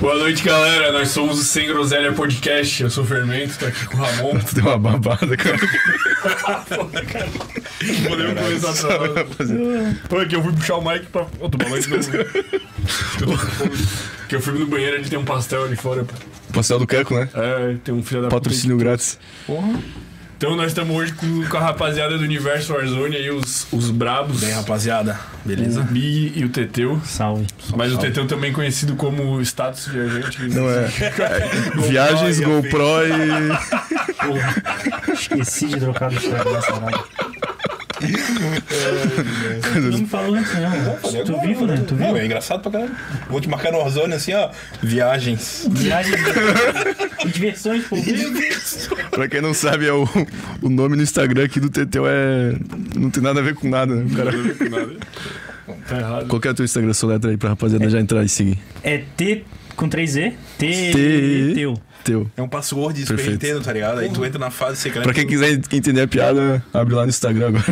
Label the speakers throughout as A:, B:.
A: Boa noite, galera. Nós somos o Sem Groselha Podcast. Eu sou o Fermento, tô aqui com o Ramon.
B: Tu deu uma babada, cara.
A: Podemos começar
B: Só
A: atrás.
B: pra fazer-
A: Pô, é que eu fui puxar o mic pra. Ô, tu balança de novo. Que eu tô com fome. Que eu fui no banheiro, ele tem um pastel ali fora. pô.
B: Pastel do Caco, né?
A: É, tem um filho da puta.
B: Patrocínio grátis.
A: Então nós estamos hoje com, com a rapaziada do Universo Warzone aí, os, os brabos.
C: Bem, rapaziada, beleza?
A: o Big e o Teteu.
D: Salve.
A: Mas o Teteu também conhecido como status viajante.
B: Não é? Viagens, GoPro e.
D: Esqueci de trocar do Instagram nessa hora. Tu não me falou antes, né? mano? Tu viu, né? Tu
C: Não,
D: viu?
C: é engraçado pra caralho. Vou te marcar no Warzone assim, ó. Viagens.
D: Viagens e diversões públicas.
B: Pra quem não sabe, é o, o nome no Instagram aqui do Teteu é. Não tem nada a ver com nada, né? Cara,
A: Tá errado.
B: qual que é o teu Instagram? Sua letra aí pra rapaziada já entrar e seguir.
D: É T com 3E.
B: T- Tá
D: T. Teu.
B: Teu.
C: É um password isso
B: Perfeito.
C: pra Nintendo, tá ligado? Aí tu entra na fase secreta.
B: Pra quem quiser entender a piada, abre lá no Instagram agora.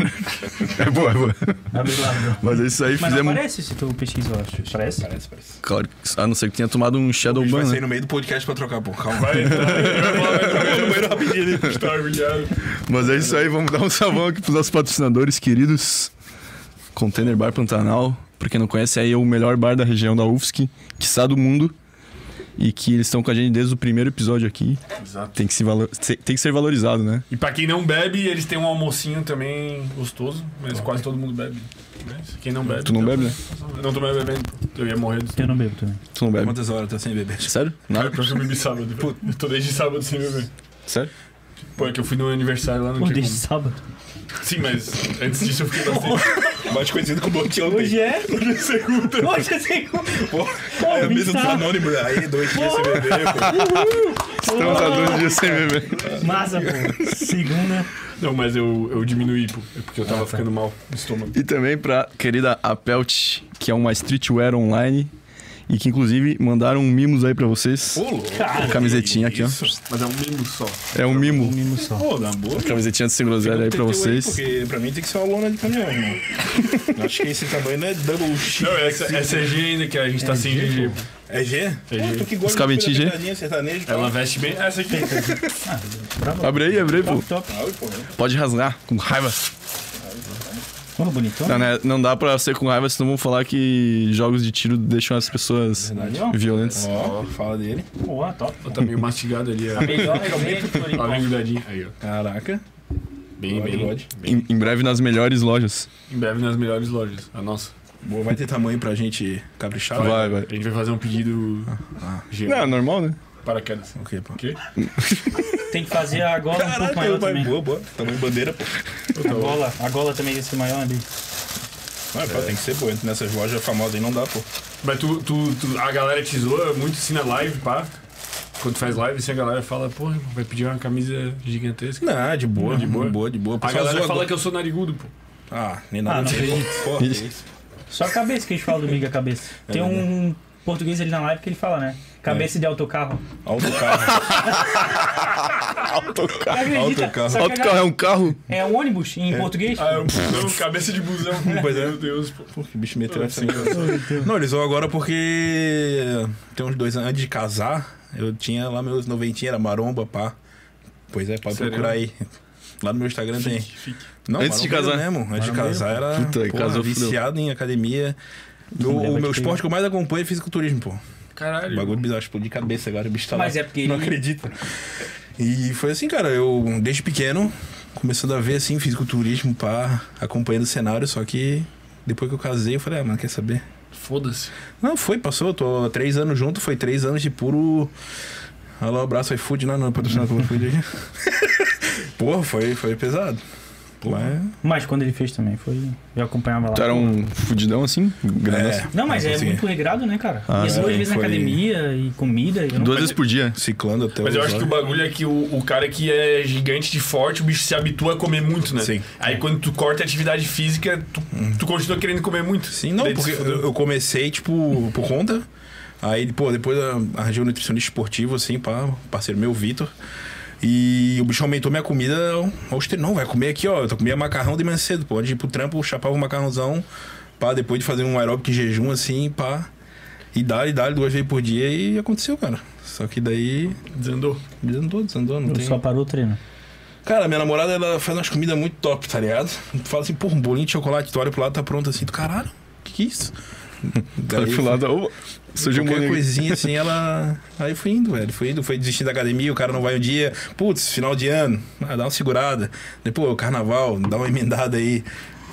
B: É boa, é boa.
D: Abre lá. meu.
B: Mas é isso aí,
D: Mas
B: fizemos.
D: aparece se tu pesquisa, eu acho. Parece?
C: Parece, parece.
B: Claro, a não ser que tenha tomado um
C: A
B: Shadow
C: gente vai
B: Ban,
C: sair
B: né?
C: no meio do podcast pra trocar, pô. Calma.
A: Vai, tá. Eu vou lá, vai no banheiro rapidinho ali, tá orgulhado.
B: Mas é isso aí, vamos dar um salvão aqui pros nossos patrocinadores queridos. Container Bar Pantanal, pra quem não conhece, aí é o melhor bar da região da UFSC, quiçá do mundo. E que eles estão com a gente desde o primeiro episódio aqui.
A: Exato.
B: Tem que, se valo- se- tem que ser valorizado, né?
A: E pra quem não bebe, eles têm um almocinho também gostoso, mas quase todo mundo bebe. Mas Quem não bebe.
B: Tu não bebe, né?
A: Eu não tô mais bebendo, eu ia morrer do
D: Eu não bebo também.
B: Tu não bebe.
C: Quantas horas tá sem beber?
B: Sério?
A: Cara,
B: Nada?
A: pior que eu bebi sábado. velho. Eu tô desde sábado sem beber.
B: Sério?
A: Pô, é que eu fui no aniversário lá no
D: Pô,
A: dia.
D: desde é sábado.
A: Sim, mas antes disso eu fiquei bastante.
C: Mais conhecido como
D: é?
C: anteontem.
D: Hoje é segunda. Hoje é segunda.
C: Pô,
D: Pô,
C: é a mesa dos
D: tá.
C: anônimos. Aí, dois dias sem beber, pô.
B: Estamos há dois dias sem beber.
D: Massa, pô. Segunda.
A: Não, mas eu, eu diminuí, pô. É porque eu
C: Ah,
A: tava
C: tá.
A: ficando mal no estômago.
B: E também pra querida Apelt, que é uma streetwear online. E que inclusive mandaram mimos aí pra vocês. Camisetinha aqui, ó.
A: Mas é um mimo só.
B: É um mimo.
D: Mimo só.
C: Pô, um na boa.
B: Camisetinha de segurança aí pra vocês.
C: Porque pra mim tem que ser uma lona de caminhão, irmão. Eu Acho que esse tamanho não é double X.
A: Não, essa, essa é G ainda que a gente tá sem GG. pô.
C: É
A: G.
C: G? Pô, tu que gosta
B: Os cabecinhos G?
C: pegadinha sertaneja, pô.
A: Ela veste bem. Essa aqui. é
B: Abre aí, abre aí, pô.
D: Top, top.
C: Ai, pô.
B: Pode rasgar com raiva.
D: Porra, bonitão.
B: Não, né? Não dá pra ser com raiva, senão vão falar que jogos de tiro deixam as pessoas
C: Verdade,
B: violentas.
C: Ó, fala dele.
D: Pô, top.
A: Ela tá meio mastigada ali. A
D: Melhor evento
A: a
D: Floripa.
A: bem grudadinha. Aí, ó.
C: Caraca.
A: Bem,
C: Bigode,
A: bem.
C: bigode.
B: Em, em breve nas melhores lojas.
A: Em breve nas melhores lojas. A nossa.
C: Boa, vai ter tamanho pra gente caprichar?
B: Vai,
A: A
B: vai.
A: gente vai fazer um pedido. G.
B: Não, é normal, né?
A: Paraquedas.
C: Ok, pô.
A: O quê?
D: Tem que fazer a gola um pouco
C: Caraca,
D: maior
C: vai.
D: também.
C: Boa, boa. Tamanho bandeira, pô.
D: A gola, a gola também desse maior né, ali.
C: Ah, pô, Tem que ser, pô. Entra Nessas lojas famosas aí não dá, pô.
A: Mas tu, tu, tu- a galera te zoa muito assim na live, pá. Quando tu faz live, assim, a galera fala, pô, irmão, vai pedir uma camisa gigantesca.
C: Não, de boa, de boa, de boa. De boa.
A: A galera fala que eu sou narigudo, pô.
C: Ah, nem
D: Ah,
C: nada.
D: não
C: pô.
D: acredito.
C: Pô, que isso.
D: Só a cabeça que a gente fala domingo, a cabeça.
C: É
D: Tem um português ali na live que ele fala, né? Cabeça de autocarro.
C: Autocarro.
D: Acredita?
C: autocarro.
D: Só que a
B: Autocarro é um carro.
D: galera- É um ônibus em português?
A: Ah, eu, não, cabeça de busão. né?
C: Pois é.
A: Meu Deus, pô.
C: Pô, que bicho meteu essa. né? Não, eles vão agora porque tem uns dois anos antes de casar, eu tinha lá meus noventinha, era maromba, pá. Pois é, pode
A: Sério?
C: procurar aí. Lá no meu Instagram tem.
A: Fique.
C: Não,
B: Antes de
C: marombeiro
B: casar.
C: mesmo. Antes de casar era
B: Puta,
C: pô,
B: casou, fudeu.
C: viciado em academia. Meu-
D: lembra
C: o meu
D: que tem-
C: esporte que eu mais acompanho é fisiculturismo, pô.
A: Caralho.
C: Bagulho bizarro, explodi cabeça agora, o bicho tá
D: Mas
C: lá.
D: é porque
C: Não
D: ele-
C: acredito. E foi assim, cara, eu desde pequeno, começando a ver assim, fisiculturismo, pá, acompanhando o cenário, só que depois que eu casei, eu falei, ah, mano, quer saber?
A: Foda-se.
C: Não, foi, passou, eu tô há três anos junto, foi três anos de puro. Alô, abraço iFood, não, não, patrocinado pelo iFood aqui. Porra, foi, foi pesado. Mas,
D: Mas quando ele fez também, foi. Eu acompanhava lá.
B: Tu era um fudidão assim? Grandão.
C: é,
D: Não, mas é
C: Sim.
D: muito regrado, né, cara?
B: Ah,
D: e duas
C: sim,
D: vezes na
C: foi-
D: academia e comida. E eu não...
B: Duas vezes por dia.
C: ciclando até
A: Mas eu
C: os
A: acho que o
C: olhos.
A: bagulho é que o, o cara que é gigante de forte, o bicho se habitua a comer muito, né?
C: Sim. Hum.
A: Aí quando tu corta a atividade física, tu, tu continua querendo comer muito.
C: Sim, não,
A: Daí tu
C: porque
A: se fudeu.
C: eu, eu comecei, tipo, por conta. Aí, pô, depois a- arranjei um nutricionista esportivo, assim, pá, parceiro meu, Vitor. E o bicho aumentou minha comida. Aos tre- não, vai comer aqui, ó. Eu tô comia macarrão de manhã cedo, pô. Antes de ir pro trampo, eu chapava um macarrãozão, pá, depois de fazer um aeróbico em jejum, assim, pá. E dá-lhe, dá-lhe duas vezes por dia e aconteceu, cara. Só que daí
A: Desandou.
C: desandou, desandou, não tem.
D: Só parou o treino.
C: Cara, minha namorada, ela faz umas comidas muito top, tá ligado? Tu fala assim, porra, um bolinho de chocolate, tu olha pro lado, tá pronto assim, tu caralho, que que é isso? Daí,
E: Olha pro lado, ô, surgiu um
C: qualquer
E: bolinho.
C: coisinha assim, ela... Aí fui indo, velho, fui indo, foi desistir da academia, o cara não vai um dia, putz, final de ano, ah, dá uma segurada. Depois, carnaval, dá uma emendada aí.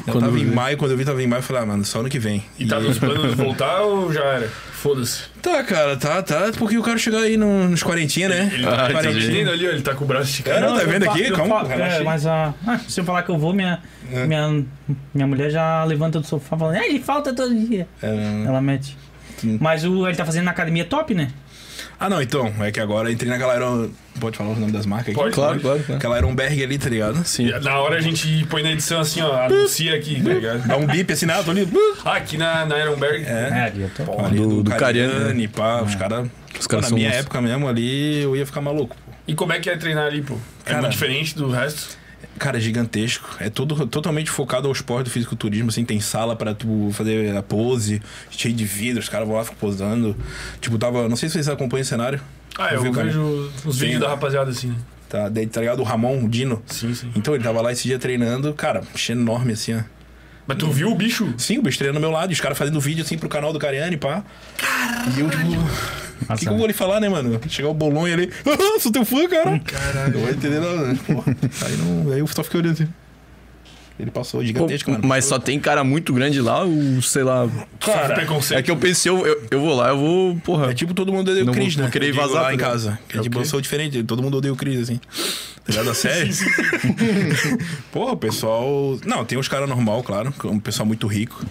C: Eu
E: Quando
C: tava em
E: vê.
C: maio, quando eu vi, tava em maio, eu falei, ah, mano, só ano que vem.
A: E tá nos planos de voltar ou já era? Foda-se.
C: Tá, cara, tá, tá, porque o cara chegar aí no- nos quarentinha, né?
A: Ele tá
E: Ah,
A: tá
E: entendi.
A: mentindo ali, ó, ele tá com o braço
C: É,
A: esticado.
C: não, tá
D: eu
C: vendo
D: fa-
C: aqui?
D: eu
C: Calma,
D: fa-
C: relaxa
D: é,
C: aí.
D: mas ah, ah, se eu falar que eu vou, minha,
C: É.
D: minha, minha mulher já levanta do sofá falando, ah, ele falta todo dia.
C: É,
D: Ela mete.
C: Sim.
D: Mas o, ele tá fazendo na academia top, né?
C: Ah, não, então, é que agora eu entrei naquela Iron... Pode falar o nome das marcas aqui?
A: Pode.
E: Claro, claro, claro.
C: Aquela Ironberg ali, tá ligado?
E: Sim.
A: Na hora a gente põe na edição assim, ó, anuncia aqui, tá ligado?
C: Dá um bip assim, ah, tô ali.
A: Ah, aqui na, na Ironberg.
C: É.
D: ali eu tô.
C: ali
E: Do- do Cariani, É.
C: pá, os caras.
E: Os caras
C: na
E: são
C: minha
E: monstros.
C: época mesmo ali, eu ia ficar maluco. pô.
A: E como é que é treinar ali, pô? É
C: Cara.
A: muito diferente do resto?
C: Cara, é gigantesco. É todo, totalmente focado ao esporte do fisiculturismo, assim, tem sala pra tu fazer a pose, cheio de vidro, os caras vão lá ficam posando. Tipo, tava. Não sei se vocês acompanham o cenário.
A: Ah, eu,
C: vi, cara.
A: vejo os
C: Sim.
A: vídeos da rapaziada assim, né?
C: Tá, daí, tá ligado? O Ramon, o Dino.
A: Sim, sim.
C: Então ele tava lá esse dia treinando, cara, bicho enorme assim, ó.
A: Mas tu viu o bicho?
C: Sim, o bicho treinando do meu lado, e os caras fazendo vídeo assim pro canal do Cariani, pá. E eu, tipo. O que, que eu vou lhe falar, né, mano? Chegar o Bolonha ali. Ah, sou teu fã, cara. Caralho. Não vai entender nada, né? Pô, Aí, não, aí eu só fiquei olhando assim. Ele passou
E: Pô,
C: gigantesco, mano.
E: mas só tem cara muito grande lá, ou sei lá.
A: Sofre
C: Cara,
A: preconceito.
E: É que eu pensei, eu, eu, eu vou lá, eu vou. Porra.
C: é tipo todo mundo odeia o
E: Não vou-
C: Cris, né?
E: vou querer
C: Eu digo
E: vazar,
C: lá
E: tá
C: em
E: ligado?
C: casa. Que,
A: É o
C: tipo, eu
A: quê?
C: sou diferente. Todo mundo odeia o Cris, assim. Tá ligado? A sério? Porra, o pessoal... Não, tem uns caras normal, claro. Um pessoal muito rico.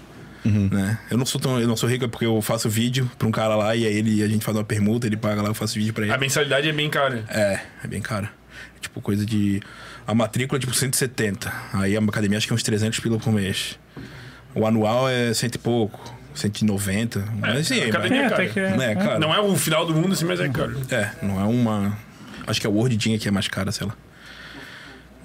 C: Né? Eu não sou tão, eu não sou rico é porque eu faço vídeo pra um cara lá e aí ele, a gente faz uma permuta, ele paga lá, eu faço vídeo pra ele.
A: A mensalidade é bem cara.
C: É, é bem cara. É tipo coisa de. A matrícula é tipo 170. Aí a academia acho que é uns 300 pila por mês. O anual é cento e pouco, 190. Mas sim,
A: a
C: é,
A: academia
D: É,
A: cara.
D: até que é.
C: né, cara.
A: Não é o final do mundo assim, mas é caro.
C: é, não é uma. Acho que é o Word Dinha que é mais cara, sei lá.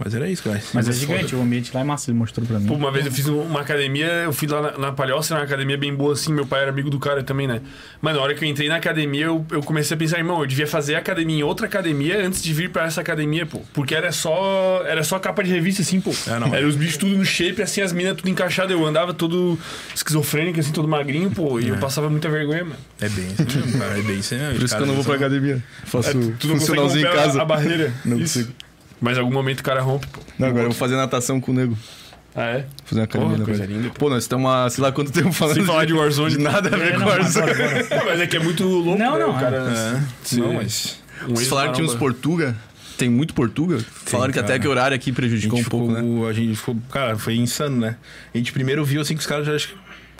C: Mas era isso, cara.
D: Mas é gigante, o ambiente lá é massa, ele mostrou pra mim.
A: Pô, uma vez eu fiz um- uma academia, eu fui lá na, na Palhoça, era uma academia bem boa assim, meu pai era amigo do cara também, né? Mano, na hora que eu entrei na academia, eu, eu comecei a pensar, irmão, eu devia fazer academia em outra academia antes de vir pra essa academia, pô. Porque era só era só capa de revista assim, pô.
C: É, não.
A: Era os bichos tudo no shape, assim, as minas tudo encaixadas, eu andava todo esquizofrênico, assim, todo magrinho, pô, e
E: É.
A: eu passava muita vergonha, mano.
C: É bem isso mesmo, cara. É bem isso mesmo.
E: Por isso que eu não vou pra academia. Faço
A: Tu não consegue
E: funcionalzinho em
A: romper a-
E: casa.
A: a barreira.
E: Não
A: Isso.
E: consigo.
A: Mas em algum momento o cara rompe, pô.
E: Não, agora eu vou fazer natação com o nego. Vou
A: Ah, é?
E: fazer uma academia
A: Porra,
E: na
A: coisa
E: praia.
A: linda,
E: Pô, nós estamos há sei lá quanto tempo falando.
A: Sem falar de Warzone. É,
E: Nada a ver com Warzone.
A: Não, mas é que é muito louco,
D: Não,
A: né?
D: não,
A: o cara.
C: É, não, mas.
A: um
E: Vocês falaram que tinha uns
A: ex-maromba.
E: Portuga. Tem muito Portuga? Falaram que até
C: cara.
E: que o horário aqui
C: A gente
E: prejudicou um pouco, né?
C: ficou- A gente ficou. Cara, foi insano, né? A gente primeiro viu assim que os caras já.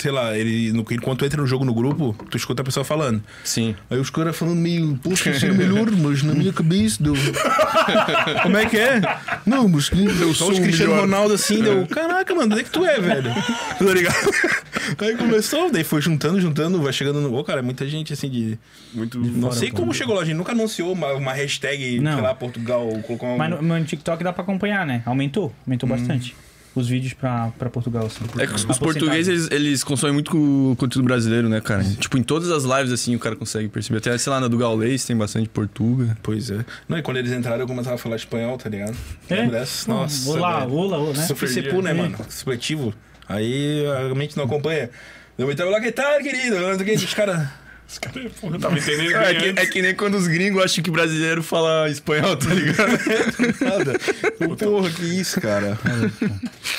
C: Sei lá, ele, no- enquanto entra no jogo no grupo, tu escuta a pessoa falando.
E: Sim.
C: Aí os caras falando meio, poxa, eu seria melhor, mas na minha cabeça deu. Como é que é? Não, mas
E: sou
C: eu só os
E: o
C: Cristiano
E: melhor.
C: Ronaldo assim, deu. Caraca, mano, onde é que tu é, velho? Tá ligado? Aí começou, daí foi juntando, juntando, vai chegando no. Ô, cara, muita gente assim de.
A: Muito.
C: Não sei como chegou lá, a gente nunca anunciou uma, uma hashtag,
D: Não.
C: sei lá, Portugal, colocou uma.
D: Mas no, no TikTok dá pra acompanhar, né? Aumentou, aumentou bastante. Os vídeos pra, pra Portugal, assim.
E: É que os,
D: A
E: os portugueses,
D: porcentagem.
E: eles, eles consomem muito o conteúdo brasileiro, né, cara? Tipo, em todas as lives, assim, o cara consegue perceber. Até, sei lá, na do Gaulês tem bastante Portuga.
C: Pois é. Não, e quando eles entraram, eu começava a falar espanhol, tá ligado?
D: É?
C: Lembra dessa? Nossa.
D: Olá,
C: velho.
D: olá, olá, né?
C: Sou Ficepu, né, mano? Supletivo. Aí a mente não acompanha. tá Eu tava lá, que tal, querido? Os caras.
A: Os caras, porra, eu tava entendendo.
E: É
A: bem
E: que,
A: antes.
E: é que nem quando os gringos acham que brasileiro fala espanhol, tá ligado?
C: Nada. Porra, que isso, cara.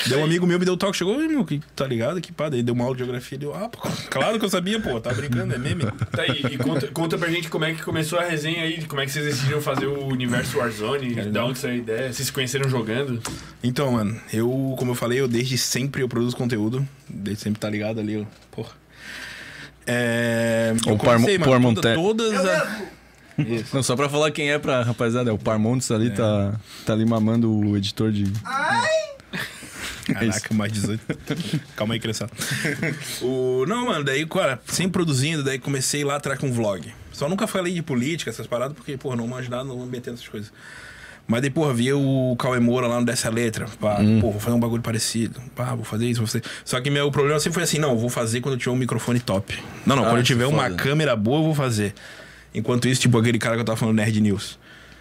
C: Daí um amigo meu me deu um toque, chegou, "Ih, meu, que tá ligado? Que pá, daí deu uma aula de geografia. Deu, ah, pô, claro que eu sabia, pô, tá brincando, é meme.
A: Tá aí, e conta, conta pra gente como é que começou a resenha aí, de como é que vocês decidiram fazer o universo Warzone, um da onde saiu é a ideia, vocês se conheceram jogando.
C: Então, mano, eu, como eu falei, eu desde sempre eu produzo conteúdo, desde sempre tá ligado ali, ó, porra. É.
E: O
C: eu comecei,
E: Parmo- Parmonte-
C: mano, toda- Todas as.
E: Não, só pra falar quem é pra rapaziada, é o Parmontes ali, tá, tá ali mamando o editor de... É
C: Caraca, mais 18. Calma aí, criançada. O... Não, mano, daí, cara, sempre produzindo, daí comecei lá atrás com vlog. Só nunca falei de política, essas paradas, porque, pô, não manjo nada, não vou me meter nessas coisas. Mas daí, porra, via o Cauê Moura lá no Dessa Letra. Pá,
B: Hum.
C: pô, vou fazer um bagulho parecido. Pá, vou fazer isso, vou fazer... Só que meu problema sempre foi assim, não, vou fazer quando eu tiver um microfone top. Não, não,
B: Ah,
C: quando eu
B: isso é
C: tiver uma
B: foda.
C: câmera boa, eu vou fazer. Enquanto isso, tipo, aquele cara que eu tava falando, Nerd News.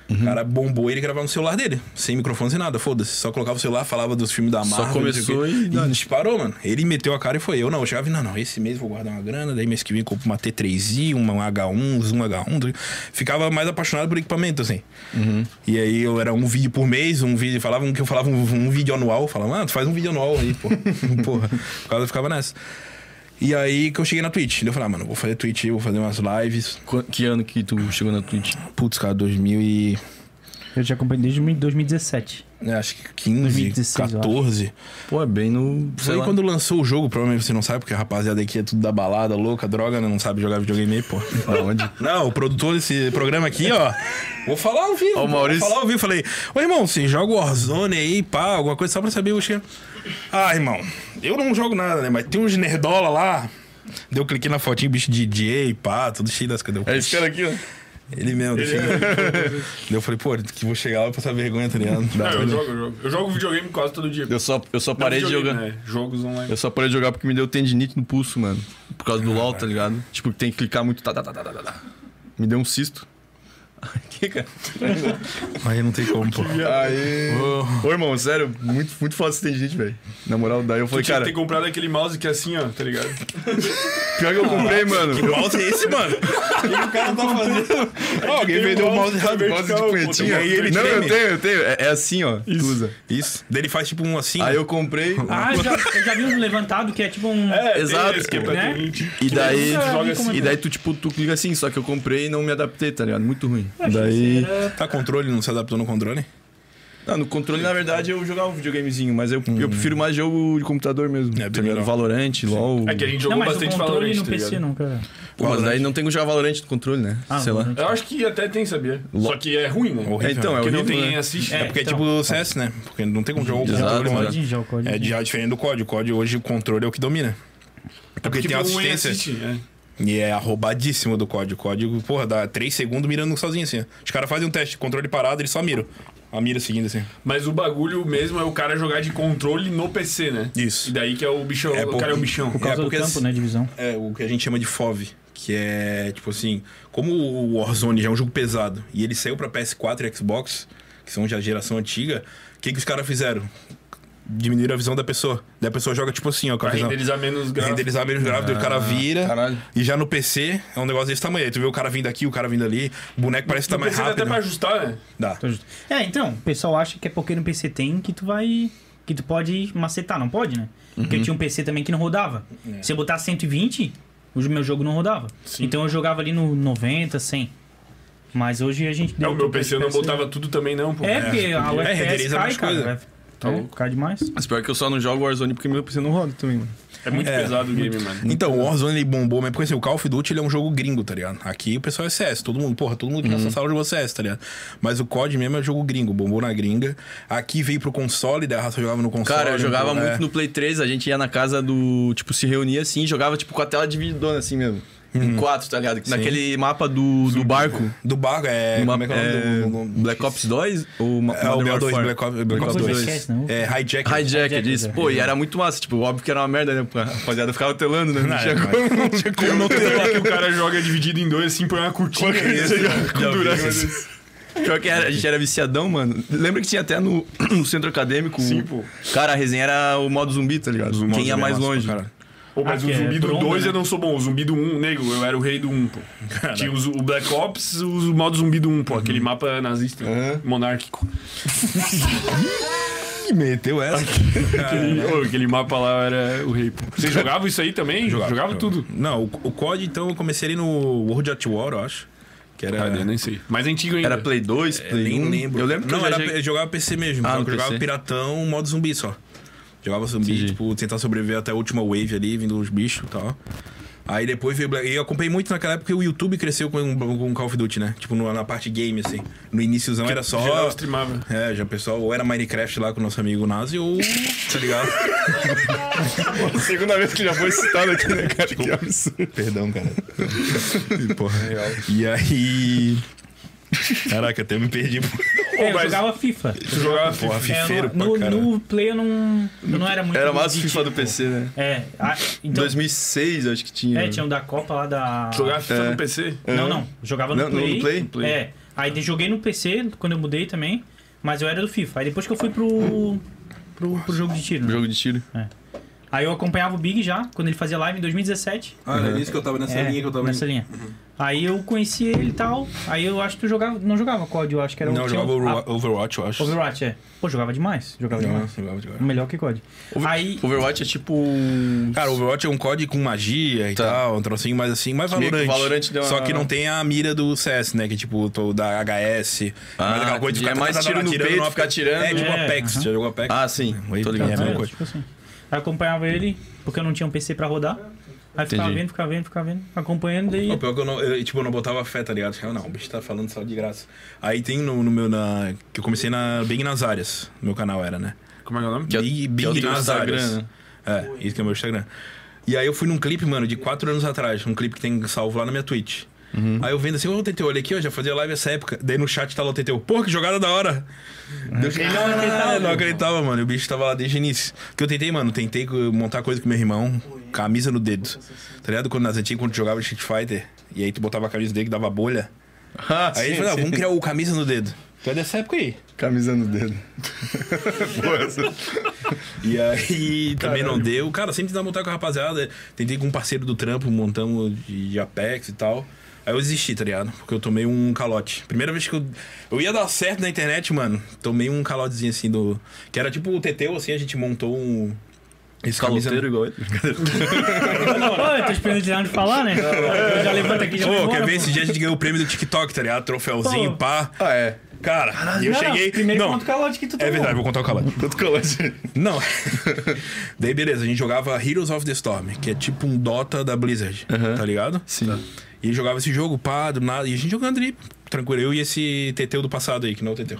C: O cara bombou ele gravava no celular dele, sem microfone, sem nada, foda-se. Só colocava o celular, falava dos filmes da Marvel. não sei o
B: começou
C: quê.
B: e dane-se.
C: disparou, mano. Ele meteu a cara e foi eu. Não, eu chegava e, não, não, esse mês eu vou guardar uma grana, daí mês que vem eu compro uma T3i, uma H1, Zoom H1. Ficava mais apaixonado por equipamento, assim.
B: Uhum.
C: E aí eu era um vídeo por mês, um vídeo, falavam que eu falava um, um vídeo anual, falava, ah, tu faz um vídeo anual aí, pô. Porra, por causa eu ficava nessa. E aí que eu cheguei na Twitch. Daí Eu falei, ah, mano, vou fazer Twitch, vou fazer umas lives.
B: Qu- Que ano que tu chegou na Twitch?
C: Putz, cara, 2000 e...
D: Eu te acompanho desde 2017.
C: É, acho que 15,
D: 2016, eu acho.
C: 14.
B: Pô, é bem no. Sei
C: Foi
B: lá.
C: quando lançou o jogo, provavelmente você não sabe, porque a rapaziada aqui é tudo da balada, louca, droga, né? não sabe jogar videogame aí, pô.
B: Aonde?
C: Não, o produtor desse programa aqui, ó. Vou falar ao vivo.
B: Ó, o Maurício.
C: Vou falar ao vivo. Falei, ô irmão, você joga o Warzone aí, pá, alguma coisa só pra saber o que. Ah, irmão, eu não jogo nada, né? Mas tem uns nerdola lá. Deu cliquei na fotinho, bicho DJ, pá, tudo cheio das cadeiras.
B: É esse cara aqui, ó.
C: Ele mesmo, ele
B: é.
C: Eu falei, pô, que vou chegar lá pra passar vergonha, tá ligado?
A: Não, eu jogo, eu jogo. Eu jogo videogame quase todo dia.
B: Eu só, eu só parei de jogar.
A: Videogame, né? Jogos online.
B: Eu só parei de jogar porque me deu tendinite no pulso, mano. Por causa do LOL, tá ligado? Tipo, tem que clicar muito. Tá, tá, tá, tá, tá, tá, tá. Me deu um cisto. Aqui, cara.
C: Aí não tem como, pô.
B: Aí. Ô, irmão, sério, muito, muito foda esse tendinite, velho. Na moral, daí eu falei,
A: Tinha
B: cara,
A: que ter comprado aquele mouse que é assim, ó, tá ligado?
B: pior que eu comprei, mano.
C: Que mouse é esse, mano?
A: o cara tá fazendo.
C: Ó, alguém vendeu o mouse errado.
B: Mouse de
A: um vertical, um
B: punhetinha.
A: botei
C: ele
B: Não, eu
C: treme.
B: tenho, eu tenho. É, é assim, ó. Tu usa.
C: Isso. Daí ele faz tipo um assim.
B: Aí eu comprei.
D: Ah, eu já, eu já vi um levantado que é tipo um.
A: É, tem
B: Exato,
A: esse que é
B: pô.
A: pra
D: Né?
A: gente.
B: E daí,
A: nunca
D: vi
B: joga
D: como
B: assim.
D: é
B: e
D: que
B: daí tu, tipo, tu clica assim, só que eu comprei e não me adaptei, tá ligado? Muito ruim.
D: Achei
B: Daí.
D: que era-
C: Tá controle, não se adaptou no controle?
B: Não, no controle, na verdade, eu jogava um videogamezinho, mas eu, eu prefiro mais jogo de computador mesmo.
C: Uhum. É,
B: tá
C: bem
B: ligado?
C: melhor.
B: Valorant, LOL.
A: É que a gente
D: Não,
A: jogou
D: mas o
A: bastante
D: controle
A: Valorant,
D: no
A: tá
D: PC
A: ligado?
D: nunca.
B: Pô, mas daí não tem que jogar Valorant no controle, né?
D: Ah,
B: Sei lá.
D: Valorant.
A: Eu acho que até tem, sabia? Só que é ruim, né?
C: Horrível.
B: É, então, é
A: Porque não
B: horrível,
A: tem
B: né?
A: assiste.
D: É.
A: né?
C: Porque é
D: Então.
C: tipo o CS, né? Porque não tem como jogar o
B: Exato,
C: controle,
B: mano.
C: mano.
D: Pode já, o código.
C: É já diferente do código. O código hoje, o controle é o que domina. Porque,
A: Porque
C: tem a
A: o ruim é
C: assistência.
A: assiste, é.
C: E é roubadíssimo do código. O código, porra, dá 3 segundos mirando sozinho assim. ó. Os caras fazem um teste, controle parado, eles só miram. A mira seguindo assim.
A: Mas o bagulho mesmo é o cara jogar de controle no PC, né?
C: Isso.
A: E daí que é o bichão.
C: É,
A: o
C: pô,
A: cara é o bichão.
D: Por causa
C: É,
D: do
C: porque
D: campo,
C: assim-
D: né? Divisão.
C: É o que a gente chama de FOV, que é tipo assim, como o Warzone já é um jogo pesado e ele saiu pra PS4 e Xbox, que são já a geração antiga, o que, que os caras fizeram? Diminuíram a visão da pessoa. Daí a pessoa joga tipo assim, ó, com a
A: Pra
C: visão.
A: renderizar menos gráfico.
C: Renderizar menos gráfico, daí o cara vira.
B: caralho.
C: E já no PC é um negócio desse tamanho. Aí tu vê o cara vindo aqui, o cara vindo ali, o boneco parece que tá
A: No
C: mais
A: PC dá até
C: rápido.
A: pra ajustar, né?
C: Dá.
D: Tô justo. É, então, o pessoal acha que é porque no PC tem que tu vai. que tu pode macetar, não pode, né? Porque
A: Uhum.
D: eu tinha um PC também que não rodava.
C: É.
D: Se eu botar 120, o meu jogo não rodava. Então eu jogava ali no 90, 100. Mas hoje a gente
A: É,
D: deu.
A: o meu
D: pro
A: PC eu não
D: FPS.
A: botava tudo também, não, pô.
D: É, porque a
C: É,
D: UFS
C: renderiza
D: cai,
C: mais
D: cara.
C: coisa. Tá
D: vai- Então, cai demais.
B: Mas pior que eu só não jogo Warzone porque meu PC não roda também, mano.
A: É muito
C: É.
A: pesado o game, mano.
C: Então, o Warzone ele bombou, mas porque assim, o Call of Duty ele é um jogo gringo, tá ligado? Aqui o pessoal é CS, todo mundo, porra, todo mundo que
B: Uhum.
C: nessa sala jogou CS, tá ligado? Mas o COD mesmo é jogo gringo, bombou na gringa. Aqui veio pro console, daí a raça jogava no console.
B: Cara, eu jogava
C: então,
B: muito
C: é.
B: no Play 3, a gente ia na casa do. Tipo, se reunia assim, jogava tipo com a tela divididona assim mesmo.
C: Uhum.
B: Em quatro, tá ligado? Naquele mapa do, do barco.
C: Do barco, é.
B: O
C: Como
B: mapa
C: é que é o nome
B: é,
C: do- do- do-
B: Black Ops 2 ou Ma-
C: É o
B: Modern
C: BO2,
B: Warfare?
C: Black Ops, Black Ops 2.
D: Esquece, não.
C: É, Hijack.
B: Hijacked,
D: Hijacked,
B: isso.
D: é.
B: Pô, e era muito massa. Tipo, óbvio que era uma merda, né? A rapaziada ficava telando, né? Não, tinha
C: mas-
B: como, não tinha como não telar.
A: é que o cara joga dividido em dois, assim, põe uma cortina.
B: Isso,
A: né?
B: já- já vi
A: Durex.
B: isso. Pior que era- a gente era viciadão, mano. Lembra que tinha até no, no centro acadêmico. o-
A: Sim, assim, pô.
B: Cara, a resenha era o modo zumbi, tá ligado? Quem ia mais longe.
C: cara?
A: Pô, mas
D: Ah,
A: o
D: que é
A: zumbi do
D: bronca,
A: 2
D: né?
A: eu não sou bom. O zumbi do 1, um, nego, eu era o rei do 1, um, pô. Tinha os- o Black Ops, os modos zumbi do 1, um, pô. Aquele mapa nazista, monárquico.
C: Ih, meteu essa.
A: Aquele, ô, aquele mapa lá era o rei, pô. Vocês jogavam isso aí também? Jogava, tudo.
C: Não, o, o COD, então, eu comecei ali no World at War, eu acho. Que era.
A: Cara, Tá, eu nem sei. Mais antigo ainda.
B: Era Play 2, Play 1. Eu É, lembro que
C: não,
B: eu
C: era,
B: já cheguei-
C: eu jogava PC mesmo.
B: Ah,
C: só
B: no
C: que eu jogava
B: PC.
C: piratão, modo zumbi só. Jogava zumbi,
B: Entendi.
C: tipo, tentar sobreviver até a última wave ali, vindo os bichos e tal. Aí depois veio Black... E eu acompanhei muito naquela época que o YouTube cresceu com, com Call of Duty, né? Tipo, no- na parte game, assim. No iníciozão era só...
A: Geral streamava.
C: É, já o pessoal, ou era Minecraft lá com o nosso amigo Nazi, ou. tá ligado?
B: Segunda vez que já foi citado aqui, né, cara? Que absurdo.
C: Perdão, cara. Porra. E aí. Caraca, até me perdi.
A: Pô,
D: É, eu
A: mas-
D: jogava FIFA.
A: Tu jogava FIFA.
C: Porra,
D: É,
C: fifeiro pra
D: no,
C: caralho.
D: no Play eu não, eu não era muito.
E: Era mais
D: de
E: FIFA do
D: tipo.
E: PC, né?
D: É, a- então,
E: 2006, acho que tinha.
D: é, tinha um da Copa lá da.
A: Tu jogava FIFA
E: É.
A: no PC?
D: Não, não. Jogava no
E: Não, no
D: Play.
E: Play? No Play.
D: É. Aí de- joguei no PC quando eu mudei também. Mas eu era do FIFA. Aí depois que eu fui pro. pro, pro jogo de tiro.
E: Um
D: né?
E: jogo de tiro.
D: Aí eu acompanhava o Big já, quando ele fazia live em 2017.
B: Ah, era isso que eu tava nessa
D: É,
B: linha que eu tava
D: nessa linha. Aí eu conheci ele e tal. Aí eu acho que tu jogava. Não jogava COD, eu acho que era
C: Não, eu
D: tinha
C: jogava
D: o.
B: um-
C: Overwa- Overwatch, Uhum. eu acho.
D: ah, Overwatch, é. Pô, jogava demais. Jogava
C: Não,
D: demais.
C: jogava de-
D: Melhor que COD. Aí.
E: Overwatch é tipo. um-
C: Cara, Overwatch é um COD com magia e
E: Tá.
C: tal, um trocinho mais assim, mais
E: Meio que Valorant
C: valorante.
E: deu uma-
C: Só que não tem a mira do CS, né? Que tipo, tô da HS,
E: Ah,
C: mais aquela coisa
E: entendi.
C: de ficar
E: É mais
C: tá- tá- tá-
E: tiro no
C: atirando,
E: peito,
C: não,
E: ficar atirando.
C: É, tipo
D: É,
C: Apex,
D: aham.
C: já jogou Apex?
E: Ah, sim.
C: Aí,
E: Tô ligado.
C: é,
D: É,
C: mesma coisa.
D: tipo assim. Aí acompanhava ele, porque eu não tinha um PC pra rodar. Aí ficava
E: Entendi.
D: vendo, ficava vendo, ficava vendo, acompanhando,
C: O
D: daí.
C: pior que eu não, eu, tipo, eu não botava fé, tá ligado? Eu, não, o bicho tá falando só de graça. Aí tem no, no meu, na, que eu comecei na, bem nas áreas, meu canal era, né?
A: Como é que é o nome?
E: Que é-
C: Big,
E: que é o
C: Big
E: teu
C: nas
E: Instagram,
C: áreas.
E: né?
C: É, isso que é o meu Instagram. E aí eu fui num clipe, mano, de quatro anos atrás. Um clipe que tem salvo lá na minha Twitch. Aí eu vendo assim, ô TT, olha aqui, ó, já fazia live essa época. Daí no chat tá lá o TT, porra, que jogada da hora. Deus, não acreditava, não acreditava, mano. E O bicho tava lá desde o início. Porque eu tentei, mano, tentei montar coisa com meu irmão, camisa no dedo. Tá ligado? Quando nas antigas, quando tu jogava Street Fighter, e aí tu botava a camisa dele que dava bolha.
E: Ah,
C: Aí ele falou, ah, vamos criar o camisa no dedo. Tu é dessa época aí.
E: Camisa no dedo. Porra, essa-
C: E aí também não deu. Cara, sempre tentar montar com a rapaziada. Tentei com um parceiro do trampo, montamos de Apex e tal. Aí eu desisti, tá ligado? Porque eu tomei um calote. Primeira vez que eu. Eu ia dar certo na internet, mano. Tomei um calotezinho assim do. Que era tipo o Teteu, assim, a gente montou um. Esse
E: Caloteiro igual ele.
D: Ô, eu tô esperando ele terminar de falar, né? Eu já levanto aqui já
C: Pô,
D: vou
C: quer
D: embora,
C: ver?
D: pô.
C: Esse dia a gente ganhou o prêmio do TikTok, tá ligado? Troféuzinho,
D: Pô.
C: pá.
E: Ah, é.
C: Cara, e eu
D: Não, não,
C: cheguei.
D: Primeiro
C: não,
D: conta o calote que tu tomou.
C: é verdade, vou contar o calote.
E: Quanto colante.
C: Não. Daí, beleza, a gente jogava Heroes of the Storm, que é tipo um Dota da Blizzard,
E: Aham.
C: tá ligado?
E: Sim.
C: E jogava esse jogo, pá, do nada. E a gente jogando ali, tranquilo. Eu e esse Teteu do passado aí, que não é o Teteu.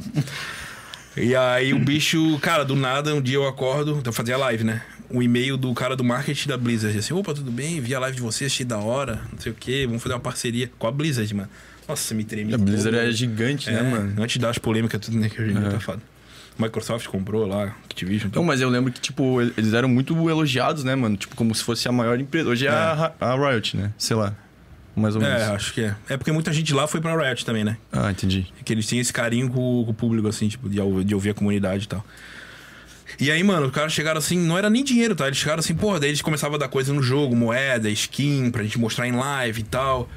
C: E aí o bicho, cara, do nada, um dia eu acordo, então eu fazia live, né? Um e-mail do cara do marketing da Blizzard, assim, opa, tudo bem? Vi a live de vocês, achei da hora, não sei o quê, vamos fazer uma parceria com a Blizzard, mano. Nossa, me tremi.
E: A Blizzard é gigante,
C: é,
E: né, mano? É.
C: Antes das polêmicas, tudo, né, que a gente tá falando. Microsoft comprou lá, Activision.
E: Não, mas eu lembro que, tipo, el- eles eram muito elogiados, né, mano? Tipo, como se fosse a maior empresa. Hoje é, a, Ra- a Riot, né? Sei lá. Mais ou menos.
C: É, acho que é. É porque muita gente lá foi pra Riot também, né?
E: Ah, entendi.
C: Que eles tinham esse carinho com, com o público, assim, tipo, de, ou- de ouvir a comunidade e tal. E aí, mano, os caras chegaram assim, não era nem dinheiro, tá? Eles chegaram assim, porra, daí eles começavam a dar coisa no jogo, moeda, skin, pra gente mostrar em live e tal.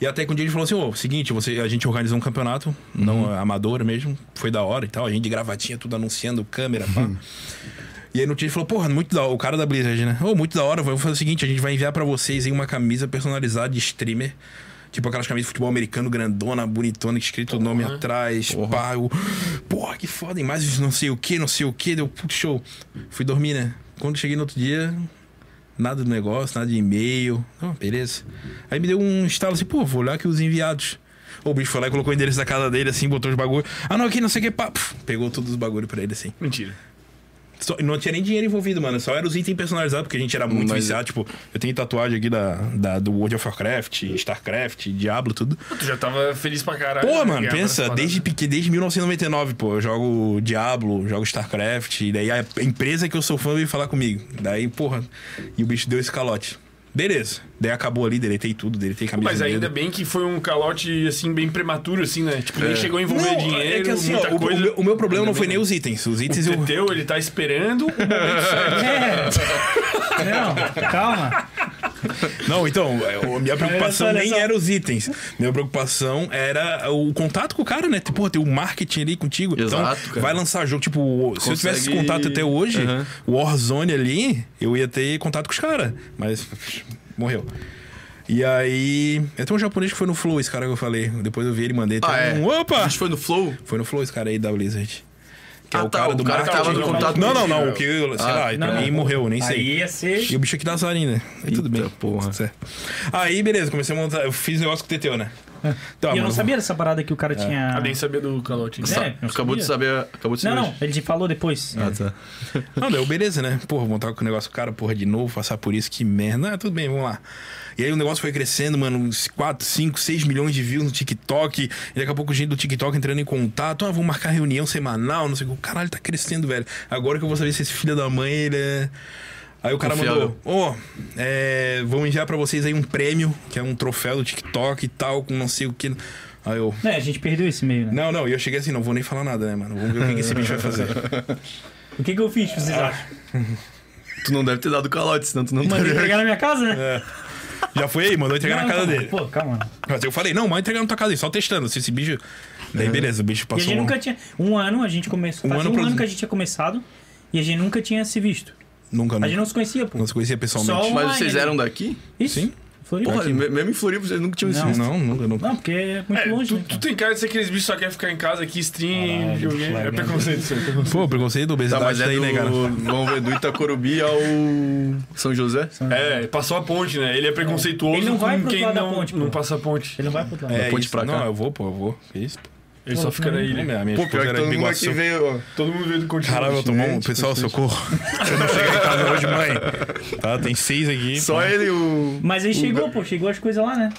C: E até que um dia ele falou assim, ô, seguinte, você, a gente organizou um campeonato, não é, amador mesmo, foi da hora e tal, a gente de gravatinha, tudo anunciando, câmera, pá. E aí no dia ele falou, porra, muito da hora, o cara da Blizzard, né? Ô, muito da hora, vamos fazer o seguinte, a gente vai enviar pra vocês aí uma camisa personalizada de streamer. Tipo aquelas camisas de futebol americano, grandona, bonitona, escrito o nome atrás, pá. Eu, porra, que foda, e mais não sei o que, não sei o que, deu puto show. Fui dormir, né? Quando cheguei no outro dia, nada do negócio, nada de e-mail. Ah, beleza. Aí me deu um estalo assim, pô, vou olhar aqui os enviados. O bicho foi lá e colocou o endereço da casa dele, assim, botou os bagulho. Ah, não, aqui não sei o que, pá. puf, Pegou todos os bagulho pra ele, assim.
A: Mentira.
C: Só- não tinha nem dinheiro envolvido, mano. Só era os itens personalizados, porque a gente era muito
E: Mas-
C: viciado. Tipo, eu tenho tatuagem aqui da, da- do World of Warcraft, StarCraft, Diablo, tudo.
A: Pô, tu já tava feliz pra caralho. né?
C: Pô, mano,
A: Ganhava
C: pensa,
A: essa parada.
C: desde, pequeno- desde 1999, pô. Eu jogo Diablo, jogo StarCraft, e daí a empresa que eu sou fã veio falar comigo. Daí, porra, e o bicho deu esse calote. Beleza. Daí acabou ali, deletei tudo, deletei camisa.
A: Mas
C: do
A: ainda
C: dedo.
A: bem que foi um calote, assim, bem prematuro, assim, né? Tipo, nem chegou a envolver
C: Não,
A: dinheiro,
C: é que assim,
A: muita
C: ó, o- o,
A: coisa.
C: meu- o meu problema
A: Ainda
C: não foi
A: bem,
C: nem os itens. Os itens
A: O
C: eu.
A: teu, ele tá esperando.
D: É. Não, calma.
C: Não, então, eu- a minha preocupação
D: Olha só, olha
C: nem
D: só.
C: era os itens. Minha preocupação era o contato com o cara, né? Tipo, Pô, tem o marketing ali contigo.
E: Exato,
C: então,
E: cara.
C: vai lançar jogo. Tipo, o- se eu tivesse esse
E: consegue-
C: contato até hoje,
E: Aham.
C: o Warzone ali, eu ia ter contato com os caras. Mas morreu. E aí. Até um japonês que foi no Flow, esse cara que eu falei. Depois eu vi ele mandei. até
E: Ah, é.
C: um,
E: A
C: Opa!
E: gente foi no Flow?
C: Foi no Flow esse cara aí da Blizzard. Que
E: Ah,
C: é o
E: tá,
C: cara
E: o
C: do
E: cara que tava
C: marketing.
E: no contato
C: não, não,
E: contigo,
C: não.
E: né?
C: O que, sei
E: Ah,
C: lá, pra
D: não.
C: mim morreu, nem sei.
D: Aí ia
C: E
D: ser.
C: o bicho aqui da Zarin, né? Aí tudo
E: Eita
C: bem.
E: porra.
C: Tudo certo. Aí, beleza, comecei a montar. Eu fiz negócio com o Teteu, né? Tá,
D: É. e eu
C: mano,
D: não sabia dessa parada que o
C: É.
D: cara tinha.
A: Ah, nem sabia do calote. né?
D: É, eu
B: Acabou de
D: sabia.
B: saber. Acabou de saber.
D: Não, não, ele te falou depois.
E: Ah, tá.
C: Não, deu beleza, né? Porra, montar com o negócio cara, porra, de novo, passar por isso, que merda. Ah, tudo bem, vamos lá. E aí o negócio foi crescendo, mano, uns 4, 5, 6 milhões de views no TikTok. E daqui a pouco gente do TikTok entrando em contato. Ah, vamos marcar reunião semanal, não sei o que. Caralho, tá crescendo, velho. Agora que eu vou saber se esse filho da mãe, ele é... Aí o cara
B: Confiável.
C: mandou, ô, é, vamos enviar pra vocês aí um prêmio, que é um troféu do TikTok e tal, com não sei o que. Aí eu,
D: É, a gente perdeu esse meio, né?
C: não, não, e eu cheguei assim, não vou nem falar nada, né, mano? Vamos ver o que que esse bicho vai fazer.
D: O que que eu fiz, vocês
C: Ah.
D: acham?
E: Tu não deve ter dado calote, senão tu não
D: Mandei
E: teria.
D: entregar na minha casa, né?
C: Já foi aí, mandou
D: Não,
C: entregar na casa
D: calma,
C: dele.
D: Pô, calma.
C: Mas eu falei, não, mas entregar na tua casa aí, só testando. Se esse bicho. Daí beleza, o bicho
D: E a
C: passou.
D: gente nunca tinha. Um ano a gente começou.
C: Um
D: Um,
C: ano
D: um
C: pra-
D: ano que a gente tinha começado e a gente nunca tinha se visto.
C: um, Nunca,
D: A gente
C: nunca.
D: não se conhecia, pô.
C: Não se conhecia pessoalmente.
D: Só-
B: Mas vocês
D: Online, né?
B: eram daqui?
D: Isso?
C: Sim.
D: Floripa.
B: Porra, me- mesmo em Floripa, vocês nunca tinham
D: Não.
B: visto.
C: Não, nunca, nunca.
D: Não, porque é muito
A: É,
D: longe.
A: tu,
D: né,
A: tu
D: cara?
A: tem cara de ser aqueles bichos que só quer ficar em casa aqui, stream, videogame. É preconceito isso aí.
C: Pô, preconceito,
B: Tá,
C: obesidade,
B: mas é
C: daí,
B: do...
C: né, cara?
B: Vamos ver, do Itacorubi ao São José?
A: É, passou a ponte, né? Ele é preconceituoso
D: Ele não vai
A: com
D: pro
A: quem
D: lado da
A: não,
D: ponte, pô.
A: não passa a ponte.
D: Ele não vai pro outro lado.
C: É,
B: ponte
C: isso.
B: pra cá.
C: Não, eu vou, pô, eu vou. Que isso, pô.
A: Ele só fica na
D: é,
A: ilha.
C: A minha
B: Pô, pior
C: esposa
B: que
C: era de
B: todo mundo
C: Biguaçu.
B: aqui veio, ó.
A: Todo mundo veio do continente.
C: Caralho, eu tomou um. Pessoal, socorro. Eu não cheguei em casa hoje, mãe. Tá, tem seis aqui.
B: Só ele e o...
D: Mas aí chegou, pô, chegou as coisas lá, né?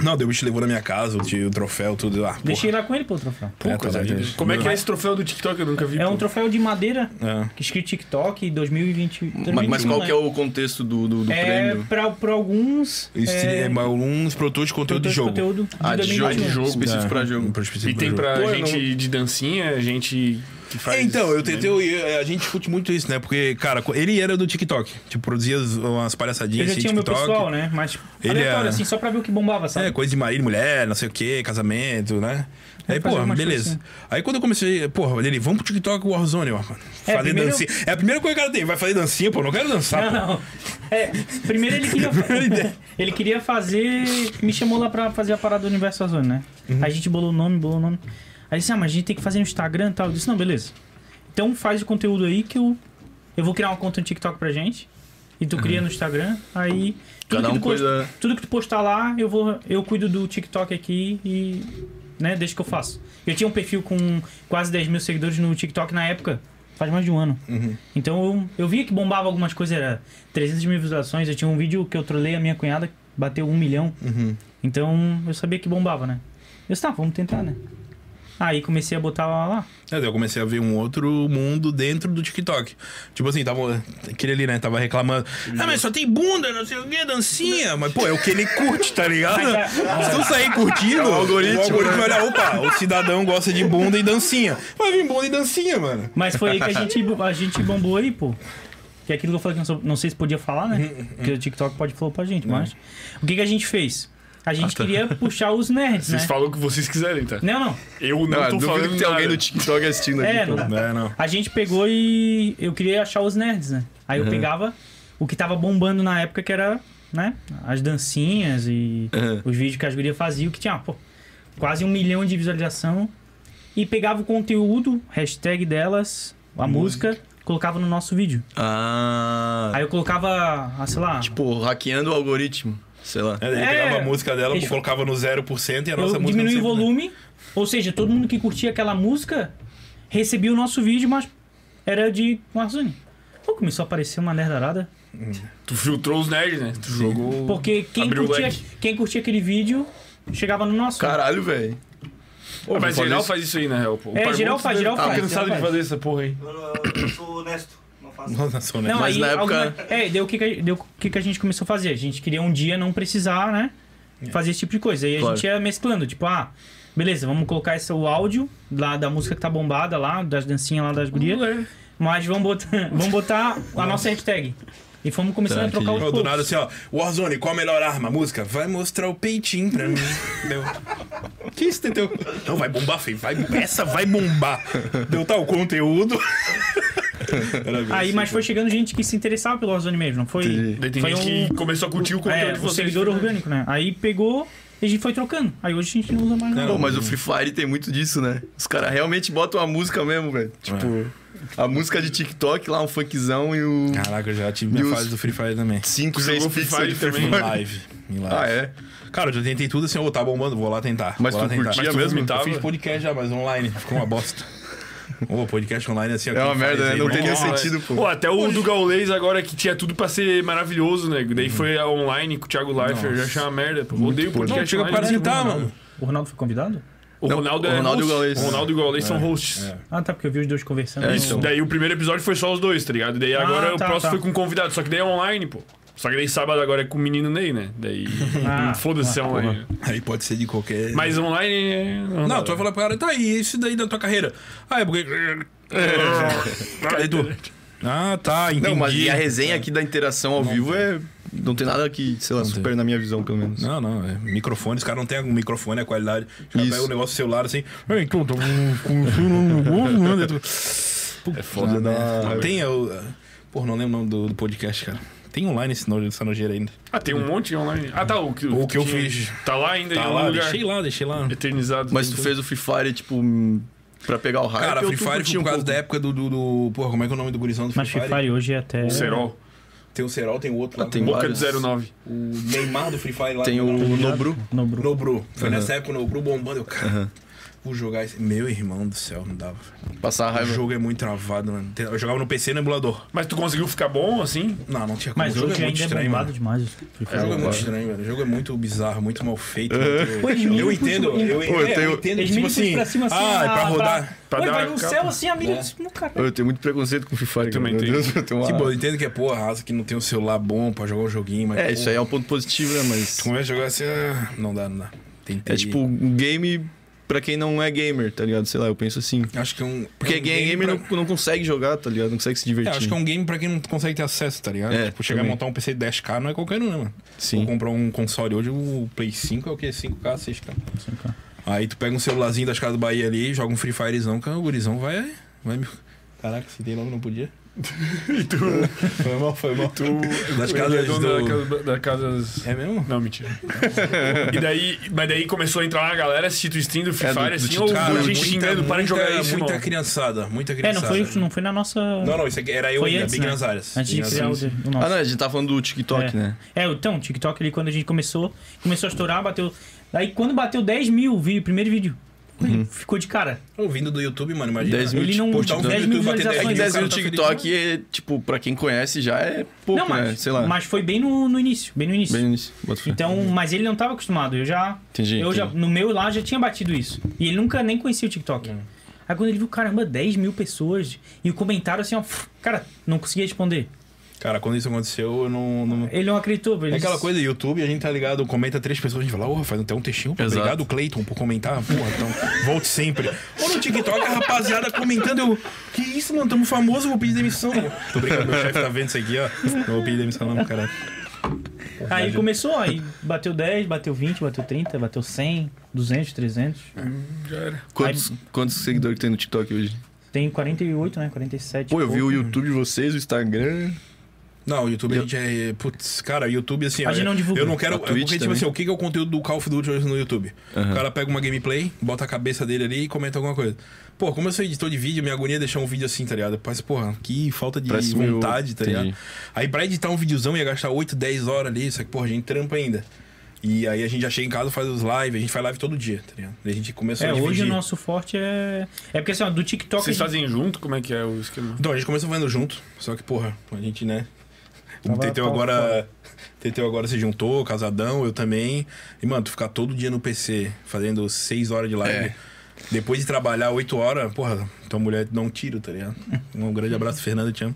C: Não, daí o bicho levou na minha casa, o tio- o troféu, tudo. Ah, porra.
D: Deixei lá com ele, pô, o troféu.
C: É, tá lá, gente.
A: Como é que é esse troféu do TikTok? Eu nunca vi.
D: É
A: pô.
D: um troféu de madeira,
C: É.
D: que escrito TikTok 2020.
B: Mas, mas qual que é
D: o
B: o contexto do, do, do
D: um, né? É,
B: prêmio?
D: pra, pra alguns.
C: Isso é, é uns produtores de conteúdo de
D: produtores
C: jogo.
D: conteúdo de
B: Ah, de jogo,
D: 2021.
B: de jogo. Específico
C: É,
B: pra jogo.
C: pra específico
A: E tem
C: jogo.
A: pra
B: Pô, eu
A: gente de dancinha, gente que faz. né?
C: É, então, eu tentei. eu- a gente discute muito isso, né? Porque, cara, co- ele era do TikTok. Tipo, produzia as- umas
D: Eu
C: palhaçadinhas
D: já
C: assim,
D: tinha o meu
C: TikTok.
D: pessoal, né? Mas
C: Ele
D: aleatório,
C: é-
D: assim, só pra ver o que bombava, sabe?
C: É, coisa de marido, e mulher, não sei o quê, casamento, né?
D: fazer
C: Aí, porra,
D: É, umas
C: beleza.
D: coisas né?
C: Aí quando eu comecei, porra, ele, vamos pro TikTok Warzone, ó, mano.
D: É,
C: fazer
D: primeiro-
C: dancinha. É a primeira coisa que o cara tem, vai fazer dancinha, pô, não quero dançar,
D: Não,
C: pô.
D: não. É, primeiro ele queria. ele queria fazer. Me chamou lá pra fazer a parada do Universo Azul, né? A gente bolou o nome, bolou o nome. Aí disse, ah, mas a gente tem que fazer no Instagram e tal. Eu disse, não, beleza. Então faz o conteúdo aí que eu. Eu vou criar uma conta no TikTok pra gente. E tu cria no Instagram. Aí. Tudo
B: Cada
D: que
B: um
D: tu post-
B: cuida-
D: tudo que tu postar lá, eu vou. Eu cuido do TikTok aqui e. Né, deixa que eu faço. Eu tinha um perfil com quase 10 mil seguidores no TikTok na época. Faz mais de um ano. Então eu, eu via que bombava algumas coisas, era 300 mil visualizações. Eu tinha um vídeo que eu trolei a minha cunhada, bateu um milhão. Então eu sabia que bombava, né? Eu disse, tá, vamos tentar, né? Aí comecei a botar lá.
C: É, daí eu comecei a ver um outro mundo dentro do TikTok. Tipo assim, tava. Aquele ali, né? Tava reclamando. Ah, mas só tem bunda, não sei o que, dancinha. Mas, pô, é o que ele curte, tá ligado?
D: é-
C: Se tu sair curtindo, É o algoritmo, né? vai olhar, opa, o cidadão gosta de bunda e dancinha. Vai vir bunda e dancinha, mano.
D: Mas foi aí que a gente, a gente bombou aí, pô. Que é aquilo que eu falei que não, sou- não sei se podia falar, né?
A: Uhum.
D: Porque o TikTok pode falar pra gente, mas. O que, que a gente fez? A gente queria puxar os nerds, né?
A: Ah, tá. Vocês falam o que vocês quiserem, tá?
D: Não, não.
A: Eu não,
E: Ah,
A: tô
E: duvido
A: falando.
E: que tem alguém
A: nada.
E: no TikTok assistindo aqui.
D: É,
E: pô.
D: não,
C: Não é, não.
D: A gente pegou e eu queria achar os nerds, né? Aí
A: Uhum.
D: eu pegava o que tava bombando na época, que era, né? As dancinhas e os vídeos que as gurias faziam, que tinha, pô, quase um milhão de visualização. E pegava o conteúdo, hashtag delas, a música, colocava no nosso vídeo.
B: Ah...
D: Aí eu colocava, ah, sei lá.
B: Tipo, hackeando o algoritmo. Sei lá.
C: É, daí
D: É.
C: pegava a música dela,
D: Eles-
C: colocava no 0% e a nossa
D: eu
C: música.
D: diminuí
C: não
D: o
C: sei-
D: volume, ou seja, todo mundo que curtia aquela música recebia o nosso vídeo, mas era de Warzone. Pô, começou a aparecer uma nerdarada.
A: Tu filtrou os nerds, né? Tu jogou.
D: Porque quem
A: Abriu o
D: curtia,
A: leque.
D: quem curtia aquele vídeo chegava no nosso.
B: Caralho, velho.
A: Ah, mas
B: Vou
A: geral
B: fazer
A: faz isso aí, na real, pô. O
D: É,
A: Parmontes
D: geral faz, geral
A: deve tá
D: faz,
A: cansado
D: geral
A: de
D: faz.
A: fazer essa porra aí.
F: Eu, eu sou honesto, não faço.
C: Nossa, sou, né?
D: Não,
B: Mas
D: aí,
B: na época-
D: alguma- É, deu o que, que, a- deu o que, que a gente começou a fazer? A gente queria um dia não precisar, né? Fazer esse tipo de coisa. Aí
B: Claro.
D: a gente ia mesclando, tipo, ah, beleza, vamos colocar esse, o áudio lá da música que tá bombada lá, das dancinhas lá das gurias. Mas vamos botar, vamos botar a nossa hashtag. E fomos começando
B: Tá,
D: a trocar
B: entendi.
D: os
C: Não, do
D: poucos.
C: nada assim, ó. Warzone, qual a melhor arma? Música? Vai mostrar o peitinho pra mim. Deu. Que isso, Teteu? Não, vai bombar, feio. Vai, essa vai bombar. Deu tal conteúdo. Era bem
D: Aí,
C: assim,
D: mas
C: pô.
D: foi chegando gente que se interessava pelo Ozone mesmo, não foi?
A: Daí tem
D: Foi
A: gente
D: um-
A: que começou a curtir o conteúdo
D: É,
A: de
D: o
A: vocês.
D: seguidor orgânico, né? Aí pegou e a gente foi trocando. Aí hoje a gente não usa mais né? nada.
B: Pô, mas o Free Fire tem muito disso, né? Os caras realmente botam a música mesmo, velho. Tipo, a música de TikTok lá, um funkzão e o
C: Caraca, eu já tive minha
B: E os-
C: fase do Free Fire também.
B: 5,
A: jogou
B: 6
A: Free
B: pixels
A: Fire
B: de Free
A: também?
B: Fire.
C: Live. em Lages.
B: Ah, é?
C: Cara, eu já tentei tudo assim, ô, tá bombando, vou lá tentar.
B: Mas
C: vou
B: tu
C: lá tentar.
B: curtia
C: Mas tu
B: mesmo?
C: vomitava? Eu fiz
A: Tava?
C: podcast já, mas online. Ficou uma bosta. Ô, podcast online assim, ó,
B: É uma
C: quem
B: merda,
C: faz
B: né?
C: aí,
B: Não
C: né?
B: tem nem
C: Nossa.
B: sentido, pô.
A: Pô, até o do Gaulês agora que tinha tudo pra ser maravilhoso, né? Daí foi online com o Thiago Leifert, já achei uma merda. Pô. Odeio o
C: Não,
A: podcast.
C: chega pra
A: online, né?
C: apresentar, mano.
D: O Ronaldo foi convidado?
A: O Ronaldo,
B: o
A: é
B: Ronaldo e o
A: host.
B: Gaules.
A: O Ronaldo e o Gaules são hosts.
D: Ah, tá, porque eu vi os dois conversando.
B: É,
D: no-
B: então.
A: Daí o primeiro episódio foi só os dois, tá ligado? Daí agora o
D: tá,
A: próximo
D: tá.
A: foi com convidado, só que daí é online, pô. Só que daí sábado agora é com o menino Ney, né? Daí.
D: Ah,
A: Foda-se, é online.
C: Aí pode ser de qualquer.
A: Mas online é.
C: Não, tu vai falar pro cara, tá, e isso daí da tua carreira? Ah, é porque.
A: É.
C: Cadê tu? Ah, tá, entendi.
B: Não, mas e a resenha aqui da interação ao vivo é. Não tem nada que, sei lá,
C: tem.
B: super na minha visão, pelo menos.
C: Não, não, é microfone, os caras não tem um microfone, a qualidade. Os caras
B: Isso.
C: pegam o negócio do celular assim. "Ei, tu, tu, com o fio no bolso, né?" Daí tu-
A: É foda,
C: Não, Tem o. Pô, não lembro o nome do, do podcast, cara. Tem online esse no- essa nojeira ainda.
A: Ah, tem um monte online. Ah, tá. O que,
C: O que eu
A: tinha-
C: fiz.
A: Tá lá ainda em
C: Tá
A: algum
C: lá,
A: lugar.
C: deixei lá, deixei lá.
A: Eternizado.
B: Mas
A: tem
B: tu
A: tudo.
B: fez o Free Fire, tipo, hum, pra pegar o hype.
C: Cara,
B: ou
C: Free
B: tu
C: Fire
B: curtia
C: foi
B: um
C: por causa
B: pouco?
C: da época do, do, do- Porra, como é que é o nome do gurizão do Free,
D: Mas Free
C: Fire?
D: Fire hoje é até.
A: Serol.
C: Tem o Serol, tem o outro lá.
B: Ah, tem
C: o
A: Boca
B: vários.
A: de 09.
C: Neymar do Free Fire lá.
B: Tem
C: como é que é
B: o
C: nome?
B: Nobru.
D: Nobru.
C: Nobru. Foi nessa época o Nobru bombando. Eu, cara, vou jogar esse. Meu irmão do céu, não dava.
B: Passar a
C: O
B: raiva.
C: jogo é muito travado, mano. Eu jogava no PC no emulador.
A: Mas tu conseguiu ficar bom assim?
C: Não, não tinha como.
D: Mas
C: o jogo
D: hoje
C: é muito
D: ainda é
C: estranho,
D: bombado
C: mano.
D: demais. o Free
C: O
D: Fire.
C: jogo é muito estranho, velho. O jogo é muito bizarro, muito mal feito.
D: Pô,
C: muito-
D: eles me
C: Eu
D: puxam-
C: entendo, eu,
B: Pô, eu
C: é,
B: tenho-
C: eu entendo.
D: Eles
C: Tipo
D: me puxam
C: assim,
D: pra cima assim.
C: Ah, é pra rodar.
A: pra
D: Oi,
A: dar
D: vai no
A: capa.
D: céu assim, a mira.
C: É.
D: Tipo, cara.
B: Eu tenho muito preconceito com Free Fire. cara.
A: também
B: Meu
A: tenho.
B: Deus, eu tenho uma...
C: Tipo, eu entendo que é porra, raça que não tem um celular bom pra jogar um joguinho, mas.
B: É, isso aí é um ponto positivo, né? Mas.
C: Como é jogar assim? ah, Não dá, não dá. Tentei.
B: É tipo um game pra quem não é gamer, tá ligado? Sei lá, eu penso assim.
C: Acho que é um.
B: Porque
C: é um
B: quem é gamer
C: pra-
B: não, não consegue jogar, tá ligado? Não consegue se divertir.
C: É, acho que é um game pra quem não consegue ter acesso, tá ligado?
B: É,
C: tipo, chegar
B: também.
C: a montar um PC de 10k não é qualquer um, né, mano?
B: Sim.
C: Vou comprar um console hoje, o Play 5 é o quê? 5k, 6k. Aí tu pega um celularzinho das casas do Bahia ali, joga um Free Firezão, que o gurizão vai... vai... me- Caraca, se tem nome não podia? e tu... Foi mal, foi mal.
A: Tu.
C: Das
A: ele é
C: casas
A: dono
C: do-
A: da casa- da casas.
C: É mesmo?
A: Não, mentira. e daí, mas daí começou a entrar uma galera assistindo o stream do Free
B: É, do-
A: Fire,
B: do
A: assim,
B: Tito
A: ou
C: Cara,
A: gente
C: né? muita-
A: xingando, para de jogar
C: muita-
A: isso,
C: Muita
A: mano.
C: criançada, muita
D: É,
C: criançada.
D: não foi, não foi na nossa.
C: Não, não, isso aqui era eu
D: Foi
C: ainda,
D: antes,
C: bem
D: né?
C: nas áreas.
D: Antes de
C: Bem nas
D: criar o,
C: áreas.
D: o
B: Ah,
D: nosso.
B: não, a gente tá falando do TikTok,
D: é.
B: né?
D: É, então, o TikTok ali, quando a gente começou, começou a estourar, bateu. Aí quando bateu 10 mil, vi, primeiro vídeo. Ficou de cara.
C: Ouvindo do YouTube, mano, imagina.
B: 10 mil,
D: Ele
B: tipo,
D: não.
C: postar um
D: 10
C: vídeo
D: mil
C: e bater
B: É que
C: Aí o
B: 10
D: visualizações.
C: cara
B: mil no
C: tá feliz,
B: TikTok é, tipo, pra quem conhece já é pouco,
D: Não, mas.
B: né? Sei lá.
D: Mas foi bem no, no início. Bem no início.
B: Bem no início. Bota fé.
D: Então, mas ele não tava acostumado. Eu já.
B: Entendi,
D: eu já
B: entendi.
D: no meu lá já tinha batido isso. E ele nunca nem conhecia o TikTok. Aí quando ele viu, caramba, 10 mil pessoas. E o comentário assim, ó. Cara, não conseguia responder.
C: Cara, quando isso aconteceu, eu não- não...
D: Ele não acreditou. Ele
C: É aquela coisa, YouTube, a gente tá ligado, comenta três pessoas, a gente fala, ô, faz até um textinho. pô,
B: Exato.
C: Obrigado, Cleiton, por comentar. Porra, então, volte sempre. Ou no TikTok, a rapaziada comentando, eu, que isso, mano, tamo famoso, vou pedir demissão. pô." Tô brincando, meu chefe tá vendo isso aqui, ó. Não vou pedir demissão não, cara.
D: Aí começou, aí bateu 10, bateu 20, bateu 30, bateu 100, 200, 300.
B: Quantos, quantos seguidores que tem no TikTok hoje?
D: Tem 48, né? 47.
B: Pô, eu vi
D: pouco.
B: o YouTube de vocês, o Instagram.
C: Não, o YouTube a gente é. Putz, cara, o YouTube assim.
D: A gente
C: é-
D: não divulga.
C: Eu não quero.
B: A
C: é
B: Twitch
C: porque, tipo
B: também. É.
C: assim, o que que é o conteúdo do Call of Duty hoje no YouTube? O cara pega uma gameplay, bota a cabeça dele ali e comenta alguma coisa. Pô, como eu sou editor de vídeo, minha agonia é deixar um vídeo assim, tá ligado? Parece, porra, que falta de
B: Parece meio-
C: vontade, tá ligado?
B: Entendi.
C: Aí pra editar um videozão ia gastar 8, 10 horas ali, só que, porra, a gente trampa ainda. E aí a gente já chega em casa, faz os lives, a gente faz live todo dia, tá ligado? Daí a gente começou
D: É,
C: a
D: hoje
C: dividir.
D: o nosso forte é. É porque assim, ó, do TikTok.
A: Vocês
D: a gente-
A: fazem junto? Como é que é o esquema?
C: Então, a gente começou vendo junto, só que, porra, a gente, né? O
D: Tava-
C: Teteu
D: tava
C: agora. Teteu agora se juntou, casadão, eu também. E, mano, tu ficar todo dia no PC, fazendo 6 horas de
B: É.
C: live. Depois de trabalhar 8 horas, porra, tua mulher dá um tiro, tá ligado? Um grande abraço, Fernanda, te amo.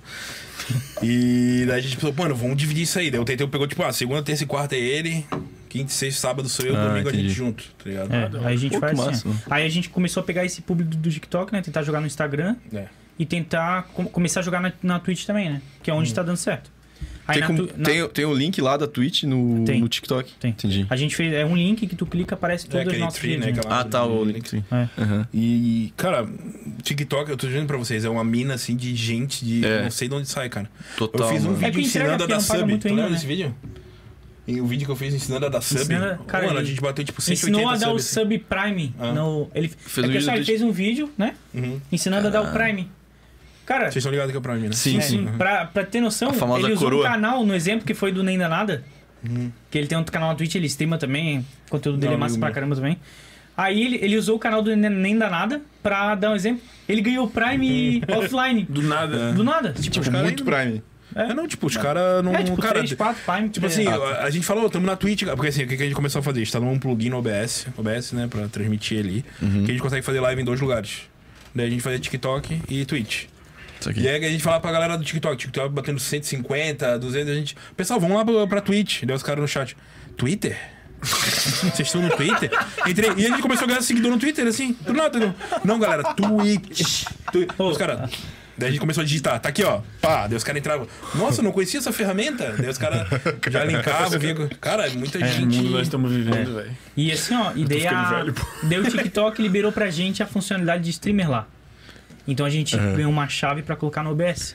C: E daí a gente pensou, mano, vamos dividir isso aí. Daí o Teteu pegou, tipo, ah, segunda, terça e quarta é ele, quinta, e sexta, sábado sou eu,
B: Ah,
C: domingo a
B: entendi.
C: gente junto, tá ligado?
D: É, aí a gente
B: Pô, que
D: faz
B: massa.
D: assim. ó. Aí a gente começou a pegar esse público do TikTok, né? Tentar jogar no Instagram
C: É.
D: e tentar com- começar a jogar na, na Twitch também, né? Que é onde
C: Hum.
D: tá dando certo. Aí
B: Tem,
D: na
B: como-
D: tu- na-
B: tem, tem o link lá da Twitch no,
D: Tem.
B: no TikTok?
D: Tem.
B: Entendi.
D: A gente fez. É um link que tu clica, aparece
C: É
D: todas as
C: aquele
D: nossas
C: tree,
D: redes,
C: né?
D: né?
C: aquela-
B: Ah, tá, o link. sim.
D: É.
B: Aham.
C: E, cara, TikTok, eu tô dizendo pra vocês, é uma mina assim de gente de.
B: É.
C: Não sei de onde sai, cara.
B: Total,
C: Eu fiz um
B: mano.
D: É
C: vídeo
D: que entrega,
C: ensinando a
D: porque
C: dar
D: não paga
C: sub.
D: muito
C: tu
D: ainda,
C: lembra
D: né?
C: desse vídeo? E o vídeo que eu fiz ensinando a dar sub.
D: Ensinando- cara,
C: Mano, a
D: ele
C: gente bateu tipo 180
D: Ensinou a dar o
C: subs, assim.
D: sub prime no. Ele,
B: um
D: é que,
B: vídeo do
D: assim,
B: Ah.
D: ele
B: Twitch.
D: fez um vídeo, né?
C: Uhum.
D: Ensinando a dar o prime. Cara,
C: Vocês estão ligados que é o Prime, né?
B: Sim,
D: É,
B: sim.
D: Pra, pra ter noção,
B: famosa
D: ele usou
B: coroa.
D: um canal no exemplo que foi do Nem Nada. Que ele tem um canal na Twitch, ele streama também. O conteúdo dele
C: Hum. Não,
D: é massa
C: amigo
D: pra
C: meu.
D: caramba também. Aí ele, ele usou o canal do Nem- Nem Dá Nada pra dar um exemplo. Ele ganhou o
C: Hum.
D: Prime offline.
A: Do nada.
D: Do nada. Tipo,
C: Os caras
B: Muito
C: ainda-
B: Prime.
C: É, não, tipo, os caras não.
D: é, tipo,
C: cara,
D: 3, 4 Prime.
C: Tipo
D: é.
C: assim, a, a gente falou, estamos na Twitch, cara, porque assim, o que, que a gente começou a fazer? A gente instalou um plugin no OBS, OBS, né, pra transmitir ali,
B: Uhum.
C: que a gente consegue fazer live em dois lugares. Daí a gente fazia TikTok e Twitch.
E: Isso aqui.
C: E
B: é
C: aí a gente falava pra galera do TikTok, TikTok batendo 150, 200, a gente... Pessoal, vamos lá pra, pra Twitch. Daí os caras no chat, Twitter? Vocês estão no Twitter? Entrei, e a gente começou a ganhar seguidor no Twitter, assim, do nada. do- Não, galera, Twitch. Twi- Os caras... Daí a gente começou a digitar, tá aqui ó, pá, daí os caras entravam, nossa, eu não conhecia essa ferramenta? Daí os caras já linkavam, vinha. com- Cara, é muita
A: Que
C: gente.
A: mundo nós estamos vivendo,
C: É.
A: velho.
D: E assim, ó, e daí,
A: ficando
D: a-
A: velho, pô.
D: daí o TikTok liberou pra gente a funcionalidade de streamer lá. Então a gente ganhou uma chave pra colocar no OBS.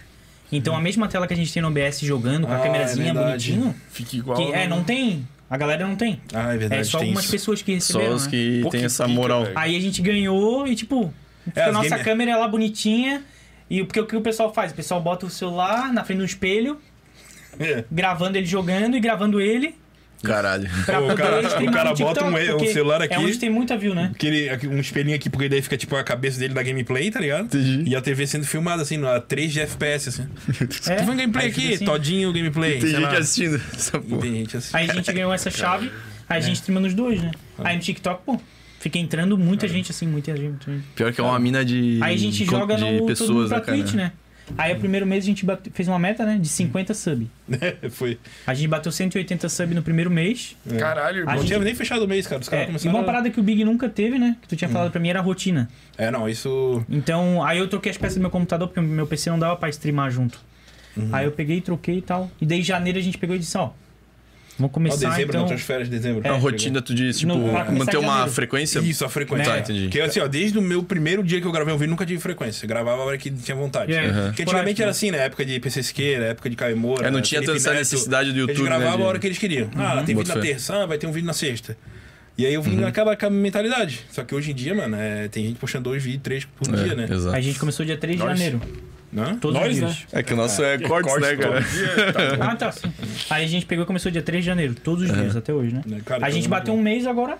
D: Então a mesma tela que a gente tem no OBS jogando, com
C: Ah,
D: a
C: é
D: câmerazinha
C: verdade.
D: bonitinho,
A: Fica igual. né?
D: que é, não tem. A galera não tem.
C: Ah, é verdade,
D: é só
C: tem
D: algumas
C: isso.
D: pessoas que
B: Só
D: receberam.
B: os
D: né?
B: que
A: Pô,
B: tem
A: que
B: essa
A: pica,
B: moral.
A: velho.
D: Aí a gente ganhou e, tipo, fica a
C: É, as
D: nossa
C: gamer-
D: câmera é lá bonitinha. E porque o que o pessoal faz? O pessoal bota o celular na frente do espelho,
C: É.
D: gravando ele jogando e gravando ele.
B: Caralho.
D: Pra
C: O
D: poder
C: cara-
D: streamar
C: o cara
D: no
C: bota um-
D: TikTok,
C: um
D: porque
C: celular
D: É
C: aqui.
D: onde tem muita view, né?
C: Aquele, aqui- um espelhinho aqui, porque daí fica tipo a cabeça dele da gameplay, tá ligado?
B: Entendi.
C: E a TV sendo filmada, assim, a 3 de FPS, assim.
D: É.
C: Tu foi um gameplay
D: Aí fica
C: aqui,
D: assim.
C: todinho gameplay.
B: Tem
C: sei
B: gente assim,
C: lá.
B: assistindo essa
C: E
B: porra.
C: Tem gente assim.
D: Aí a gente ganhou essa chave, aí a gente streama nos dois, né?
C: Ah.
D: Aí no TikTok, pô, fica entrando muita gente assim, muita gente. muita gente.
B: Pior que é uma mina de.
D: Aí a gente
B: de
D: joga no todo mundo
B: pessoas,
D: pra
B: né, cara?
D: Twitch, né? Aí o primeiro mês a gente bate- fez uma meta,
C: Hum.
D: né? De 50 sub.
C: Foi.
D: A gente bateu 180 sub no primeiro mês.
B: É.
A: Caralho,
D: A
A: irmão.
C: Não
D: gente-
C: tinha nem fechado o mês, cara. Os caras
D: É, e
C: começaram. Hum.
D: uma parada que o Big nunca teve, né? Que tu tinha falado pra mim era a rotina.
C: É, não, isso.
D: Então, aí eu troquei as peças do meu computador, porque meu PC não dava pra streamar junto.
B: Uhum.
D: Aí eu peguei, troquei e tal. E daí em janeiro a gente pegou e disse, ó, vamos
C: Ó,
D: começar
C: dezembro,
D: então...
C: não, tinha as férias de dezembro.
B: A
D: É.
B: rotina, tu diz, tipo,
D: Não, pra começar
B: manter
D: em
B: uma
D: janeiro.
B: frequência.
C: Isso, a frequência.
B: Tá,
D: Né?
B: entendi.
C: Porque assim, ó, desde o meu primeiro dia que eu gravei um vídeo, nunca tive frequência. Eu gravava a hora que tinha vontade.
D: É, Uhum.
C: Porque antigamente
D: prática,
C: era
D: né?
C: assim, né? Época de PC Siqueira, época de Caio Moura.
B: É, não tinha tanta
C: Felipe
B: essa
C: Neto.
B: necessidade do YouTube,
C: Eles
B: né,
C: gravavam
B: de-
C: a hora que eles queriam.
D: Uhum.
C: Ah, tem
B: Boto
C: vídeo na
B: fé. Uhum.
C: terça, ah, vai ter um vídeo na sexta. E aí eu vim naquela com a mentalidade. Só que hoje em dia, mano, é, tem gente postando dois vídeos, três por
B: É,
C: dia, né?
B: Exato.
D: Aí a gente começou dia 3 de
A: Nós.
D: janeiro.
C: Né?
D: Todos os dias.
E: É que o nosso é, cortes, né, cara?
C: É.
D: Ah, tá. Sim. Aí a gente pegou e começou dia 3 de janeiro, todos
B: É.
D: os dias até hoje, né?
C: Né, cara,
D: a
C: então
D: gente
C: não-
D: bateu um mês agora.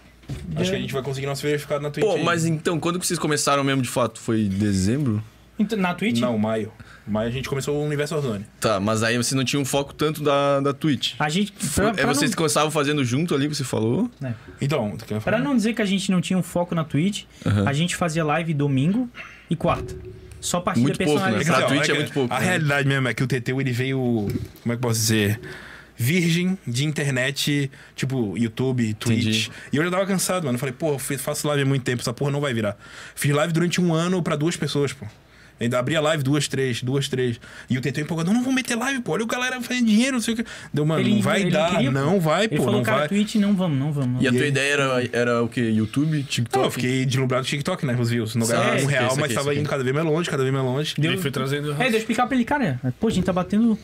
C: Acho que a gente vai conseguir nosso verificado na Twitch.
B: Pô,
C: aí.
B: mas então, quando que vocês começaram mesmo de fato? Foi em dezembro?
D: Então, Na Twitch?
C: Não, maio. Maio a gente começou o Universo Warzone.
B: Tá, mas aí você não tinha um foco tanto da, da Twitch.
D: A gente. Pra,
B: é
D: pra,
B: vocês
D: não,
B: começavam fazendo junto ali que você falou?
C: Então, tu quer
D: pra
C: falar?
D: não dizer que a gente não tinha um foco na Twitch, a gente fazia live domingo e quarta. Só partida
B: Muito pouco, né?
C: Quer
D: personalizada.
B: Pra
C: dizer, ó,
B: Twitch é
C: que
B: muito pouco,
C: A
B: né?
C: realidade mesmo é que o TT ele veio, como é que eu posso dizer, virgem de internet, tipo YouTube, Twitch.
B: Entendi.
C: E eu já tava cansado, mano. Eu falei, pô, eu fiz- faço live há muito tempo, essa porra não vai virar. Fiz live durante um ano pra duas pessoas, pô. Ainda abria live duas, três, duas, três. E o TT empolgado, não, não vou meter live, pô. Olha o galera fazendo dinheiro, não sei o que. Deu, mano,
D: Ele-
C: não vai
D: ele
C: dar,
D: queria, pô.
C: não vai,
D: Ele
C: pô,
D: falou,
C: não
D: cara,
C: vai.
D: Twitch não vamos, não vamos.
B: E a
D: não
B: tua
C: aí?
B: ideia era, era o quê? YouTube,
C: Não,
B: TikTok? É
C: eu fiquei deslumbrado no TikTok, né? Os views. Não ganhava
D: Isso aqui,
C: um real,
B: isso aqui,
C: mas
B: isso
C: tava
B: aqui.
C: indo cada vez mais longe, cada vez mais longe.
A: Ele foi trazendo.
D: É, deixa eu explicar pra ele, cara. Pô, a gente tá batendo.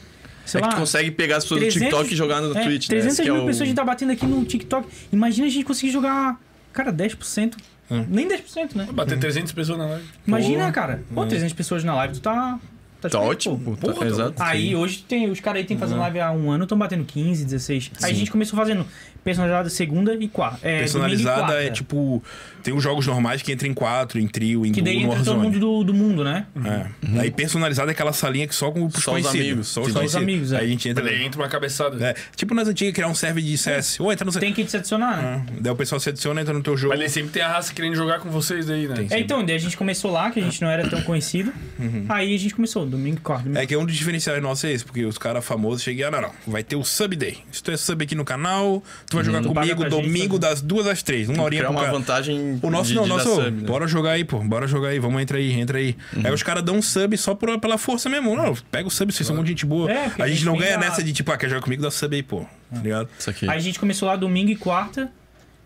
D: Sei
B: É que
D: lá.
B: tu consegue pegar as pessoas do TikTok e jogar no
D: é,
B: Twitch,
D: 300
B: né? Esse que
D: mil
B: é o-
D: pessoas a gente tá batendo aqui no TikTok. Imagina a gente conseguir jogar, cara, 10%.
B: É.
D: Nem 10%, né?
C: Hum.
A: Bater 300 pessoas na live.
D: Imagina, cara. Pô, 300 pessoas na live, tu tá...
B: é. Tá
D: bem,
B: ótimo,
D: pô.
B: pô. Uhum. tá- exato.
D: Aí hoje tem, os caras aí tem fazendo live há um ano, estão batendo 15, 16. Aí a gente começou fazendo personalizada segunda e quarta. É, domingo e
C: Personalizada
D: quarta.
C: é tipo. Tem os jogos normais que entra em quatro, em trio, em
D: Que
C: duo,
D: daí
C: no
D: entra todo
C: Warzone.
D: mundo do, do mundo, né?
C: É. Aí personalizada é aquela salinha que só com os
B: Só os
C: conhecidos.
B: amigos.
C: Só os
B: Entendi.
C: conhecidos.
D: Só os amigos, é.
C: Aí a gente entra.
A: Daí entra uma cabeçada.
C: É, tipo nas antigas, criar um server de CS. Ou entra no. Ah.
D: Tem que te adicionar, né?
C: Daí o pessoal se adiciona, entra no teu jogo.
A: Mas daí sempre tem a raça querendo jogar com vocês aí, né?
D: É, então, daí a gente começou lá, que a gente não era tão conhecido.
B: Uhum.
D: Aí a gente começou, domingo e quarta. domingo-
C: É que é um dos diferenciais nossos é esse, porque os caras famosos chegam e ah, não, não, vai ter o sub day. Se tu é sub aqui no canal, tu vai jogar
D: Uhum. Paga
C: comigo
D: pra gente,
C: domingo das duas às três, uma horinha
B: Criar
C: pro
B: uma
C: cara.
B: vantagem
C: O nosso
B: de,
C: não, o
B: de dar
C: nosso.
B: sub, né?
C: Bora jogar aí, pô. Bora jogar aí. Vamos, entra aí, entra aí.
A: Uhum.
C: Aí os caras dão um sub só por- pela força mesmo. Não, pega o sub, vocês são um monte de gente boa.
D: É, porque
C: a gente
D: tem
C: não
D: que
C: ganha
D: dar-
C: nessa de tipo, ah, quer jogar comigo, dá sub aí, pô. Tá ligado?
B: Isso aqui.
D: Aí a gente começou lá domingo e quarta.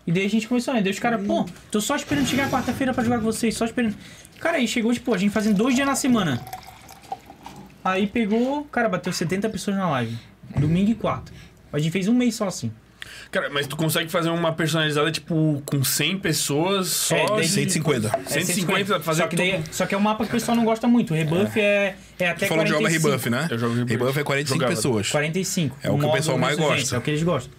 D: E daí a gente começou, né? Daí os caras, pô, tô só esperando chegar quarta-feira pra jogar com vocês, só esperando. Cara, aí chegou, tipo, a gente fazendo dois dias na semana. Aí pegou, cara, bateu 70 pessoas na live. Domingo e quarta. A gente fez um mês só assim.
A: Cara, mas tu consegue fazer uma personalizada, tipo, com 100 pessoas só. assim?
D: É, daí-
C: 150.
D: É,
A: 150 pra fazer
D: só que, daí, só que é um mapa que o pessoal não gosta muito. O rebuff é, é, até
C: Falando que joga
D: 45.
C: rebuff, né?
A: Eu jogo rebuff.
C: é 45
A: Jogava.
C: pessoas.
D: 45.
C: É o que o
D: modo
C: pessoal mais
D: versus
C: gosta.
D: gente, É o que eles gostam.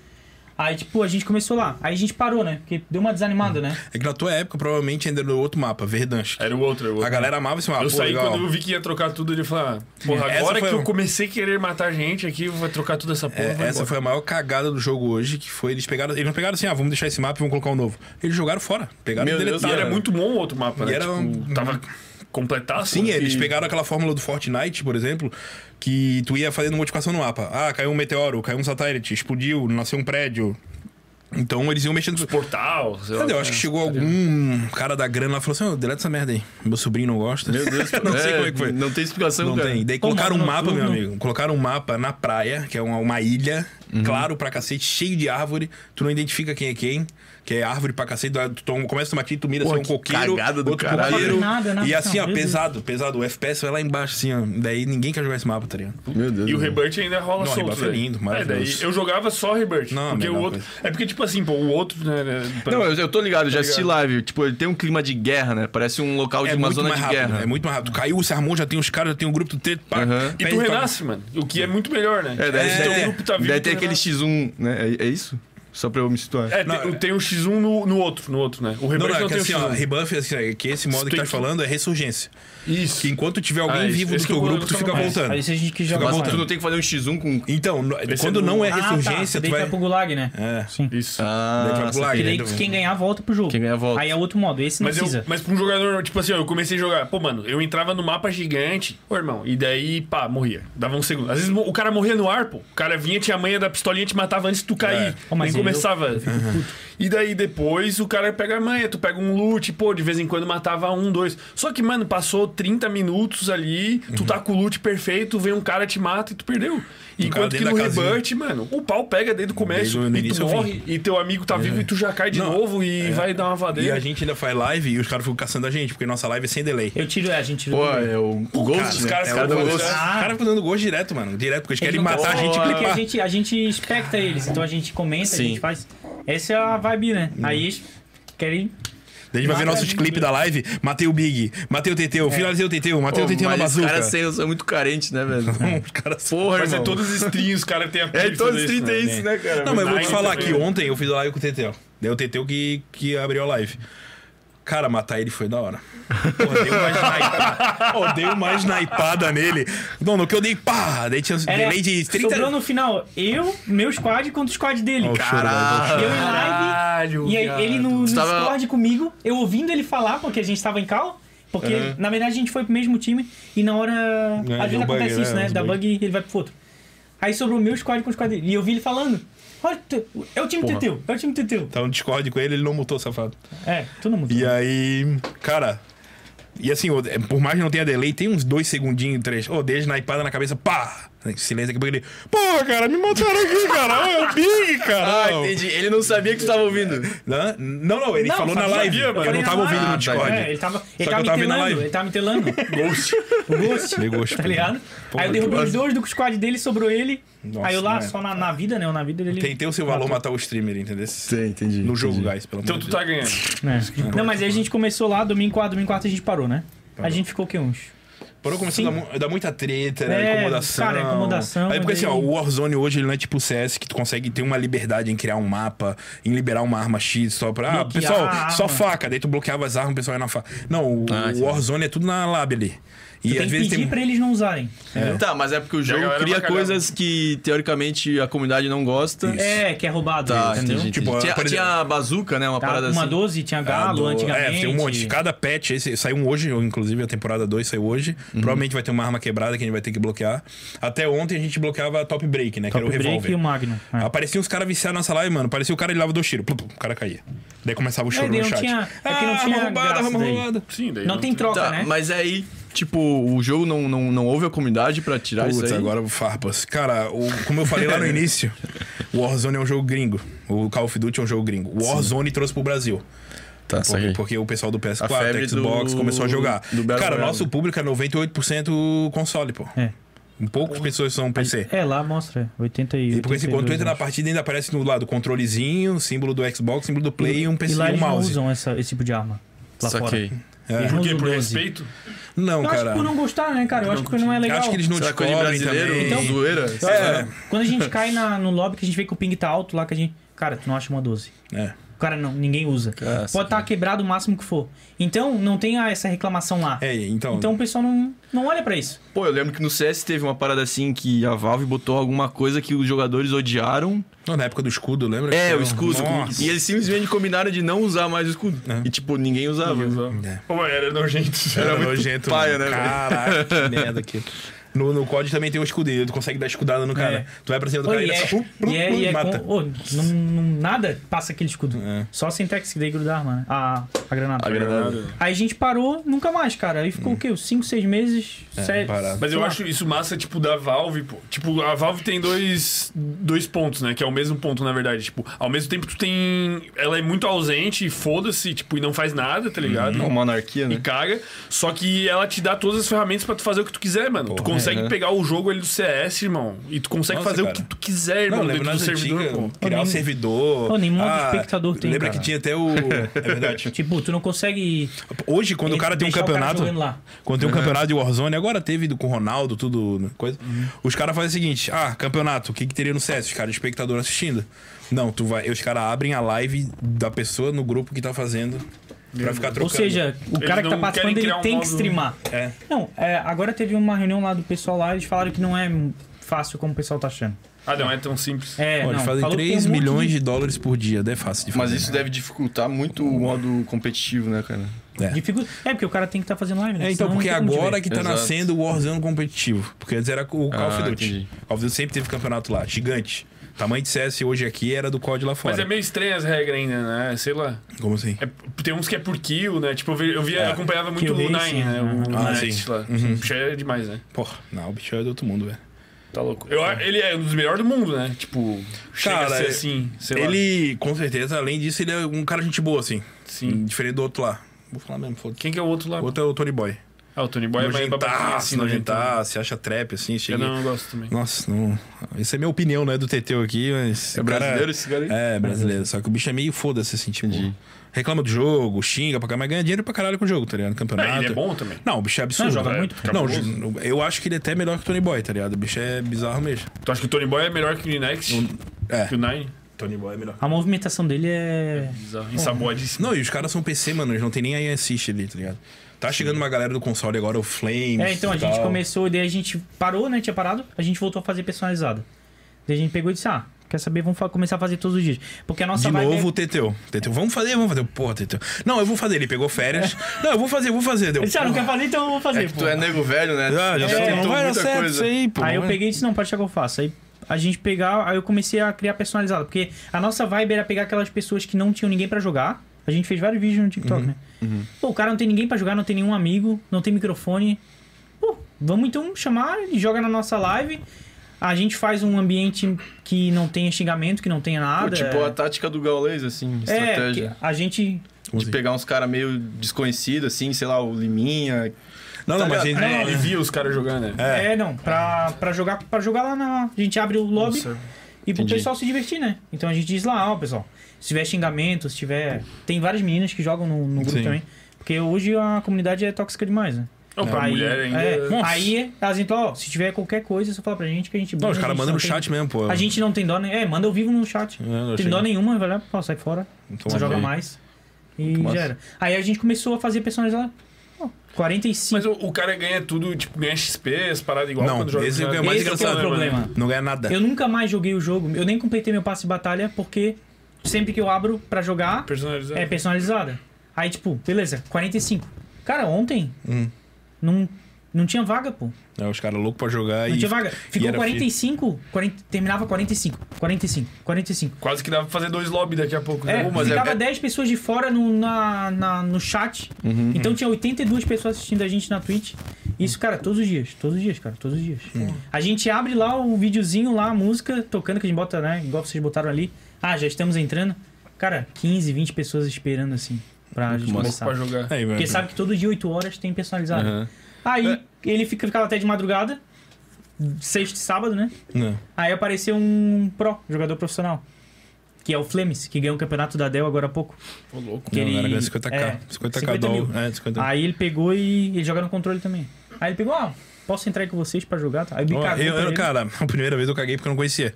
D: Aí, tipo, a gente começou lá. Aí a gente parou, né? Porque deu uma desanimada, né?
C: É que na tua época, provavelmente, ainda era outro mapa, Verdansk.
A: Era o outro, era o outro.
C: A galera amava esse mapa.
A: É, né? eu
C: pô,
A: saí
C: legal.
A: quando eu vi que ia trocar tudo, ele falou: ah, porra,
C: Essa
A: agora que
C: foi
A: eu
C: um-
A: comecei a querer matar gente aqui, eu vou trocar toda essa porra.
C: É,
A: vou
C: essa
A: embora."
C: foi a maior cagada do jogo hoje, que foi eles pegaram. Eles não pegaram assim, ah, vamos deixar esse mapa e vamos colocar um novo. Eles jogaram fora. Pegaram
B: Meu
C: e
B: Deus,
A: E
C: deletaram. é
A: era muito bom o outro mapa,
C: E
A: né?
C: era
A: Tipo,
C: um-
A: tava assim, completado.
C: Sim, é, eles pegaram aquela fórmula do Fortnite, por exemplo, que tu ia fazendo modificação no mapa. Ah, caiu um meteoro, caiu um satélite, explodiu, nasceu um prédio. Então eles iam mexendo.
A: Portal, sei lá.
C: Entendeu? Eu acho que chegou algum cara da grana lá e falou assim: "Ô, deleta essa merda aí. Meu sobrinho não gosta. Meu Deus, não sei como é que foi.
B: Não tem explicação,
C: Não
B: cara.
C: tem. Daí
D: Como
C: colocaram um
D: não?
C: mapa, meu
D: Não.
C: amigo. Colocaram um mapa na praia, que é uma, uma ilha,
B: Uhum.
C: claro pra cacete, cheio de árvore. Tu não identifica quem é quem, que é árvore pra cacete. Tu toma- começa a tomar tiro, tu mira,
B: Porra,
C: assim, um
B: que
C: coqueiro,
B: cagada do
C: outro
B: caralho.
C: coqueiro.
D: Nada, nada,
C: e assim,
D: não,
C: ó,
D: meu Deus.
C: pesado, pesado. O FPS vai lá embaixo, assim, ó. Daí ninguém quer jogar esse mapa, tá ligado?
B: Meu Deus.
A: E o
B: mano.
A: Rebirth ainda rola
C: Não, o
A: solto.
C: Rebirth é
A: velho.
C: lindo, maravilhoso.
A: É, daí eu jogava só Rebirth.
C: Não, a
A: porque o
C: melhor
A: outro. É porque, tipo assim, pô, o outro, né? né, pra-
B: Não, eu, eu tô ligado, eu já assisti live. Tipo, ele tem um clima de guerra, né? Parece um local de uma zona de
C: mais rápido,
B: guerra.
C: Tá É muito mais rápido. Caiu, se armou, já tem os caras, já tem um grupo, tu tem. pá,
B: Aham.
A: E
C: perde,
A: tu
C: toca.
A: renasce, mano. O que é muito melhor, né?
B: É, daí,
A: Se
B: daí,
A: teu grupo tá vivo.
B: daí
A: tu
B: tem aquele
A: renasce.
B: X1, né? É, é isso? Só pra eu me situar.
A: É,
C: Não,
A: tem,
C: é.
A: tem o X1 no, no outro, no outro, né? O
C: Não,
A: Rebirth
C: não,
A: não,
C: é que
A: tem
C: assim,
A: o
C: ó,
A: X1.
C: rebuff, assim, é que esse modo que tu tá
A: Tem que-
C: falando é ressurgência.
A: Isso.
C: Que enquanto tiver alguém
A: Ah, isso-
C: vivo do
A: esse
C: teu
B: é
A: que eu-
C: grupo,
A: eu
C: tu
A: sou
C: fica
A: mais.
C: voltando.
D: Aí se a gente quis jogar
C: Fica
B: Mas
D: mais.
B: tu não tem que fazer um X1 com.
C: Então, no- quando
A: é
C: não é
D: Ah, tá.
C: ressurgência, tu
D: Daí
C: vai.
D: vai pro gulag, né?
C: É.
D: Sim.
A: Isso.
B: Ah,
C: Daí vai pro
D: Que
C: lag.
D: daí
C: ainda.
D: quem ganhar volta pro jogo.
B: Quem ganhar volta.
D: Aí é outro modo, esse não
A: Mas, eu,
D: precisa.
A: mas pra um jogador, tipo assim, ó, eu comecei a jogar. Pô, mano, eu entrava no mapa gigante, ô irmão, e daí, pá, morria. Dava um segundo. Às vezes mo- o cara morria no ar, pô. O cara vinha, tinha a manha da pistolinha, te matava antes de tu
C: É.
A: cair.
D: Pô, mas
A: Nem
D: eu-
A: começava. E daí depois o cara pega a manha, tu pega um loot, pô, de vez em quando matava um, dois. Só que, mano, passou 30 minutos ali, tu tá com o loot perfeito, vem um cara, te mata e tu perdeu.
C: cara
A: Enquanto que
C: dentro
A: no
C: da casinha.
A: Rebirth, mano, o pau pega desde o começo
C: Desde o
A: e
C: início
A: tu
C: ao fim.
A: morre, e teu amigo tá vivo e tu já cai de
C: Não, é.
A: novo e vai dar uma
C: E
A: vadeira.
C: a gente ainda faz live e os caras ficam caçando a gente, porque nossa live é sem delay.
D: Eu tiro, é, a gente tira.
B: Pô, é o, o Ghost,
C: Cara, os
B: né?
C: caras
B: É o
C: ficam
B: do
C: dando
B: Ghost.
C: gol. Os caras ficam dando gol direto, mano. Direto, porque eles
D: Eles
C: querem
D: não
C: matar
D: gostam,
C: a gente e
D: porque
C: clipar.
D: a gente, a gente expecta eles, então a gente comenta, a gente faz. Essa é a vibe, né?
C: Hum.
D: Aí eles querem.
C: Daí a gente vai ver
D: Mata a
C: nossos
D: gente
C: clipes da live. Matei o Big, matei o Teteu, finalizei o Teteu, matei
B: Pô,
C: o Teteu na
B: mas os
C: bazuca.
B: caras sem- são muito carentes, né, velho?
C: Os caras são-
B: Porra,
A: Mas é
B: irmão.
A: todos os streams, os caras têm a pira
B: É,
A: de
B: todos
A: fazer
B: os
A: isso,
B: 30 é isso, né, cara?
C: Não, mas eu vou te
A: Nine
C: falar
A: também,
C: que
A: né?
C: ontem eu fiz live com o Teteu. Daí o Teteu que, que abriu a live. Cara, matar ele foi da hora. Porra, deu uma snipada. Pô, deu uma snipada nele. Não, no que eu dei, pá! Daí tinha um
D: É,
C: delay de 30
D: Sobrou no final eu, meu squad contra o squad dele.
C: Oh,
D: Cara,
B: Caralho.
D: eu em live.
A: Caralho,
D: E aí,
A: viado.
D: ele no, no
B: Tu tava-
D: Discord comigo, eu ouvindo ele falar, porque a gente tava em cal. Porque, na verdade, a gente foi pro mesmo time e na hora.
C: É,
D: às
C: deu
D: vezes acontece
C: bug,
D: isso,
C: né,
D: né?
C: uns
D: Da
C: bug.
D: bug ele vai pro outro. Aí sobrou o meu squad com o squad dele. E eu vi ele falando: Olha, tu- é o time Teteu, é o time Teteu.
C: Tava no Discord Então, com ele, ele não mutou, safado.
D: É, todo mundo.
C: E aí, cara. E assim, o- por mais que não tenha delay, tem uns dois segundinhos, três. Ô, dei a snipada na cabeça, pá! Silêncio aqui, porque ele. Pô, cara, me mataram aqui, cara. Ô, é o Big, cara.
B: Ah, entendi. Ele não sabia que tu tava ouvindo.
C: Não, não, não, ele
D: Não,
C: falou na
D: sabia,
C: live.
D: eu
C: Eu,
D: falei
C: não
D: na
C: tava
D: live.
C: ouvindo
B: Ah,
C: no
B: tá,
C: Discord.
D: É, ele tava, ele
C: que
D: tava
C: eu
D: me
C: tava vendo a
D: telando,
C: live.
D: ele tava me telando. Ghost. O Ghost,
C: Ele é gostou.
D: tá ligado? aí eu derrubei os dois do squad dele, sobrou ele.
C: Nossa,
D: aí eu lá,
C: né?
D: só na, na vida, né? Eu na vida dele.
C: Tentei o seu valor matar o streamer, entendeu?
B: Sim, entendi.
C: No jogo, guys, pelo
A: Então
C: amor
A: tu
C: de
A: tá ganhando.
D: É. Não, mas aí a gente começou lá, domingo, quarto, domingo, quarto a gente parou, né? a gente ficou o quê? Uns?
C: Deus. Parou começando a dar mu- a dar muita treta, né?
D: É,
C: incomodação.
D: cara, incomodação,
C: Aí porque assim, ó,
D: daí-
C: o Warzone hoje ele não é tipo o CS que tu consegue ter uma liberdade em criar um mapa, em liberar uma arma X só pra. Ah,
D: Bloquear a
C: pessoal,
D: arma.
C: só faca. Daí tu bloqueava as armas, o pessoal ia na faca. Não, o,
B: Ah,
C: o Warzone é tudo na lab ali. E
D: Tem
C: às
D: que
C: vezes
D: pedir
C: tem. um
D: pra eles não usarem.
B: Tá, mas é porque o jogo
A: galera
B: cria
A: bacalhau.
B: coisas que teoricamente a comunidade não gosta.
D: É, que é roubado,
B: Tá,
D: entendeu?
B: entendi.
C: Tipo,
B: entendi. tinha,
C: por exemplo-
B: tinha a bazuca, né? Uma
D: Tá,
B: parada
D: uma
B: assim.
D: 12 tinha
C: Ah,
D: galo
C: do-
D: antigamente.
C: É, tem um monte. Cada patch, esse saiu um hoje, ou inclusive a temporada 2 saiu hoje.
D: Uhum.
C: Provavelmente vai ter uma arma quebrada que a gente vai ter que bloquear. Até ontem a gente bloqueava a Top Break, né?
D: Top
C: que era o
D: break
C: revólver. Tá,
D: e o Magnum. é.
C: Apareciam os caras viciados na nossa live, mano. Parecia o cara, ele lava dois tiros. Plum, plum, o cara caía. Daí começava o choro
D: daí
C: no
D: não
C: chat. Ah,
D: tinha- é que não
C: arma
D: tinha graça
C: arma
D: daí.
C: roubada.
A: Sim, daí.
D: Não tem troca,
B: Tá,
D: né?
B: mas aí, tipo, o jogo não, não, não houve a comunidade pra tirar
C: Putz,
B: é isso aí.
C: agora farpas. Cara, o- como eu falei lá no início, o Warzone é um jogo gringo. O Call of Duty é um jogo gringo. O Warzone trouxe pro Brasil.
B: Tá,
C: Porque,
B: saquei.
C: porque o pessoal do
B: A febre
C: PS4, Xbox
B: do-
C: começou a jogar.
B: do Battle
C: Cara, o
B: Royale.
C: nosso público é 98% console, pô.
D: É.
C: Poucas pessoas são PC.
D: É, lá mostra, 81.
C: E porque assim, quando tu entra na partida ainda aparece no lado controlezinho, símbolo do Xbox, símbolo do Play e um PC
D: E
C: e,
D: lá
C: um
D: eles não
C: mouse.
D: usam essa- esse tipo de arma. Lá
B: Saquei.
D: fora.
C: É.
D: Eles não
A: Por quê?
D: usam
A: Por
D: 12.
A: respeito?
C: Não,
D: Eu acho
C: cara.
D: que por não gostar, né, cara? Eu acho que não é legal.
C: Acho que eles não
B: Será coisa de
C: descobrem
B: brasileiro,
C: também.
B: zoeira?
C: É.
D: Quando a gente cai na- no lobby, que a gente vê que o ping tá alto lá, que a gente. Cara, tu não acha uma 12.
C: É.
D: Cara, não, ninguém usa.
E: Cacete.
D: Pode estar quebrado o máximo que for. Então, não tem ah, essa reclamação lá.
C: É, então.
D: Então o pessoal não, não olha pra isso.
B: Pô, eu lembro que no CS teve uma parada assim que a Valve botou alguma coisa que os jogadores odiaram.
C: Não, na época do escudo, lembra?
B: É, o
C: Então,
B: escudo.
C: Nossa.
B: E eles simplesmente combinaram de não usar mais o escudo.
C: É.
B: E, tipo, ninguém usava.
C: É.
A: Pô, era nojento.
C: Era,
B: muito
C: nojento.
B: paia,
C: mano.
B: né, velho?
C: Caraca, que merda aqui. No, no COD também tem o escudeiro, tu consegue dar escudada no
D: É.
C: cara. Tu vai pra cima do
D: Pô,
C: cara
D: e
C: e dá-
D: é,
C: plum, plum,
D: e é,
C: plum,
D: e é
C: mata.
D: com- ô, não- não- nada passa aquele escudo.
C: É.
D: Só a Sentex que daí grudar a arma, né? A, a granada.
B: A granada.
D: Aí a gente parou, nunca mais, cara. Aí
C: Hum.
D: ficou o quê? Uns 5, 6 meses?
C: É,
D: sete-
C: parado.
D: sei
A: Mas eu
D: lá.
A: acho isso massa, tipo, da Valve, pô. Tipo, a Valve tem dois, dois pontos, né? Que é o mesmo ponto, na verdade. Tipo, ao mesmo tempo tu tem... Ela é muito ausente e foda-se, tipo, e não faz nada, tá ligado?
D: Uhum.
E: É uma anarquia,
A: E
E: né?
A: caga, só que ela te dá todas as ferramentas pra tu fazer o que tu quiser, mano. tu
D: é.
A: consegue pegar o jogo ali do CS, irmão, e tu consegue
C: Nossa,
A: fazer
C: cara.
A: o que tu quiser, irmão,
C: Não, lembra
A: dentro do
C: nas
A: servidor,
C: antigas,
A: pô.
C: criar
D: Pô,
C: um
D: nem-
C: servidor.
D: Pô, nem modo
C: Ah,
D: espectador tem,
C: Lembra
D: cara.
C: que tinha até o... É verdade.
D: Tipo, tu não consegue.
C: Hoje, quando o cara tem um
D: deixar cara
C: campeonato...
D: jogando lá.
C: Quando tem um campeonato de Warzone, agora teve do- com o Ronaldo, tudo, né, coisa.
D: Uhum.
C: Os caras fazem o seguinte: ah, campeonato, o que, que teria no CS? Os caras, espectador assistindo. Não, tu vai. Os caras abrem a live da pessoa no grupo que tá fazendo pra ficar trocando.
D: Ou seja, o cara que tá
A: não
D: participando,
A: querem
D: ele
A: criar um
D: tem que
A: modo-
D: streamar.
C: É.
D: Não, é, agora teve uma reunião lá do pessoal lá, eles falaram que não é fácil como o pessoal tá achando.
A: Ah, não, é tão simples.
D: É,
C: Ó, eles
D: não,
C: fazem
D: falou que tem
C: 3
D: um monte
C: milhões
D: de-
C: de... dólares por dia, daí é fácil de fazer.
E: Mas isso
C: né?
E: deve dificultar muito o modo competitivo, né, cara?
D: de figu- É, porque o cara tem que estar fazendo live, né?
C: É, então,
D: Senão não
C: porque
D: tem como te
C: agora
D: ver.
C: que tá
E: Exato.
C: nascendo o Warzone competitivo. Porque antes era o Call of
E: Ah,
C: Duty.
E: entendi.
C: Call of Duty sempre teve campeonato lá, gigante. Tamanho de CS hoje aqui era do COD lá fora.
A: Mas é meio estranha as regras ainda, né? Sei lá.
C: Como assim?
A: É- tem uns que é por kill, né? Tipo, eu, vi, eu via-
C: É.
A: eu acompanhava muito
D: Kill
A: o Nine,
D: Racing,
A: né?
D: né?
A: O
C: Ah,
A: Knight
C: sim.
A: lá.
B: Uhum.
A: Bicho é demais, né?
C: Porra, não, o bicho é do outro mundo, velho.
A: Tá louco. Eu, ele é um dos melhores do mundo, né? Tipo, chega
C: Cara,
A: a ser assim, sei lá.
C: Ele, com certeza, além disso, ele é um cara gente boa, assim.
A: Sim.
C: Diferente do outro lá. Vou falar mesmo, foda-se.
A: Quem que é o outro lá?
C: O outro é o Tony Boy.
A: Ah, o Tony Boy é mais babacão,
C: Nojentaço,
A: nojentão.
C: nojentaço, se acha trap, assim.
A: né? Eu
C: Chega...
A: então. não gosto também.
C: Nossa, não. Isso é minha opinião, né? Do TT aqui, mas.
B: É
C: o cara-
B: brasileiro esse cara aí?
C: É, brasileiro. Só que o bicho é meio foda-se, assim, tipo. Reclama do jogo, xinga pra caralho, mas ganha dinheiro pra caralho com o jogo, tá ligado? No campeonato.
A: É, ele é bom também.
C: Não, o bicho é absurdo.
D: Não, joga
C: É,
D: muito.
C: Não,
A: Cabuloso.
C: eu acho que ele é até melhor que o Tony Boy, tá ligado? O bicho é bizarro mesmo.
A: Tu acha que o Tony Boy é melhor que o Next?
C: É.
A: Que o Nine?
C: Tony Boy é melhor.
D: A movimentação dele é.
A: Bizarro. Em sabode.
C: Não, e os caras são PC, mano. Eles não tem nem aí assist ali, tá ligado? Tá chegando uma galera do console agora, o Flames.
D: É, então a
C: e
D: gente
C: tal.
D: começou, daí a gente parou, né? Tinha parado, a gente voltou a fazer personalizado. Daí a gente pegou e disse: ah, quer saber? Vamos fa- começar a fazer todos os dias. Porque a nossa
C: De
D: vibe é-
C: novo o Teteu. Teteu, vamos fazer, vamos fazer. Porra, Teteu. Não, eu vou fazer. Ele pegou férias. Não, eu vou fazer, eu vou fazer. Deu,
D: Eu disse, ah, não
C: porra.
D: quer fazer, então eu vou fazer. pô.
B: Tu é nego velho, né?
C: Ah,
D: É,
C: já
B: Tu
C: sei,
B: tentou
C: não vai dar
B: muita
C: certo isso
B: coisa.
C: aí, pô.
D: então Aí eu
C: Não é?
D: peguei e disse, não, pode deixar que eu faço. Aí a gente pegar, aí eu comecei a criar personalizado, porque a nossa vibe era pegar aquelas pessoas que não tinham ninguém pra jogar. A gente fez vários vídeos no
B: Uhum,
D: TikTok, né? Pô, o cara não tem ninguém pra jogar, não tem nenhum amigo, não tem microfone. Pô, vamos então chamar e joga na nossa live. A gente faz um ambiente que não tenha xingamento, que não tenha
B: Pô,
D: nada.
C: É.
B: tipo a tática do Gaules, assim,
D: é, que
B: estratégia.
D: a gente
B: De pegar uns caras meio desconhecidos, assim, sei lá, o Liminha.
C: Não, não,
B: Tá
C: mas
B: ligado?
C: ele.
A: É, ele via os caras jogando, né?
C: É.
D: É, não, pra, pra, jogar, pra jogar lá na. A gente abre o lobby e pro
B: Entendi.
D: pessoal se divertir, né? Então a gente diz lá, ó, pessoal, se tiver xingamento, se tiver. Tem várias meninas que jogam no, no grupo
C: Sim.
D: também. Porque hoje a comunidade é tóxica demais, né?
A: Não, pra
D: Aí-
A: mulher ainda.
D: é,
A: Nossa.
D: aí elas entram, ó, se tiver qualquer coisa, só fala pra gente que a gente
C: Não, os
D: a
C: caras
D: gente
C: mandam
D: não
C: no
D: tem-
C: chat mesmo, pô.
D: A gente não tem dó, né? É, manda ao vivo no chat.
C: não
D: não tem
C: chega.
D: dó nenhuma, vai lá, pô, sai fora.
C: Então,
D: não joga
C: aí.
D: mais. E já era. Aí a gente começou a fazer personalizado. ó, 45.
A: Mas o, o cara ganha tudo, tipo, ganha XP, as paradas igual
C: Não,
A: quando joga.
C: esse
A: com os
C: é o que é
A: caras.
C: mais
D: Esse que é o
C: engraçado.
D: problema.
C: Não ganha nada.
D: Eu nunca mais joguei o jogo, eu nem completei meu passe de batalha porque sempre que eu abro pra jogar
C: Uhum.
A: Personalizado.
D: é personalizada. Aí tipo, beleza, 45. Cara, ontem
C: Hum.
D: não, não tinha vaga, pô.
C: É, os caras loucos pra jogar
D: Não
C: É e.
D: tinha vaga. Ficou
C: era
D: 45, 40, terminava 45, 45, 45.
A: Quase que dá pra fazer dois lobby daqui a pouco.
D: É,
A: né?
B: mas é-
D: ficava
B: é-
D: 10 pessoas de fora no, na, na- no chat. Então tinha 82 pessoas assistindo a gente na Twitch. Isso, cara, todos os dias. Todos os dias, cara. Todos os dias. A gente abre lá o videozinho, lá a música, tocando, que a gente bota, né? Igual vocês botaram ali. Ah, já estamos entrando. Cara, 15, 20 pessoas esperando, assim, pra gente
A: Louco pra
D: começar.
A: jogar.
C: Aí,
D: Porque sabe que todo dia 8 horas tem personalizado. Aí ele fica, ficava até de madrugada. Sexta e sábado, né?
C: Não.
D: Aí apareceu um pro, jogador profissional. Que é o Flemes, que ganhou o campeonato da Dell agora há pouco.
A: Ô, louco.
D: Que
C: Não,
D: ele-
C: era 50k.
D: é,
C: 50k
D: 50 mil.
C: dólar. É, 50
D: Aí ele pegou e. Ele joga no controle também. Aí ele pegou, ó, Posso entrar aí com vocês pra jogar? Tá? Aí me
C: Ó,
D: cagou
C: eu,
D: pra
C: eu,
D: ele.
C: cara, a primeira vez eu caguei porque eu não conhecia.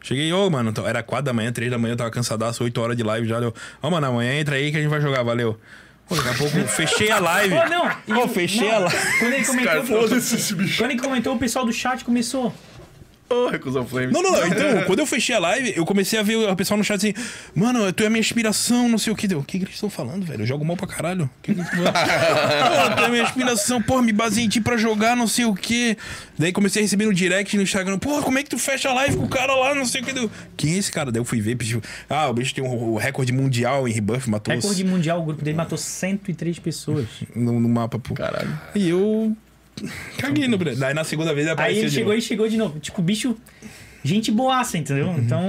C: Cheguei, ô, mano, então, era 4 da manhã, 3 da manhã, eu tava cansadaço, 8 horas de live já. Ó, mano, amanhã entra aí que a gente vai jogar, valeu. Pô, daqui a pouco eu fechei a live.
D: Pô, não!
C: Pô, fechei a live.
D: Quando ele
C: um
D: comentou, quando ele comentou, o pessoal do chat começou.
B: Ô, recusou Flames.
C: Não, não, não. Então, quando eu fechei a live, eu comecei a ver o pessoal no chat assim, mano, tu é a minha inspiração, não sei o que. Deu, o que, que eles estão falando, velho? Eu jogo mal pra caralho. O que que eles tão falando? Pô, tu é a minha inspiração, porra, me baseei em ti pra jogar, não sei o que. Daí comecei a receber no direct no Instagram, porra, como é que tu fecha a live com o cara lá, não sei o que. Deu, quem é esse cara? Daí eu fui ver, bicho, ah, o bicho tem um o recorde mundial em rebuff, matou
D: Recorde mundial, o grupo dele matou 103 pessoas.
C: no, no mapa, pô.
B: Caralho.
C: E eu caguei no Daí na segunda vez
D: Aí
C: apareceu
D: ele
C: de
D: chegou
C: novo. Uhum.
D: e chegou de novo. Tipo, bicho. Gente boaça, entendeu? Então.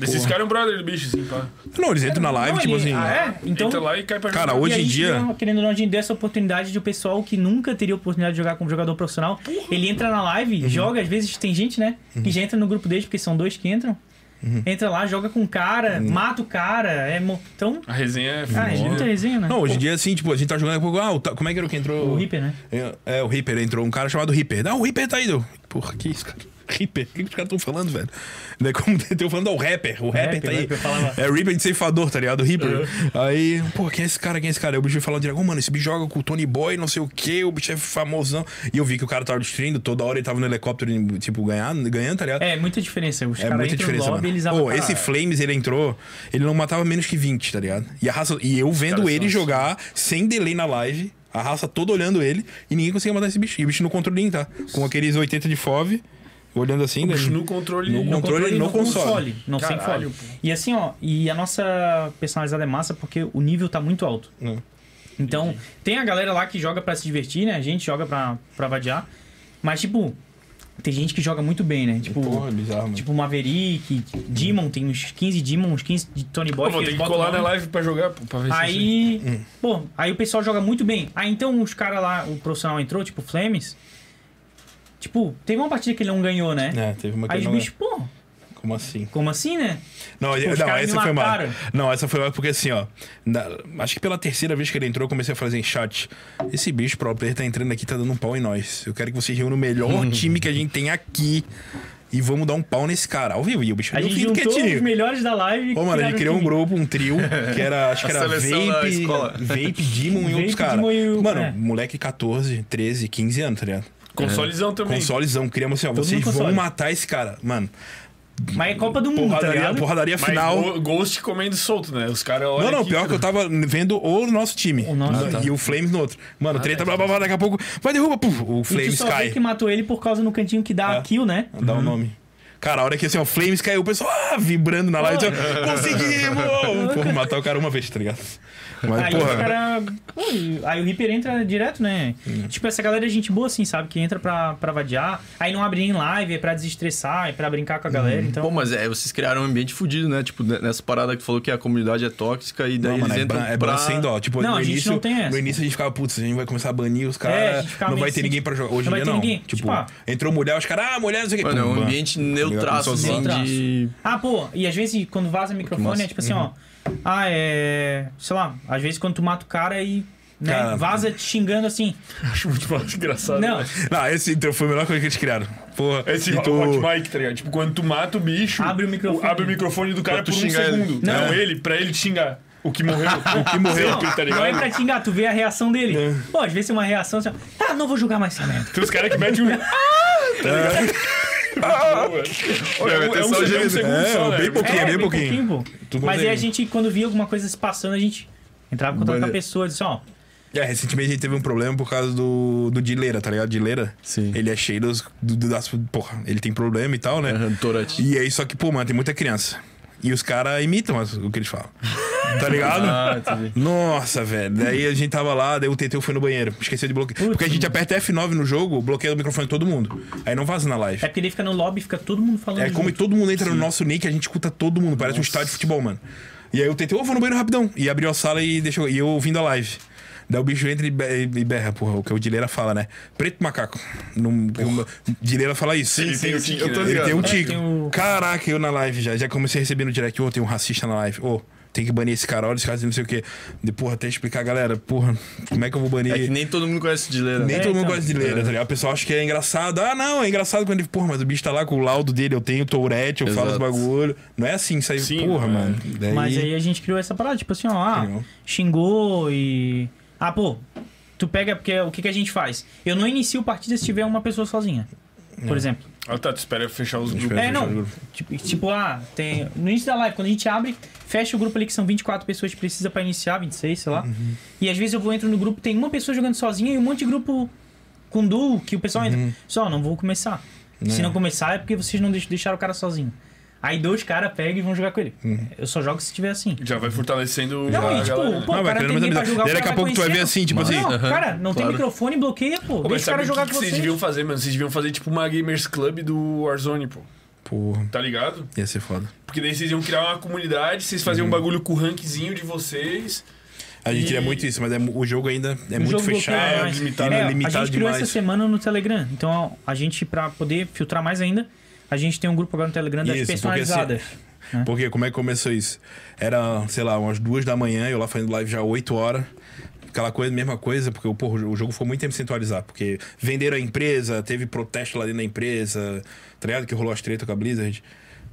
A: Esses caras é um brother do bicho, assim, pá.
C: Não, eles entram na live,
D: Não,
C: tipo
D: ele-
C: assim...
D: Ah, é? Então.
A: Entra lá e cai pra
C: Cara,
A: jogar.
D: e
C: hoje
D: a
C: em
D: gente
C: dia-
D: deu- Querendo ou não, a gente deu essa oportunidade de o pessoal que nunca teria oportunidade de jogar como jogador profissional. Ele entra na
C: Uhum.
D: live, joga, às vezes tem gente, né? Que já entra no grupo deles, porque são dois que entram.
C: Uhum.
D: Entra lá, joga com o cara, mata o cara. É mo... Então.
A: A resenha é
D: Ah, é muita
A: fodida.
D: resenha, né?
C: Não, hoje em dia, assim, tipo, a gente tá jogando. pô, Ah, o ta- como é que era o que entrou?
D: O Reaper, né?
C: É, É, o Reaper entrou um cara chamado Reaper. Ah, o Reaper tá aí, deu. Porra, que isso, cara? Reaper, o que que os caras tão falando, velho? Daí, como estão falando, ah, o rapper, o rapper,
D: Rapper,
C: tá aí.
D: É, um rapper, eu falava.
C: É Reaper de ceifador, tá ligado? O Reaper. Aí, pô, quem é esse cara? Quem é esse cara? Aí o bicho falando direto, "Ô, mano, esse bicho joga com o Tony Boy, não sei o quê, o bicho é famosão. E eu vi que o cara tava destruindo, toda hora ele tava no helicóptero, tipo, ganhando, ganhando tá ligado?
D: É, muita diferença. Os
C: É
D: caras
C: muita
D: entram
C: diferença,
D: no lobby, eles
C: mano. Pô,
D: ah,
C: esse Flames, ele entrou, ele não matava menos que 20, tá ligado? E, a raça, e eu vendo
A: Cara,
C: ele
A: são-
C: jogar
D: assim.
C: sem delay na live, a raça toda olhando ele, e ninguém conseguia matar esse bicho. E o bicho no controlinho, tá? Com aqueles 80 de FOV, olhando assim, né?
A: Bicho, No controle.
C: No
D: no
C: controle e no console.
D: Não sem
A: Caralho,
D: fole. E assim, ó, e a nossa personalizada é massa porque o nível tá muito alto.
C: Hum.
D: Então, tem a galera lá que joga pra se divertir, né? A gente joga pra, pra vadiar. Mas, tipo, tem gente que joga muito bem, né? Tipo,
C: Porra, bizarro, mano.
D: tipo Maverick, Demon, tem uns 15 Demon, uns 15 de Tony Boy.
A: Pô, vou
D: que
A: ter que
D: eles botam
A: colar
D: nome.
A: na live pra jogar, pô, pra ver se eu sei.
D: Aí,
C: assim. Hum.
D: pô, aí o pessoal joga muito bem. Aí então os caras lá, o profissional entrou, tipo, Flames. Tipo, teve uma partida que ele não ganhou, né?
C: É, teve uma que
D: Aí os
C: não
D: bichos, pô,
C: Como assim?
D: como assim, né?
C: Não,
D: Tipo,
C: eu-
D: os
C: não
D: caras me
C: essa foi mal.
D: mataram.
C: Não, essa foi mal porque assim, ó. na- acho que pela terceira vez que ele entrou, eu comecei a fazer em chat. Esse bicho pro player tá entrando aqui, tá dando um pau em nós. Eu quero que vocês reúnam o melhor time que a gente tem aqui. E vamos dar um pau nesse cara. Ao vivo. E o bicho
D: A
C: eu
D: gente
C: fiz
D: juntou os
C: quietinho.
D: melhores da live. e
C: Ô, mano, a gente
D: criaram
C: criou um
D: time.
C: grupo, um trio, que era, acho que
B: A
C: era
B: seleção da
C: Vape,
B: escola.
C: Vape, Demon e outros
D: Vape, Demon e
C: caras.
D: o-
C: Mano,
D: é.
C: moleque 14, 13, 15 anos, tá ligado?
A: Consolezão também.
C: Consolezão, criamos assim, ó,
D: Todo
C: vocês
D: mundo
C: vão
D: console.
C: matar esse cara. Mano,
D: Mas é Copa do Mundo, tá
C: porradaria,
D: ligado?
C: porradaria
A: Mas
C: final.
A: go- Ghost comendo solto, né? Os caras olham.
C: Não, não,
A: aqui,
C: pior que eu tava vendo o nosso time.
D: O nosso. Ah, é.
C: Ah, tá. E o Flames no outro. Mano, treta, blá, blá, blá, daqui a pouco. Vai, derruba, puf, o
D: E tu
C: Flames
D: só vê
C: cai.
D: que matou ele por causa no cantinho que
C: É.
D: dá a kill, né?
C: Dá o nome. Cara, a hora que assim, ó, o Flames caiu, o pessoal ah, vibrando na live. Assim, ó, Conseguimos! Porra, matar o cara uma vez, tá ligado? Mas,
D: Aí os
C: porra.
D: cara. Pô, e- Aí o Reaper entra direto, né? Tipo, essa galera é gente boa, assim, sabe? Que entra pra, pra vadiar. Aí não abre nem live, é pra desestressar, é pra brincar com a galera.
C: Uhum.
D: Então.
B: Pô, mas é, vocês criaram um ambiente fudido, né? Tipo, ne- nessa parada que tu falou que a comunidade é tóxica e daí
C: Não,
B: eles
C: mano, é,
B: entram
C: ban, é ban
B: pra...
C: sem dó. Tipo,
D: Não,
C: no
D: a gente
C: início,
D: não tem essa.
C: No início a gente ficava, putz, a gente vai começar a banir os
D: É, a
C: caras.
D: gente ficava
C: não vai
D: meio
C: ter
D: assim,
C: ninguém pra jogar. Hoje
D: não vai
C: em dia
D: ter
C: não.
D: ninguém.
C: Tipo,
D: Tipo, ah,
C: entrou mulher, os caras, ah, mulher, não sei o que.
B: Mano, é
C: Pum,
B: um
C: ban. Tá
B: ambiente
C: ligado?
B: neutraço,
C: Começou a
B: assim,
D: zoar.
B: de...
D: Ah, pô, e às vezes quando vaza microfone
B: massa.
D: é tipo assim, ó.
C: Uhum.
D: Ah, é. Sei lá, às vezes quando tu mata o cara e. Né,
C: Cara.
D: vaza te xingando assim.
A: Acho muito mais engraçado.
D: Não,
A: né?
C: Não, esse então, foi a melhor coisa que eles criaram. Porra.
A: Esse
C: e tu-
A: hot mic, tá ligado? Tipo, quando tu mata o bicho.
D: Abre o microfone.
A: abre o microfone do cara
B: tu
A: por um
B: xingar ele.
A: segundo.
D: Não.
A: Não, ele, pra ele te xingar. O que morreu. o que morreu,
D: Não,
A: tá
D: não é
A: ligado?
D: pra te engatar, tu vê a reação dele. Pô, às vezes é uma reação assim, ó, tá, não vou julgar mais essa merda.
A: Tem uns caras que metem um. Ah, tá ligado? Boa. é, um- é, um,
B: atenção,
A: é um
B: gente.
A: segundo
C: É,
A: só, né?
C: bem pouquinho, bem pouquinho.
D: pô.
C: Tu
D: Mas aí a
C: consegue.
D: gente, quando via alguma coisa se passando, a gente entrava em contato com a pessoa, disse, ó,
C: É, recentemente a gente teve um problema por causa do, do Dileira, tá ligado? Dileira.
E: Sim.
C: Ele é cheio dos, do- do- das. Porra, ele tem problema e tal, né?
B: Aham, Torati.
C: E aí, só que, pô, mano, tem muita criança. E os caras imitam as- o que eles falam. Tá ligado?
B: Ah, entendi.
C: Nossa, velho. Daí a gente tava lá, daí o TT foi no banheiro. Esqueceu de bloquear. Porque a gente aperta F9 no jogo, bloqueia o microfone de todo mundo. Aí não vaza na live.
D: é porque ele fica no lobby, fica todo mundo falando.
C: É como
D: junto.
C: todo mundo entra no nosso nick, a gente escuta todo mundo. Parece um estádio de futebol, mano. E aí eu tentei, ô, vou no banheiro rapidão. E abriu a sala e deixou. E eu ouvindo a live. Daí o bicho entra e be- e berra, porra, o que o Dileira fala, né? Preto macaco. Não, Dileira fala isso.
B: Ele tem o tique,
C: Eu tô
B: né?
C: ligado. Ele tem um
D: É,
C: tique.
D: tem o-
C: Caraca, eu na live já. Já comecei a receber no direct, ô, tem um racista na live. Ô, tem que banir esse cara, olha esse cara, não sei o quê. De, porra, até explicar, galera, porra, como é que eu vou banir?
B: É que nem todo mundo conhece o Dileira. né?
C: Nem
D: É,
C: todo mundo
D: então.
C: gosta de ler, tá ligado? O pessoal acha que é engraçado. Ah, não, é engraçado quando ele, porra, mas o bicho tá lá com o laudo dele, eu tenho Tourette, eu falo os
B: Exato.
C: bagulho. Não é assim, isso aí,
A: Sim,
C: porra,
A: é.
C: mano. Daí,
D: Mas aí a gente criou essa parada, tipo assim, ó, ah,
C: Criou.
D: xingou e. Ah, pô, tu pega, porque o que, que a gente faz? Eu não inicio partida se tiver uma pessoa sozinha.
C: É.
D: Por exemplo.
A: Ah, tá, tu espera fechar os grupos.
D: É, não. Tipo, tipo, ah, tem. No início da live, quando a gente abre, fecha o grupo ali que são 24 pessoas que precisa pra iniciar, 26, sei lá.
C: Uhum.
D: E às vezes eu vou entro no grupo, tem uma pessoa jogando sozinha e um monte de grupo com duo que o pessoal
C: Uhum.
D: entra. Só, não vou começar.
C: Né.
D: Se não começar é porque vocês não deix- deixaram o cara sozinho. Aí dois caras pegam e vão jogar com ele.
C: Uhum.
D: Eu só jogo se tiver assim.
A: Já vai fortalecendo
D: Não,
A: a
D: e tipo,
A: galera. né?
D: pô,
C: Não,
D: o cara
C: vai criando
D: tem
C: mais
D: ninguém pra
C: amizade.
D: jogar, o
C: Daí
D: cara
C: daqui a
D: vai
C: pouco tu vai ver
D: conhecendo.
C: assim, tipo assim.
D: Não, cara, não tem microfone, bloqueia, pô.
A: Pô, mas
D: Deixa o
A: sabe
D: cara
A: o
D: jogar
A: que
D: com
A: que vocês
D: vocês.
A: deviam fazer, mano? Vocês deviam fazer tipo uma Gamers Club do Warzone, pô.
C: Porra,
A: Tá ligado?
C: ia ser foda.
A: Porque daí vocês iam criar uma comunidade, vocês faziam um
D: Uhum.
A: bagulho com o rankzinho de vocês.
C: A gente
A: E-
C: queria muito isso, mas é mu- o jogo ainda é muito
D: jogo bloqueia
C: fechado,
D: mais.
C: limitado,
D: É,
C: limitado
D: A gente criou
C: demais.
D: essa semana no Telegram. Então, a gente, pra poder filtrar mais ainda, a gente tem um grupo agora no Telegram das
C: Isso, porque
D: personalizadas.
C: Porque como é que começou isso? Era, sei lá, umas duas da manhã, eu lá fazendo live já 8 horas. Aquela coisa, mesma coisa, porque porra, o jogo foi muito tempo sem atualizar. Porque venderam a empresa, teve protesto lá dentro da empresa, tá ligado? Que rolou as treta com a Blizzard.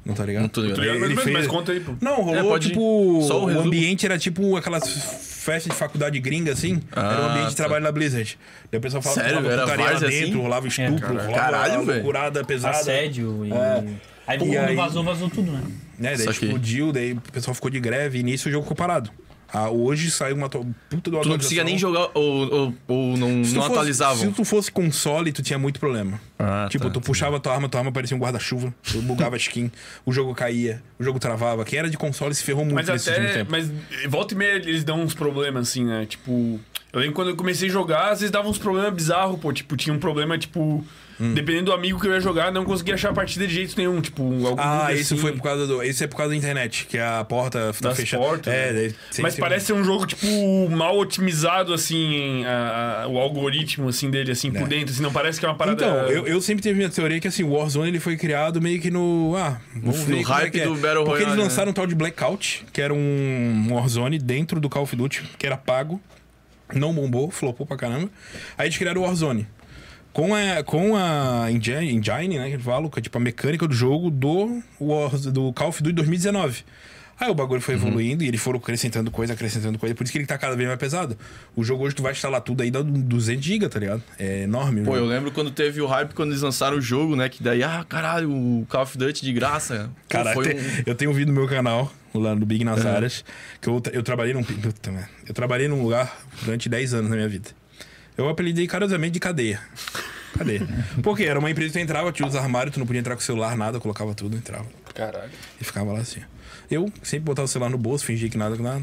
C: Não tá ligado? Não
B: tô ligado.
A: Tá ligado? Mas, mas- mas conta aí, pô.
C: Não, rolou,
B: É, pode-
C: tipo...
B: só o
C: o,
B: resumo.
C: ambiente era tipo aquelas festas de faculdade gringa, assim. era o ambiente de
B: tá.
C: trabalho da Blizzard. Daí o pessoal falava
B: Sério?
C: rolava
B: Era
C: putaria lá
B: várzea assim?
C: dentro, rolava
A: É,
C: estupro, rolava
B: Caralho, velho.
C: curada pesada.
D: Assédio e... Aí
C: tá É. E
D: quando
C: aí-
D: vazou, vazou tudo, né?
C: né? Daí
B: Saquei.
C: explodiu, daí o pessoal ficou de greve e nisso o jogo ficou parado. Ah, hoje saiu uma to- puta do
B: Tu não conseguia nem jogar ou, ou, ou não, não
C: Se
B: atualizavam.
C: tu fosse console, tu tinha muito problema.
E: Ah,
C: tipo,
E: tá,
C: tu puxava tua arma, tua arma parecia um guarda-chuva, tu bugava a skin, o jogo caía, o jogo travava. Quem era de console se ferrou muito
A: Mas
C: nesse último
A: até.
C: tempo.
A: Mas eh, volta e meia eles dão uns problemas, assim, né? Tipo. Eu lembro quando eu comecei a jogar, às vezes dava uns problemas bizarros, pô. Tipo, tinha um problema, tipo.
C: Hum.
A: Dependendo do amigo que eu ia jogar, não conseguia achar a partida de jeito nenhum. Tipo, algum
C: Ah,
A: bug
C: isso
A: assim.
C: foi por causa do. Isso é por causa da internet, que a porta tá
A: Das
C: fechada.
A: portas,
C: é,
A: né?
C: daí sempre
A: Mas
C: tem
A: parece ser um jogo, tipo, mal otimizado, assim, a- a- o algoritmo, assim, dele, assim, por dentro. Assim, não parece que é uma parada...
C: Então, eu, eu sempre tive minha teoria que assim, o Warzone ele foi criado meio que no. Ah, vamos
B: No-
C: ver
B: no
C: como
B: hype
C: é que é.
B: do Battle
C: Porque eles
B: Royale, né?
C: lançaram um tal de Blackout, que era um Warzone dentro do Call of Duty, que era pago, não bombou, flopou pra caramba. Aí eles criaram o Warzone. Com a, com a engine, engine, né, que eu falo, que é tipo a mecânica do jogo do, War- do Call of Duty 2019. Aí o bagulho
B: Uhum.
C: foi evoluindo e eles foram acrescentando coisa, acrescentando coisa. Por isso que ele tá cada vez mais pesado. O jogo hoje tu vai instalar tudo aí, dá 200 GB, tá ligado? É enorme. o
B: Pô,
C: jogo.
B: eu lembro quando teve o hype quando eles lançaram o jogo, né? Que daí, ah, caralho, o Call of Duty de graça. Pô,
C: Cara,
B: foi
C: tem-
B: um- É.
C: eu tenho um vídeo no meu canal, lá no Big Nas Áreas, que eu, tra- eu trabalhei num. puta, né? Eu trabalhei num lugar durante 10 anos na minha vida. Eu apelidei carinhosamente de cadeia. Cadeia. Porque era uma empresa que tu entrava, tinha os armários, tu não podia entrar com o celular, nada, eu colocava tudo, entrava.
A: Caralho.
C: E ficava lá assim. Eu sempre botava o celular no bolso, fingia que nada, que nada.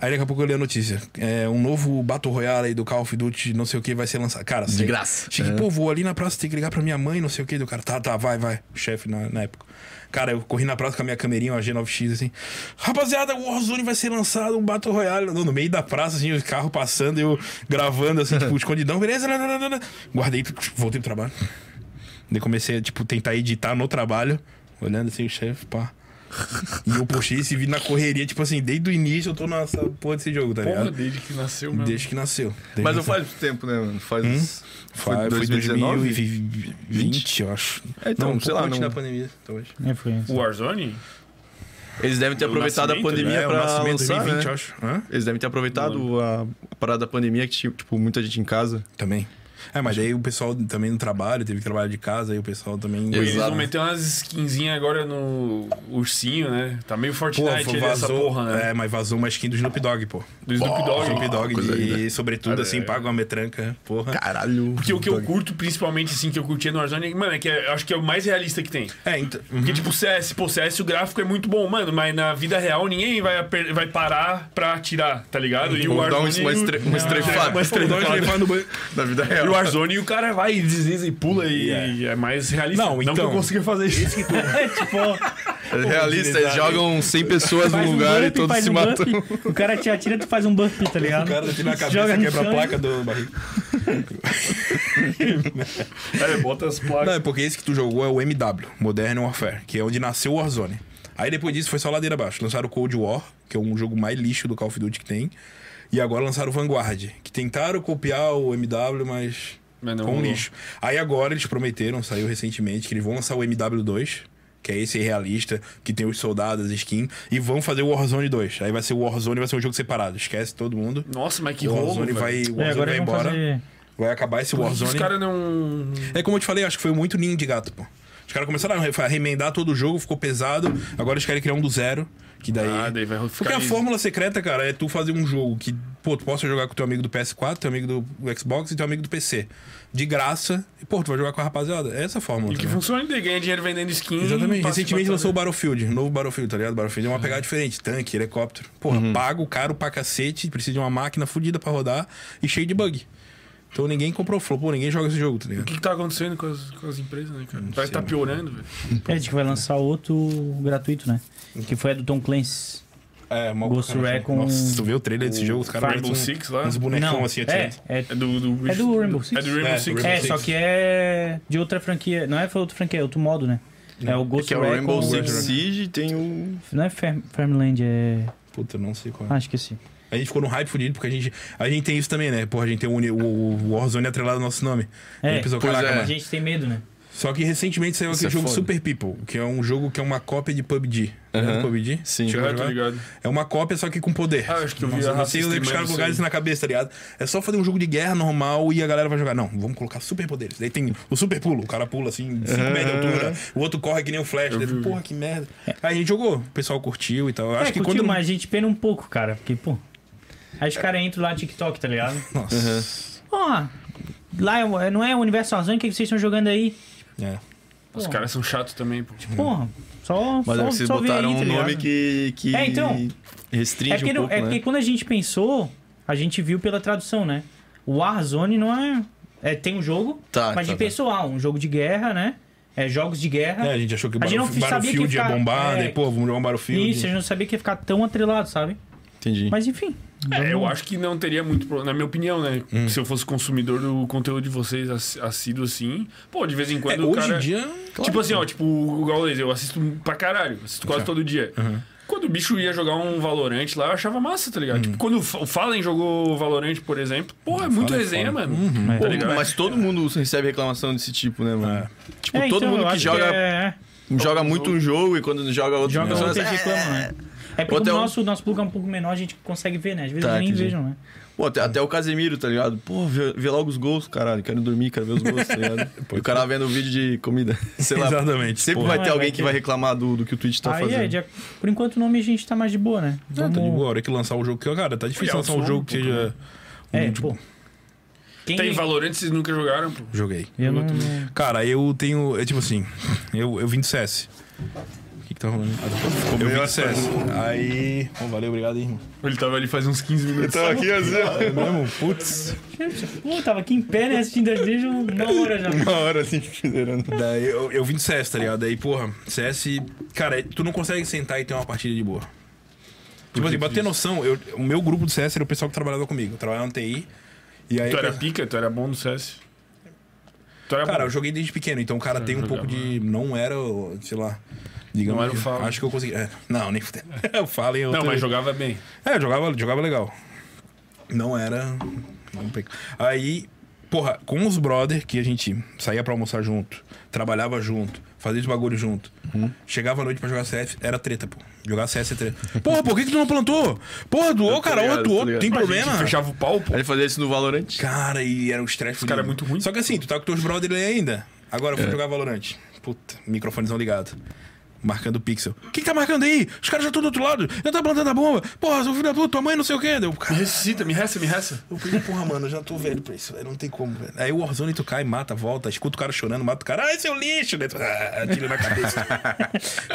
C: Aí daqui a pouco eu li a notícia. É, um novo Battle Royale aí do Call of Duty, não sei o que, vai ser lançado. Cara, de
B: graça.
C: Cheguei, pô, vou ali na praça, tem que ligar pra minha mãe, não sei o que. Do cara, tá, tá, vai, vai. O chefe na, na época. Cara, eu corri na praça com a minha camerinha, uma G9X, assim. Rapaziada, o Warzone vai ser lançado, um Battle Royale. No no meio da praça, assim, o carro passando, eu gravando, assim, tipo, escondidão, beleza? lá, lá, lá, lá, lá. Guardei, voltei pro trabalho. Daí comecei a, tipo, tentar editar no trabalho, olhando assim o chefe, pá. E eu puxei esse vídeo na correria, tipo assim, desde o início eu tô nessa porra desse jogo, tá
A: Porra,
C: ligado?
A: desde que nasceu, mesmo.
C: Desde que nasceu. Desde
B: Mas
C: que
B: não faz muito tempo, né, mano? Faz. uns- Foi,
C: nasceu. Foi
B: 2019?
C: 2020, eu acho.
B: É, então,
C: um
B: sei
C: pouco
B: lá,
C: antes
B: não-
C: da pandemia, então talvez.
D: É, foi.
A: O Warzone?
B: Eles devem ter
A: Do
B: aproveitado a
A: nascimento,
B: pandemia
A: né?
C: É, o
B: pra
C: nascimento de
B: lançar,
C: 2020,
B: né?
C: eu acho. Hã?
B: Eles devem ter aproveitado a, a parada da pandemia que tinha, tipo, muita gente em casa.
C: Também. É, mas daí o pessoal também no trabalho, teve que trabalhar de casa, aí o pessoal também...
B: Exato.
A: Eles vão meter umas skinzinhas agora no ursinho, né? Tá meio
C: Pô,
A: Fortnite ali, essa
C: vazou,
A: porra, né?
C: é, mas vazou uma skin do Snoop Dogg, pô.
A: Do Snoop Dogg.
C: Snoop Dogg,
B: coisa
C: de,
B: linda.
C: sobretudo, assim, paga uma metranca, porra.
B: Caralho.
A: Porque o que eu curto, principalmente, assim, que eu curtia no Warzone, é que, mano, é que é- eu acho que é o mais realista que tem.
C: É, então...
A: Porque, tipo, CS, pô, CS o gráfico é muito bom, mano, mas na vida real ninguém vai, aper- vai parar pra atirar, tá ligado? E o
C: um
B: Vou dar uma,
A: Warzone.
B: uma,
A: e o-
B: estre... uma estrefada.
C: Mas três dólares levar no banco.
B: Na vida real.
A: E o Warzone e o cara vai e desliza e pula e, e é mais realista.
C: Não,
A: que
C: então-
A: eu consiga fazer isso.
B: É realista, eles jogam 100 pessoas
D: Faz
B: num
D: um
B: lugar e
D: burpee,
B: todos
D: faz
B: se
D: um
B: matam.
D: burpee. O cara te atira, tu faz um burpee, tá ligado?
C: O cara tira a
D: Joga
C: cabeça
D: no
C: quebra a
D: chão.
C: placa do barril.
A: cara, bota as
C: Não,
A: placas.
C: é porque esse que tu jogou é o MW, Modern Warfare, que é onde nasceu o Warzone. Aí depois disso foi só ladeira abaixo. Lançaram o Cold War, que é um jogo mais lixo do Call of Duty que tem. E agora lançaram o Vanguard, que tentaram copiar o MW, mas.
A: Mas não
C: com
A: rolou.
C: lixo. Aí agora eles prometeram, saiu recentemente, que eles vão lançar o MW2, que é esse realista, que tem os soldados, skin, e vão fazer o Warzone 2. Aí vai ser o Warzone, vai ser um jogo separado. Esquece todo mundo.
A: Nossa, mas que
C: o
A: rolo,
C: Warzone
A: velho.
C: vai, o
D: É,
C: Warzone
D: agora
C: vai
D: eles vão
C: embora.
D: fazer...
C: Vai acabar esse
A: Os
C: Warzone.
A: caras não...
C: É como eu te falei, acho que foi muito ninho de gato, pô. Os caras começaram a re- a remendar todo o jogo, ficou pesado. Agora eles querem criar um do zero. Que daí.
A: Ah, daí vai ficar
C: Porque a
A: easy.
C: fórmula secreta, cara, é tu fazer um jogo que, pô, tu possa jogar com teu amigo do PS4, teu amigo do Xbox e teu amigo do PC. De graça. E, pô, tu vai jogar com a rapaziada. É essa a fórmula.
A: E
C: tá
A: que
C: ligado?
A: funciona, ele ganha dinheiro vendendo skin.
C: Exatamente.
A: passa
C: Recentemente
A: pra-
C: lançou o Battlefield, novo Battlefield, tá ligado? Battlefield é uma pegada diferente. Tanque, helicóptero. Porra, pago caro pra cacete, precisa de uma máquina fodida pra rodar e cheio de bug. Então ninguém comprou, falou, pô, ninguém joga esse jogo, tá
A: O
C: ligado?
A: que, que tá acontecendo com as, com as empresas, né, cara?
C: sei,
A: Parece que tá
C: mano.
A: piorando, velho.
D: É, diz que vai lançar outro gratuito, né? Que foi a do Tom Clancy.
C: É, uma
D: Ghost Recon-
C: Nossa, tu vê o trailer desse jogo, os caras um-
A: Rainbow
C: parecem
A: Six lá?
C: Uns bonecão
D: né? Não,
C: assim
D: é,
C: atirando.
D: é,
A: É do, do...
D: É do Rainbow Six?
A: É do Rainbow
C: É,
A: Six.
C: Rainbow
D: É,
C: Six.
D: só que é de outra franquia. Não é foi outra franquia, é outro modo, né? É o Ghost
B: Que é o
D: Recon.
B: Rainbow Six Siege e tem o.
D: Não é Farm- Farmland, é.
C: Puta, não sei qual é.
D: Ah, esqueci.
C: A gente ficou no hype fudido, porque a gente, a gente tem isso também, né? Porra, a gente tem o, uni- o, o Warzone atrelado ao nosso nome. E
D: É,
C: aí pensou,
B: pois
C: caraca,
B: é.
D: a
C: mano.
D: gente tem medo, né?
C: Só que recentemente saiu
B: Isso
C: aquele
B: é
C: jogo
B: foda.
C: Super People, que é um jogo que é uma cópia de PUBG. Lembra do
B: Aham.
C: PUBG?
B: Sim.
C: Chegou a
A: Ah, tô
C: jogar?
A: ligado.
C: É uma cópia, só que com poder.
A: Ah, acho que eu vi
C: Nossa,
A: a
C: não sei, eu
A: racista
C: lembro que os caras
A: mesmo,
C: colocaram
A: sim.
C: isso na cabeça, tá ligado? É só fazer um jogo de guerra normal e a galera vai jogar. Não, vamos colocar super poderes. Daí tem o super pulo, o cara pula assim, 5 metros de altura, o outro corre que nem um flash. Daí,
A: vi.
C: porra, que merda. Aí a gente jogou, o pessoal curtiu e tal. Eu acho
D: é,
C: que
D: curtiu,
C: quando.
D: mas a gente pena um pouco, cara. Porque, pô. Aí os caras entram lá no TikTok, tá ligado?
C: Nossa.
D: Ó, lá é o- é- não é o universo Warzone, o que que vocês estão jogando aí?
C: É.
A: Os
D: Porra.
A: caras são chatos também, pô.
B: Hum.
D: Porra, só.
B: Mas
D: só,
B: é que vocês
D: só ver
B: botaram
D: aí, tá
B: um
D: ligado?
B: nome que, que
D: É, então.
B: restringe
D: É porque,
B: um
D: não-
B: pouco,
D: é
B: né?
D: porque quando a gente pensou, a gente viu pela tradução, né? O Warzone não é. é tem um jogo,
B: Tá,
D: mas a
B: tá,
D: gente
B: tá.
D: pensou, ah, um jogo de guerra, né? É jogos de guerra.
C: É, a gente achou que o
D: A gente não
C: Baruf-
D: sabia que
C: Battlefield ia
D: ficar-
C: bombar,
D: é.
C: daí, pô, vamos jogar um Battlefield.
D: Isso, a gente não sabia que ia ficar tão atrelado, sabe?
B: Entendi.
D: Mas enfim.
A: É, eu acho que não teria muito problema, na minha opinião, né?
C: Hum.
A: Se eu fosse consumidor do conteúdo de vocês ass- assíduo assim, pô, de vez em
C: É,
A: quando o
C: hoje
A: cara.
C: em dia.
A: tipo assim, ó, tipo o Gaules, eu assisto pra caralho, assisto quase todo dia. Quando o bicho ia jogar um Valorant lá, eu achava massa, tá ligado? Tipo, quando o Fa- o Fallen jogou Valorant, por exemplo, pô, é muito
C: Fallen,
A: resenha,
C: Fallen.
A: mano.
D: É.
B: Tá
A: Pô, cara,
B: Mas todo mundo recebe reclamação desse tipo, né, mano? Tipo,
D: É,
B: todo
D: então, eu
B: mundo
D: acho
B: que joga,
D: é,
B: joga muito um jogo e quando joga outro
D: joga
B: pessoa,
D: outro e
B: assim,
D: reclama, né? É porque
B: Outro é
D: como
B: um-
D: o nosso, nosso público é um pouco menor, a gente consegue ver, né? Às vezes
B: Tá,
D: nem
B: entendi.
D: vejam, né?
B: Pô, até, até o Casemiro, tá ligado? Pô, vê, vê logo os gols, caralho. Quero dormir, quero ver os gols, tá ligado? e o cara vendo vídeo de comida. Sei lá.
C: Exatamente.
B: Sempre
C: porra.
B: vai
D: Não,
B: ter
D: é,
B: alguém
D: vai
B: que
D: ter.
B: vai reclamar do, do que o Twitch tá
D: Aí,
B: fazendo.
D: é, de- por enquanto o nome a gente tá mais de boa, né?
C: Ah, tá de
D: Vamos-
C: boa, a hora que lançar o jogo que, cara, tá difícil
A: Olha,
C: lançar um
A: some
C: jogo
A: um
C: que seja.
D: É,
C: um, tipo,
D: pô. Quem... é?
A: Tem Valorant, vocês nunca jogaram, pô.
C: Joguei.
D: Eu não...
C: Cara, eu tenho. É tipo assim, eu, eu vim do CS. O que, que tá rolando? Ah, tá. eu vim do
A: assim.
C: CS. Aí. Bom, valeu, obrigado, aí, irmão.
A: Ele tava ali faz uns 15 minutos.
B: Então aqui, assim,
C: É mesmo? Putz.
D: Pô, tava aqui em pé, né? Assistindo as desde uma hora já.
B: ó, uma hora assim, fizeram.
C: Daí eu, eu vim do CS, tá ligado? Daí, porra, CS. Cara, tu não consegue sentar e ter uma partida de boa. Tipo assim, pra ter noção, eu, o meu grupo do CS era o pessoal que trabalhava comigo. Eu trabalhava no TI. E aí.
A: Tu era pica, tu era bom no CS. Tu era
C: Cara,
A: bom.
C: eu joguei desde pequeno, então o cara tem um
A: jogava.
C: pouco de. Não era, o- sei lá. Digamos,
A: né? Não era o
C: que-
A: Fallen.
C: Acho que eu consegui. é, não, nem fudeu. Eu falei, eu.
A: Não,
C: tô-
A: mas jogava bem.
C: É, eu jogava, jogava legal. Não era. não pe- Aí, porra, com os brother que a gente saía pra almoçar junto, trabalhava junto, fazia os bagulho junto. Chegava à noite pra jogar CS, era treta, pô. Jogar CS é treta. Porra, por que, que tu não plantou? Porra, doou, cara,
B: ligado,
C: ou
B: tô
C: doou,
B: ligado.
C: tem
B: A
C: problema.
A: Fechava o pau, pô.
B: Aí ele fazia isso no Valorant.
C: Cara, e era um estresse.
A: cara
C: fudido.
A: é muito ruim.
C: Só que assim, tu tá com teus brother aí ainda. Agora eu fui jogar Valorant. Puta, microfonezão ligado. Marcando pixel. O que, que tá marcando aí? Os caras já estão do outro lado. Já tá plantando a bomba. Porra, seu filho da puta, tua mãe não sei o quê. Deu,
A: Me
C: cara,
A: ressuscita, me resta, me resta.
C: eu falei, porra, mano, eu já tô velho pra isso, velho. Não tem como, velho. Aí o Warzone tu cai, mata, volta, escuta o cara chorando, mata o cara. Ai, seu lixo! Daí tu, ah, tira na cabeça.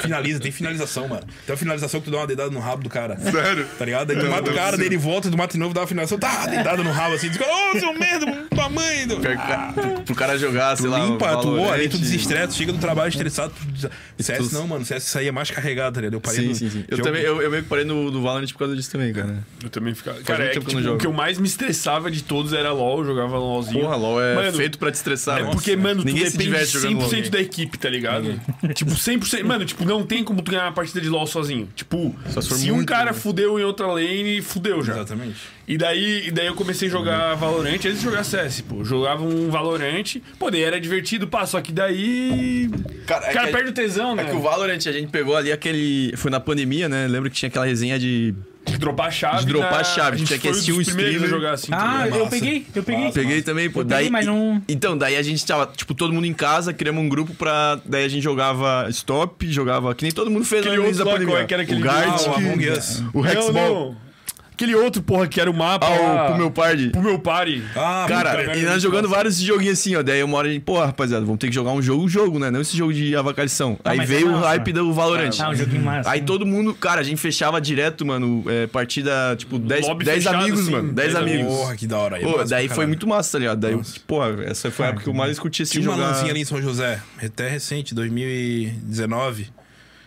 C: Finaliza, tem finalização, mano. Tem uma finalização que tu dá uma dedada no rabo do cara. Sério? Tá ligado? Aí tu mata o cara, daí ele volta, tu mata de novo, dá uma finalização, tá,
B: É.
C: dedada no rabo assim. Diz, ô, seu merda, tua mãe. Tu
B: Pior que o cara- Pro, pro cara jogar, sei lá. no
C: limpa, tu
B: Valorant.
C: olha, aí tu desestressa, tu chega do trabalho estressado. Tu... Isso
B: Tu,
C: não, mano, CS saía mais carregado, tá ligado? Eu parei
B: Sim,
C: no
B: sim, sim. Eu,
C: jogo.
B: também, eu, eu meio que parei no, no Valorant por causa disso também, cara.
A: Eu também ficava. Cara,
B: muito
A: é que,
B: tempo que eu
A: tipo,
B: não
A: o
B: jogo.
A: que eu mais me estressava de todos era LOL, eu jogava LOLzinho.
B: Porra, LOL é
A: Mano,
B: feito pra te estressar,
A: É
B: né?
A: porque,
B: Nossa,
A: mano,
B: ninguém
A: tu
B: se
A: depende
B: diverte jogando
A: 100%
B: LOL.
A: da equipe, tá ligado? Tipo, 100%. Mano, tipo, não tem como tu ganhar uma partida de LoL sozinho. Tipo,
B: Só se for
A: se um
B: muito né?
A: cara
B: bom.
A: fudeu em outra lane, fudeu já.
C: Exatamente.
A: E daí, e daí eu comecei a
B: Uhum.
A: jogar Valorant antes de jogar CS, pô. Jogava um Valorant, pô, daí era divertido, pá, só que daí.
B: Cara,
A: O cara
B: que-
A: perde o tesão, né?
B: É que o Valorant a gente pegou ali aquele. Foi na pandemia, né? Lembra que tinha aquela resenha de.
A: De dropar a chave.
B: De dropar
A: na-
B: a chave,
A: gente
B: tinha que
A: foi um
B: assistir
A: dos
B: um
A: primeiros
B: streamer.
A: a jogar assim. tá
D: Ah,
A: ligado?
D: eu peguei, eu peguei.
B: Peguei também, pô.
D: Eu
B: daí,
D: peguei, mas não-
B: Então, daí a gente tava, tipo, todo mundo em casa, criamos um grupo pra. Daí a gente jogava stop, jogava. Que nem todo mundo fez
A: Aquele
B: no
A: outro
B: início da
A: lá, qual
B: pandemia.
A: é que era
B: o
A: aquele-
B: Gart,
A: Ah, o
B: que-
A: Among
C: Us.
B: o
A: Não,
B: Hexball.
A: não. Aquele outro, porra, que era o mapa.
B: Ah, o
A: lá,
B: pro meu party.
A: pro meu party.
C: Ah, puta,
B: Cara,
A: merda,
B: e nós
A: muito
B: jogando
A: massa.
B: vários joguinhos assim, ó. Daí uma hora a gente, pô, rapaziada, vamos ter que jogar um jogo, jogo, né? Não esse jogo de avacalhação. Aí
D: mas
B: veio
D: é
B: o
D: massa.
B: hype do Valorant.
D: Ah, um joguinho
C: é
D: massa.
C: assim.
B: Aí todo mundo, cara, a gente fechava direto, mano, é, partida, tipo, 10
A: Lobby fechado,
B: amigos,
A: assim,
B: mano. 10
A: dez
B: amigos.
C: Porra, que da hora. aí,
B: Pô,
C: massa
B: daí
C: pra
B: foi
C: caralho.
B: muito massa, tá ligado? Daí, eu, porra, essa foi a época que eu mais curti assim
C: Tinha uma
B: jogar.
C: lanzinha ali em São José, até recente, 2019,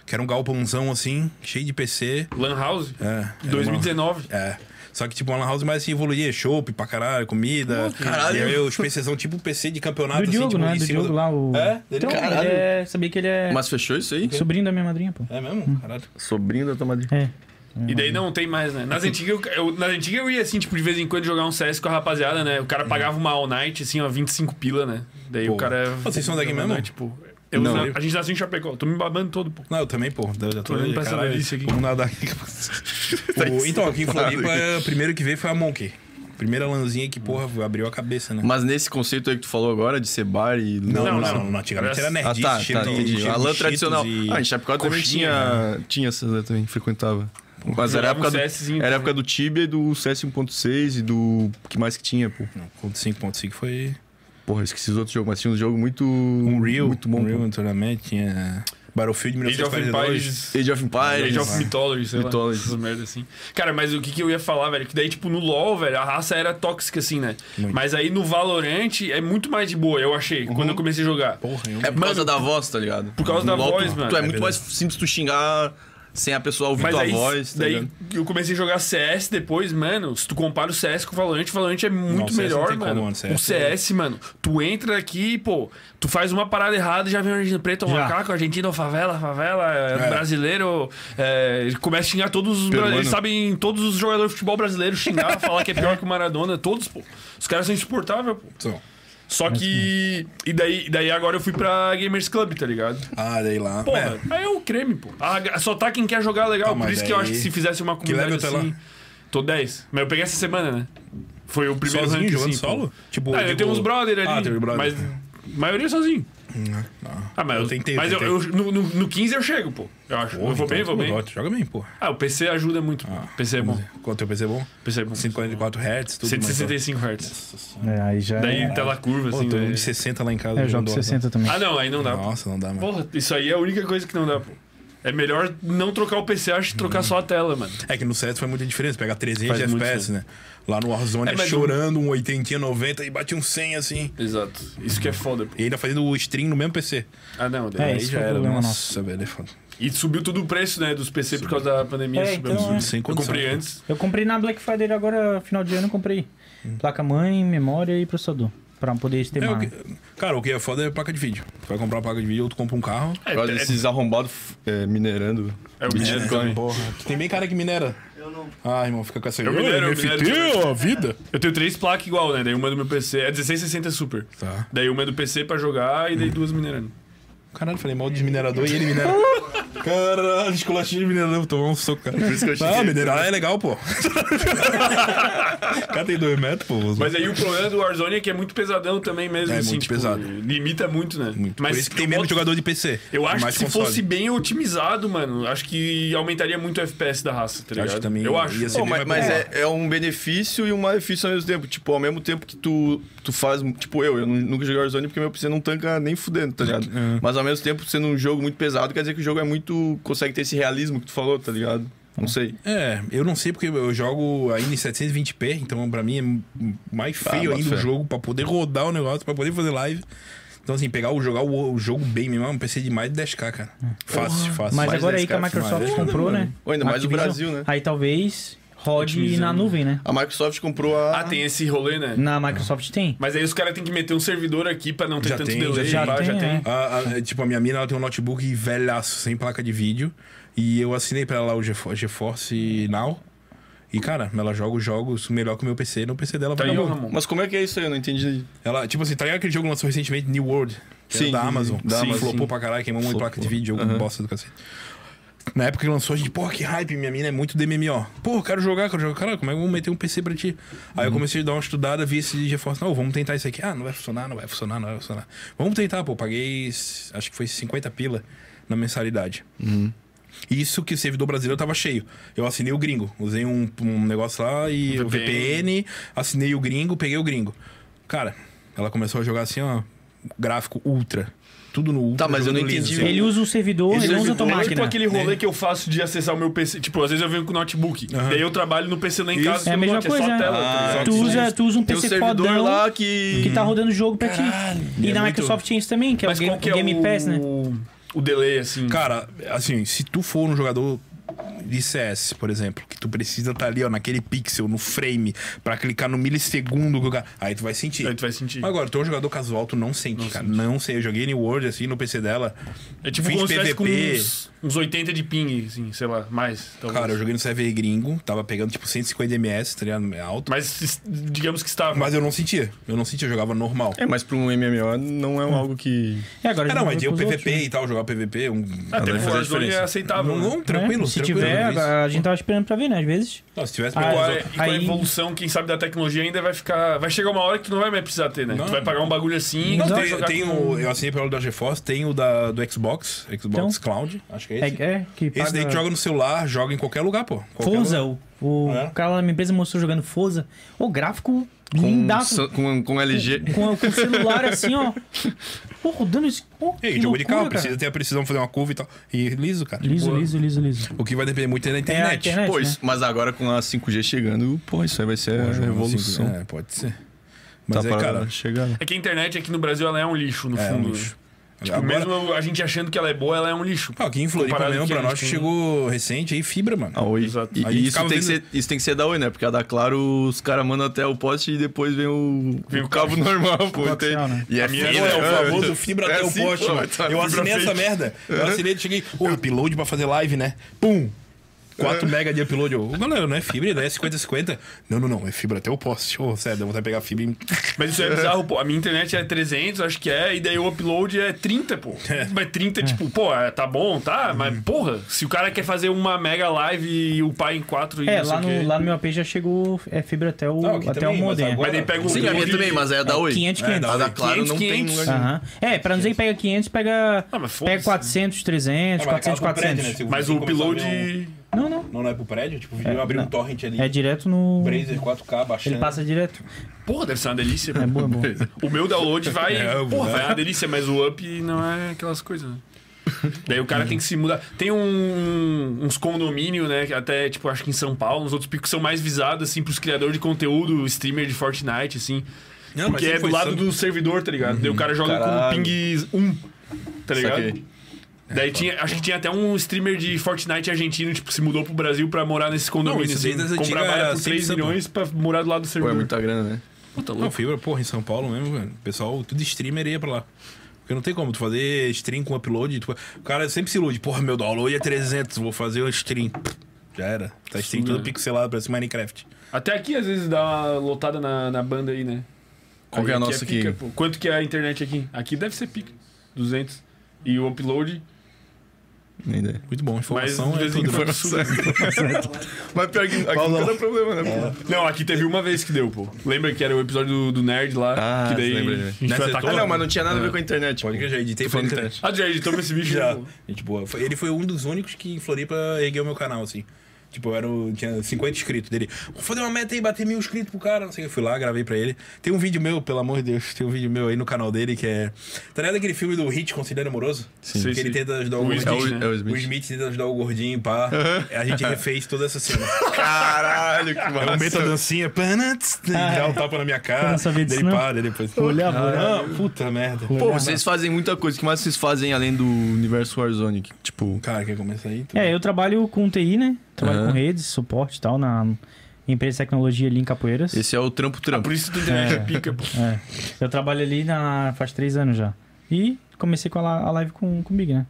C: que era um galpãozão assim, cheio de PC.
A: Lan House.
C: É, era
A: 2019.
C: uma- é. Só que, tipo, uma lan house mais se evoluía, chopp pra caralho, comida.
B: caralho.
C: E aí os PCs são tipo PC de campeonato,
D: Do
C: assim,
D: Diogo,
C: tipo,
D: né?
C: em
D: Do
C: cima
D: Diogo
C: do-
D: lá, o...
C: É? Dele-
D: Então,
B: Caralho.
D: ele é... Sabia que ele é
C: né?
B: Mas fechou isso aí?
D: sobrinho da minha madrinha, pô.
C: É mesmo? Caralho.
B: Sobrinho da tomada.
D: É.
A: E daí não tem mais, né? Nas antigas, eu, eu- nas antigas eu ia assim, tipo, de vez em quando jogar um CS com a rapaziada, né? O cara pagava uma all night, assim, ó, 25 pila, né? Daí
C: Uhum. Pô. Ah,
A: o cara.
C: Vocês são daqui
A: Não,
C: mesmo?
A: Tipo, eu,
B: Não.
A: a gente nasceu em Chapecó. Tô me babando todo, pô.
C: Não, eu também, pô. Eu já
A: Tô olhando pra essa
C: caralho,
A: velhice aqui.
C: vamos nadar aqui. O- então, aqui em Floripa, a primeira que veio foi a Monkey. Primeira lanzinha que, porra, abriu a cabeça, né?
B: Mas nesse conceito aí que tu falou agora, de ser bar e...
C: Não,
A: Não,
C: não,
A: não.
C: não. não antigamente era
B: Ah,
C: nerdice,
B: tá,
C: cheiro
B: tá,
C: de-
B: entendi.
C: cheiro
B: A
C: de
B: LAN
C: Cheetos
B: tradicional.
C: e-
B: Ah, em Chapecó também
C: coxinha,
B: tinha, tinha essas, né, também, frequentava. Mas era a
A: Jogava um
B: época, do,
A: CSzinho
B: era a época do Tibia e do CS 1.6 e do... que mais que tinha, pô?
C: Não, Contra 5.5 foi...
B: Porra, eu esqueci os outros jogos, mas tinha um jogo muito...
C: Unreal.
B: Muito bom,
C: Unreal,
B: pô.
C: Um anteriormente, tinha... Battlefield
A: Age of
C: 1942.
A: Empires.
B: Age of Empires.
A: Age of Mythology, sei
B: Mythology.
A: lá. Essas merdas assim. Cara, mas o que, que eu ia falar, velho? Que daí, tipo, no LoL, velho, a raça era tóxica, assim, né? Mas aí no Valorant é muito mais de boa, eu achei, quando
B: Uhum.
A: eu comecei a jogar.
C: Porra, eu...
B: É por causa da voz, tá ligado?
A: Por causa da voz,
B: tu,
A: mano.
B: Tu é,
A: É
B: muito mais simples tu xingar sem a pessoa ouvir
A: Mas
B: tua
A: aí,
B: voz, tá
A: daí
B: ligado?
A: eu comecei a jogar CS depois, mano. Se tu compara o CS com o Valorant, o Valorant é
C: Não, o
A: muito
C: CS não
A: melhor,
C: tem como,
A: mano.
C: mano, CS
A: o CS, mano, tu entra aqui, pô, tu faz uma parada errada, já vem o argentino preto, o
D: Já.
A: macaco, argentino, favela, favela, é,
C: É.
A: brasileiro. É, ele começa a xingar todos os. bra-
B: Peruano.
A: Eles sabem todos os jogadores de futebol brasileiros xingar, falar que é pior que o Maradona, todos, pô. Os caras são insuportáveis, pô.
C: Então,
A: Só que. E daí, e daí agora eu fui pra Gamers Club, tá ligado?
C: Ah, daí lá...
A: Porra,
C: é,
A: aí é o creme, pô. Ah, só tá quem quer jogar legal,
C: Tá,
A: por
C: mas
A: isso que eu
C: aí-
A: acho que se fizesse uma comunidade
C: level tá
A: assim.
C: lá?
A: Tô 10. Mas eu peguei essa semana, né? Foi o primeiro
C: Sozinho,
A: rank,
C: jogando
A: assim, pô.
C: solo? Tipo,
A: ah, eu
C: digo-
A: tenho uns brother ali.
C: Ah, teve
A: Mas
C: brother. Hum,
A: a maioria sozinho. Ah, mas eu,
C: Eu tentei, então eu
A: Mas eu, eu- no, no, no 15 eu chego, pô. Eu acho. eu vou bem, eu vou bem.
C: Joga bem, pô.
A: Ah, o PC ajuda muito.
C: Ah,
A: pô. PC é bom.
C: Quanto teu PC é bom?
A: PC é bom.
C: 144 Hz, tudo mais.
A: 165 Hz.
D: É, aí já...
A: Daí tela curva,
C: Pô,
A: assim.
C: tô
A: né?
C: de 60 lá em casa.
D: É, eu jogo
C: jogando
D: 60 também.
A: Ah, não, aí não dá. pô.
C: Nossa, não dá, mano.
A: Porra, isso aí é a única coisa que não dá, pô. É melhor não trocar o PC, acho que trocar só a tela, mano.
C: É que no CS foi muita diferença, pegar 300
A: Faz
C: de
A: muito
C: FPS, né? Lá no Warzone,
A: É, mas
C: chorando um 80, 90 e bate um 100 assim.
A: Exato. Isso que é foda, pô.
C: E ainda fazendo o stream no mesmo PC.
A: Ah, não.
D: É,
A: daí já
D: isso foi o
A: era.
D: problema
A: Nossa.
C: Nossa, velho, é foda.
A: E subiu tudo o preço, né, dos PC por causa da pandemia.
D: É,
A: subiu
D: então,
A: absurdo.
D: é.
C: Sem
A: Eu
C: condição.
A: comprei antes.
D: Eu comprei na Black Friday agora, final de ano, eu comprei placa-mãe, memória e processador. Pra poder
C: É,
D: estemar.
C: o que- cara, o que é foda é placa de vídeo. Tu vai comprar uma placa de vídeo ou tu compra um carro.
A: É,
B: Por causa desses arrombados é, minerando.
A: é, o minério também.
C: Porra. Tem bem cara que minera.
F: Eu não.
C: Ah, irmão, fica com essa
A: Eu minero, eu
C: NFT,
A: minero.
C: ó, vida.
A: Eu tenho três placas igual, né? Daí uma é do meu PC. É 1660 Super.
C: Tá.
A: Daí uma é do PC pra jogar e daí duas minerando.
C: Caralho, falei mal de minerador e ele minera. Caralho, esculachinho de minerador, vou tomar um soco, cara. Por isso que eu ah, minerar é legal, pô. O cara tem dois metros, pô.
A: Mas aí o problema do Warzone é que é muito pesadão também mesmo.
C: É
A: assim,
C: muito
A: tipo,
C: pesado.
A: Limita muito, né?
C: Muito.
A: Mas
C: Por isso que tem menos
A: eu boto-
C: jogador de PC.
A: Eu acho que
C: mais
A: se
C: console.
A: fosse bem otimizado, mano, acho que aumentaria muito o FPS da raça, tá
C: Eu
A: ligado?
C: acho que também
A: eu acho.
C: ia ser
B: Pô,
C: bem
B: mas
C: mais
B: mas
C: bom.
B: é, é um benefício e um malefício ao mesmo tempo. Tipo, ao mesmo tempo que tu, tu faz. Tipo, eu, eu nu- nunca joguei Warzone porque meu PC não tanca nem fudendo, tá ligado?
C: É.
B: Mas ao mesmo tempo, sendo um jogo muito pesado, quer dizer que o jogo é muito. consegue ter esse realismo que tu falou, tá ligado? Não sei.
C: É, eu não sei porque eu jogo ainda em 720p, então pra mim é mais
B: Ah,
C: feio
B: bota
C: ainda
B: fé.
C: o jogo pra poder rodar o negócio, pra poder fazer live. Então, assim, pegar o, jogar o, o jogo bem mesmo, é um PC de mais de 10k, cara. Fácil, fácil.
D: Mas
B: mais
D: agora
B: 10
D: aí que a
B: cara,
D: Microsoft
B: mais.
D: comprou, né?
B: Ou ainda mais o
D: Activision,
B: Brasil, né?
D: Aí talvez rode na nuvem, né?
B: A Microsoft comprou a.
A: Ah, tem esse rolê, né?
D: Na Microsoft tem.
A: Mas aí os caras têm que meter um servidor aqui pra não ter
C: Já
A: tanto
C: tem,
A: delay.
C: já
A: pá,
D: tem,
A: já
D: é.
A: tem.
C: A- a- tipo, a minha mina ela tem um notebook velhaço, sem placa de vídeo. E eu assinei pra ela lá o Gefo- GeForce Now. E, cara, ela joga os jogos melhor que o meu PC, no PC dela
A: Tá
C: vai
A: aí,
C: dar
A: ô
C: bom.
A: Ramon.
B: Mas como é que é isso aí? Eu não entendi.
C: Ela, tipo assim, tá ligado aquele jogo que lançou recentemente, New World? Que era
B: Sim,
C: da Amazon.
B: da
C: sim,
B: Amazon,
C: flopou
B: sim.
C: pra caralho, queimou muito placa de vídeo, jogo bosta do cacete. Na época que lançou, a gente, porra, que hype, minha mina é muito DMMO. Pô, quero jogar, quero jogar. Caralho, como é que eu vou meter um PC pra ti? Aí eu
B: Uhum.
C: comecei a dar uma estudada, vi esse GeForce, não, vamos tentar isso aqui. Ah, não vai funcionar, não vai funcionar, não vai funcionar. Vamos tentar, pô, paguei, acho que foi 50 pila na mensalidade.
B: Uhum.
C: Isso que o servidor brasileiro tava cheio. Eu assinei o gringo. Usei um, um negócio lá e o VPN, assinei o gringo, peguei o gringo. Cara, ela começou a jogar assim, ó, gráfico ultra. Tudo no ultra.
B: Tá, mas eu
C: jogando
B: não
C: liso,
B: entendi.
C: assim.
D: Ele usa o servidor, ele,
A: Isso,
D: não usa né? a tua
A: é tipo
D: máquina.
A: aquele rolê que eu faço de acessar o meu PC. Tipo, às vezes eu venho com o notebook. Daí eu trabalho no PC lá em casa.
D: É a
A: no
D: mesma
A: note,
D: coisa,
A: É só
D: né?
A: a tela, tá ligado?
D: Tu usa, tu usa um
B: Tem um
D: PC
B: servidor
D: fodão
B: lá que.
D: que tá rodando jogo pra ti. E
C: é
D: na
C: muito-
D: Microsoft tinha isso também, que é o
A: Mas
D: Game,
A: qual que é
D: Game
A: o...
D: Pass, né?
A: O delay, assim.
C: Cara, assim, se tu for um jogador de CS, por exemplo, que tu precisa estar ali, ó, naquele pixel, no frame, pra clicar no milissegundo, que o cara- aí tu vai sentir.
A: Aí tu vai sentir.
C: Agora, tu é um jogador casual, tu não sente, cara. Não sei. Eu joguei New World, assim, no PC dela.
A: é tipo
C: fiz
A: como se tivesse com
C: PVP.
A: uns, uns 80 de ping, assim, sei lá, mais. talvez.
C: Cara, eu joguei no server gringo, tava pegando, tipo, 150 ms, tá ligado? É Alto.
A: Mas digamos que estava.
C: Mas eu não sentia. Eu não sentia, eu jogava normal.
E: É, mas pra um MMO não
C: Ah.
E: é um algo que.
D: É, agora
C: É,
D: eles
C: não,
D: vão
C: mas
D: ver
C: eu
D: pros
C: PVP
D: outros, né?
C: e tal, jogar PVP. Um,
A: Até
C: vai
A: o
C: fazer a
A: Warzone é
C: diferença.
A: aceitável.
C: Não,
A: né?
C: não, tranquilo,
D: É, Se
C: tranquilo.
D: tiver,
C: isso.
D: a gente tava esperando pra ver, né? Às vezes.
C: Não, se tivesse
A: E com
C: pegado-
A: a, e com a
D: Aí-
A: evolução, quem sabe, da tecnologia ainda vai ficar. Vai chegar uma hora que tu não vai mais precisar ter, né?
C: Não.
A: Tu vai pagar um bagulho assim.
C: Não,
A: tu vai
C: tem,
A: jogar
C: tem
A: com-
C: o, eu assinei pelo da GeForce, tem o da, do Xbox, Xbox Cloud, acho que é esse.
D: É, é que paga...
C: esse daí tu joga no celular, joga em qualquer lugar, pô. Qualquer
D: Forza,
C: lugar.
D: o, o
C: Ah, é?
D: cara lá na minha empresa mostrou jogando Forza. O gráfico
E: Com,
D: lindaço.
E: sa- com, com LG.
D: Com, com o celular assim, ó. Pô, rodando isso. Pô,
C: E aí,
D: que
C: jogo de
D: loucura, cara.
C: carro, precisa ter a precisão de fazer uma curva e tal. E liso, cara.
D: Liso,
C: Boa.
D: liso, liso, liso.
C: O que vai depender muito é da
D: É a
C: internet.
D: internet,
E: Pô,
D: né?
E: isso- mas agora com a 5G chegando, pô, isso aí vai ser
C: Pô,
E: a
C: jogo
E: revolução.
C: assim, É, pode ser. Mas
E: tá
C: é,
E: pra
C: cara,
E: chegar.
A: É que a internet aqui no Brasil ela é um lixo, no
C: é um
A: fundo.
C: lixo.
A: Tipo, mesmo a gente achando que ela é boa, ela é um lixo.
C: Ah, aqui em Floripa
A: Comparado
C: mesmo,
A: que
C: pra
A: a gente
C: nós que
A: tem-
C: chegou recente aí, fibra, mano.
E: A Ah, Oi.
A: Exato.
E: E,
C: A
E: e
C: gente
E: isso,
C: ficava
E: tem que
C: vendo-
E: ser, isso tem que ser da Oi, né? Porque a da Claro, os caras mandam até o poste e depois vem o,
A: Vem o
E: o cabo normal, pô.
D: coaxial,
E: entende?
D: né?
E: E é
A: minha
E: feio,
C: Pô, é o
E: né?
C: famoso fibra
E: É
C: até
E: assim,
C: o poste,
E: pô,
C: mano.
E: tá,
C: eu
E: fibra
C: assinei essa
E: fake.
C: merda.
A: É.
C: Eu assinei, cheguei, o upload pra fazer live, né? Pum!
A: É.
C: 4 mega de upload. Eu, galera, não é fibra, não é 50-50. Não, não, não, é fibra até o poste. Ô, sério, eu é, vou até pegar fibra em...
A: Mas isso é bizarro, pô. A minha internet é 300, acho que é, e daí o upload é 30, pô. Mas 30, tipo, pô, é, tá bom, tá?
C: Uhum.
A: Mas, porra, se o cara quer fazer uma mega live e upar em 4 e
D: É,
A: não
D: lá
A: sei o quê.
D: no, lá no meu AP já chegou é, fibra até o,
C: Não, aqui
D: até
C: também,
D: o
C: mas
D: modem. é.
C: agora-
A: Mas daí pega um o
E: Sim, a minha
A: upload-
E: também, mas é a da Oi.
D: 500,
C: É, da
D: 500.
E: A da
C: Oi.
E: Claro não
A: 500,
E: tem lugar. nenhum.
D: Aham. É, pra não dizer que pega 500, pega,
A: Ah, mas foda-se.
D: pega 400,
C: É,
D: 300, 400,
C: né?
D: 400.
C: tipo,
A: Mas o upload.
D: Não, não.
C: Não, não é pro prédio? Tipo,
D: É,
C: abriu
D: não.
C: um torrent ali.
D: É direto no...
C: Brazer 4K baixando.
D: Ele passa direto.
A: Porra, deve ser uma delícia.
D: É boa, é boa.
A: O meu download vai.
C: É, eu vou
A: porra,
C: dar.
A: vai uma delícia, mas o up não é aquelas coisas, né? Daí o
E: É.
A: cara tem que se mudar. Tem um- uns condomínios, né? que Até, tipo, acho que em São Paulo, uns outros picos são mais visados, assim, pros criadores de conteúdo, streamer de Fortnite, assim.
C: Não, mas
A: porque é
C: sempre
A: do
C: foi
A: lado
C: Samsung.
A: do servidor, tá ligado? Daí o cara joga
E: Caralho.
A: com ping 1, tá ligado?
E: Saquei.
A: Daí tinha, acho que tinha até um streamer de Fortnite argentino, tipo, se mudou pro Brasil pra morar nesse condomínio.
C: isso desde as
A: assim,
C: antigas
A: comprar
C: era
A: bala por
C: sempre
A: 3
C: Samsung.
A: milhões pra morar do lado do
E: Pô, é
A: servidor.
E: muita grana, né?
C: Não, fibra, porra, em São Paulo mesmo, velho. O Pessoal, tudo streamer ia pra lá. Porque não tem como tu fazer stream com upload. tu- O cara sempre se ilude. Porra, meu download é 300, vou fazer o stream. Já era. Tá stream
A: é.
C: tudo pixelado, parece Minecraft.
A: Até aqui às vezes dá uma lotada na, na banda aí, né?
E: Qual que é a nossa aqui?
A: pica, pô. Quanto que é a internet aqui? Aqui deve ser pica. 200. E o upload,
E: Nem ideia.
C: Muito bom,
A: mas
C: informação
A: de
C: é
A: vez em
C: tudo. né?
A: quando surge.
E: Mas pior que aqui não dá problema, né? pô?
A: Não, aqui teve uma vez que deu, pô. Lembra que era o episódio do, do Nerd lá?
E: Ah,
A: que daí
E: lembra,
A: a
E: lembra.
A: gente foi
C: Nessa
A: atacar.
E: Ah, não, mas não tinha nada a ver com a internet.
C: Pode É que eu
E: pô.
C: já editei pra
E: falando
C: internet.
A: Ah, tu já editamos esse bicho,
C: Já.
A: né, pô?
C: Gente boa. Foi- Ele foi um dos únicos que em Floripa ergueu meu canal, assim. Tipo, eu era o- tinha 50 inscritos dele. Vou fazer uma meta aí, bater mil inscritos pro cara. Não sei o que. Eu fui lá, gravei pra ele. Tem um vídeo meu, pelo amor de Deus, tem um vídeo meu aí no canal dele que é. Tá ligado aquele filme do Hit Conselheiro Amoroso?
A: Sim,
C: Que ele
A: sim.
C: tenta ajudar o
A: O
C: gordinho.
A: Smith,
B: né? É o Smith.
C: O Smith tenta ajudar o gordinho, pá. A gente refez toda essa cena.
G: Caralho, que
C: Eu meto a
G: massa.
C: dancinha, panats, dá um tapa na minha
D: Ah, Eu
C: cara,
D: não sabia
C: daí
D: disso, não.
C: para, depois.
D: Olhava,
C: Ah, puta merda.
B: Pô, vocês fazem muita coisa. O que mais vocês fazem além do universo Warzone? Que, tipo,
C: Cara, quer começar aí? Tu-
D: É, eu trabalho com TI, né? Trabalho
B: Aham.
D: com redes, suporte e tal, na empresa de tecnologia ali em Capoeiras.
B: esse é o trampo-trampo.
A: Por isso tu tem
D: É.
A: é. pica, pô.
D: É. Eu trabalho ali na, faz três anos já. E comecei com a, la- a live com, com o Big, né?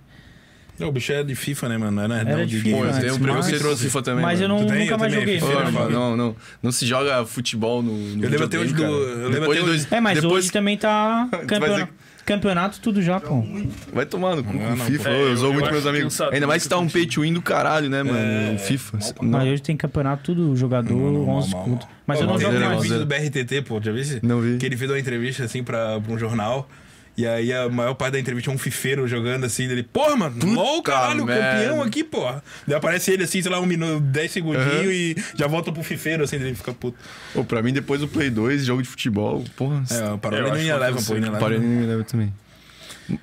C: Não, o bicho é de FIFA, né, mano? Não é nerdão
D: Era
C: de
D: de né?
C: game.
B: Pô, eu
D: Mas-
B: tenho um preconceito
D: mas-
B: com FIFA também.
D: Mas eu
B: mano.
D: não,
C: Tu tem?
D: nunca
C: Eu
D: mais
C: também,
D: joguei.
C: filho,
D: né?
B: Pô,
C: mano.
B: não, não. Não se joga futebol no. no
C: Eu lembro até
B: videogame,
C: hoje do-
B: cara.
C: eu lembro
B: Depois
C: até
B: de
C: hoje-
D: É, mas
B: depois é
D: hoje também tá campeonato, campeonato tudo já, pô.
B: Vai tomar no cu
C: Ah,
B: com
C: não,
B: FIFA.
A: pô.
B: ô,
A: É,
B: eu
A: eu-
B: sou
A: eu
B: muito
A: acho
B: meus amigos.
A: cansado,
B: Ainda mais que tá um
A: muito
B: pay to win do caralho, né, mano?
C: É,
B: o FIFA.
C: mal pra
D: Mas
B: Não,
D: hoje tem campeonato tudo jogador,
C: Não, não,
D: 11
C: mal, mal,
D: contra.
C: mal.
D: Mas eu
C: Pô,
D: não
C: tem
D: jogo
C: um
B: zero,
D: mais.
C: vídeo
B: zero.
C: do BRTT, pô, já viu esse?
B: Não vi.
C: Que ele fez uma entrevista, assim, pra, pra um jornal. E aí a maior parte da entrevista é um fifeiro jogando, assim, dele... Porra, mano, LOL, caralho,
B: merda.
C: campeão aqui, porra. Daí aparece ele, assim, sei lá, um minuto, 10 segundinhos e já volta pro fifeiro, assim, ele fica puto.
B: Pô, pra mim, depois do Play 2, jogo de futebol, porra.
C: É, o
A: Eu
C: Parolin
A: acho
C: nem
A: uma
C: leva, pô,
A: coisa
C: nem leva.
B: Parei nem me lembro também.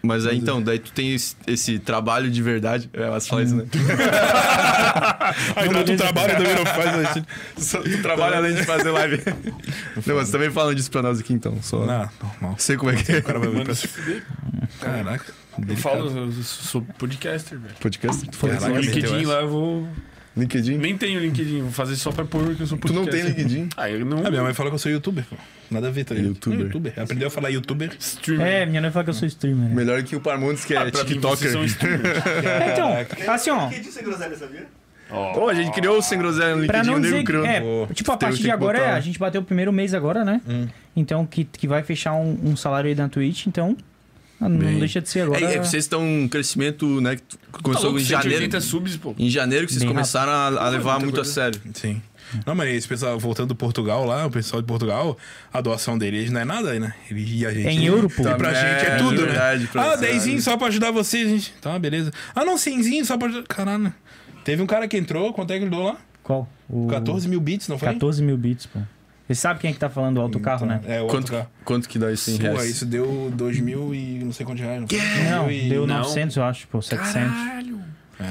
B: Mas
C: é.
B: aí então, daí tu tem esse, esse trabalho de verdade. É, elas falam isso, né?
C: Aí Ah, então tu tu trabalha também não faz, né?
B: Só tu trabalha além de fazer live. Não, mas também falam disso pra nós aqui então. Só.
C: Não, normal.
B: Sei como é que é.
C: O cara vai ver pra
A: Mano, se fuder.
C: Caraca.
A: Eu falo, eu sou podcaster, velho.
B: Podcast? Tu fala isso?
A: No
C: Caraca, meteu
A: LinkedIn
C: essa.
A: lá eu vou.
B: LinkedIn?
A: Nem tenho LinkedIn, vou fazer só pra pôr que eu sou
B: Tu não
A: podcaster.
B: tem LinkedIn?
A: Ah, eu não.
C: Ah, minha mãe fala que eu sou youtuber, pô. Nada a ver, tá ligado?
B: Youtuber.
C: Não, Aprendeu a falar youtuber.
A: Streamer. Ah,
D: É, minha noiva fala que eu sou streamer. né?
B: Melhor que o Parmontes, que é
A: pra mim, vocês
B: TikToker.
A: são streamers.
D: É, Então, assim, ó.
F: Que disso é groselha, sabia?
B: Pô, a gente criou o Sem Groselha no
D: Pra
B: LinkedIn,
D: não
B: o
D: dizer
B: Nego
D: que,
B: criou.
D: é, tipo, a
B: tem-
D: partir
B: tem
D: de
B: que
D: agora, é,
B: botar-
D: a gente bateu o primeiro mês agora, né? Então, que, que vai fechar um, um salário aí na Twitch, então não
B: Bem.
D: deixa de ser agora.
B: É, é que vocês estão um crescimento, né? Que tu-
A: Tá
B: começou
A: louco,
B: em janeiro.
A: 180 subs, pô.
B: Em janeiro que vocês
D: Bem
B: começaram a, a
A: tá
B: levar muito a sério.
C: Sim. Não, mas esse pessoal, voltando do Portugal lá, o pessoal de Portugal, a doação deles não é nada, né? Eles, e a gente,
D: É em euro, pô.
C: E
B: Tá,
C: pra gente é
B: é
C: tudo,
B: verdade,
C: né?
B: pra
C: Ah,
B: você.
C: dezinho só pra ajudar vocês, gente. Tá, beleza. Ah, não, 100zinho só pra ajudar. Caralho. Teve um cara que entrou, quanto é que ele doou lá?
D: Qual? O...
C: 14 mil bits, não foi?
D: 14 mil bits, pô. Você sabe quem é que tá falando do autocarro, né?
C: É, o
B: Quanto,
C: Quanto?
B: quanto que dá isso em
C: Pô,
B: reais?
C: isso deu 2 mil e não sei quantos reais. é, Não, foi?
D: Não,
C: Dois mil e-
D: deu
A: não.
D: 900, eu acho, pô, 700.
A: Caralho.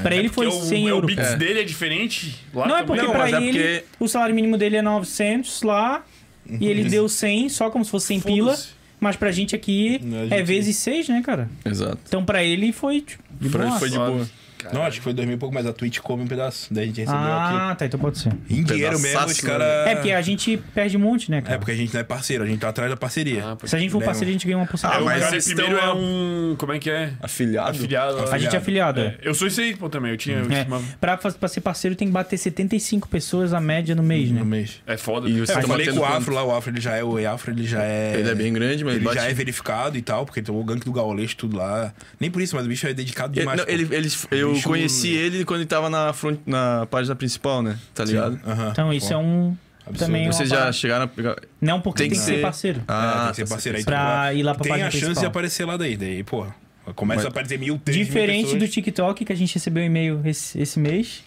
D: Pra ele
A: É porque
D: foi
A: o-
D: 100
A: é, O
D: euros.
A: bits dele é diferente? Lá
D: Não, é
A: também?
D: porque
B: Não,
D: pra
B: mas é
D: ele,
B: porque-
D: o salário mínimo dele é 900 lá, e ele deu 100, só como se fosse 100 pila.
A: Foda-se.
D: Mas pra gente aqui
C: Não, a
D: é
C: gente-
D: vezes 6, né, cara?
B: Exato.
D: Então pra ele foi, tipo, de
B: Pra
D: boa.
B: ele foi de
A: Nossa.
B: boa.
C: Não, acho que foi 2 mil e pouco, mas a Twitch come um pedaço. Daí a gente recebeu aqui.
D: Ah, tá, então pode ser.
C: Em dinheiro mesmo,
B: Pedaçaço, né?
C: os caras.
D: É, porque a gente perde um monte, né, cara?
C: É porque a gente não é parceiro, a gente tá atrás da parceria.
A: Ah, pô.
D: Se a gente for
C: Lembra.
D: parceiro, a gente ganha uma Ah, porcentagem.
A: É, o
B: mas
A: cara
B: vocês
A: primeiro
B: estão-
A: é um. Como é que é?
B: Afiliado?
A: Afiliado. lá.
D: a gente é afiliado, é.
A: É, Eu sou isso aí, pô, também. Eu tinha. Eu
D: É,
A: chamava-
D: pra, fa- pra ser parceiro tem que bater 75 pessoas a média no mês, né?
C: No mês.
A: É foda.
B: E
A: né?
B: vocês
C: Eu
B: estão
C: falei com
B: tá batendo
C: o
B: quanto?
C: Afro lá, o Afro ele já é. O Afro ele já é.
B: Ele é bem grande, mas
C: Ele
B: bate...
C: já é verificado e tal, porque tomou o gank do gaulês tudo lá. Nem por isso, mas o bicho é dedicado
B: Ele-
C: demais.
B: não, ele- ele- eu
C: Bicho-
B: conheci ele quando ele tava na, front, na página principal, né? Tá ligado?
D: Então isso é um. Também é uma
B: Vocês já
D: parada.
B: chegaram a pegar.
D: Não, porque tem, que ser parceiro.
C: Ah,
B: Ah,
C: tem que ser
B: tá
C: parceiro aí. tu
D: pra
C: vai-
D: ir lá pra
C: Tem
D: página
C: a chance de
D: principal.
C: aparecer lá daí. Daí, porra. Começa
B: Mas-
C: a aparecer mil, três mil
D: Diferente do
C: pessoas. Uhum.
D: TikTok, que a gente recebeu um e-mail esse, esse mês.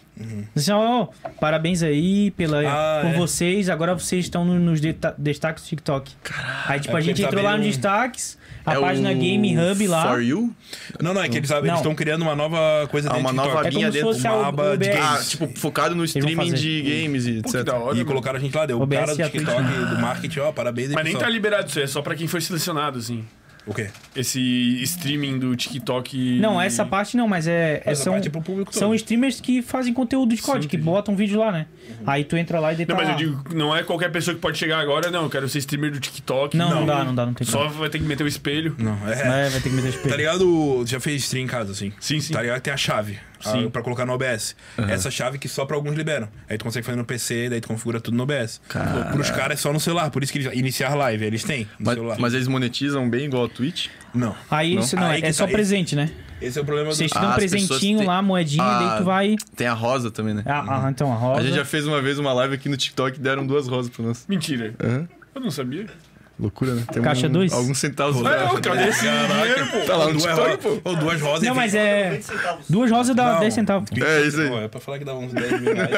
D: Assim, ó, ó, parabéns aí pela,
C: Ah,
D: por
C: é.
D: vocês. Agora vocês estão no- nos deta- destaques do TikTok. Caralho. Aí, tipo,
C: É
D: a
C: porque
D: gente
C: eles
D: entrou lá
C: abriram
D: nos
C: um-
D: destaques, a
B: É
D: página
B: o
D: Game Hub lá.
B: For You?
C: Não, não, é que eles
D: Não.
C: estão criando uma nova coisa
B: Ah,
C: dentro
B: uma
C: do TikTok.
B: nova
D: É como
B: linha
D: se
B: dentro
D: fosse a
C: uma aba de
D: UBS.
B: Ah,
C: Isso.
B: tipo, focado no
D: É vão
B: streaming
D: fazer.
B: de games e
C: Um
A: Pô, que
B: etc.
A: da hora.
C: E
A: mano.
C: colocaram a gente lá, deu o
D: OBS
C: cara do
D: e a Twitch.
C: TikTok do marketing, ó, parabéns aí,
A: Mas nem
C: pessoal.
A: tá liberado isso, é só pra quem foi selecionado, assim.
C: O quê?
A: Esse streaming do TikTok. tipo
D: Não, essa parte não, mas é. é-
C: Essa
D: são,
C: parte é pro público todo. Uhum.
D: são streamers que fazem conteúdo de código, que
A: entendi.
D: botam vídeo lá, né? Aí tu entra lá e
A: Não,
D: deita
A: mas
D: lá.
A: eu digo, não é qualquer pessoa que pode chegar agora, não. Eu quero ser streamer do TikTok.
D: Não, não dá, não dá, não tem
A: Só vai ter que meter o espelho.
C: Não, é.
D: É, vai ter que me deixar
C: Tá ligado? Já fez stream em casa, assim.
A: Sim, sim.
C: Tá ligado? Tem a chave
A: Sim.
C: a, pra colocar no OBS. Essa chave que só pra alguns liberam. Aí tu consegue fazer no PC, daí tu configura tudo no OBS. Pô, Pros caras é só no celular, por isso que eles iniciar live, eles têm no
B: Mas,
C: celular.
B: mas eles monetizam bem igual a Twitch?
C: Não.
D: Aí isso não,
C: Aí
D: é,
C: que
D: é só
C: tá,
D: presente, né?
C: Esse é o problema
D: Vocês te
C: do.
D: dão
B: Ah,
D: um
B: as pessoas
D: presentinho
B: têm-
D: lá, moedinha, e daí
B: Ah.
D: tu vai.
B: Tem a Rosa também, né?
D: Ah,
C: Uhum.
D: ah, então a rosa.
B: A gente já fez uma vez uma live aqui no TikTok e deram duas rosas pra nós.
A: Mentira.
B: Aham.
A: Eu não sabia. É,
E: Loucura, né? Tem
B: um
D: Caixa dois?
E: Alguns centavos.
B: É,
C: Não, cadê esse dinheiro, pô?
E: Tá lá
C: Ou
E: no
C: duas
E: TikTok,
C: ro- Ou duas rosas.
D: Não, mas então,
C: 20.
D: é.
F: 20 centavos.
D: Duas rosas dá
C: um Não.
D: 10 centavos.
E: É isso aí.
C: Pô, é pra falar que dá uns 10 mil reais.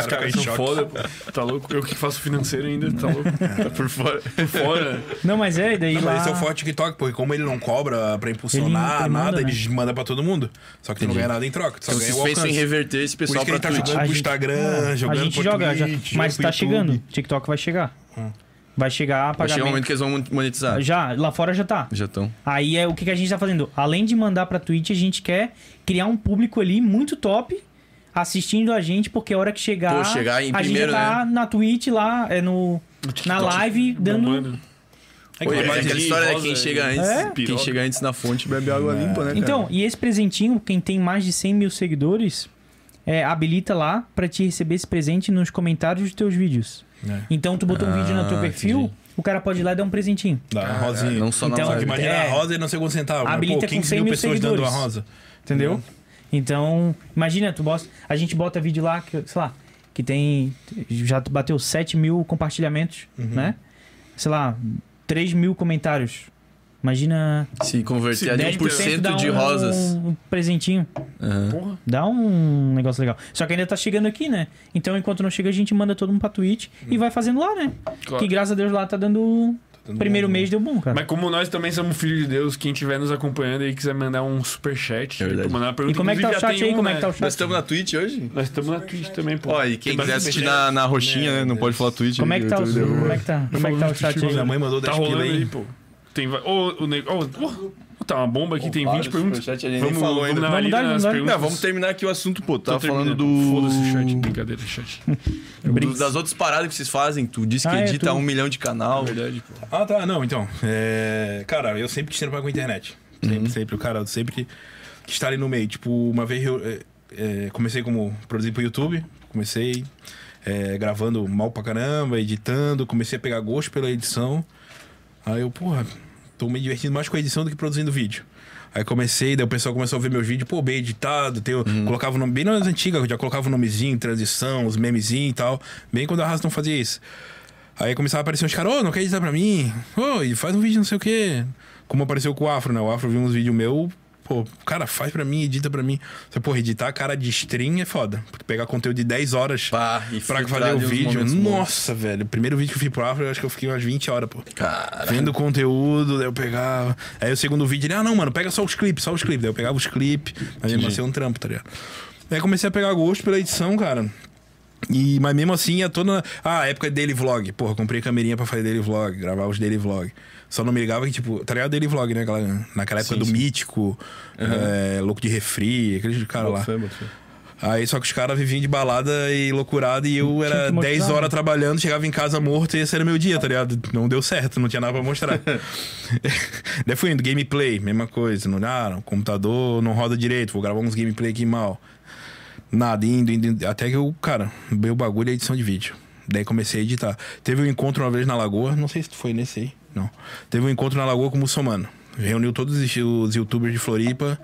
A: Os caras são foda, pô. Tá louco? Eu que faço financeiro ainda, tá louco?
E: Tá por fora.
A: Fora.
D: Não, mas é, e daí
C: Não,
D: lá...
C: mas esse é o forte TikTok, porque como ele não cobra pra impulsionar
D: Ele manda,
C: nada,
D: né?
C: ele manda pra todo mundo. Só que tu não ganha nada em troca, tu só ganha
B: Vocês
C: o
B: pensam em
C: alcance.
B: reverter esse
C: né? Por
B: pessoal
C: isso que ele
B: pra
C: tá
B: Twitch.
D: A
C: jogando pro
D: gente-
C: Instagram,
D: Ah, A
C: jogando
D: gente
C: pro
D: joga já,
C: Twitch,
D: mas
C: pro
D: tá
C: YouTube. Hum.
D: chegando. TikTok vai chegar. Vai chegar
B: Vai chegar um
D: pagamento.
B: momento que eles vão monetizar.
D: Já, lá fora já tá.
B: Já estão.
D: Aí é o que, que a gente tá fazendo. Além de mandar pra Twitch, a gente quer criar um público ali muito top assistindo a gente, porque a hora que chegar.
B: Pô, chegar em
D: a
B: primeiro, né?
D: gente já tá na Twitch lá, é no. Na live, dando. um
A: Mano.
C: É
B: Pô,
C: que
B: é
C: vai
B: aquela
C: de-
B: história, né?
A: rosa,
B: Quem chega antes,
D: É?
B: quem
A: Piroca.
B: chega antes na fonte bebe água.
E: Água limpa, né, cara?
D: Então, e esse presentinho, quem tem mais de 100 mil seguidores, é, habilita lá pra te receber esse presente nos comentários dos teus vídeos.
C: É.
D: Então, tu botou um vídeo no teu
B: Ah,
D: perfil,
B: entendi.
D: o cara pode ir lá e dar um presentinho.
C: Dá uma rosinha.
B: Não só na
D: Então,
C: Só que
B: live.
C: imagina
D: É.
C: a rosa e não sei quantos centavos. mas,
D: Habilita
C: Pô,
D: com
C: 15
D: 100
C: mil
D: mil
C: pessoas dando uma
D: seguidores.
C: rosa.
D: Entendeu? Então, imagina, tu bota, a gente bota vídeo lá, que, sei lá, que tem. Já bateu 7 mil compartilhamentos, né? Sei lá, 3 mil comentários. Imagina.
B: Se converter ali é
D: 10%
B: 1%
D: dá
B: de
D: um-
B: rosas.
D: Um presentinho.
B: Aham.
D: Dá um negócio legal. Só que ainda tá chegando aqui, né? Então, enquanto não chega, a gente manda todo mundo pra Twitch e vai fazendo lá, né? Que graças a Deus lá tá dando.
C: dando
D: Primeiro
C: bom,
D: mês deu bom, cara.
A: Mas como nós também somos filhos de Deus, quem estiver nos acompanhando aí quiser mandar um superchat,
B: É verdade.
A: tipo, mandar uma
D: E
A: pergunta.
D: como é que tá o
A: inclusive, já
D: chat
A: tem
D: aí?
A: um,
D: Como é
A: né?
D: que tá o
B: Nós
D: chat?
B: estamos na Twitch hoje?
A: Nós estamos na Twitch também, pô. Tá
B: Ó, e quem
A: Tem
B: quiser
A: bastante
B: assistir
A: gente.
B: na, na roxinha, né? Não pode falar Twitch.
D: Como é que tá o
B: YouTube deu-
D: Como é que tá? Como é que tá o chat aí?
C: Minha mãe mandou
A: Tá
C: 10 pila
A: rolando aí,
C: aí.
A: pô. Tem. va- Ô, o nego. ô, ô, tá uma bomba aqui, tem 20 perguntas.
B: Superchat, a gente nem
A: Vamos,
B: falou
A: vamos
B: ainda.
A: dar
D: Vamos
A: uma lida
D: dar, vamos
A: nas
D: dar.
A: perguntas.
B: Não, vamos terminar aqui o assunto, pô.
A: Tô
B: Tava falando
A: terminando.
B: do.
A: Foda-se o chat, brincadeira, chat.
B: do- das outras paradas que vocês fazem. Tu diz que
D: Ah, é,
B: edita
D: tu-
B: um milhão de canal.
A: É Verdade, pô.
C: Ah, tá. Não, então. é, Cara, eu sempre quis trampar com a internet. Sempre, sempre. O cara sempre que, que está ali no meio. Tipo, uma vez eu é, é, comecei como produzir pro YouTube. Comecei é, gravando mal pra caramba, editando. Comecei a pegar gosto pela edição. Aí eu, porra, tô me divertindo mais com a edição do que produzindo vídeo. Aí comecei, daí o pessoal começou a ver meus vídeos, pô, bem editado, tem, eu
B: Uhum.
C: colocava o nome bem nas antigas, eu já colocava o nomezinho, transição, os memezinhos e tal, bem quando a raça não fazia isso. Aí começava a aparecer uns caras, ô, não quer editar pra mim? Ô, e faz um vídeo não sei o quê. Como apareceu com o Afro, né? O Afro viu uns vídeos meu, pô, cara, faz pra mim, edita pra mim. Só, pô, editar a cara de stream é foda. Porque pegar conteúdo de 10 horas
B: Pá, e
C: pra
B: filtrar
C: fazer o
B: ali uns
C: vídeo.
B: momentos
C: Nossa, velho. O primeiro vídeo que eu fiz pro Afro, eu acho que eu fiquei umas 20 horas, pô.
B: Cara.
C: Vendo o conteúdo, daí eu pegava. Aí o segundo vídeo, ele, ah, não, mano, pega só os clipes, só os clipes. Daí eu pegava os clipes, aí mesmo assim é um trampo, tá ligado? Aí comecei a pegar gosto pela edição, cara. E, mas mesmo assim, ia toda. Ah, época de daily vlog. Porra, comprei camerinha pra fazer daily vlog, gravar os daily vlog. Só não me ligava que, tipo, tá ligado daily vlog, né? Aquela, naquela época do Mítico, é, Louco de Refri, aqueles caras lá. Aí só que os caras viviam de balada e loucurada e eu era
D: que mostrar, né?
C: 10 horas trabalhando, chegava em casa morto e esse era meu dia, tá ligado? Não deu certo, não tinha nada pra mostrar. Daí fui indo, gameplay, mesma coisa. Não, ah, o computador não roda direito, vou gravar uns gameplay aqui mal. Nada, indo, indo, indo. Até que eu, cara, meu bagulho é edição de vídeo. Daí comecei a editar. Teve um encontro uma vez na Lagoa, não sei se foi nesse aí, não. Teve um encontro na Lagoa com o muçulmano. Reuniu todos os os youtubers de Floripa.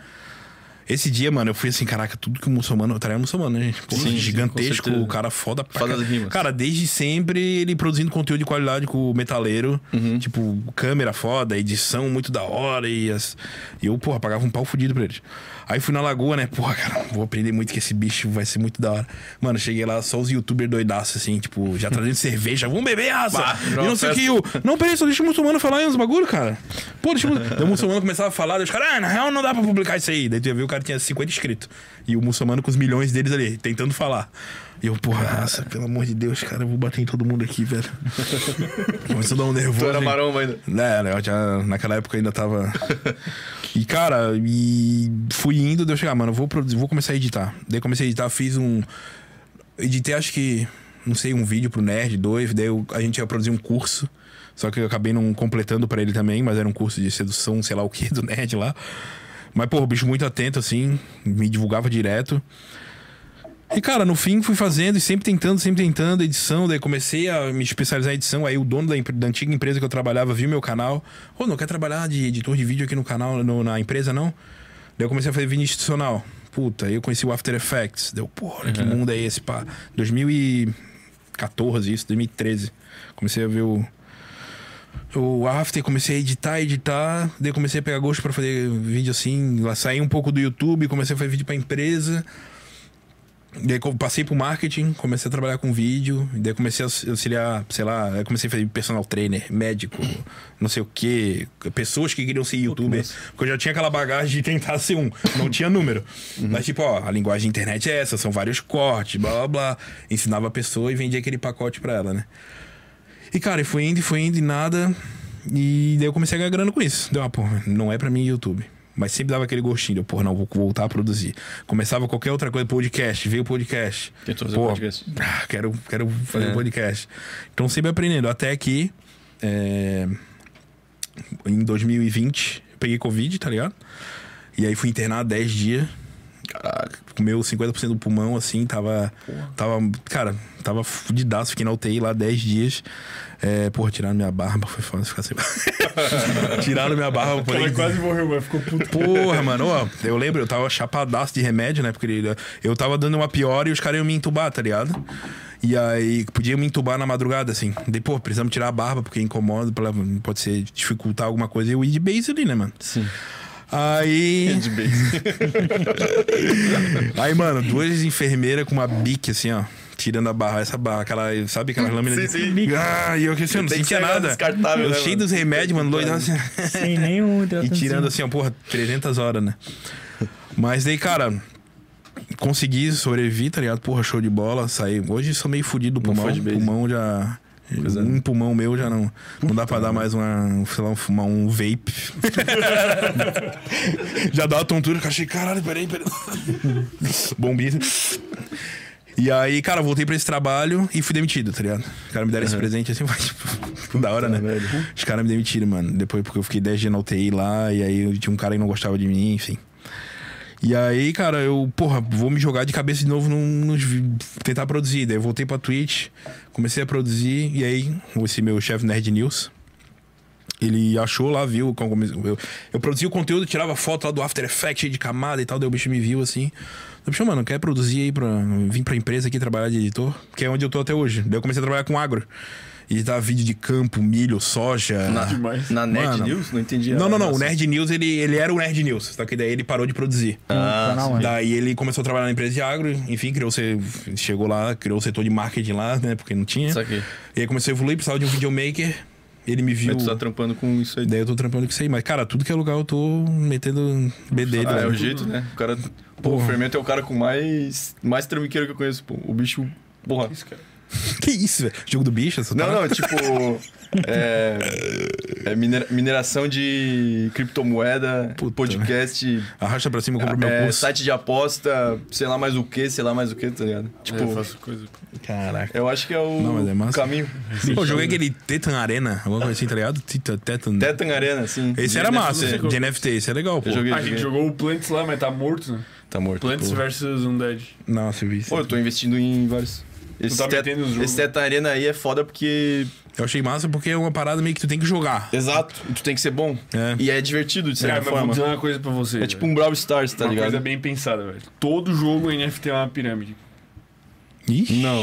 C: Esse dia, mano, eu fui assim, caraca, tudo que o muçulmano. Eu traia o muçulmano, né, gente? Pô,
B: Sim, sim,
C: gigantesco,
B: com certeza.
C: o cara foda pra
B: Foda
C: cara.
B: das rimas.
C: Cara, desde sempre ele produzindo conteúdo de qualidade com o metaleiro. Tipo, câmera foda, edição muito da hora. E, as- e eu, porra, pagava um pau fudido pra eles. Aí fui na lagoa, né? Porra, cara, vou aprender muito que esse bicho vai ser muito da hora. Mano, cheguei lá, só os youtubers doidaços, assim, tipo, já trazendo cerveja, vamos beber raça.
B: Bah,
C: e
B: virou
C: não
B: uma
C: sei o
B: festa.
C: que. Eu, não, peraí, só deixa o muçulmano falar aí uns bagulho, cara. Pô, deixa o muçulmano. Daí o muçulmano começava a falar, daí os caras, ah, na real não dá pra publicar isso aí. Daí tu ia ver o cara tinha 50 inscritos. E o muçulmano com os milhões deles ali, tentando falar. E eu, porra, nossa, pelo amor de Deus, cara, eu vou bater em todo mundo aqui, velho. Começou a dar um nervoso.
B: Tu era
C: hein?
B: maromba ainda.
C: Né, né, eu já, naquela época eu ainda tava. e, cara, e fui indo, deu chegar, mano, eu vou produzir, vou começar a editar. Daí comecei a editar, fiz um. Editei, acho que, não sei, um vídeo pro Nerd, dois, daí eu- a gente ia produzir um curso. Só que eu acabei não completando pra ele também, mas era um curso de sedução, sei lá o que, do Nerd lá. Mas, pô, o bicho muito atento, assim, me divulgava direto. E, cara, no fim fui fazendo e sempre tentando, sempre tentando edição. Daí comecei a me especializar em edição. Aí o dono da, empre- da antiga empresa que eu trabalhava viu meu canal. Ô, não quer trabalhar de editor de vídeo aqui no canal, no- na empresa, não? Daí eu comecei a fazer vídeo institucional. Puta, aí eu conheci o After Effects. Deu, pô, olha que mundo é esse, pá. 2014, isso, 2013. Comecei a ver o o After, comecei a editar, editar, daí comecei a pegar gosto pra fazer vídeo assim, lá saí um pouco do YouTube, comecei a fazer vídeo pra empresa. Daí eu passei pro marketing, comecei a trabalhar com vídeo, daí comecei a auxiliar, sei lá, eu comecei a fazer personal trainer, médico, não sei o quê, pessoas que queriam ser youtuber. Porque eu já tinha aquela bagagem de tentar ser um, não tinha número. Mas tipo, ó, a linguagem da internet é essa, são vários cortes, blá blá blá. Ensinava a pessoa e vendia aquele pacote pra ela, né? E cara, e fui indo, e fui indo e nada. E daí eu comecei a ganhar grana com isso. Deu uma porra, não é pra mim YouTube. Mas sempre dava aquele gostinho, deu, porra, não, vou voltar a produzir. Começava qualquer outra coisa, podcast, veio podcast.
B: Tentou fazer
C: Porra,
B: podcast.
C: ah, quero, quero fazer um podcast. Então sempre aprendendo. Até que é, em 2020 eu peguei Covid, tá ligado? E aí fui internado 10 dias. Caraca, comeu 50% do pulmão, assim, tava. Tava. Cara, tava fudidaço, fiquei na UTI lá 10 dias. É, porra, tiraram minha barba, foi foda ficar sem barba. tiraram minha barba, por
A: Ele quase morreu, mas ficou puto.
C: Porra, mano, ó, eu lembro, eu tava chapadaço de remédio, né? Porque ele- eu tava dando uma pior e os caras iam me entubar, tá ligado? E aí, podia me entubar na madrugada, assim. Depois, precisamos tirar a barba, porque incomoda, pra- pode ser dificultar alguma coisa. E o de base ali, né, mano? Sim. Aí. Aí, mano, duas enfermeiras com uma bique, assim, ó. Tirando a barra, essa barra, aquela, sabe aquelas lâminas de...
B: sim.
C: bique? Ah, e eu que assim, eu não
B: Tem que
C: sentia
B: ser
C: nada.
B: descartável,
C: eu
B: né,
C: cheio
B: mano?
C: dos remédios, mano, doidão assim.
D: Sem nenhum
C: E
D: hidratantezinho.
C: tirando assim, ó, porra, 300 horas, né? Mas daí, cara, consegui sobreviver, tá ligado? Porra, show de bola, saí. Hoje sou meio fudido do pulmão.
B: foi de base.
C: Pulmão já. Um pulmão meu já não. Não dá pra dar mais uma. Sei lá, um, fumar um vape. já dá uma tontura, que eu achei, caralho, peraí, peraí. Bombinha. E aí, cara, voltei pra esse trabalho e fui demitido, tá ligado? Os caras me deram esse presente assim, mas tipo, da hora, né? Os caras me demitiram, mano. Depois, porque eu fiquei 10 dias na UTI lá, e aí eu tinha um cara que não gostava de mim, enfim. E aí, cara, eu, porra, vou me jogar de cabeça de novo num- nos vi- tentar produzir. Daí eu voltei pra Twitch, comecei a produzir, e aí, esse meu chefe Nerd News. Ele achou lá, viu como eu, eu produzia o conteúdo, tirava foto lá do After Effects cheio de camada e tal, daí o bicho me viu assim. Eu bicho, mano, quer produzir aí pra. Vim pra empresa aqui trabalhar de editor, que é onde eu tô até hoje. Daí eu comecei a trabalhar com agro. Editar vídeo de campo, milho, soja.
B: Na Nerd
C: Mano.
B: News? Não entendi.
C: Não,
B: a-
C: não, não. O
B: nossa.
C: Nerd News, ele, ele era o Nerd News, só que daí ele parou de produzir.
B: Ah,
D: Canal, né?
C: Daí ele começou a trabalhar na empresa de agro, enfim, criou se chegou lá, criou o setor de marketing lá, né? Porque não tinha.
B: Isso aqui.
C: E aí começou a evoluir, precisava de um videomaker. Ele me viu.
B: Mas tu tá trampando com isso aí.
C: Daí eu tô trampando com isso aí, mas cara, tudo que é lugar eu tô metendo bedelho.
B: Ah, é o
C: né?
B: jeito, né? O cara. Pô, o
C: Porra.
B: Fermento é o cara com mais. Mais trambiqueiro que eu conheço, pô. O bicho. Porra.
C: Que isso, velho? Jogo do bicho? Essa
B: Não, não,
C: parada?
B: é tipo. é. é minera- mineração de criptomoeda,
C: Puta,
B: podcast,
C: Arrasta pra cima, compra meu
B: é,
C: curso.
B: site de aposta, sei lá mais o que, sei lá mais o que, tá ligado? Tipo,
A: Eu faço coisa.
C: Caraca.
B: eu acho que é o
C: É, Não, mas é massa.
B: caminho.
C: Pô, eu joguei aquele Tetan Arena, alguma coisa assim, tá ligado? Tita- Tetan.
B: Tetan Arena, sim.
C: Esse era
B: De
C: massa,
B: NFC.
C: de NFT, esse é legal, pô.
B: Eu joguei.
A: Ah, a gente jogou o Plants lá, mas tá morto, né?
C: Tá morto.
B: Tipo,
A: Plants um vs Undead.
C: Nossa, eu vi isso.
B: Pô, eu tô investindo em vários. Esse,
A: tá
B: Tet-
A: metendo os jogos.
B: esse Tetan Arena aí é foda porque.
C: Eu achei massa porque é uma parada meio que tu tem que jogar.
B: Exato, e tu tem que ser bom.
C: É.
B: E é divertido de
A: Cara,
B: certa
A: mas vou
B: forma.
A: dizer uma coisa pra você.
B: É tipo um Brawl Stars, tá
A: uma
B: ligado?
A: coisa bem pensada, velho. Todo jogo NFT é uma pirâmide.
C: Ih,
B: Não.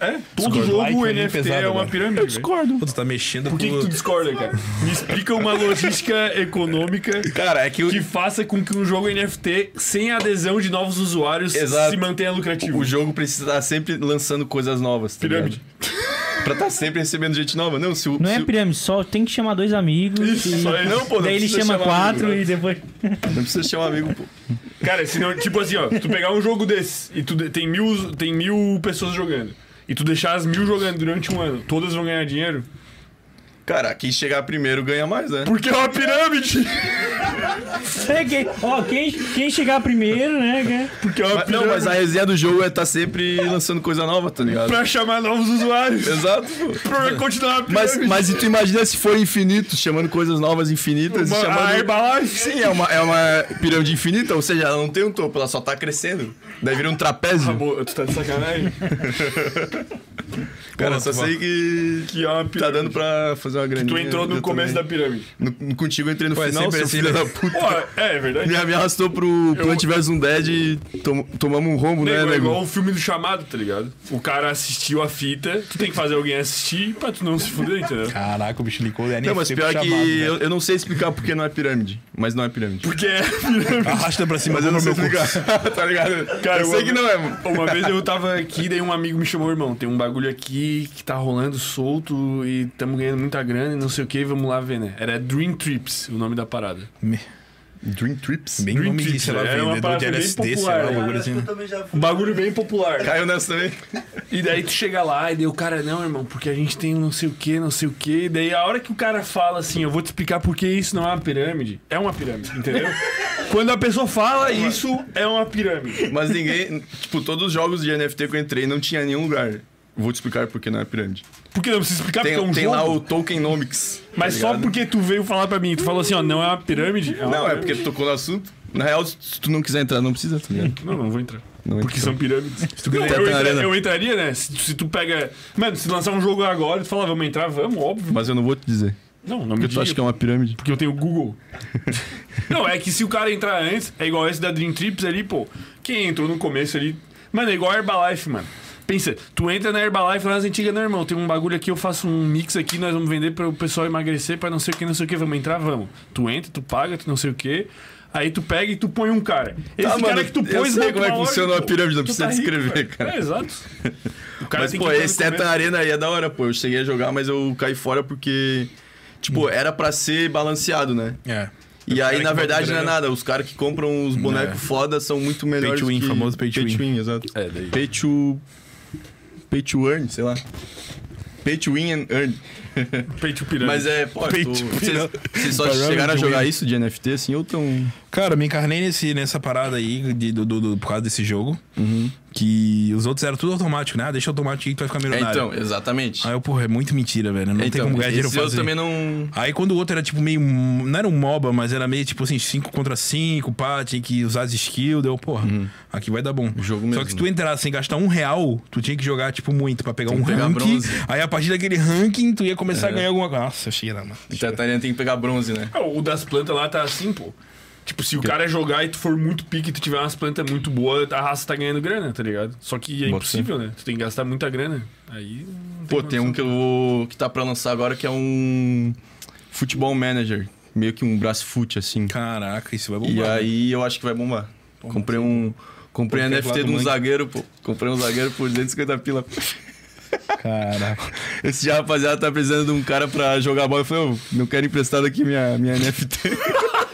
A: É, todo
C: Discordo.
A: jogo
C: Like ali
A: NFT
C: pesado,
A: é uma
C: velho.
A: pirâmide. Eu discordo.
C: pô, tu tá mexendo
A: Por que, que
C: com-
A: tu discorda, cara? Me explica uma logística econômica
B: Cara, é que, o-
A: que faça com que um jogo NFT sem adesão de novos usuários
B: Exato.
A: se mantenha lucrativo.
B: o jogo precisa estar sempre lançando coisas novas. Tá
A: Pirâmide.
B: ligado? Pra estar sempre recebendo gente nova. Não, se o.
D: Não
B: se
D: é
B: o-
D: pirâmide, só tem que chamar dois amigos.
A: Isso,
D: e...
A: só isso.
B: Não, pô, não
D: Daí ele
B: precisa
D: chama
B: chamar
D: quatro
B: amigo,
D: e depois.
B: Não precisa chamar amigo, pô.
A: Cara, se não, tipo assim, ó, tu pegar um jogo desse e tu de- tem mil, usu- tem mil pessoas jogando. E tu deixar as mil jogando durante um ano, todas vão ganhar dinheiro?
B: Cara, quem chegar primeiro ganha mais, né?
A: Porque é uma pirâmide!
D: É quem, ó, quem, quem chegar primeiro, né? ganha.
B: Porque é mas, não, mas a resenha do jogo é estar sempre lançando coisa nova, tá ligado?
A: pra chamar novos usuários.
B: Exato, pô.
A: pra continuar a
B: Mas,
A: pirâmide.
B: mas e tu imagina se for infinito, chamando coisas novas infinitas
A: Uma-
B: e
A: a
B: chamando.
A: Herbalife.
B: Sim, é uma, é uma pirâmide infinita, ou seja, ela não tem um topo, ela só tá crescendo. Daí vira um trapézio.
A: Pô, tu tá de sacanagem?
B: Cara,
C: Pô,
B: só
C: tu
B: sei que,
A: é
B: que tá dando pra fazer uma grande.
E: Tu entrou no começo da pirâmide.
B: No, contigo eu entrei no
C: Pô, é
B: final,
C: sempre
B: seu
C: assim,
B: filho
C: né?
B: da puta.
E: Pô, é, é verdade.
B: Me, me arrastou pro Plant vs um Dead e tom- tomamos um rombo, né,
A: Nego, é
B: nego?
A: igual o filme do chamado, tá ligado? O cara assistiu a fita, tu tem que fazer alguém assistir pra tu não se fuder, entendeu?
C: Caraca, o bicho licou é
B: Não, mas pior que
C: né?
B: eu, eu não sei explicar porque não é pirâmide. Mas não é pirâmide.
A: Porque
C: Arrasta pra cima,
B: Mas eu não
C: compra
B: sei
C: meu
B: explicar. tá ligado?
A: Cara,
B: eu
A: eu
B: sei
A: amo-
B: que não é, mano.
A: uma vez eu tava aqui, daí um amigo me chamou, irmão, tem um bagulho aqui que tá rolando solto e tamo ganhando muita grana e não sei o que, vamos lá ver, né? Era Dream Trips o nome da parada.
B: Dream é Trips?
C: Bem
A: Dream
C: nome de,
A: Trips,
C: sei lá,
A: né? Era uma
C: vendedor
A: parada
C: de
A: bem
C: LSD, sei
A: popular,
C: lá, um
A: né?
C: bagulho assim. né?
F: também já
A: Um
F: fui.
A: bagulho bem popular.
B: Caiu nessa também?
A: E daí tu chega lá e daí o cara, não, irmão, porque a gente tem um não sei o que, não sei o que. Daí a hora que o cara fala assim, eu vou te explicar porque isso não é uma pirâmide, é uma pirâmide, entendeu? Quando a pessoa fala isso, é uma pirâmide.
B: Mas ninguém. Tipo, todos os jogos de NFT que eu entrei não tinha nenhum lugar. Vou te explicar porque não é pirâmide.
A: Porque não precisa explicar
B: Tem,
A: porque é um
B: tem
A: jogo.
B: lá o Tokenomics. tá
A: Mas só
B: ligado?
A: porque tu veio falar pra mim, tu falou assim, ó, não é uma pirâmide? uma
B: Não, é
A: pirâmide.
B: porque tu tocou no assunto. Na real, se tu não quiser entrar, não precisa, tá
C: Hum.
B: ligado?
A: Não, não vou entrar.
B: Não
A: porque
B: entrou.
A: são pirâmides. Não,
B: quiser
A: eu,
B: entrar tá na
A: entra-
B: arena.
A: eu entraria, né? Se, se tu pega. Mano, se lançar um jogo agora e tu falar, vamos entrar, vamos, óbvio.
B: Mas eu não vou te dizer.
A: Não, não me
B: Porque tu
A: diga.
B: acha que é uma pirâmide.
A: Porque eu tenho Google. não, é que se o cara entrar antes, é igual esse da Dream Trips ali, pô. Quem entrou no começo ali. Mano, é igual a Herbalife, mano. Pensa, tu entra na Herbalife lá nas antigas, não, irmão. Tem um bagulho aqui, eu faço um mix aqui, nós vamos vender para o pessoal emagrecer, pra não sei o que, não sei o que, vamos entrar, vamos. Tu entra, tu paga, tu não sei o que. Aí tu pega e tu põe um cara. Esse
B: Ah,
A: cara
B: mano,
A: que tu
B: eu
A: põe,
B: sei
A: na
B: como é que
A: última
B: funciona
A: hora,
B: uma pirâmide, não
A: tu
B: precisa
A: rico,
B: descrever, cara.
A: É, exato. O cara
B: Mas,
A: tem
B: pô,
A: que entrar
C: um
B: esse
A: no
B: Tetan
A: começo.
B: Arena aí é da hora, pô. Eu cheguei a jogar, mas eu caí fora porque. Tipo, era pra ser balanceado, né?
C: Hum. É.
B: E
C: O cara
B: aí,
C: que
B: na
C: bota
B: verdade, não é
C: grana-
B: nada. Os caras que compram os bonecos
C: É.
B: foda são muito melhores.
C: to win,
B: que...
C: famoso pay to win.
B: exato.
C: É.
B: Pay to. Pay to earn, sei lá. Pay to win and earn.
A: Peito pirâmide.
B: tá- Mas é, pô,
C: Pay
B: tu-
C: to win,
B: vocês,
C: não.
B: vocês só
C: Parâmetro
B: chegaram a
C: de
B: jogar
C: win.
B: isso de NFT assim ou tão.
C: Cara, eu me encarnei nesse, nessa parada aí de- do, do- do- por causa desse jogo. Que os outros eram tudo automático, né? Ah, deixa automático aí que tu vai ficar
B: Uhum. É,
C: milionário.
B: então, exatamente.
C: Aí eu, porra, é muito mentira, velho. Não tem
B: então,
C: como ganhar dinheiro
B: esse eu
C: fazendo.
B: também não.
C: Aí quando o outro era tipo meio. Não era um MOBA, mas era meio tipo assim, 5 contra 5, pá, tinha que usar as skills, deu, porra, aqui vai dar bom.
B: Uhum. jogo
C: Só
B: mesmo,
C: que se tu entrasse sem gastar um real, tu tinha que jogar, tipo, muito pra pegar um
B: que pegar
C: ranking.
B: bronze. É.
C: Aí a partir daquele ranking, tu ia começar a ganhar alguma coisa. Nossa, eu cheguei lá, mano.
B: O Tetan Arena Então, tem que pegar bronze, né?
A: Ah, O das plantas lá tá assim, pô. Tipo, se o cara jogar e tu for muito pique e tu tiver umas plantas muito boas, a raça tá ganhando grana, tá ligado? Só que
B: Bota
A: é impossível, né? Tu tem que gastar muita grana. Aí. não
B: Pô, tem
A: condição.
B: um que eu vou. que tá pra lançar agora que é um. Futebol manager. Meio que um braço fute, assim.
C: Caraca, isso vai bombar.
B: E
C: né?
B: aí eu acho que vai bombar. Comprei um. Comprei um
C: Comprei
B: NFT de um
C: Vladimir.
B: zagueiro, pô. Comprei um zagueiro por 250 pila.
C: Caraca.
B: Esse dia, rapaziada, tá precisando de um cara pra jogar bola. Eu falei, ô, não quero emprestar daqui minha, minha NFT.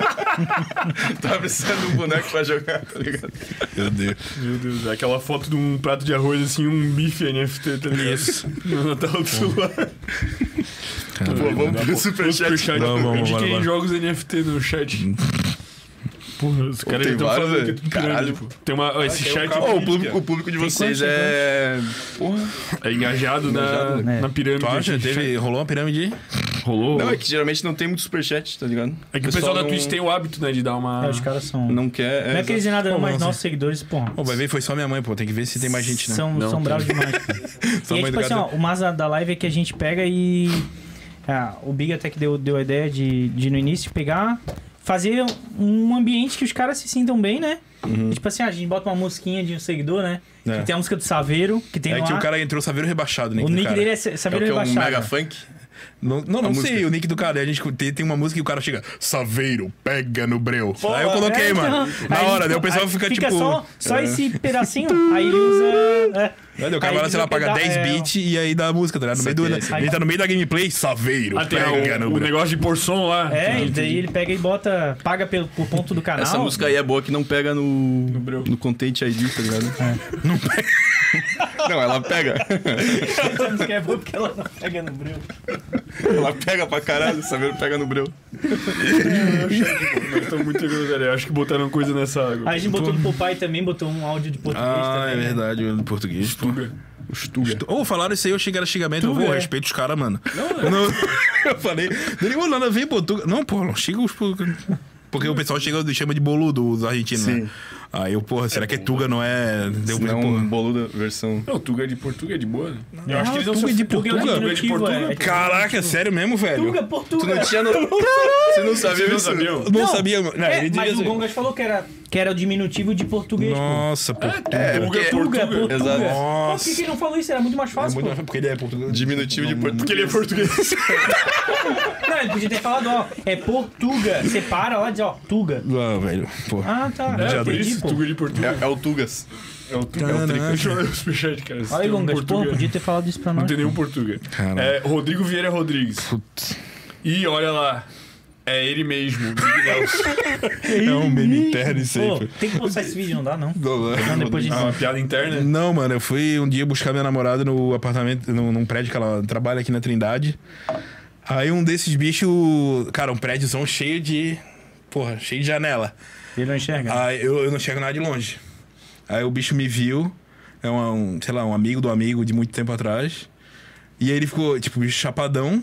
B: tá precisando de um boneco pra jogar, tá ligado?
C: Meu Deus.
A: Meu Deus, é aquela foto de um prato de arroz, assim, um bife NFT, tá ligado? Isso. No Natal do celular.
B: Pô, vamos pro
A: Outro
B: superchat.
A: superchat.
C: Não, vamos,
A: Indiquem
C: bora, bora.
A: jogos NFT no chat. Porra, os caras
B: Hum. tem
A: tão
B: vários,
A: falando
B: né?
A: que é tudo
B: Caralho.
A: pirâmide, pô. Tem uma. ó, esse chat
B: Ô, o, público, o público de vocês
D: quantos,
B: é.
A: é engajado,
B: Engajado,
A: na,
D: né?
A: na pirâmide.
C: Tu acha?
A: Esse
C: Teve, rolou uma pirâmide?
A: chat Rolou?
B: Não, é que geralmente não tem muito superchat, tá ligado?
A: É que o pessoal da
B: não-
A: Twitch tem o hábito, né, de dar uma.
D: É, os caras são. Não,
B: Não quer.
D: é que eles dizem nada, não,
C: Pô,
D: mas
C: nossa.
D: nossos seguidores, porra.
C: Pô, vai ver, foi só minha mãe, pô. Tem que ver se tem mais gente, né?
D: São,
A: Não,
D: são
A: tem.
D: bravos demais. cara.
C: São
D: e é
C: mais
D: tipo assim, ó,
C: educados.
D: o massa da live é que a gente pega e. Ah, o Big até que deu, deu a ideia de, de no início pegar, fazer um ambiente que os caras se sintam bem, né? E, tipo assim, ah, a gente bota uma musiquinha de um seguidor, né?
C: Uhum. É.
D: Que tem a música do Saveiro, que tem
C: É
D: no
C: que o
D: ar.
C: cara entrou saveiro rebaixado, né?
D: O nick
C: cara.
D: dele é
B: É o
D: Saveiro
B: que é um
D: Rebaixado.
B: mega funk?
C: Não, não, não
B: A
C: sei
B: música.
C: o nick do cara. A gente tem, tem uma música e o cara chega, Saveiro, pega no breu. aí eu
D: É,
C: coloquei,
D: então,
C: mano.
D: aí
C: Na
D: ele-
C: hora, daí o pessoal
D: aí
C: fica, tipo.
D: só, só esse pedacinho, aí ele usa. é.
C: Olha, o
D: Aí
C: cara vai lá,
D: ele
C: sei lá,
D: usa
C: paga
D: peda-
C: 10
D: é,
C: bits e aí dá a música, tá ligado? No meio do,
B: Saquei, saquei.
C: ele tá no meio da gameplay, Saveiro,
A: Ah, tem
C: pega
A: o,
C: no
A: o
C: breu.
A: negócio de porção lá.
D: É, e daí ele pega e bota. Paga pelo, por ponto do canal.
B: Essa música aí é boa que não pega no.
A: breu.
B: No, Content ID, tá ligado? Não pega. Não, ela pega.
D: Essa música é boa porque ela não pega no bril.
B: Ela pega pra caralho, saber pega no breu.
A: Eu tô muito orgulhoso, velho. Eu acho que botaram coisa nessa água.
D: Aí a gente botou no Popeye também, botou um áudio de português
C: Ah,
D: também.
C: é
D: né?
C: verdade, o português. pô.
B: Stuga.
C: Ô, falaram isso aí, eu cheguei a xingamento, eu vou,
D: é.
C: respeito os caras, mano. Eu Não, eu falei, não ligou nada a ver, pô. tu- Não, pô, não xinga os. por- Porque o pessoal chega e chama de boludo os argentinos, né? Aí eu, porra, será que é Tuga, não é. Deu
B: Não,
C: porra.
D: um-
B: boluda versão.
A: Não, Tuga de Portuga é de boa, né? Eu
D: Ah, Tuga de Portuga? É.
C: Caraca, sério mesmo, velho?
D: Tuga, Portuga.
B: Não tinha no... Você não sabia
A: Vocês não
B: isso?
A: sabiam?
C: Não, sabia, não,
D: É,
C: ele
D: mas
C: devia
D: o
C: ser.
D: Gongas falou que era, que era o diminutivo de português, pô.
C: Nossa, pô.
A: Tuga é
D: Portuga,
A: Portuga.
D: Portuga.
B: Exato.
D: Pô, Por que que
C: Nossa.
D: ele não falou isso? Era muito mais
C: É
D: fácil,
C: muito
D: pô.
C: mais- porque ele é português.
B: Diminutivo de
A: Porque ele é
B: português.
A: português.
D: Não, ele podia ter falado, ó, é Portuga. Separa lá e diz, ó, Tuga.
C: Ah, velho. Pô.
D: Ah, tá.
A: É, por
D: entendi,
A: isso,
D: pô.
A: Tuga de Portuga.
B: É, é o Tugas.
A: É o Tuga. É o Trica. Deixa eu olhar o superchat, cara. se
D: Olha aí,
A: tem um
D: Gongas, pô,
A: Portuga.
D: podia ter falado isso pra
A: Não
D: nós.
A: tem nenhum Portuga.
C: Caramba.
A: É, Rodrigo Vieira Rodrigues. E olha lá. É ele mesmo, Big Nelson.
C: É um meme interno isso aí,
D: Pô,
C: pô.
D: tem que postar esse vídeo, não dá, não.
C: Não, não.
D: Não, depois a
A: É
D: gente...
A: uma piada interna.
D: né?
C: Não, mano, eu fui um dia buscar minha namorada no apartamento, num, num prédio que ela trabalha aqui na Trindade. Aí um desses bichos, cara, um prédiozão cheio de. Porra, cheio de janela.
D: Ele não enxerga.
C: Aí eu, eu não enxergo nada de longe. Aí o bicho me viu, é uma- um, sei lá, um amigo do amigo de muito tempo atrás. E aí ele ficou, tipo, bicho chapadão,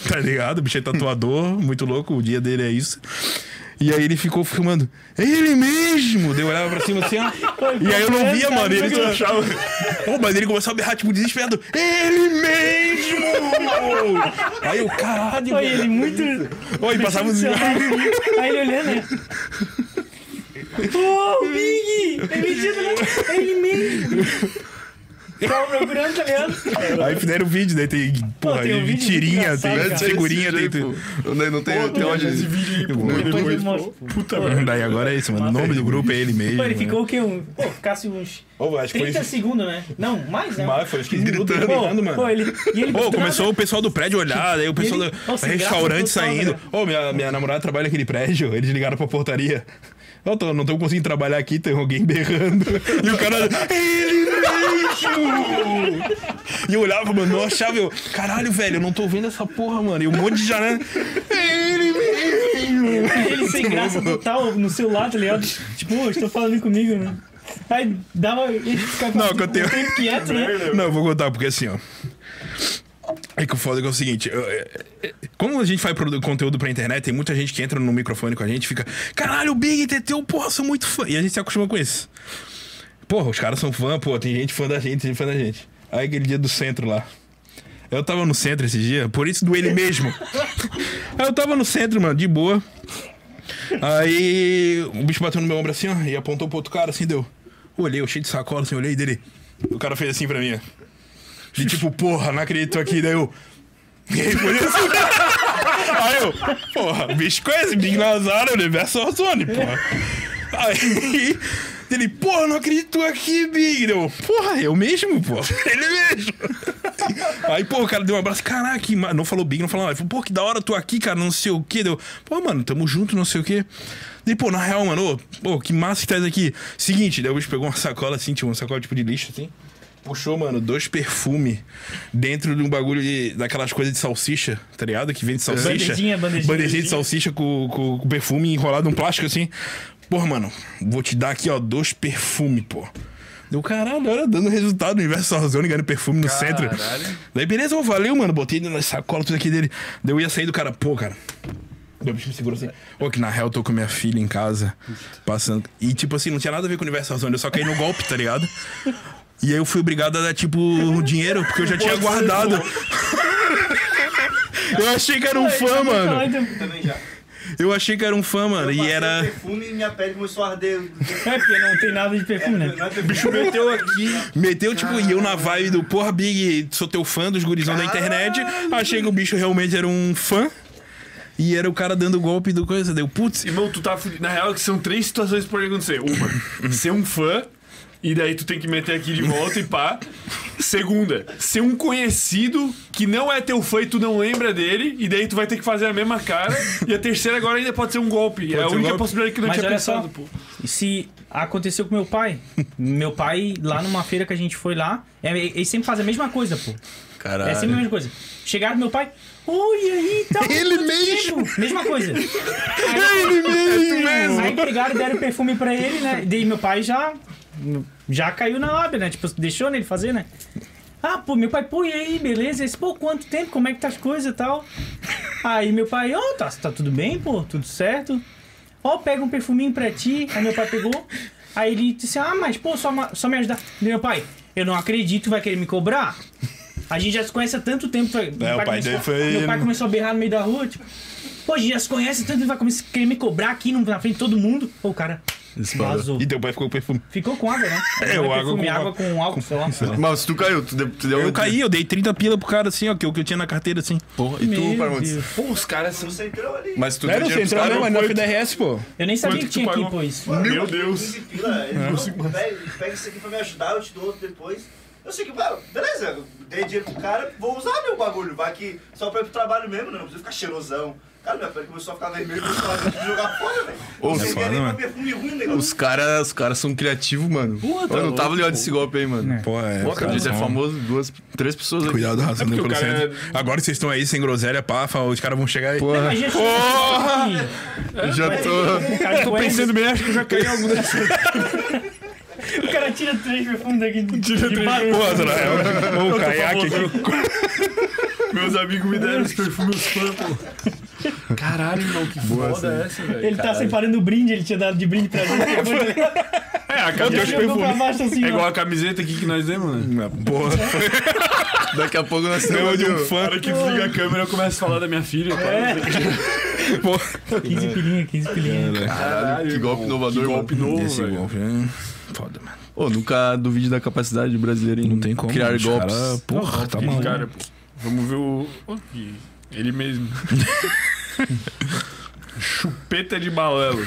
C: tá ligado? O bicho é tatuador, muito louco, o dia dele é isso. E aí ele ficou filmando, ele mesmo! Daí eu olhava pra cima assim, ó. E aí eu não via, mano.
D: é
C: E ele só achava. Pô, mas ele começou a berrar, tipo, desesperado. Ele mesmo! Aí eu, caralho,
D: Olha ele
C: velho.
D: muito...
C: Oi, ele
D: um
C: passava assim, os.
D: Aí ele olhando, né? Pô, o Big! É mentira, né? É ele mesmo! Tá o meu grande, tá ligado?
C: Aí fizeram o vídeo, daí tem, porra,
D: tem um vídeo muito
C: tirinha,
D: engraçado,
C: tem
D: cara.
C: figurinha, tem
B: Desse
C: tudo.
B: jeito, pô. Não, não tem até
A: Olha
B: hoje.
A: esse vídeo aí, pô.
D: Depois
A: Depois-
D: eu mostro, pô.
A: Puta merda.
C: Daí agora é isso, mano. O nome do grupo é ele mesmo.
D: Pô, ele
C: né?
D: ficou o quê? Um... Pô, ficasse uns
C: Ô, acho que foi
D: 30 segundos, né? Não, mais, né?
C: Mas foi uns 15 minutos
D: Pô,
C: gritando,
D: Pô,
C: mano.
D: ele... E ele
C: Pô, começou o pessoal do prédio a olhar, daí o pessoal
D: ele-
C: do
D: Nossa,
C: restaurante
D: graça total,
C: saindo.
D: né?
C: Ô, minha, minha namorada trabalha naquele prédio, eles ligaram pra portaria. Eu tô, não tô conseguindo trabalhar aqui, tem alguém berrando. E o cara. Ele mesmo! E eu olhava, mano, não achava. Eu, Caralho, velho, eu não tô vendo essa porra, mano. E um monte de janela. Ele mesmo! Tipo,
D: Ele sem graça né? total no celular, tá ligado? Tipo, ô, estão falando comigo, né? Aí dava. Ele ficava
C: Não, que eu
D: um
C: tenho-
D: tempo quieto, né?
C: Não, eu vou contar, porque assim, ó. É que o foda é que é o seguinte, eu- é- é- como a gente faz produ- conteúdo pra internet, tem muita gente que entra no microfone com a gente e fica, caralho, o Big Teteu, porra, sou muito fã. E a gente se acostuma com isso. Porra, os caras são fã, pô, tem gente fã da gente, tem gente fã da gente. Aí aquele dia do centro lá. Eu tava no centro esse dia, por isso do ele mesmo. Aí eu tava no centro, mano, de boa. Aí o bicho bateu no meu ombro assim, ó, e apontou pro outro cara, assim, deu. Olhei, eu cheio de sacola, assim, olhei dele. O cara fez assim pra mim, ó. De tipo, porra, não acredito aqui. Daí eu. E aí, por isso? aí eu, porra, o bicho conhece Big Nazar, universo Ozone, porra. Aí ele, porra, não acredito aqui, Big. Deu, porra, eu mesmo, pô. Ele mesmo. Aí, pô, o cara deu um abraço. Caraca, que ma- não falou Big, não falou nada. Ele falou, pô, que da hora tu aqui, cara, não sei o quê. Deu, pô, mano, tamo junto, não sei o quê. Daí, pô, na real, mano, ô, pô, que massa que tá isso aqui. Seguinte, daí o bicho pegou uma sacola assim, tipo, uma sacola tipo de lixo, assim. Puxou, mano, dois perfumes dentro de um bagulho de, daquelas coisas de salsicha, tá ligado? Que vende salsicha.
D: Bandejinha, bandejinha,
C: Bandejinha de salsicha com, com, com perfume enrolado num plástico assim. Porra, mano, vou te dar aqui, ó, dois perfumes, pô. Deu caralho, olha, dando resultado no universo Warzone, ganhando perfume no centro. Daí, beleza, ó, valeu, mano. Botei na sacola tudo aqui dele. Daí eu ia sair do cara, pô, cara. Meu bicho me segurou assim. Ô, que na real eu tô com minha filha em casa, passando. E tipo assim, não tinha nada a ver com o universo Warzone, eu só caí no golpe, tá ligado? E aí eu fui obrigado a dar, tipo, o dinheiro, porque eu já tinha guardado. Eu achei que era um fã, mano.
D: então, é
F: Também já.
C: Eu achei que era um fã, mano.
F: Eu
C: E
F: passei o
C: era.
F: perfume e minha pele começou a arder.
D: É, porque não tem nada de perfume, né?
F: Não é perfume. Bicho meteu aqui.
C: Meteu, tipo, e eu na vibe do porra, Big, sou teu fã dos gurizão da internet. Achei que o bicho realmente era um fã. E era o cara dando golpe do coisa. Deu, putz.
A: Irmão, tu tá fudido. Na real, que são três situações que podem acontecer. Uma, ser um fã, e daí tu tem que meter aqui de volta e pá. Segunda, ser um conhecido que não é teu fã e tu não lembra dele, e daí tu vai ter que fazer a mesma cara. E a terceira agora ainda pode ser um golpe. é a
C: ser um
A: única
C: golpe.
A: possibilidade que eu não
D: Mas
A: tinha
D: olha só,
A: pensado, pô.
D: se aconteceu com meu pai, meu pai lá numa feira que a gente foi lá, é, ele sempre faz a mesma coisa, pô.
C: Caralho.
D: É sempre a mesma coisa. Chegaram meu pai, oi, aí, tá
C: Ele
D: quanto
C: mesmo.
D: tempo?" Mesma coisa.
C: Ele mesmo!
D: Aí pegaram e deram perfume pra ele, né? Daí meu pai já. Já caiu na lábia, né? Tipo, deixou nele fazer, né? Ah, pô, meu pai, pô, e aí, beleza? Esse, pô, quanto tempo? Como é que tá as coisas e tal? Aí meu pai, ó, tá, tá tudo bem, pô, tudo certo. Ó, pega um perfuminho pra ti. Aí meu pai pegou. Aí ele disse, ah, mas pô, só, ma- só me ajudar. Meu pai, eu não acredito, vai querer me cobrar? A gente já se conhece há tanto tempo. Foi, meu,
C: É, o pai dele
D: começou,
C: foi-
D: meu pai começou a berrar no meio da rua, tipo... Pô, a gente já se conhece tanto, ele vai come- querer me cobrar aqui no- na frente de todo mundo. Pô, o cara vazou.
C: E teu pai ficou com perfume.
D: Ficou com água, né?
C: É,
D: Não
C: o água
D: perfume,
C: com-
D: água com álcool, sei lá.
B: Mas tu caiu, tu deu. Tu deu
C: Eu caí, eu dei 30 pila pro cara assim, ó, que, eu- que eu tinha na carteira assim.
B: Porra, e tu,
D: Meu
B: Parmontes?
D: Deus.
B: Pô, os caras são.
F: Você entrou ali.
B: Mas tu
C: Não era
B: deu
C: o
B: dinheiro pros
C: central,
B: caras,
C: não, mas
B: não
C: na
B: foi?
C: FDRS, pô.
D: Eu nem sabia
A: Quanto
D: que
A: que
D: tinha
A: tu
D: aqui,
A: pagou?
D: pô, isso.
A: Meu Deus.
F: 15 pila. Ele falou, velho, pega isso aqui pra me ajudar, eu te dou outro depois. Eu sei que, mano, beleza, eu dei dinheiro pro cara, vou usar meu bagulho. Vai que só pra ir pro trabalho mesmo, né? Não precisa ficar cheirosão. Cara, minha pele começou a ficar vermelha, começou a jogar fora, velho. Vocês
C: foda,
F: querem
C: mano.
F: pra perfume ruim, né? negócio.
B: Os caras os caras são criativos, mano.
D: Porra, tá
B: eu não
D: louco,
B: tava ligado desse golpe aí, mano.
C: Pô, é.
B: Pô, cara, isso é
C: bom.
B: famoso, duas, três pessoas aqui.
C: Cuidado, razão
A: porque
C: pelo
A: o cara
C: centro. Agora que vocês estão aí sem groselha, pafa, os caras vão chegar aí.
D: Não, Imagina se fosse
B: Já tô.
D: o cara
C: Tô
D: conhece,
C: pensando bem, acho que eu já caí em algum desses.
D: o cara tira três perfumes daqui de, de barulho.
C: Pô, Azrael, ou o caiaque aqui.
A: Meus amigos me deram esse perfume, os fãs, pô. Caralho, irmão, que foda é essa, velho?
D: Ele tá separando o brinde, ele tinha dado de brinde pra gente. depois ele
A: É, a camiseta.
D: jogou pra baixo
A: É
D: assim, ó.
A: igual a camiseta aqui que nós demos, né?
C: Porra,
B: Daqui a pouco nós temos.
C: de um
B: um-
C: fã.
A: Cara que desliga a câmera e começa a falar da minha filha, cara.
D: É. 15 pilinha, 15 pilinha.
A: Caralho,
B: Que golpe inovador,
A: Que
B: mano.
A: golpe novo,
C: Esse
A: velho.
C: golpe, é Foda, mano.
B: Ô, nunca duvide da capacidade do brasileiro em
C: é, Não tem como.
B: criar
C: os
B: golpes.
C: cara- porra, tá
A: Aquele
C: maluco.
A: cara, pô. Vamos ver o. o que- Ele mesmo. Chupeta de balelo.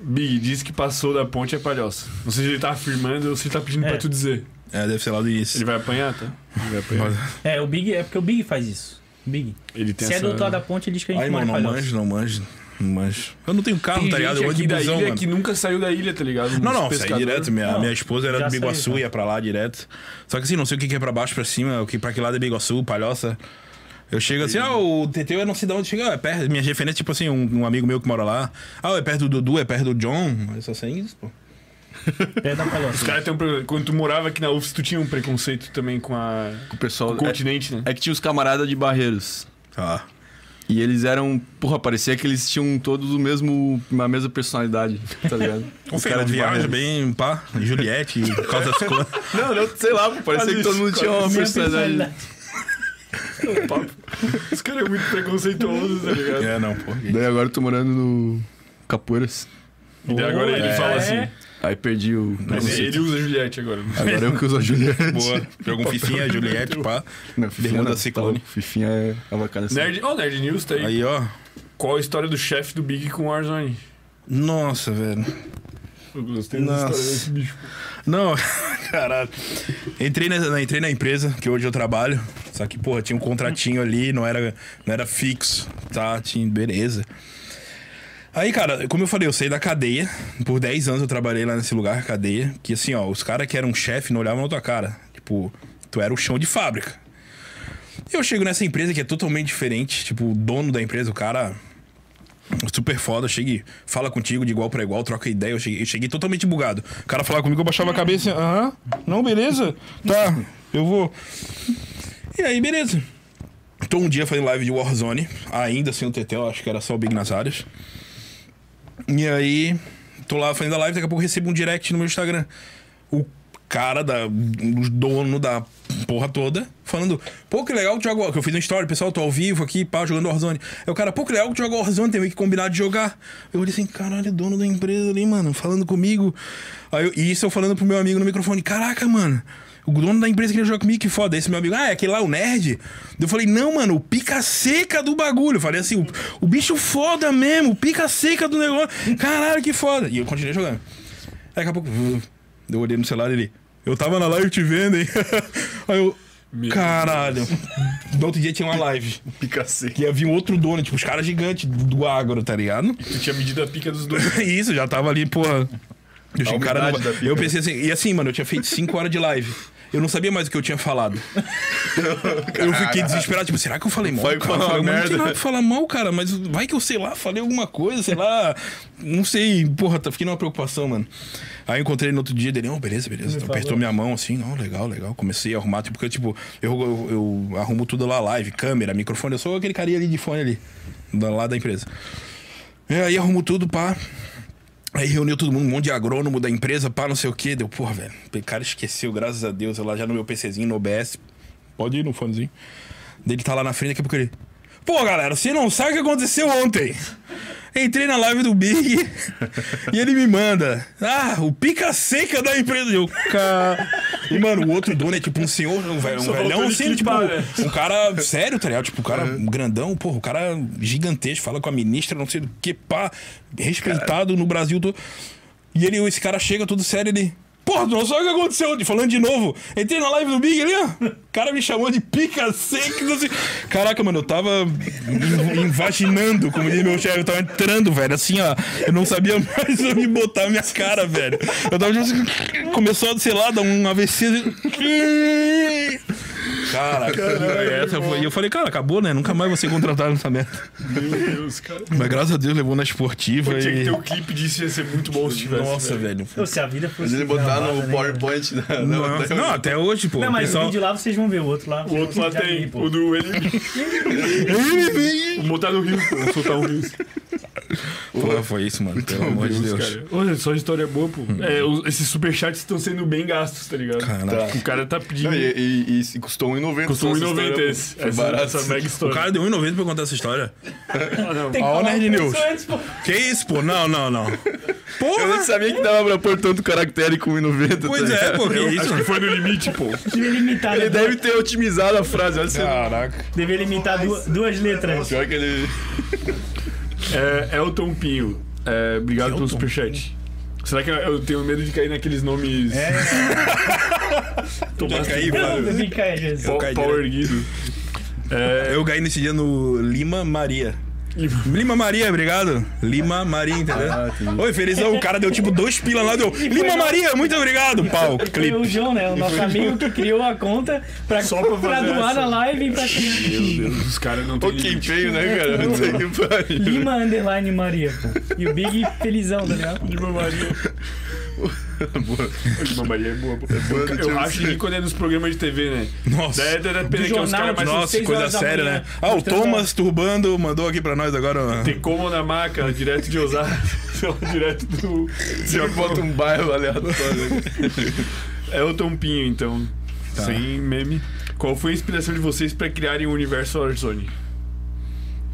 A: Big, diz que passou da ponte é palhoça. Não sei se ele tá afirmando ou se ele tá pedindo
D: É.
A: pra tu dizer.
C: É, deve ser lá do
A: Ele
C: início.
A: vai apanhar, tá? Ele vai apanhar.
D: É, o Big, é porque o Big faz isso. O Big.
A: Ele tem
D: Se é
A: essa... Tá
D: do outro lado da ponte, ele diz que a gente
C: Aí,
D: mora
C: mano,
D: em
C: não
D: Palhoça.
C: manjo, não manjo. Não manjo. Eu não tenho carro,
A: Tem
C: tá ligado?
A: gente
C: Eu ando
A: aqui
C: de
A: da
C: busão,
A: ilha
C: mano.
A: que nunca saiu da ilha, tá ligado? Uns
C: Não, não, né? saí
A: pescador.
C: direto. Minha,
D: Não,
C: minha esposa era
D: já
C: do Biguaçu,
D: saí, já.
C: ia pra lá direto. Só que assim, não sei o que que é pra baixo, pra cima, o que, pra que lado é Biguaçu, palhoça. Eu chego assim, ah, o TT eu não sei de onde chega, é perto. Minha referência, tipo assim, um, um amigo meu que mora lá. Ah, é perto do Dudu, é perto do John. Eu só sei isso, pô.
D: Pé É da
A: Os
D: Palhoça.
A: caras têm um pre- Quando tu morava aqui na UFS, tu tinha um preconceito também com a.
B: O
A: com
B: pessoal.
A: o
B: É,
A: continente, né?
B: é que tinha os camaradas de Barreiros.
C: Ah.
B: E eles eram. Porra, parecia que eles tinham todos o mesmo. a mesma personalidade, tá ligado?
C: O cara
B: de
C: viaja
B: Barreiros.
C: bem, pá, Juliette, por causa das coisas.
B: Não, não, sei lá, pô, parecia que todo mundo tinha uma
D: Minha
B: personalidade.
D: personalidade.
A: Os caras são é muito preconceituosos, tá ligado?
C: É, não, pô.
B: Daí agora eu tô morando no. Capoeiras.
A: E daí agora ele
D: É.
A: fala assim.
B: Aí perdi o.
A: Mas
B: preconceito.
A: ele usa Juliette agora.
B: Agora eu que uso a Juliette.
C: Boa. Joga um fifinha, Juliette, pá.
B: Não,
C: Bermuda
B: não,
C: Ciclone.
B: Tá, louco, fifinha é avacalha. assim.
A: Nerd, ó, Nerd News tá aí.
C: Aí, ó.
A: Qual a história do chefe do Big com o Warzone?
C: Nossa, velho.
A: Eu gostei
C: Nossa.
A: da história desse bicho.
C: Não, caralho. Entrei na, entrei na empresa que hoje eu trabalho. Só que, porra, tinha um contratinho ali, não era, não era fixo, tá? Tinha, beleza. Aí, cara, como eu falei, eu saí da cadeia. Por 10 anos eu trabalhei lá nesse lugar, cadeia. Que assim, ó, os caras que eram chefe não olhavam na tua cara. Tipo, tu era o chão de fábrica. Eu chego nessa empresa que é totalmente diferente. Tipo, o dono da empresa, o cara super foda, cheguei, fala contigo de igual pra igual, troca ideia, eu cheguei, eu cheguei totalmente bugado. O cara falava comigo, eu baixava a cabeça, aham, não, beleza, tá, eu vou. E aí, beleza. Tô um dia fazendo live de Warzone, ainda sem o TT, eu acho que era só o Big nas áreas. E aí, tô lá fazendo a live, daqui a pouco eu recebo um direct no meu Instagram. O cara da, o dono da porra toda, falando, pô, que legal que tu joga, que eu fiz um story, pessoal, tô ao vivo aqui, pá, jogando Warzone. Aí o cara, pô, que legal que tu joga Warzone, tem que combinar de jogar. Eu olhei assim, caralho, dono da empresa ali, mano, falando comigo. Aí eu- e isso eu falando pro meu amigo no microfone, caraca, mano. O dono da empresa queria jogar comigo, que foda. Esse meu amigo, ah, é aquele lá, o nerd. Eu falei, não, mano, o pica seca do bagulho. Eu falei assim, o, o bicho foda mesmo, o pica seca do negócio. Caralho, que foda. E eu continuei jogando. Aí daqui a pouco, eu olhei no celular e ele, eu tava na live te vendo, hein? Aí eu, caralho. No outro dia tinha uma live.
B: Pica seca.
C: Que ia vir um outro dono, tipo, os caras gigantes do agro, tá ligado?
A: Tu tinha medido a pica dos dois.
C: Isso, já tava ali, porra. Eu, achei, cara, não
B: umidade
C: vai-
B: da pica.
C: eu pensei assim, e assim, mano, eu tinha feito 5 horas de live. Eu não sabia mais o que eu tinha falado. eu fiquei desesperado, tipo, será que eu falei mal?
B: Vai
C: cara?
B: falar
C: eu falei, mano, Não
B: merda.
C: tem nada pra falar mal, cara, mas vai que eu sei lá, falei alguma coisa, sei lá. Não sei, porra, tá- fiquei numa preocupação, mano. Aí eu encontrei ele no outro dia dele, oh, beleza, beleza. Então, apertou minha mão assim, não, legal, legal. Comecei a arrumar, tipo, porque tipo, eu, eu, eu arrumo tudo lá, live, câmera, microfone, eu sou aquele carinha ali de fone ali, da- lá da empresa. E aí arrumo tudo, pá. Aí reuniu todo mundo, um monte de agrônomo da empresa, pá, não sei o quê. Deu, porra, velho. O cara esqueceu, graças a Deus, lá já no meu PCzinho, no OBS. Pode ir no fonezinho. Daí Ele tá lá na frente, daqui a pouco ele. Pô, galera, você não sabe o que aconteceu ontem. Entrei na live do Big e ele me manda. Ah, o pica seca da empresa. Eu, cara. E, mano, o outro dono é tipo um senhor, um, velho, um velhão,
A: ele
C: assim, ele, tipo,
A: clipar, né? Uhum.
C: um cara sério, tá ligado? Tipo, um cara grandão, porra, um cara gigantesco, fala com a ministra, não sei do que, pá, respeitado no Brasil todo. E ele, esse cara chega todo sério, ele. Porra, não sabe o que aconteceu ontem. Falando de novo, entrei na live do Big ali, ó. O cara me chamou de pica seca. não sei- Caraca, mano, eu tava inv- invaginando, como diz meu chefe. Eu tava entrando, velho. Assim, ó. Eu não sabia mais onde botar a minha cara, velho. Eu tava tipo assim, Começou a, sei lá, dar um AVC. assim. Cara, essa foi- e eu falei, cara, acabou, né? Nunca mais você contratar nessa merda.
A: Meu Deus, cara.
C: Mas graças a Deus levou na esportiva
A: Tinha que
C: e.
A: ter um o clipe disso, ia ser muito bom se tivesse.
C: Nossa,
A: velho.
C: velho.
D: Pô, se a vida fosse.
B: Mas ele botar
D: gravada,
B: no
D: né,
B: PowerPoint da.
C: Não,
B: da-
C: não, até hoje, pô.
D: cara? Não, mas
C: pessoal-
D: o vídeo lá vocês vão ver, o outro lá.
A: O outro lá tem. O do ele.
C: Ele vem.
A: Vou botar no rio, pô. Vou soltar o rio.
C: Pô, foi isso, mano. Pelo amor de Então, Deus.
A: Cara, olha, só história boa, pô. É, os- esses superchats estão sendo bem gastos, tá ligado?
C: Caraca.
A: O cara tá pedindo.
B: Não, e, e, e se custou 1,90.
A: Custou
B: essa história,
A: 1,90
B: pô.
A: esse.
B: Foi
A: Essa,
B: barato.
A: essa mega
C: O
A: história.
C: cara deu 1,90 pra contar essa história.
D: Tem
C: Ó,
D: falar
C: Nerd
D: isso
C: News.
D: antes, pô.
C: Que isso, pô? Não, não, não.
B: Eu nem
C: Porra!
B: sabia que dava pra pôr tanto caractere com 1,90. tá
C: Pois
B: ligado?
C: é, pô, que isso?
A: Acho que foi no limite, pô.
D: Que limitar, né?
B: Ele deve ter otimizado a frase. Olha, você
C: Caraca.
D: Devia limitar tá du- duas letras.
B: Pior que ele.
A: É, Elton Pinho. É, obrigado pelo superchat. Será que eu- eu tenho medo de cair naqueles nomes. É. Tomás
C: Já caí, mano.
D: Fica aí, Jesus.
A: Pau,
C: caí
A: pau
C: direto.
A: erguido. É,
C: Eu ganhei nesse dia no Lima Maria.
A: Lima.
C: Lima Maria, obrigado. Lima Maria, entendeu? Oi, felizão. O cara deu tipo dois pila lá, deu. Lima Maria, muito obrigado. Pau,
D: Foi o
C: clipe.
D: João, né? O nosso amigo que criou a conta pra,
A: Só pra fazer
D: doar
A: essa.
D: na live e pra criar.
A: meu Deus, os caras não tem.
B: Pô, que
A: limite.
B: feio, né, cara? Puta que pariu.
D: Lima Underline Maria, pô. E o Big felizão, tá ligado?
C: é
A: Lima Maria. Lima Maria é boa. pô. Eu-
B: deixa
A: Eu
B: eu
A: acho
B: ver.
A: que quando é nos programas de TV, né?
C: Nossa.
A: Daí até dá pena que é uns
D: jornal,
A: caras mais.
D: de-
C: Nossa,
D: seis
C: coisa
D: horas da
C: séria,
D: manhã,
C: né? Ah, o
D: mostrando-
C: Thomas Turbando mandou aqui pra nós agora. ó.
A: Tecomam na maca, direto de Osasco. Sei lá, direto do.
B: Já bota um bairro aleatório.
A: É o Tompinho, então. Sem meme. Qual foi a inspiração de vocês pra criarem o universo Warzone?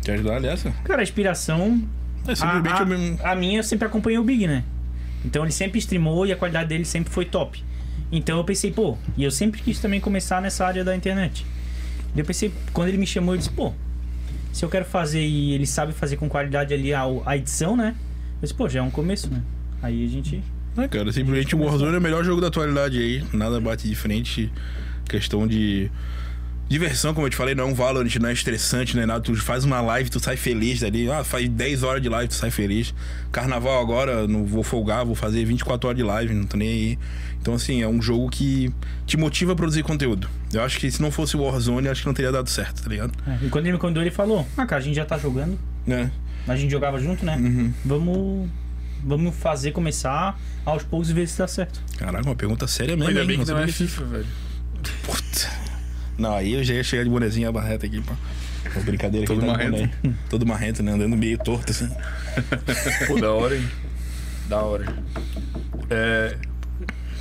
C: Quer ajudar nessa?
D: Cara, a inspiração.
C: É,
D: A,
C: simplesmente eu mesmo.
D: a- a minha eu sempre acompanhei o Big, né? Então ele sempre streamou e a qualidade dele sempre foi top. Então eu pensei, pô, e eu sempre quis também começar nessa área da internet. Daí Eu pensei, quando ele me chamou, eu disse, pô, se eu quero fazer e ele sabe fazer com qualidade ali a, a edição, né? Eu disse, pô, já é um começo, né? Aí a gente.
C: É, cara, simplesmente o Warzone é o melhor jogo da atualidade aí. Nada bate de frente. Questão de. Diversão, como eu te falei, não é um Valorant, não é estressante, não é nada. Tu faz uma live, tu sai feliz dali. Ah, faz 10 horas de live, tu sai feliz. Carnaval agora, não vou folgar, vou fazer 24 horas de live, não tô nem aí. Então, assim, é um jogo que te motiva a produzir conteúdo. Eu acho que se não fosse o Warzone, eu acho que não teria dado certo, tá ligado?
D: É, e quando ele me convidou, ele falou, ah, cara, a gente já tá jogando.
C: Né?
D: A gente jogava junto, né? Vamos. Vamos fazer começar aos poucos e ver se dá certo.
C: Caraca, uma pergunta séria mesmo.
A: Ainda
C: hein?
A: bem que não
C: sabia
A: é FIFA, velho.
C: Puta. Não, aí eu já ia chegar de bonezinho a barreta aqui, pô. As brincadeiras
B: Todo
C: aqui. tá de
B: marrento.
C: boné. Todo marrento, né? Andando meio torto, assim.
A: Pô, da hora, hein? Da hora. É.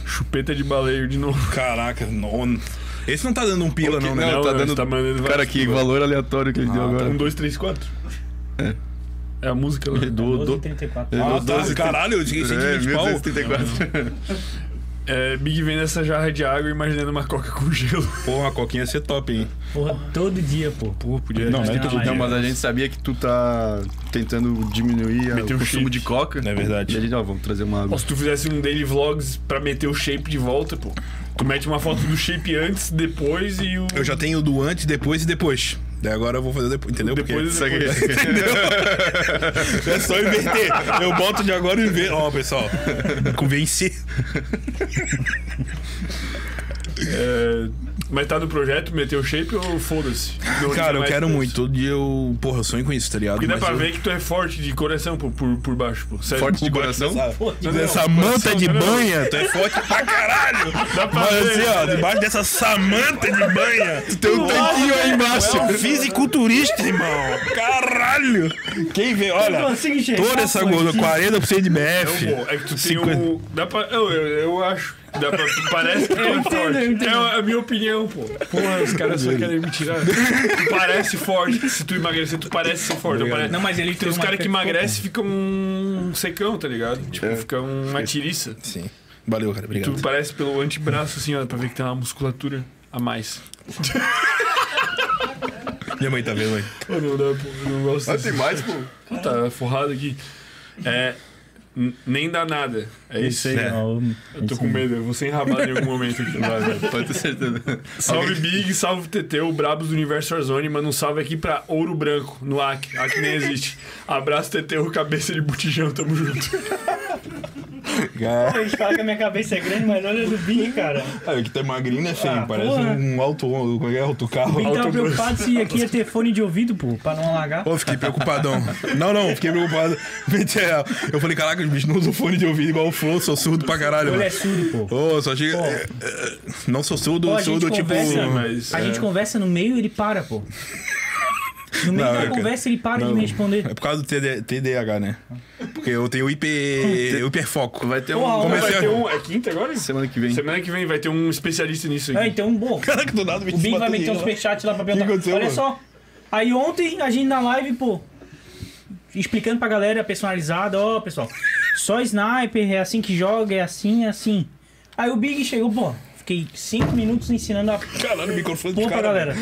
A: Chupeta de baleio de novo.
C: Caraca, nono. Esse não tá dando um pila, não, né?
B: Não, tá dando-
A: Tá mandando
B: Cara, que valor aleatório que ele deu agora.
A: Um, dois, três, quatro. É. É a música lá.
B: Do,
D: 12
B: do...
D: e 34.
B: Ah,
C: Ah,
B: no
C: tá.
B: 12,
C: Caralho, eu esqueci
B: É,
C: de 20 pau.
B: 1234.
A: É, Big vem nessa jarra de água imaginando uma coca com gelo.
C: Porra, a coquinha ia ser top, hein?
D: Porra, todo dia, pô.
A: Pô, podia.
C: Não,
A: é
C: mas-
B: Não, mas a gente sabia que tu tá tentando diminuir a-
A: Meteu
B: o
A: um
B: consumo
A: chip.
B: de coca.
C: É
B: E a
C: verdade.
B: gente, ó, vamos trazer uma água.
A: se tu fizesse um daily vlogs pra meter o shape de volta, pô. Tu mete uma foto do shape antes, depois e o.
C: Eu já tenho do antes, depois e depois. Daí agora eu vou fazer depois, entendeu?
A: Depois
C: Porque
A: e depois.
C: é só inverter. Eu boto de agora e inverto. Ó, pessoal, convenci.
A: É, Mas tá no projeto, meter o shape ou foda-se? Não é
C: Cara, eu
A: mais
C: quero
A: pra
C: muito.
A: isso.
C: Todo dia eu. Porra, eu sonho com isso, tá ligado?
A: Porque dá
C: Mas
A: pra
C: eu-
A: ver que tu é forte de coração por, por, por baixo, pô. Sério,
E: Forte
A: por
E: de
A: baixo.
E: coração?
A: Não, não,
C: Essa
A: por
C: manta
A: coração,
C: de
A: não, não.
C: banha, tu é forte pra caralho!
A: Dá pra
C: Mas
A: ver.
C: assim, ó, debaixo dessa samanta de banha,
E: Tem um tanquinho aí embaixo.
C: um fisiculturista, irmão! tá Caralho! Quem vê, olha,
D: consigo enxergar,
C: toda essa
D: pô,
C: gorda,
D: É gente.
C: 40% de
A: Não,
C: BF.
A: pô, é que tu tem o. Dá pra. Eu, eu, eu acho. que Dá pra, parece que tu
D: Eu
A: é
D: entendo, eu
A: forte.
D: entendo.
A: É a minha opinião, pô. Porra, os caras só querem me tirar. Tu parece forte. Se tu emagrecer, tu parece ser forte. Não, parece...
D: Não, é, mas ele
A: né? tem os
D: uma
A: caras que
D: pe-
A: emagrecem e ficam um secão, tá ligado? Tipo, fica uma tiriça.
C: Sim. Valeu, cara,
A: Tu
C: obrigado.
A: parece pelo antebraço, assim, ó, pra ver que tem uma musculatura a mais.
C: Minha mãe tá vendo aí.
A: Pô, não dá, pô, eu não gosto disso.
B: mais, pô.
A: Ah, Tá forrado aqui. É. n- Nem dá nada. É isso aí.
D: Pô,
C: É.
D: ó,
A: Eu tô com medo, eu vou ser enrabado em algum momento aqui. Vai, vai.
E: Pode ter certeza.
A: Salve Big, salve TT, o Brabos do Universo Warzone. Manda um salve aqui pra Ouro Branco, no AC. AC nem existe. Abraço TT, o cabeça de botijão, tamo junto.
D: A gente fala que a minha cabeça é grande, mas olha do Bim, cara.
C: Ah, que tá magrinho, né, feio?
D: Ah,
C: Parece
D: porra.
C: um alto. Como é que é? Alto carro.
D: Bim tava
C: Alto...
D: Então, preocupado se aqui ia ter fone de ouvido, pô, pra não alagar.
C: Pô, fiquei preocupadão. Não, não, fiquei preocupado. Meti a- Eu falei, caraca, os bichos não usam fone de ouvido igual o Flow, sou surdo pra caralho.
D: Ele é
C: mano.
D: surdo, pô.
C: Ô, só chega. é, é, Não sou surdo,
D: Pô, a gente
C: surdo tipo.
D: conversa, né?
A: Mas.
D: A
A: é,
D: gente conversa no meio e ele para, pô. No meio
C: Não,
D: da
C: eu-
D: conversa ele para de
C: não.
D: me responder.
C: É por causa do TD TDAH, né? Porque eu tenho hiper, hiperfoco.
B: Vai ter um.
D: Porra,
C: Como é
A: vai
C: que é?
A: ter um. É quinta agora?
B: Semana que vem.
A: Semana que vem vai ter um especialista nisso
D: Ah,
A: aí.
D: então, bom,
C: Caraca, do nada
D: o Bim vai meter um superchat lá pra perguntar.
C: aconteceu,
D: Olha
C: mano?
D: só. Aí ontem a gente na live, pô, explicando pra galera personalizada, ó, pessoal, só sniper, é assim que joga, é assim, é assim. Aí o Big chegou, pô, fiquei cinco minutos ensinando a
C: Caralho, o microfone
D: Pô,
C: do
D: pra
C: cara.
D: galera.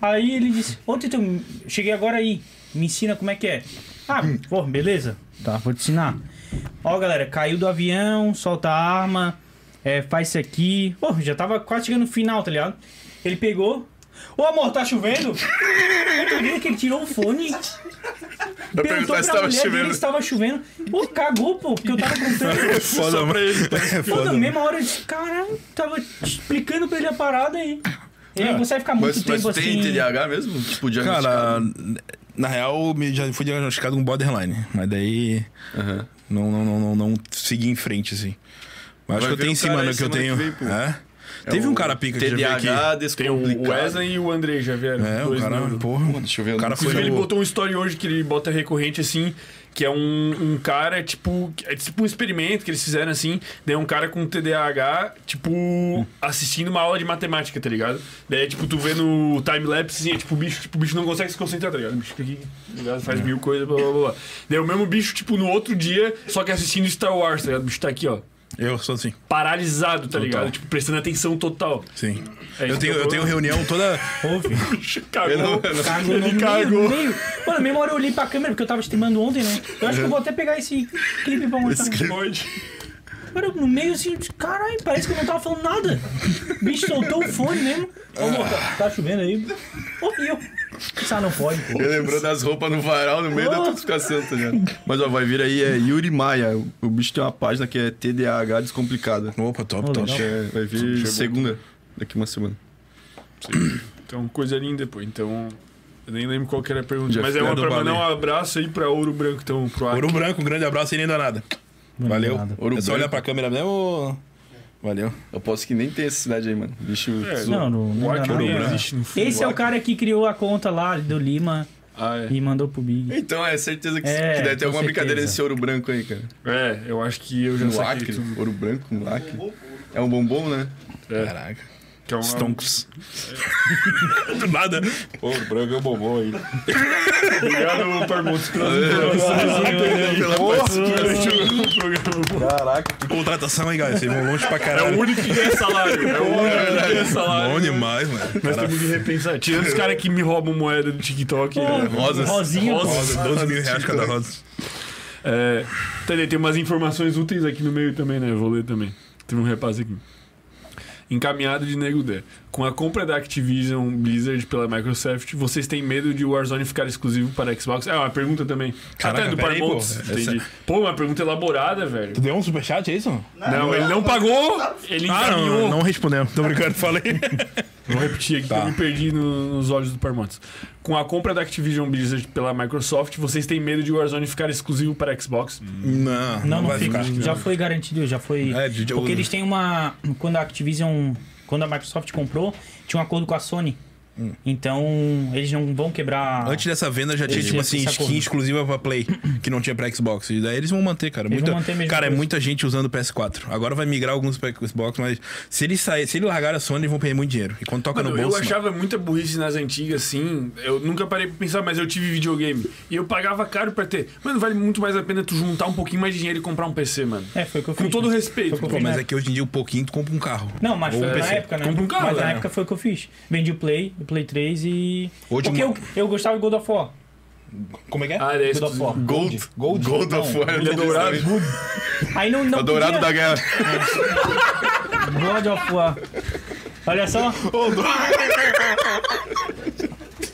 D: Aí ele disse: Ontem eu cheguei agora aí, me ensina como é que é. Ah, pô, beleza. Tá, vou te ensinar. Ó, galera, caiu do avião, solta a arma, é, faz isso aqui. Pô, já tava quase chegando no final, tá ligado? Ele pegou. Ô amor, tá chovendo? Eu tô vendo que ele tirou o fone.
B: perguntar
D: Perguntou pra
B: se
D: mulher
B: tava
D: chovendo.
B: chovendo.
D: se tava chovendo. Pô, cagou, pô, porque eu tava contando.
C: Foda, mano. É
D: Pô,
C: foda,
D: na
C: mano.
D: mesma hora eu disse, cara, eu tava explicando pra ele a parada aí. Ele não consegue ficar muito
B: Mas, mas
D: tempo assim.
B: tem TDAH mesmo? Tipo, diagnosticado?
C: Cara, na real, me- já fui diagnosticado com borderline. Mas daí.
B: Aham.
C: Não, não, não, não, não segui em frente, assim. Mas
B: Vai
C: acho que eu
B: ver
C: tenho
B: um
C: sim,
B: cara
C: mano,
B: aí
C: que eu
B: semana
C: tenho.
B: que vem, pô.
C: É?
B: É
C: Teve um
B: o
C: cara pica que já veio aqui.
B: TDAH
A: Tem o
B: descomplicado.
A: Wesley e o Andrei já vieram.
C: É, o
A: dois
C: cara,
A: no-
C: porra.
B: Deixa eu ver.
C: O cara foi
A: Inclusive, ele
C: no-
A: botou um story hoje que ele bota recorrente assim, que é um, um cara, tipo. que É tipo um experimento que eles fizeram assim. Daí é um cara com TDAH,
C: Hum.
A: tipo, assistindo uma aula de matemática, tá ligado? Daí, tipo, tu vê no time-lapse, assim, é tipo, o bicho, tipo, o bicho não consegue se concentrar, tá ligado? O bicho fica aqui, tá ligado?
C: É.
A: faz mil coisas, blá blá blá. Daí o mesmo bicho, tipo, no outro dia, só que assistindo Star Wars, tá ligado? O bicho tá aqui, ó.
C: Eu sou assim,
A: Paralisado, tá ligado? Tipo, prestando atenção total.
C: sim.
A: É
C: Eu
A: isso
C: tenho,
A: que
C: eu tenho reunião toda.
D: Ouve.
A: Bicho, Cagou.
D: Cagou no
A: Ele
D: meio,
A: cagou.
D: no meio. Mano, na mesma hora eu olhei pra câmera, porque eu tava streamando ontem, né? Eu acho que eu vou até pegar esse clipe pra mostrar.
A: Pode.
D: Cara, eu no meio assim, eu disse, caralho, parece que eu não tava falando nada. O bicho soltou o fone mesmo. Ô, amor, tá, tá chovendo aí. Ô, e eu. Ah, não pode, pô.
B: Ele lembrou das roupas no varal no meio da intoxicação, tá ligado? Mas ó, vai vir aí, é Yuri Maia. O- O bicho tem uma página que é TDAH descomplicada.
C: Opa, top, top.
D: legal.
B: É, vai vir segunda, daqui uma semana.
A: Então, coisa linda, pô. Então, eu nem lembro qual que era a pergunta.
B: Já
A: Mas é uma
C: fizeram
A: pra
C: o
A: mandar um
C: balé.
A: abraço aí pra Ouro Branco, então, pro Ar.
C: Ouro branco, um grande abraço e nem dá nada. Valeu.
D: nada.
B: Ouro
C: é só
B: branco.
C: olhar pra câmera mesmo. ou- Valeu.
B: Eu posso que nem tem essa cidade aí, mano. Bicho.
A: É,
B: zoou.
D: Não, não,
A: O
D: não
A: Ar
D: dá
A: que não
D: nada.
A: existe no fundo.
D: Esse é o cara que criou a conta lá do Lima
A: Ah, é.
D: e mandou pro Big.
B: Então é certeza que,
D: É,
B: que deve ter
D: com
B: alguma
D: certeza.
B: brincadeira nesse ouro branco aí, cara.
A: É, eu acho que eu já
B: No
A: saquei
B: Acre,
A: tudo.
B: ouro branco no Acre. É um bombom, né?
C: Caraca.
A: Que é um-
C: Stonks. Do nada. Ouro branco é um bombom aí. É.
A: Obrigado, Parmontes, pelas informações do programa. pô.
C: Que contratação aí, galera. Vocês vão longe pra
A: É
C: caralho.
A: o único que ganha salário. É o único que ganha salário.
C: Bom demais, mano.
A: Nós
C: Cara,
A: temos que repensar. Tirando os caras que me roubam moeda do TikTok. né?
D: Rosas. Rosinha, pô.
A: Rosas.
C: rosa, 12 mil reais cada rosa.
A: É, tá, daí tem umas informações úteis aqui no meio também, né? Eu Vou ler também. Teve um repasse aqui. Encaminhado de Nego D. Com a compra da Activision Blizzard pela Microsoft, vocês têm medo de Warzone ficar exclusivo para Xbox? É uma pergunta também.
C: Caraca,
A: Até do
C: peraí,
A: Parmontes.
C: pô.
A: Entendi.
C: Essa-
A: Pô, uma pergunta elaborada, velho.
C: deu um superchat, é isso?
A: Não, ele não pagou, ele
C: Ah, não,
A: encaminhou.
C: não respondeu. Tô brincando, falei.
A: Vou repetir aqui que
C: Tá.
A: eu me perdi no- nos olhos do Parmontes. Com a compra da Activision Blizzard pela Microsoft, vocês têm medo de Warzone ficar exclusivo para Xbox?
C: Não,
D: Não, não,
C: vai
D: fica.
C: ficar.
D: Já foi garantido, já foi.
C: É, de- de-
D: porque eles têm uma. Quando a Activision. Quando a Microsoft comprou, tinha um acordo com a Sony. Então, eles não vão quebrar.
C: Antes dessa venda já tinha,
D: Esse-
C: tipo assim,
D: esse
C: skin
D: acordo.
C: exclusiva pra Play, que não tinha pra Xbox. E daí eles vão manter, cara.
D: Eles
C: Muita,
D: vão manter a mesma
C: cara, é
D: coisa.
C: muita gente usando o PS4. Agora vai migrar alguns pra Xbox, mas se eles sair, se eles largarem a Sony, eles vão perder muito dinheiro. E quando toca
A: Mano,
C: no
A: eu
C: bolso. mano,
A: achava muita burrice nas antigas, assim. Eu nunca parei pra pensar, mas eu tive videogame. E eu pagava caro pra ter. Mano, vale muito mais a pena tu juntar um pouquinho mais de dinheiro e comprar um PC, mano.
D: É, foi o que eu fiz.
A: Com todo
D: né?
A: respeito.
D: Foi o que eu
C: Pô,
D: fiz na
C: mas é que hoje em dia um pouquinho tu compra um carro.
D: Não, mas
C: Ou
D: foi
C: um
D: na
C: PC.
D: época, né?
A: Compra um carro,
D: mas na
A: né?
D: época foi o que eu fiz. Vendi o Play, o Play 3 e.
C: Hoje
D: Porque
C: uma-
D: eu, eu gostava de God of War.
C: Como é que é?
A: Ah, é
D: God of War.
B: Gold. Gold. Gold of War. Tá
A: Ele é dourado.
D: Aí não, não
B: Dourado da
D: podia...
B: guerra.
D: God of War. Olha só.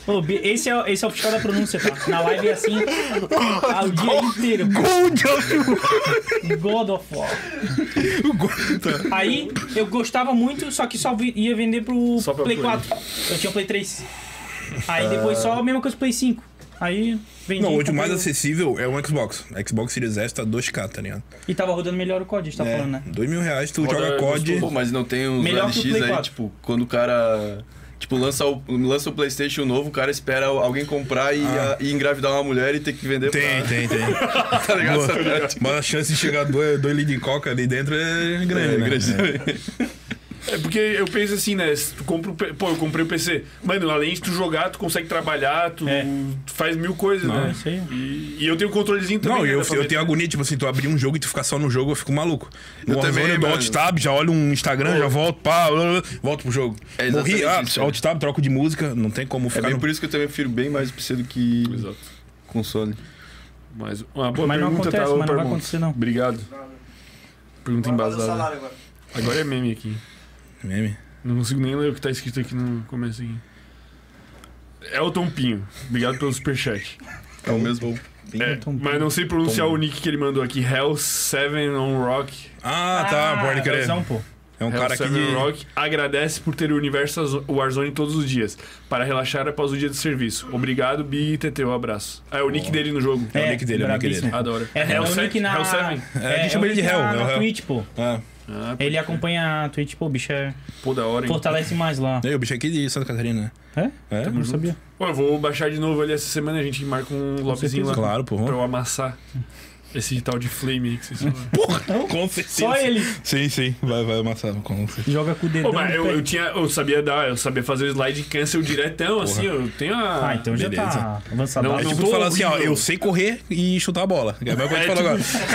D: Ô, Bi- esse, é, esse é o oficial da pronúncia, tá? Na live é assim ah, o dia inteiro. God of War. Aí eu gostava muito, só que só vi- ia vender pro
A: Só pra
D: Play
A: Play.
D: 4. Eu tinha o Play 3. Aí depois só a mesma coisa pro Play 5. Aí vendi.
C: Ah. Não, hoje o
D: comprei
C: mais
D: o-
C: acessível é um Xbox. Xbox Series S tá 2K, tá ligado?
D: E tava rodando melhor o COD, a gente tá
C: É,
D: falando, né?
C: dois mil reais, tu
A: Roda
C: joga COD.
B: Pô, mas não tem uns
D: Melhor que o
B: LX
D: Play
B: aí,
D: 4.
B: tipo, quando o cara. Tipo, lança o, lança o PlayStation novo, o cara espera alguém comprar e, a- e engravidar uma mulher e ter que vender
C: Tem,
B: pra.
C: tem, tem.
B: Tá ligado? Essa parte.
C: Mas a chance de chegar dois, dois litros de coca ali dentro é grande,
B: É,
C: né?
B: grande.
A: É porque eu penso assim, né? Se tu compra o P- Pô, eu comprei o PC. Mano, além de tu jogar, tu consegue trabalhar, tu,
D: É.
A: tu faz mil coisas,
D: É
A: né?
D: isso aí.
A: E, e eu tenho um controlezinho também.
C: Não,
A: né,
C: eu,
A: dá pra
C: eu
A: ver.
C: tenho agonia, tipo assim, tu abrir um jogo e tu ficar só no jogo, eu fico maluco.
B: Eu
C: No
B: também,
C: Warzone, eu dou
B: mano.
C: alt tab, já olho um Instagram, já volto, pá, blá, blá, blá, volto pro jogo.
B: É exatamente
C: Morri, ah,
B: isso, né?
C: alt tab, troco de música, não tem como
B: É
C: ficar.
B: bem
C: no-
B: por isso que eu também prefiro bem mais o PC do que
A: Exato.
B: console. É
A: Mas uma boa
D: Mas não
A: pergunta,
D: acontece,
A: tá? ô,
D: mas não vai
A: Parmontes?
D: acontecer, não.
A: Obrigado. Pergunta
F: Bora fazer o
A: embasada.
F: salário agora.
A: Agora é meme aqui.
C: Meme.
A: Não consigo nem ler o que tá escrito aqui no começo aqui. Elton Pinho, obrigado pelo superchat.
B: É o mesmo.
A: É,
D: Elton Pinho.
A: mas não sei pronunciar o nick que ele mandou aqui. Hell Seven on Rock.
C: Ah, tá, pode crer.
D: razão, pô.
C: É um
A: Hell
C: cara que.
A: Seven on Rock agradece por ter o universo Azo- Warzone todos os dias. Para relaxar após o dia de serviço. Obrigado, Big e TT, um abraço. Ah, é o nick dele no jogo.
C: o nick dele, é o nick dele.
D: brabíssimo.
A: Adoro.
D: É, é o nick na...
A: Hell Seven.
C: É, a gente chama
D: é o
C: ele de
D: nick
C: Hell,
D: Na,
C: é o
D: na
C: Hell.
D: Twitch, pô.
C: Ah,
A: Ah, pô,
D: Ele acompanha a Twitch, pô, o bicho é...
A: pô, da hora, hein?
D: fortalece mais lá.
C: é o bicho aqui de Santa Catarina,
D: É?
C: né?
D: Eu não sabia.
A: Pô, eu vou baixar de novo ali essa semana, a gente marca um lobzinho
C: É?
A: lá
C: Claro, pô.
A: pra eu amassar esse tal de flame aí que vocês falaram.
C: Com certeza.
D: Só ele
C: Sim, sim. Vai, vai amassar. Com certeza.
D: joga com o dedão.
A: Pô, mas
D: no
A: eu,
D: pé.
A: eu tinha, eu sabia dar, eu sabia fazer o slide cancel diretão, assim, eu tenho a...
D: Ah, então já tá
C: beleza.
D: avançado.
A: Não,
C: É
A: não.
C: tipo
A: tô
C: tu falar assim, ó,
A: horrível.
C: eu sei correr e chutar a bola. É a mesma coisa que
A: É,
C: tu falou
A: tipo,
C: agora.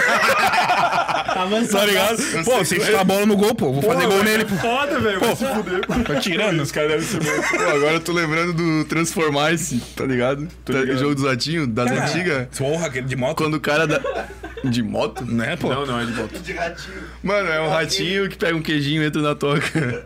D: Tá
C: Tá
D: avançado.
C: ligado? Pô, você chutar a bola no gol, pô. Vou fazer gol nele, pô.
A: é Foda, velho, vai se fuder.
C: Tá tirando.
A: Os caras devem ser muito...
B: Pô, agora eu tô lembrando do Transformice, tá ligado? Tá-
A: ligado.
B: O jogo dos ratinhos, das
D: É.
B: antigas.
C: Porra, aquele de moto.
B: Quando o cara da. De moto?
C: Né, pô?
A: Não, não, é de bota.
F: De gatinho.
B: Mano, é um ratinho que pega um queijinho e entra na toca.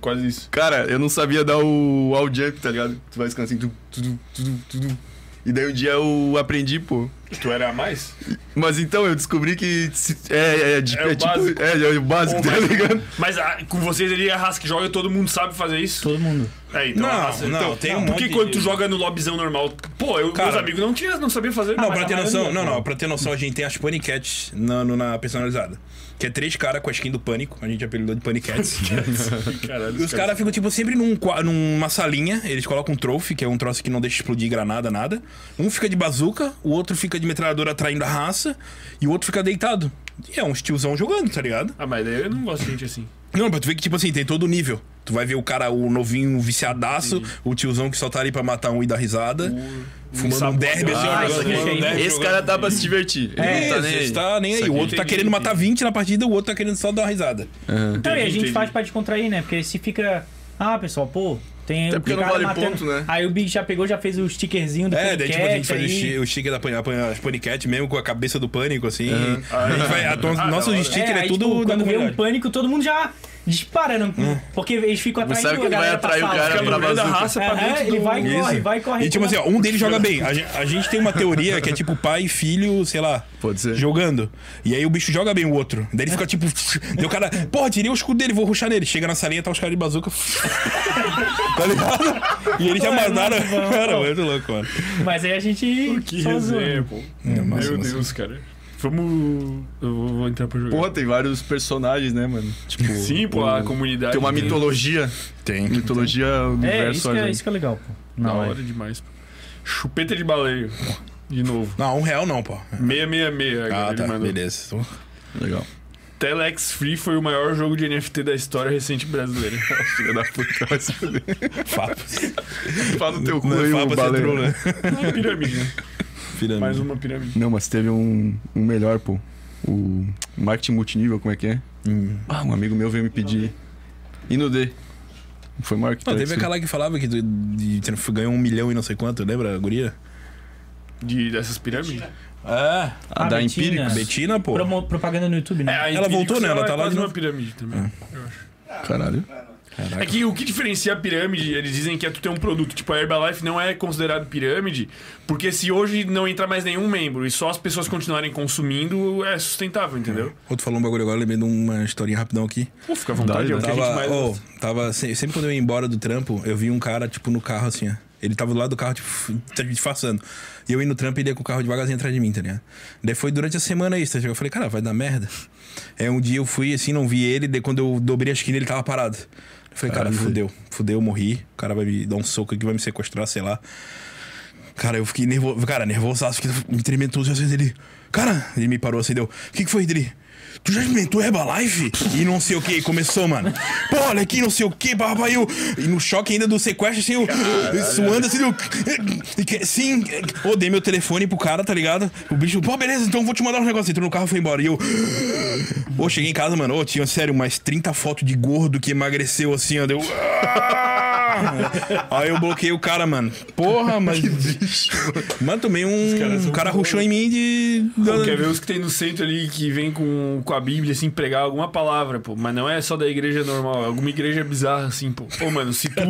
A: Quase isso.
B: Cara, eu não sabia dar o all jump, tá ligado? Tu vai ficando assim, tu, tu, tu, tu, tu, tu. E daí um dia eu aprendi, pô.
A: Tu era a mais?
B: Mas então eu descobri que se- é, é, de-
A: É o
B: é tipo.
A: básico.
B: É, é o básico,
A: Pô,
B: tá
A: mas-
B: ligado?
A: Mas ah, com vocês ali é raça que joga, todo mundo sabe fazer isso.
D: Todo mundo.
A: É, então
C: Não,
A: é raça.
C: não,
A: então,
C: tem um
A: Porque
C: monte
A: quando
C: de-
A: tu joga no lobizão normal, pô, eu,
C: Cara-
A: meus amigos não tinham, não sabia fazer.
C: Não,
D: mas
C: pra
D: a
C: ter
D: maioria,
C: noção, não,
D: pô.
C: não, pra ter noção, a gente tem as Paniquetes na, no- na personalizada. Que é três caras com a skin do pânico, a gente apelidou de Paniquetes.
A: Caralho,
C: e os caras ficam, tipo, sempre num, qua- numa salinha, eles colocam um trophy, que é um troço que não deixa explodir granada, nada. Um fica de bazuca, o outro fica de metralhadora atraindo a raça, e o outro fica deitado. E é um tiozão jogando, tá ligado?
A: Ah, mas daí eu não gosto de gente assim.
C: Não, pra tu ver que, tipo assim, tem todo o nível. Tu vai ver o cara, o novinho, o viciadaço, o tiozão que só tá ali pra matar um e dar risada. fumando um
A: sapo-
C: derby, assim,
A: Ah,
C: ó,
A: isso
C: jogando,
A: aqui é
C: fumando
A: cheio.
C: um derby,
B: Esse
C: jogando.
B: cara tá pra se divertir. Ele
C: É,
B: não tá nem.
C: esse
B: aí.
C: tá nem aí.
B: Isso
C: O
B: aqui.
C: outro tá querendo matar 20 na partida, o outro tá querendo só dar uma risada.
B: É,
D: Então, e a gente
A: entendi.
D: faz pra descontrair, né? Porque se fica... Ah, pessoal, pô... Tem
B: Até
D: o
B: porque não
D: cara
B: vale
D: matando.
B: ponto, né?
D: Aí o Big já pegou, já fez o stickerzinho do
C: É, daí tipo, a gente
D: podcast
C: faz o
D: aí.
C: chi- o sticker da pan- pan- as paniquete mesmo com a cabeça do pânico, assim. A gente vai- a-
A: da
C: nossos
A: hora.
C: stickers
D: é,
C: é,
D: aí,
C: tudo
D: tipo,
C: da
D: quando vê um
C: comunidade.
D: pânico, todo mundo já... dispara, não, porque eles ficam
B: Você
D: atraindo
B: sabe que
D: a
B: ele vai
D: galera pra
B: atrair o
D: sala.
B: cara
A: Fica
B: pra
A: no meio da
B: bazuca.
A: raça é pra
D: Aham,
A: dentro
D: É, ele
A: do-
D: vai e corre,
C: Isso.
D: vai né? e corre.
C: E tipo assim, ó, um deles joga bem. A gen- a gente tem uma teoria que é tipo pai e filho, sei lá.
E: Pode
B: É.
E: ser.
C: Jogando. E aí o bicho joga bem o outro.
D: É.
C: Daí ele fica tipo. Daí o cara. Porra, tirei o escudo dele, vou ruxar nele. Chega na salinha, tá os caras de bazuca. tá ligado? E eles já
D: É,
C: mandaram. Cara, muito louco, mano.
D: Mas aí a gente.
A: Que
D: só zoa.
A: resenha, pô.
C: É, massa,
A: Meu
C: massa.
A: Deus, cara. Vamos. Eu vou, vou entrar pra jogar.
E: Porra, tem vários personagens, né, mano? Tipo,
A: Sim, pô, a comunidade.
E: tem uma
A: né?
E: mitologia.
C: Tem.
E: Mitologia
D: É,
E: universo. né?
D: isso que é, isso que é legal, pô.
A: Da
D: Não,
A: hora demais. pô. Chupeta de baleio. De novo.
C: Não, um real não, pô.
A: É. 666.
C: Ah,
A: galera,
C: tá.
A: mano.
C: Beleza. Então,
E: Legal.
A: Telex Free foi o maior jogo de NFT da história recente brasileira.
E: Filha da puta, vai se fuder.
C: Fato.
E: Fala no teu cu
C: Não é
E: aí,
C: papo,
E: o
C: você
E: baleia.
C: entrou, né?
A: Uma pirâmide, né?
C: Pirâmide.
A: Mais uma pirâmide.
E: Não, mas teve um, um melhor, pô. O marketing multinível, como é que é?
C: Hum.
E: Ah, um amigo meu veio me pedir. E no D. Foi maior que
C: Não,
E: Telex
C: teve
E: Free.
C: aquela que falava que tu- de- de- ganhou um milhão e não sei quanto, lembra, a guria?
A: De, dessas pirâmides.
C: Ah,
E: A
D: Ah,
E: da
D: Betina.
E: Empíricos.
A: tipo
C: Betina, pô.
D: Promo- propaganda no
A: É,
D: YouTube, né?
C: Ela voltou, né? Ela tá lá
A: de
C: de
A: uma
C: novo.
A: pirâmide também.
E: Caralho.
A: É que o que diferencia a pirâmide, eles dizem que é tu ter um produto. Tipo, a Herbalife não é considerado pirâmide, porque se hoje não entrar mais nenhum membro e só as pessoas continuarem consumindo, é sustentável, entendeu?
C: Outro falou um bagulho agora, lembrei de uma historinha rapidão aqui.
A: Pô, fica à vontade, é o que a gente
C: né? Tava,
A: mais...
C: ô, tava se- sempre quando eu ia embora do trampo, eu vi um cara, tipo, no carro, assim, ó. Ele tava do lado do carro, tipo, tá disfarçando. E eu ia no trampo e ele ia com o carro devagarzinho atrás de mim, tá ligado? Daí foi durante a semana isso, tá ligado? Eu falei, cara, vai dar merda. Aí um dia eu fui, assim, não vi ele, daí quando eu dobrei a esquina, ele tava parado. Eu falei, cara, fudeu. Fudeu, eu morri. O cara vai me dar um soco aqui, vai me sequestrar, sei lá. Cara, eu fiquei nervoso. Cara, nervosaço, fiquei me tremendo todos os dias dele. Cara, ele me parou assim, deu. O que, que foi, dele? Tu já experimentou Herbalife? E não sei o que, começou, mano. Pô, olha aqui, não sei o que, papai. Eu... E no choque ainda do sequestro, assim, eu suando, assim, eu... e que- Sim, eu dei meu telefone pro cara, tá ligado? O bicho, pô, beleza, então eu vou te mandar um negócio. Entrou no carro e foi embora. E eu... Ô, cheguei em casa, mano, ô, tinha, sério, umas 30 fotos de gordo que emagreceu, assim, ó, deu... ah! Aí eu bloqueei o cara, mano. Porra, mas. Mano, tomei um. O cara ruxou em mim de.
A: Pô, quer ver os que tem no centro ali que vem com, com a Bíblia, assim, pregar alguma palavra, pô. Mas não é só da igreja normal, é alguma igreja bizarra, assim, pô. Ô, mano, se tu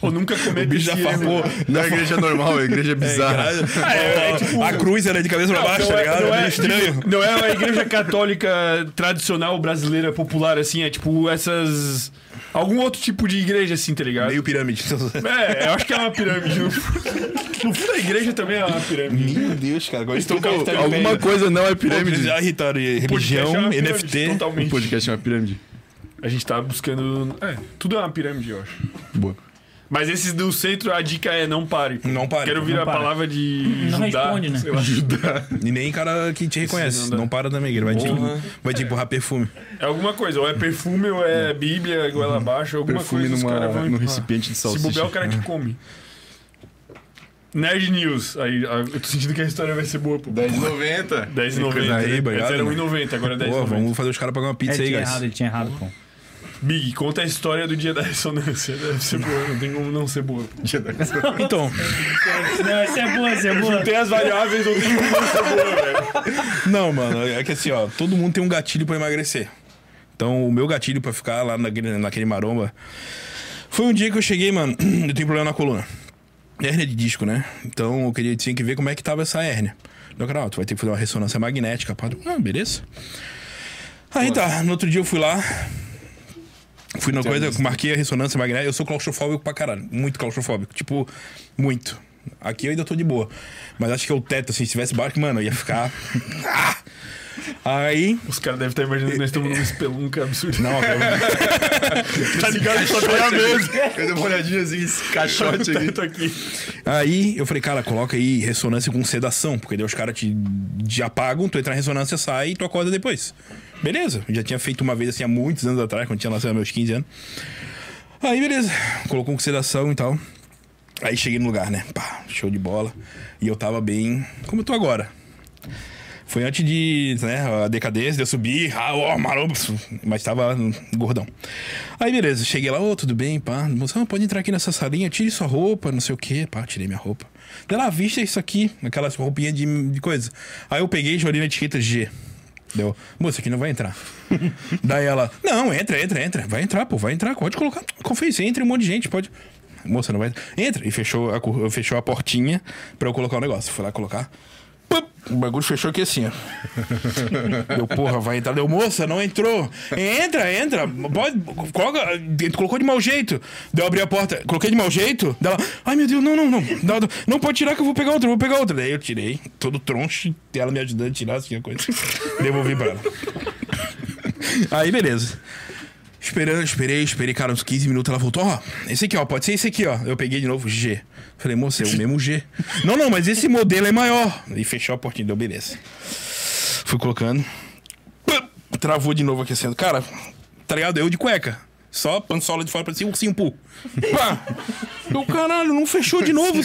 A: ou nunca comer
C: O bicho já
A: besteira,
C: farpou.
A: mano.
E: Não é igreja normal, é igreja bizarra.
C: É, a cruz era de cabeça pra baixo,
A: não
C: tá
A: é-
C: ligado?
A: não
C: Meio
A: é,
C: estranho.
A: tipo, não é a igreja católica tradicional brasileira popular, assim, é tipo essas. Algum outro tipo de igreja, assim, tá ligado?
C: Meio pirâmide.
A: É, eu acho que é uma pirâmide. No no fundo, a igreja também é uma pirâmide.
C: Meu Deus, cara. Agora estou
A: Então,
C: captando
E: Alguma
C: bem.
E: coisa não é pirâmide.
C: Já irritaram
A: Podcast é
C: religião,
A: uma pirâmide,
C: NFT.
E: O
A: Totalmente.
E: podcast é uma pirâmide.
A: A gente tá buscando. É, tudo é uma pirâmide, eu acho.
E: Boa.
A: Mas esses do centro, a dica é não pare.
C: Não pare,
A: Quero
C: não
A: ouvir a
D: pare.
A: palavra de.
D: Não
A: Judá,
D: responde, né?
A: sei lá.
C: E nem cara que te reconhece.
A: Sim, não dá.
C: Não para também, ele vai te, vai te empurrar perfume.
A: É alguma coisa, ou é perfume, ou é Bíblia, goela abaixo, alguma
E: Perfume
A: coisa. os
E: numa,
A: caras vão
E: num
A: empurrar.
E: recipiente de
A: Se
E: salsicha.
A: bobear, o cara é que come. Nerd News. Aí, ah, eu tô sentindo que a história vai ser boa, pô.
E: 10,90.
A: 10,90.
C: aí,
A: né?
C: obrigado,
A: Antes era
C: mano.
A: 1,90, agora é
C: Pô,
A: 10,90.
C: vamos fazer os caras pagar uma
D: Ele
C: pizza aí,
D: tinha
C: guys.
D: É errado, ele tinha errado, pô.
A: Big, conta a história do dia da ressonância. Deve ser boa, não tem como não ser boa. pô.
C: Então,
D: Não, isso é boa, isso é boa.
A: Tem as variáveis, não tem como não ser boa, velho.
C: Não, mano, é que assim, ó, todo mundo tem um gatilho pra emagrecer. Então, o meu gatilho pra ficar lá naquele, naquele maromba foi um dia que eu cheguei, mano, eu tenho problema na coluna. Hérnia de disco, né? Então, eu queria, tinha que ver como é que tava essa hérnia. Meu cara, ó, "Ah, tu vai ter que fazer uma ressonância magnética, pá. Ah, beleza. Aí tá, no outro dia eu fui lá, Fui na coisa, eu marquei a ressonância magnética. Eu sou claustrofóbico pra caralho. Muito claustrofóbico. Tipo, muito. Aqui eu ainda tô de boa. Mas acho que é o teto, assim, se tivesse barco, mano, eu ia ficar. Ah! Aí.
A: Os caras devem estar imaginando que nós estamos numa um espelunca absurda.
C: Não, cara,
A: tá ligado? Só tem a mesa.
E: Eu dei uma olhadinha assim, esse caixote aqui.
A: Tá aqui.
C: Aí eu falei, cara, coloca aí ressonância com sedação, porque daí os caras te, te apagam, tu entra na ressonância, sai e tu acorda depois. Beleza, eu já tinha feito uma vez assim há muitos anos atrás, quando tinha nascido meus 15 anos. Aí beleza, colocou com sedação e tal. Aí cheguei no lugar, né? Pá, show de bola. E eu tava bem como eu tô agora. Foi antes de, né, a decadência, de eu subir, ah, ó, maromba, mas tava gordão. Aí, beleza, cheguei lá, ô, tudo bem, pá, moção, pode entrar aqui nessa salinha, tire sua roupa, não sei o quê, pá, tirei minha roupa. "Ah, Daí lá, vista isso aqui, aquelas roupinhas de, de coisa. Aí eu peguei e olhei na etiqueta G. Deu. Moça, aqui não vai entrar. Daí ela, não, entra, entra, entra. Vai entrar, pô, vai entrar. Pode colocar. Confeição, entra um monte de gente, pode. Moça, não vai. Entra. E fechou a, cor- fechou a portinha pra eu colocar o negócio. Fui lá colocar. Pup, o bagulho fechou aqui assim, ó. Deu, porra, vai entrar. Deu, moça, não entrou. Entra, entra. Pode, coloca. Colocou de mau jeito. Deu, abri a porta. Coloquei de mau jeito. Dela, ai meu Deus, não, não, não. Não, não, não pode tirar que eu vou pegar outra, eu vou pegar outra. Daí eu tirei, todo troncho, e ela me ajudando a tirar assim a coisa. Devolvi pra ela. Aí, beleza. Esperando, esperei, esperei, cara, uns 15 minutos. Ela voltou, ó, esse aqui, ó, pode ser esse aqui, ó. Eu peguei de novo, G. Falei, moça, é o mesmo G. não, não, mas esse modelo é maior. E fechou a portinha, deu beleza. Fui colocando. Pã! Travou de novo aquecendo. Cara, tá ligado? Eu de cueca. Só pansola de fora pra cima, ursinho pu. Pá! Meu caralho, não fechou de novo.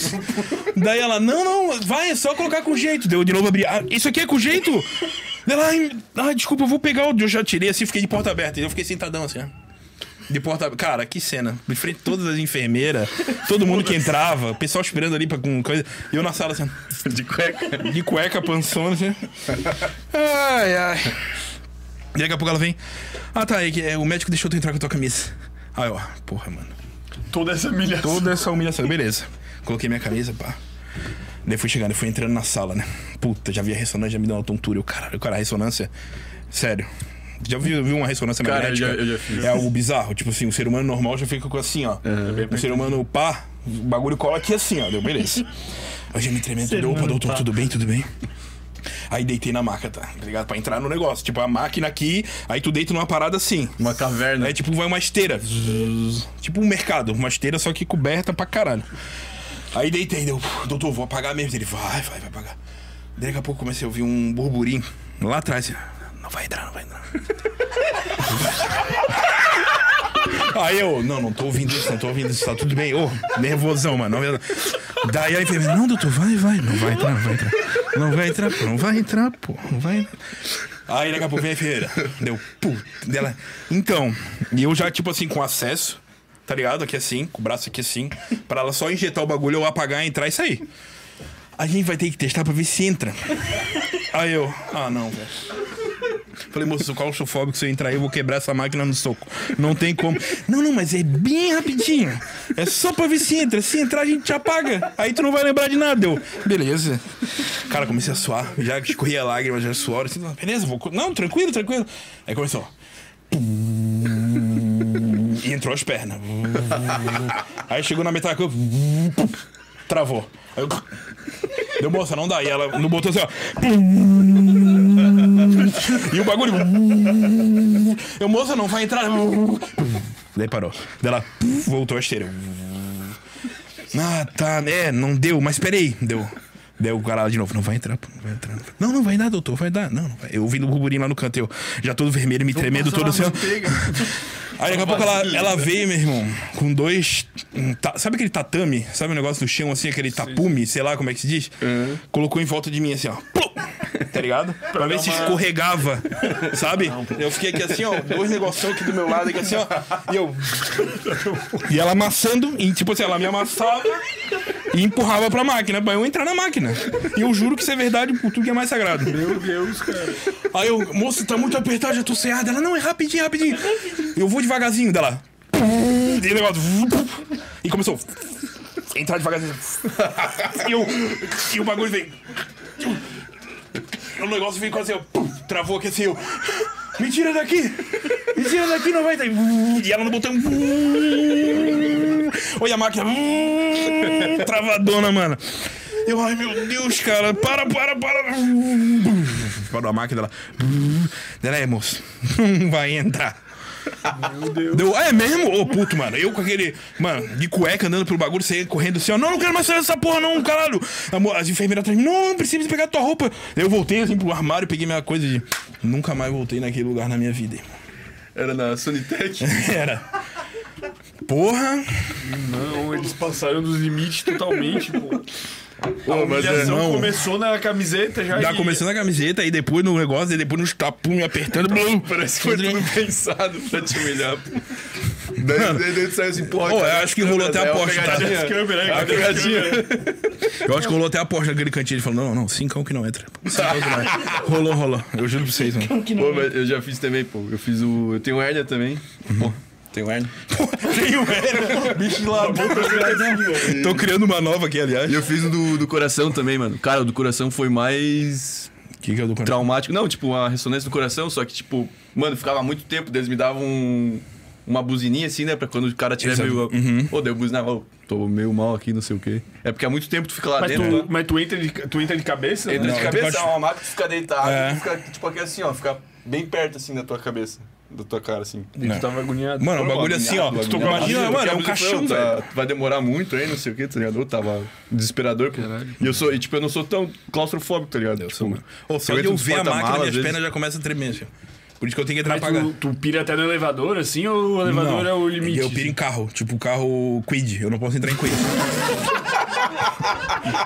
C: Daí ela, não, não, vai, é só colocar com jeito. Deu de novo abrir. Ah, isso aqui é com jeito? Ela, ai, ai, desculpa, eu vou pegar o. Eu já tirei assim, fiquei de porta aberta. Eu fiquei sentadão assim, ó. De porta aberta. Cara, que cena. De frente a todas as enfermeiras, todo mundo que entrava, o pessoal esperando ali pra, com coisa. E eu na sala assim,
B: De cueca.
C: de cueca, pançona, assim. Ai, ai. E daqui a pouco ela vem. Ah, tá, é que, é, o médico deixou tu entrar com a tua camisa. Aí, ó, porra, mano.
A: Toda essa humilhação.
C: Toda essa humilhação. Beleza. Coloquei minha camisa, pá. Daí fui chegando, fui entrando na sala, né? Puta, já vi a ressonância, já me deu uma tontura. Eu, caralho, cara, a ressonância. Sério. Já viu, viu uma ressonância
B: Cara, eu
C: magnética?
B: já- eu já fiz. É,
C: É algo bizarro. Tipo assim, um ser humano normal já fica com assim, ó. Um ser humano pá, o bagulho cola aqui assim, ó. Deu, beleza. Eu já me tremendo,
D: Ser
C: tudo, opa,
D: humano
C: doutor,
D: pá.
C: tudo bem, tudo bem? Aí deitei na maca, tá? Tá ligado? Pra entrar no negócio. Tipo, a máquina aqui, aí tu deita numa parada assim.
B: Uma caverna.
C: É tipo, vai uma esteira. Zzzz. Tipo um mercado, uma esteira só que coberta pra caralho. Aí deitei, deu, doutor, vou apagar mesmo. Ele, vai, vai, vai apagar. Daí Daqui a pouco comecei a ouvir um burburinho lá atrás. assim, Não vai entrar, não vai entrar. Aí eu, não, não tô ouvindo isso, não tô ouvindo isso, tá tudo bem. Ô, nervosão, mano. não vai entrar. Daí a enfermeira, não, doutor, vai, vai, não vai entrar, não vai entrar. Não vai entrar, pô, não vai entrar, pô, não vai entrar. Aí daqui a pouco vem a enfermeira. Deu, pum, dela. Então, e eu já, tipo assim, com acesso, tá ligado? Aqui assim, com o braço aqui assim, pra ela só injetar o bagulho, eu apagar, entrar e sair. A gente vai ter que testar pra ver se entra. Aí eu, ah não, velho. Falei, moço, eu sou claustrofóbico, se eu entrar aí, eu vou quebrar essa máquina no soco. Não tem como. Não, não, mas é bem rapidinho. É só pra ver se entra. Se entrar, a gente te apaga. Aí tu não vai lembrar de nada. Eu, beleza. Cara, comecei a suar. Já escorria lágrimas, já suor. Assim, beleza, vou. co- Não, tranquilo, tranquilo. Aí começou. E entrou as pernas. Aí chegou na metade da cama. Travou. Aí eu. Deu moça, não dá. E ela no botão assim, ó. E o bagulho. Eu, moça, não vai entrar. Daí parou. Daí ela voltou a esteira. Ah, tá, é, não deu, mas peraí, deu. Deu o cara lá de novo, não vai entrar, pô, não vai entrar. Não, não vai dar, doutor, vai dar. Não, não vai. Eu ouvindo o burburinho lá no canto, eu já todo vermelho, me tremendo todo assim. ó. Aí daqui a pouco ela, ela veio, meu irmão, com dois. um ta- sabe aquele tatame? Sabe o negócio do chão assim, aquele tapume, sei lá como é que se diz? Colocou em volta de mim assim, ó. Plum! Tá ligado? Pra ver se escorregava, sabe? Eu fiquei aqui assim, ó, dois negocinhos aqui do meu lado, aqui assim, ó. E eu. E ela amassando, e tipo assim, ela me amassava e empurrava pra máquina, pra eu entrar na máquina. E eu juro que isso é verdade, o tudo que é mais sagrado.
A: Meu Deus, cara.
C: Aí eu, moço, tá muito apertado, já tô ceada. Ela, não, é rapidinho, rapidinho. Eu vou devagarzinho dela. E o negócio. E começou. a Entrar devagarzinho. E, eu, e o bagulho veio. O negócio veio quase assim, ó. Travou aqui assim, eu. Me tira daqui! Me tira daqui, não vai ter. E ela no botão. Olha a máquina. Travadona, mano. Eu, ai meu Deus, cara. Para, para, para. Parou a máquina dela. Dela é, moço. Não vai entrar. Meu Deus. Deu, "Ah, é mesmo? Ô, puto, mano. Eu com aquele, mano, de cueca andando pelo bagulho, saí correndo assim, ó. Não, não quero mais sair dessa porra, não, caralho. A mo- As enfermeiras atrás de mim, não, não precisa pegar tua roupa. Eu voltei assim pro armário, peguei minha coisa de. Nunca mais voltei naquele lugar na minha vida, irmão.
B: Era na Sunitec.
C: Era. Porra.
A: Não, eles passaram dos limites totalmente, pô. A
B: Ô, mas é,
A: humilhação
C: não.
A: começou na camiseta já.
C: Já
A: e-
C: tá começando a camiseta, aí depois no negócio, aí depois nos tapumes apertando. blum.
B: Parece que foi tudo pensado pra te humilhar. Daí, daí, daí tu saiu assim, porra.
C: Ô,
B: cadê
C: eu
B: as
C: acho que rolou
B: câmeras?
C: até a
B: Daí, ó,
C: aposta, tá?
B: né? pegadinha.
A: câmeras,
B: Ah,
A: cadê as
B: pegadinha.
C: Eu acho que rolou até a aposta naquele cantinho. Ele falou: não, não, cinco que não entra. Cincão que não entra. rolou, rolou. Eu juro pra vocês, mano.
B: Pô, mas eu já fiz também, pô. Eu fiz o. Eu tenho hérnia também. Pô, tenho hérnia.
C: Tô criando uma nova aqui, aliás.
B: E eu fiz o do, do coração também, mano. Cara, o do coração foi mais
C: O que, que é o do canal?
B: traumático. Não, tipo, a ressonância do coração, só que, tipo, mano, ficava muito tempo, eles me davam um- uma buzininha assim, né? Pra quando o cara tiver
C: Exato. Uhum.
B: meio. Ô, deu buzinava, ô, tô meio mal aqui, não sei o quê. É porque há muito tempo tu fica lá
A: Mas,
B: dentro.
A: tu,
B: né?
A: mas tu, entra de, tu entra de cabeça?
B: Entra
A: Não.
B: de
C: tu
B: cabeça,
C: pode-
B: é uma maca que fica deitada,
C: É.
B: fica, tipo, aqui assim, ó, fica bem perto assim da tua cabeça. Da tua cara, assim.
A: E tu tava agoniado.
C: Mano, o bagulho assim, ó.
B: Agoniado,
C: Tu
B: agoniado.
C: imagina, mano, é um
B: Porque a blusa
C: caixão,
B: falou, tá-
C: velho.
B: Vai demorar muito aí, não sei o que, tá ligado? Eu tava desesperador, pô. E eu sou, e, tipo, eu não sou tão claustrofóbico, tá ligado? tipo,
C: Ô, só
B: eu
C: de
B: entro
C: eu
B: nos
C: ver a máquina,
B: porta-malas,
C: minhas
B: às vezes-
C: pernas já começam a tremer, assim. Por isso que eu tenho que
A: Mas
C: entrar pra pagar.
A: tu, tu pira até no elevador, assim, ou o elevador
C: Não,
A: é o limite?
C: Eu piro em carro, tipo carro Quid. Eu não posso entrar em Quid.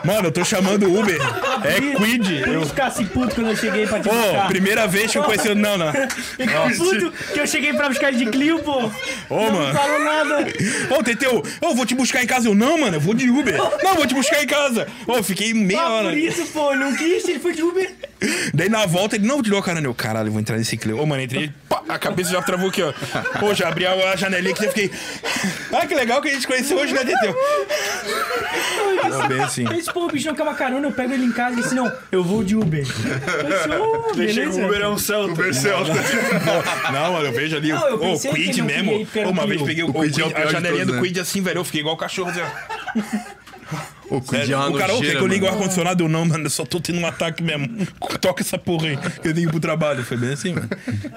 C: Mano, eu tô chamando o Uber. É Quid.
D: Eu
C: Eu...
D: ficasse puto quando eu cheguei pra te
C: Ô,
D: buscar.
C: primeira vez que eu conheci. Não, não.
D: Ficou puto que eu cheguei pra buscar ele de Clio, pô.
C: Ô,
D: não
C: mano.
D: falou nada.
C: Ô, Teteu, eu vou te buscar em casa. Eu, não, mano, eu vou de Uber. Não, eu vou te buscar em casa. Ô, eu fiquei meia
D: Ah,
C: hora.
D: por isso, pô. Não quis, ele foi de Uber.
C: Daí na volta ele, não, tirou a carona. Eu, caralho, eu vou entrar nesse clima. Ô, mano, entrei, pá, a cabeça já travou aqui, ó. Pô, já abri a janelinha aqui e fiquei. Ah, que legal que a gente conheceu hoje, né, Teteu? Não, bem assim.
D: Esse pô, o bicho não quer uma carona, eu pego ele em casa e disse, não, eu vou de Uber. Eu disse, ô,
A: Chega
D: beleza.
A: o Uber é um Celta.
C: Não, mano, eu vejo ali
D: Não, eu
C: o oh,
D: pensei que
C: Quid
D: não
C: mesmo.
D: queria ir perto
C: Ô, uma
D: do
C: vez
D: Rio.
C: peguei o,
B: O Quid
C: Quid,
B: é o pior
C: a
B: de
C: janelinha
B: todos,
C: do
B: né?
C: Quid assim, velho. Eu fiquei igual o cachorro. Assim, ó.
B: O cu de
C: Sério,
B: é uma
C: o cara, ô, quer
B: nojeira,
C: que eu ligue o
B: mano.
C: ar-condicionado? Eu não, mano, eu só tô tendo um ataque mesmo. Toca essa porra aí, que eu tenho que ir pro trabalho. Foi bem assim, mano.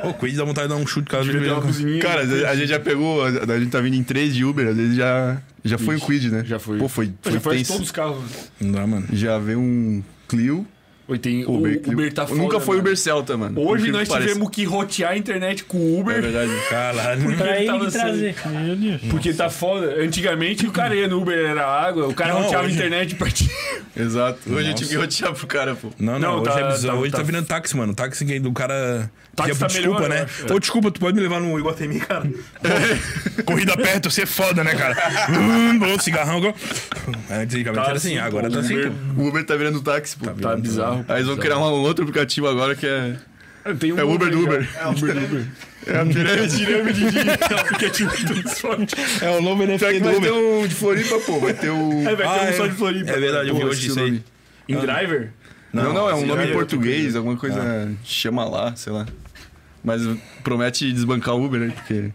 C: Ô, o Quid dá vontade de dar um chute, cara.
A: Devia ter uma cozinha.
B: Cara, a- a gente já pegou, a, a gente tá vindo em três de Uber, às vezes já, já foi um quid, né?
A: já foi.
B: Pô, foi, foi
A: Já faz
B: tenso.
A: todos os carros.
C: Não dá, mano.
B: Já veio um Clio,
A: Oi, tem o
B: Uber,
A: Uber,
B: Clio.
A: tá foda,
B: Nunca foi
A: né?
B: Uber Celta, mano. Por
A: Hoje
B: incrível
A: nós
B: que pareça.
A: tivemos que rotear a internet com o
B: É
A: Uber.
B: verdade.
C: Caralho.
D: Pra
A: Ele
D: ele
A: tava
D: me trazer. Meu Deus.
A: Porque tá foda. Antigamente o cara ia no Uber, era água, o cara
C: Não,
A: roteava
C: hoje-
A: a internet pra ti.
B: Exato. Hoje eu tive que rotear pro cara, pô.
C: Não, não,
A: Não,
C: hoje
A: tá-
C: é bizarro.
A: tá-
C: hoje tá,
A: tá-
C: virando táxi, mano. Táxi que do cara.
A: Táxi
C: que
A: tá
C: desculpa,
A: melhor, eu
C: né?
A: acho,
C: Ô, desculpa, tu pode me levar no Iguatemi, cara? Pô, Corrida perto, você é foda, né, cara? Hum, Bolou cigarrão agora. Antigamente era assim, agora tá assim. pô.
B: O Uber tá virando táxi, pô.
A: Tá bizarro.
B: Aí eles vão criar um outro aplicativo agora que é.
A: Tem um
B: É o Uber do Uber.
F: É, o Uber.
B: É a pirâmide.
A: Pirâmide de aplicativo do transporte.
C: É o novo
B: Pior
C: NFT
B: que
C: do
B: vai ter
C: Uber.
B: um de Floripa, pô. Vai ter um.
A: Aí vai ter um
C: Ah,
A: só
C: é.
A: de Floripa.
C: É verdade, eu vi hoje isso aí.
A: Em driver?
B: Não, não, é um
C: esse
B: nome
C: aí
B: em
C: é outro
B: português, alguma coisa. Chama lá, sei lá. Mas promete desbancar o Uber, né? Porque.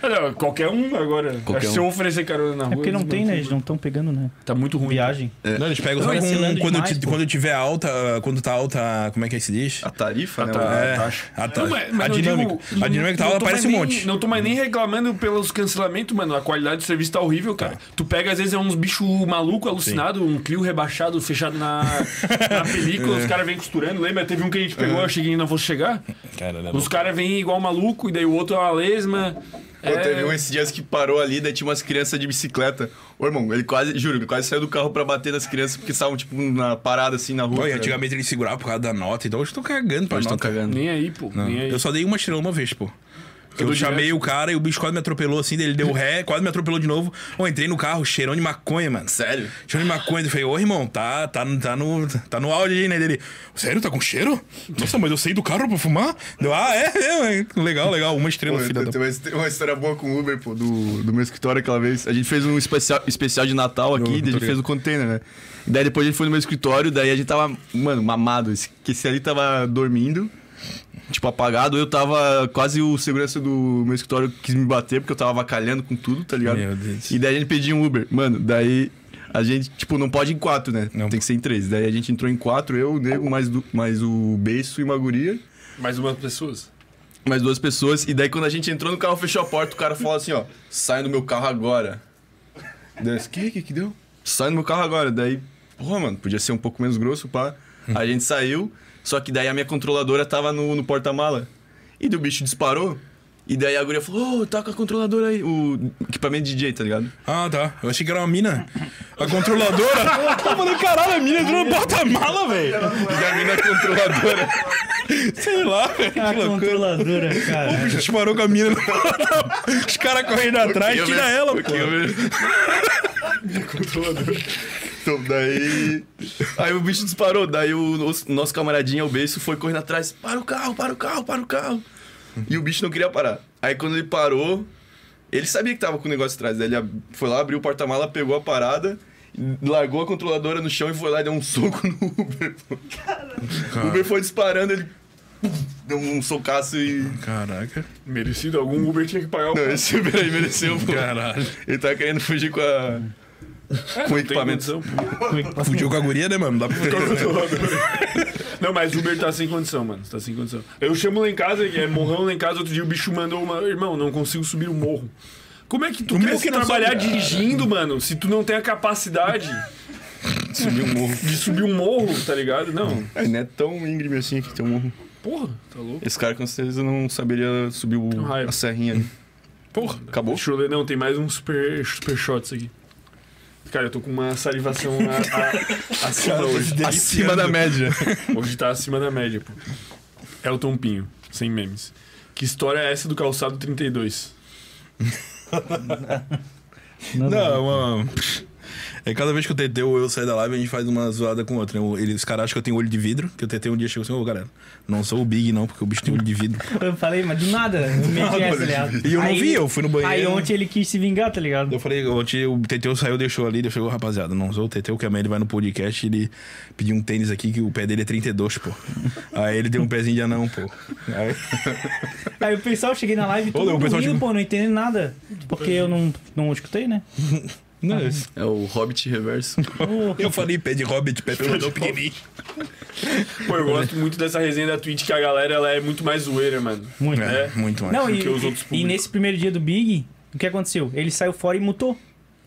A: Ah, não, qualquer um agora.
B: Qualquer
A: Se eu oferecer carona na rua.
D: É porque não
A: eles
D: tem,
A: vão-
D: né? Eles não estão pegando, né?
A: Tá muito ruim.
D: Viagem.
C: Não, eles pegam só
D: Não, é
C: com,
D: cilando
C: quando,
D: demais,
C: ti-
D: pô.
C: quando tiver alta, quando tá alta, como é que é que se diz?
B: A tarifa, né?
A: tá-
B: mano?
C: É, a, ta-
A: Não, mas-
C: a
A: mas não
C: dinâmica.
A: digo-
C: a dinâmica tá
A: não
C: alta,
A: tô
C: parece um
A: mais
C: monte.
A: Nem, não tô mais nem reclamando pelos cancelamentos, mano. A qualidade do serviço tá horrível, cara. Tu pega, às vezes, é uns bicho maluco, alucinado, um Clio rebaixado, fechado na, na película, os caras vêm costurando. Lembra? Teve um que a gente
C: É.
A: pegou, eu cheguei e não vou chegar.
C: Cara, né,
A: Os caras vêm igual maluco, e daí o outro é uma lesma. É,
B: Pô, teve um esses dias que parou ali, daí tinha umas crianças de bicicleta. Ô, irmão, ele quase, juro, ele quase saiu do carro pra bater nas crianças porque estavam, tipo, na parada assim na rua.
C: Pô, e
B: tá ligado?
C: antigamente eles seguravam por causa da nota, então hoje eu tô cagando pra
B: Hoje
C: nota.
B: estão cagando.
A: Nem aí, pô. Nem aí.
C: Ah. Eu só dei uma estrela uma vez, pô. Eu,
A: dou
C: chamei
A: direto.
C: o cara e o bicho quase me atropelou assim, daí ele deu ré, quase me atropelou de novo. Ô, entrei no carro, cheirão de maconha, mano.
B: Sério?
C: Cheirão de maconha. Eu falei, ô irmão, tá, tá, no- tá, no, tá no áudio aí, né? Dele, sério, tá com cheiro? Nossa, mas eu saí do carro pra fumar? Deu, ah, é, é, é. legal, legal, uma estrela,
B: Pô,
C: filha
B: eu
C: da
B: tenho uma his- uma história boa com o Uber, pô, do, do meu escritório aquela vez. A gente fez um especial, especial de Natal aqui,
C: tô
B: daí a gente
C: ligado.
B: fez o container, né? E daí depois a gente foi no meu escritório, daí a gente tava, mano, mamado. Esse- que Esse ali tava dormindo, tipo, apagado. Eu tava quase o segurança do meu escritório quis me bater porque eu tava avacalhando com tudo, tá ligado?
C: Meu Deus.
B: E daí a gente pediu um Uber. Mano, daí a gente, tipo, não pode ir em quatro, né?
C: Não.
B: Tem que ser em três. Daí a gente entrou em quatro, eu, o nego, mais, do, mais o beiço e uma guria.
A: Mais umas pessoas.
B: Mais duas pessoas. E daí quando a gente entrou no carro, fechou a porta, o cara falou assim, ó, sai do meu carro agora. Daí eu disse, que, que que deu? Sai do meu carro agora. Daí, porra, mano, podia ser um pouco menos grosso, pá. A gente saiu, só que daí a minha controladora tava no, no porta-mala. E daí o bicho disparou. E daí a guria falou, ô, tá com a controladora aí. O equipamento de DJ, tá ligado?
C: Ah, tá. Eu achei que era uma mina. A controladora. eu falei, caralho, a mina entrou no porta-mala, velho.
B: E a mina controladora.
C: Sei lá, velho.
D: A
C: que loucura.
D: controladora, cara.
C: A gente parou com a mina. Os caras correndo atrás, Tá, tira ela, pô.
B: Então, daí. Aí o bicho disparou. Daí o nosso- nosso camaradinho, o beijo, foi correndo atrás. Para o carro, para o carro, para o carro. E o bicho não queria parar. Aí quando ele parou, ele sabia que tava com o negócio atrás. Daí ele ab- foi lá, abriu o porta-mala, pegou a parada, largou a controladora no chão e foi lá e deu um soco no Uber. pô. O Uber foi disparando, ele. pum, Deu um socaço e.
C: Caraca.
A: Merecido, algum Uber tinha que pagar o.
B: Não, esse Uber aí mereceu, pô.
C: Caralho.
B: Ele tá querendo fugir com a. com o
A: Tem
B: equipamento.
A: condição, pô.
C: Fugiu com a guria, né, mano? Dá pra
A: Não, mas o Uber tá sem condição, mano. Tá sem condição. Eu chamo lá em casa, é morrão lá em casa, outro dia o bicho mandou uma. Irmão, não consigo subir o morro. Como é que tu
C: meu
A: quer
C: que não
A: trabalhar
C: sobe, cara.
A: dirigindo, mano, se tu não tem a capacidade
C: subir um morro.
A: de subir um morro, tá ligado? Não.
B: É, não é tão íngreme assim que tem um.
A: Porra, tá louco.
B: Esse cara com certeza não saberia subir o-
A: raiva.
B: a serrinha ali.
A: Porra.
B: Acabou?
A: Deixa eu ler, não, tem mais um super, super shots aqui. Cara, eu tô com uma salivação a- a- acima hoje.
B: Acima
C: né?
B: da média.
A: Hoje tá acima da média, pô. É o Tompinho, sem memes. Que história é essa do calçado 32?
C: Não, mano. É cada vez que o TT ou eu saio da live, a gente faz uma zoada com o outro. né? O- Ele, os caras acham que eu tenho olho de vidro, que o TT um dia chegou assim, ô, galera, não sou o Big, não, porque o bicho tem olho de vidro.
D: Eu falei, mas do nada. Eu meti essa, aliás.
C: E eu não vi, eu fui no banheiro.
D: Aí ontem ele quis se vingar, tá ligado?
C: Eu falei, ontem o Teteu saiu, deixou ali, deixou, ô, rapaziada, não sou o Teteu, que amanhã ele vai no podcast, ele pediu um tênis aqui, que o pé dele é 32, pô. Aí ele deu um pezinho de anão, pô. Aí,
D: Aí o pessoal, eu cheguei na live,
C: Ô,
D: todo
C: o
D: mundo
C: pessoal
D: rindo,
C: chegou-
D: pô, não entendi nada. Porque eu não, não escutei, né?
C: não, eu-
B: É o Hobbit reverso.
D: Ô,
C: eu falei pé de hobbit, pé pelador pequenininho.
A: Pô, eu gosto muito dessa resenha da Twitch que a galera ela é muito mais zoeira, mano.
D: muito.
A: É.
C: É, muito mais.
D: Não, e,
A: que os outros
D: e- e
A: públicos.
D: nesse primeiro dia do Big, o que aconteceu? Ele saiu fora e mutou.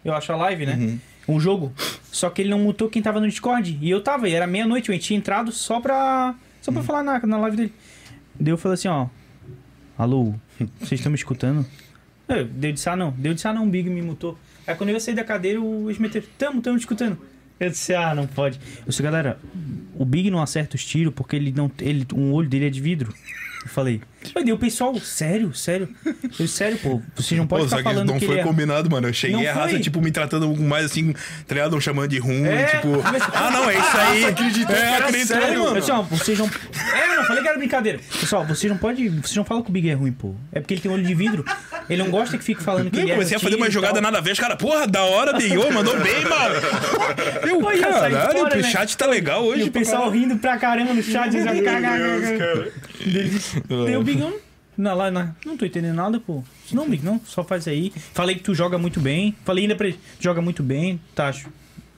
D: Eu acho a live, né?
C: Uhum.
D: Um jogo. Só que ele não mutou quem tava no Discord. E eu tava, e era meia-noite, eu tinha entrado só pra. Só
C: Uhum.
D: pra falar na, na live dele. Daí eu falei assim, ó. Alô, vocês estão me escutando? Eu, deu de ah não. Deu de ah não, o Big me mutou. Aí quando eu saí da cadeira, o Smeter, tamo, tamo te escutando. Eu disse, ah, não pode. Eu disse, galera, o Big não acerta os tiros porque ele não. Ele, um olho dele é de vidro. Eu falei. Mas daí o pessoal, sério, sério. Eu disse, sério, pô, vocês não podem
C: Pô,
D: estar
C: só que
D: falando
C: não
D: que
C: foi
D: ele é...
C: combinado, mano. Eu cheguei
D: Não
C: a raça,
D: foi?
C: tipo, me tratando mais assim, tá ligado? Me chamando de ruim,
D: É,
C: tipo.
D: mas-
C: Ah, não, é isso aí. Acreditou, é,
A: era
C: acreditou,
A: sério,
C: mano.
D: Eu disse, ó, vocês não. É, eu não falei que era brincadeira. Pessoal, vocês não podem. Vocês não falam que o Big é ruim, pô. É porque ele tem olho de vidro. Ele não gosta que fique falando que
C: Eu
D: ele é
C: comecei a
D: ruim
C: fazer uma
D: e
C: jogada
D: tal.
C: nada a ver, os cara, porra, da hora, bigou, mandou bem, mano. Eu,
D: Pô, ia sair
C: caralho,
D: fora,
C: o
D: né?
C: chat tá legal
D: E
C: hoje,
D: o pessoal rindo pra caramba no chat, dizendo cagada. Daí o Bigão. Na, lá, na, não tô entendendo nada, pô. Disse, Não, Big, não, só faz aí. Falei que tu joga muito bem. Falei ainda pra ele, joga muito bem, tá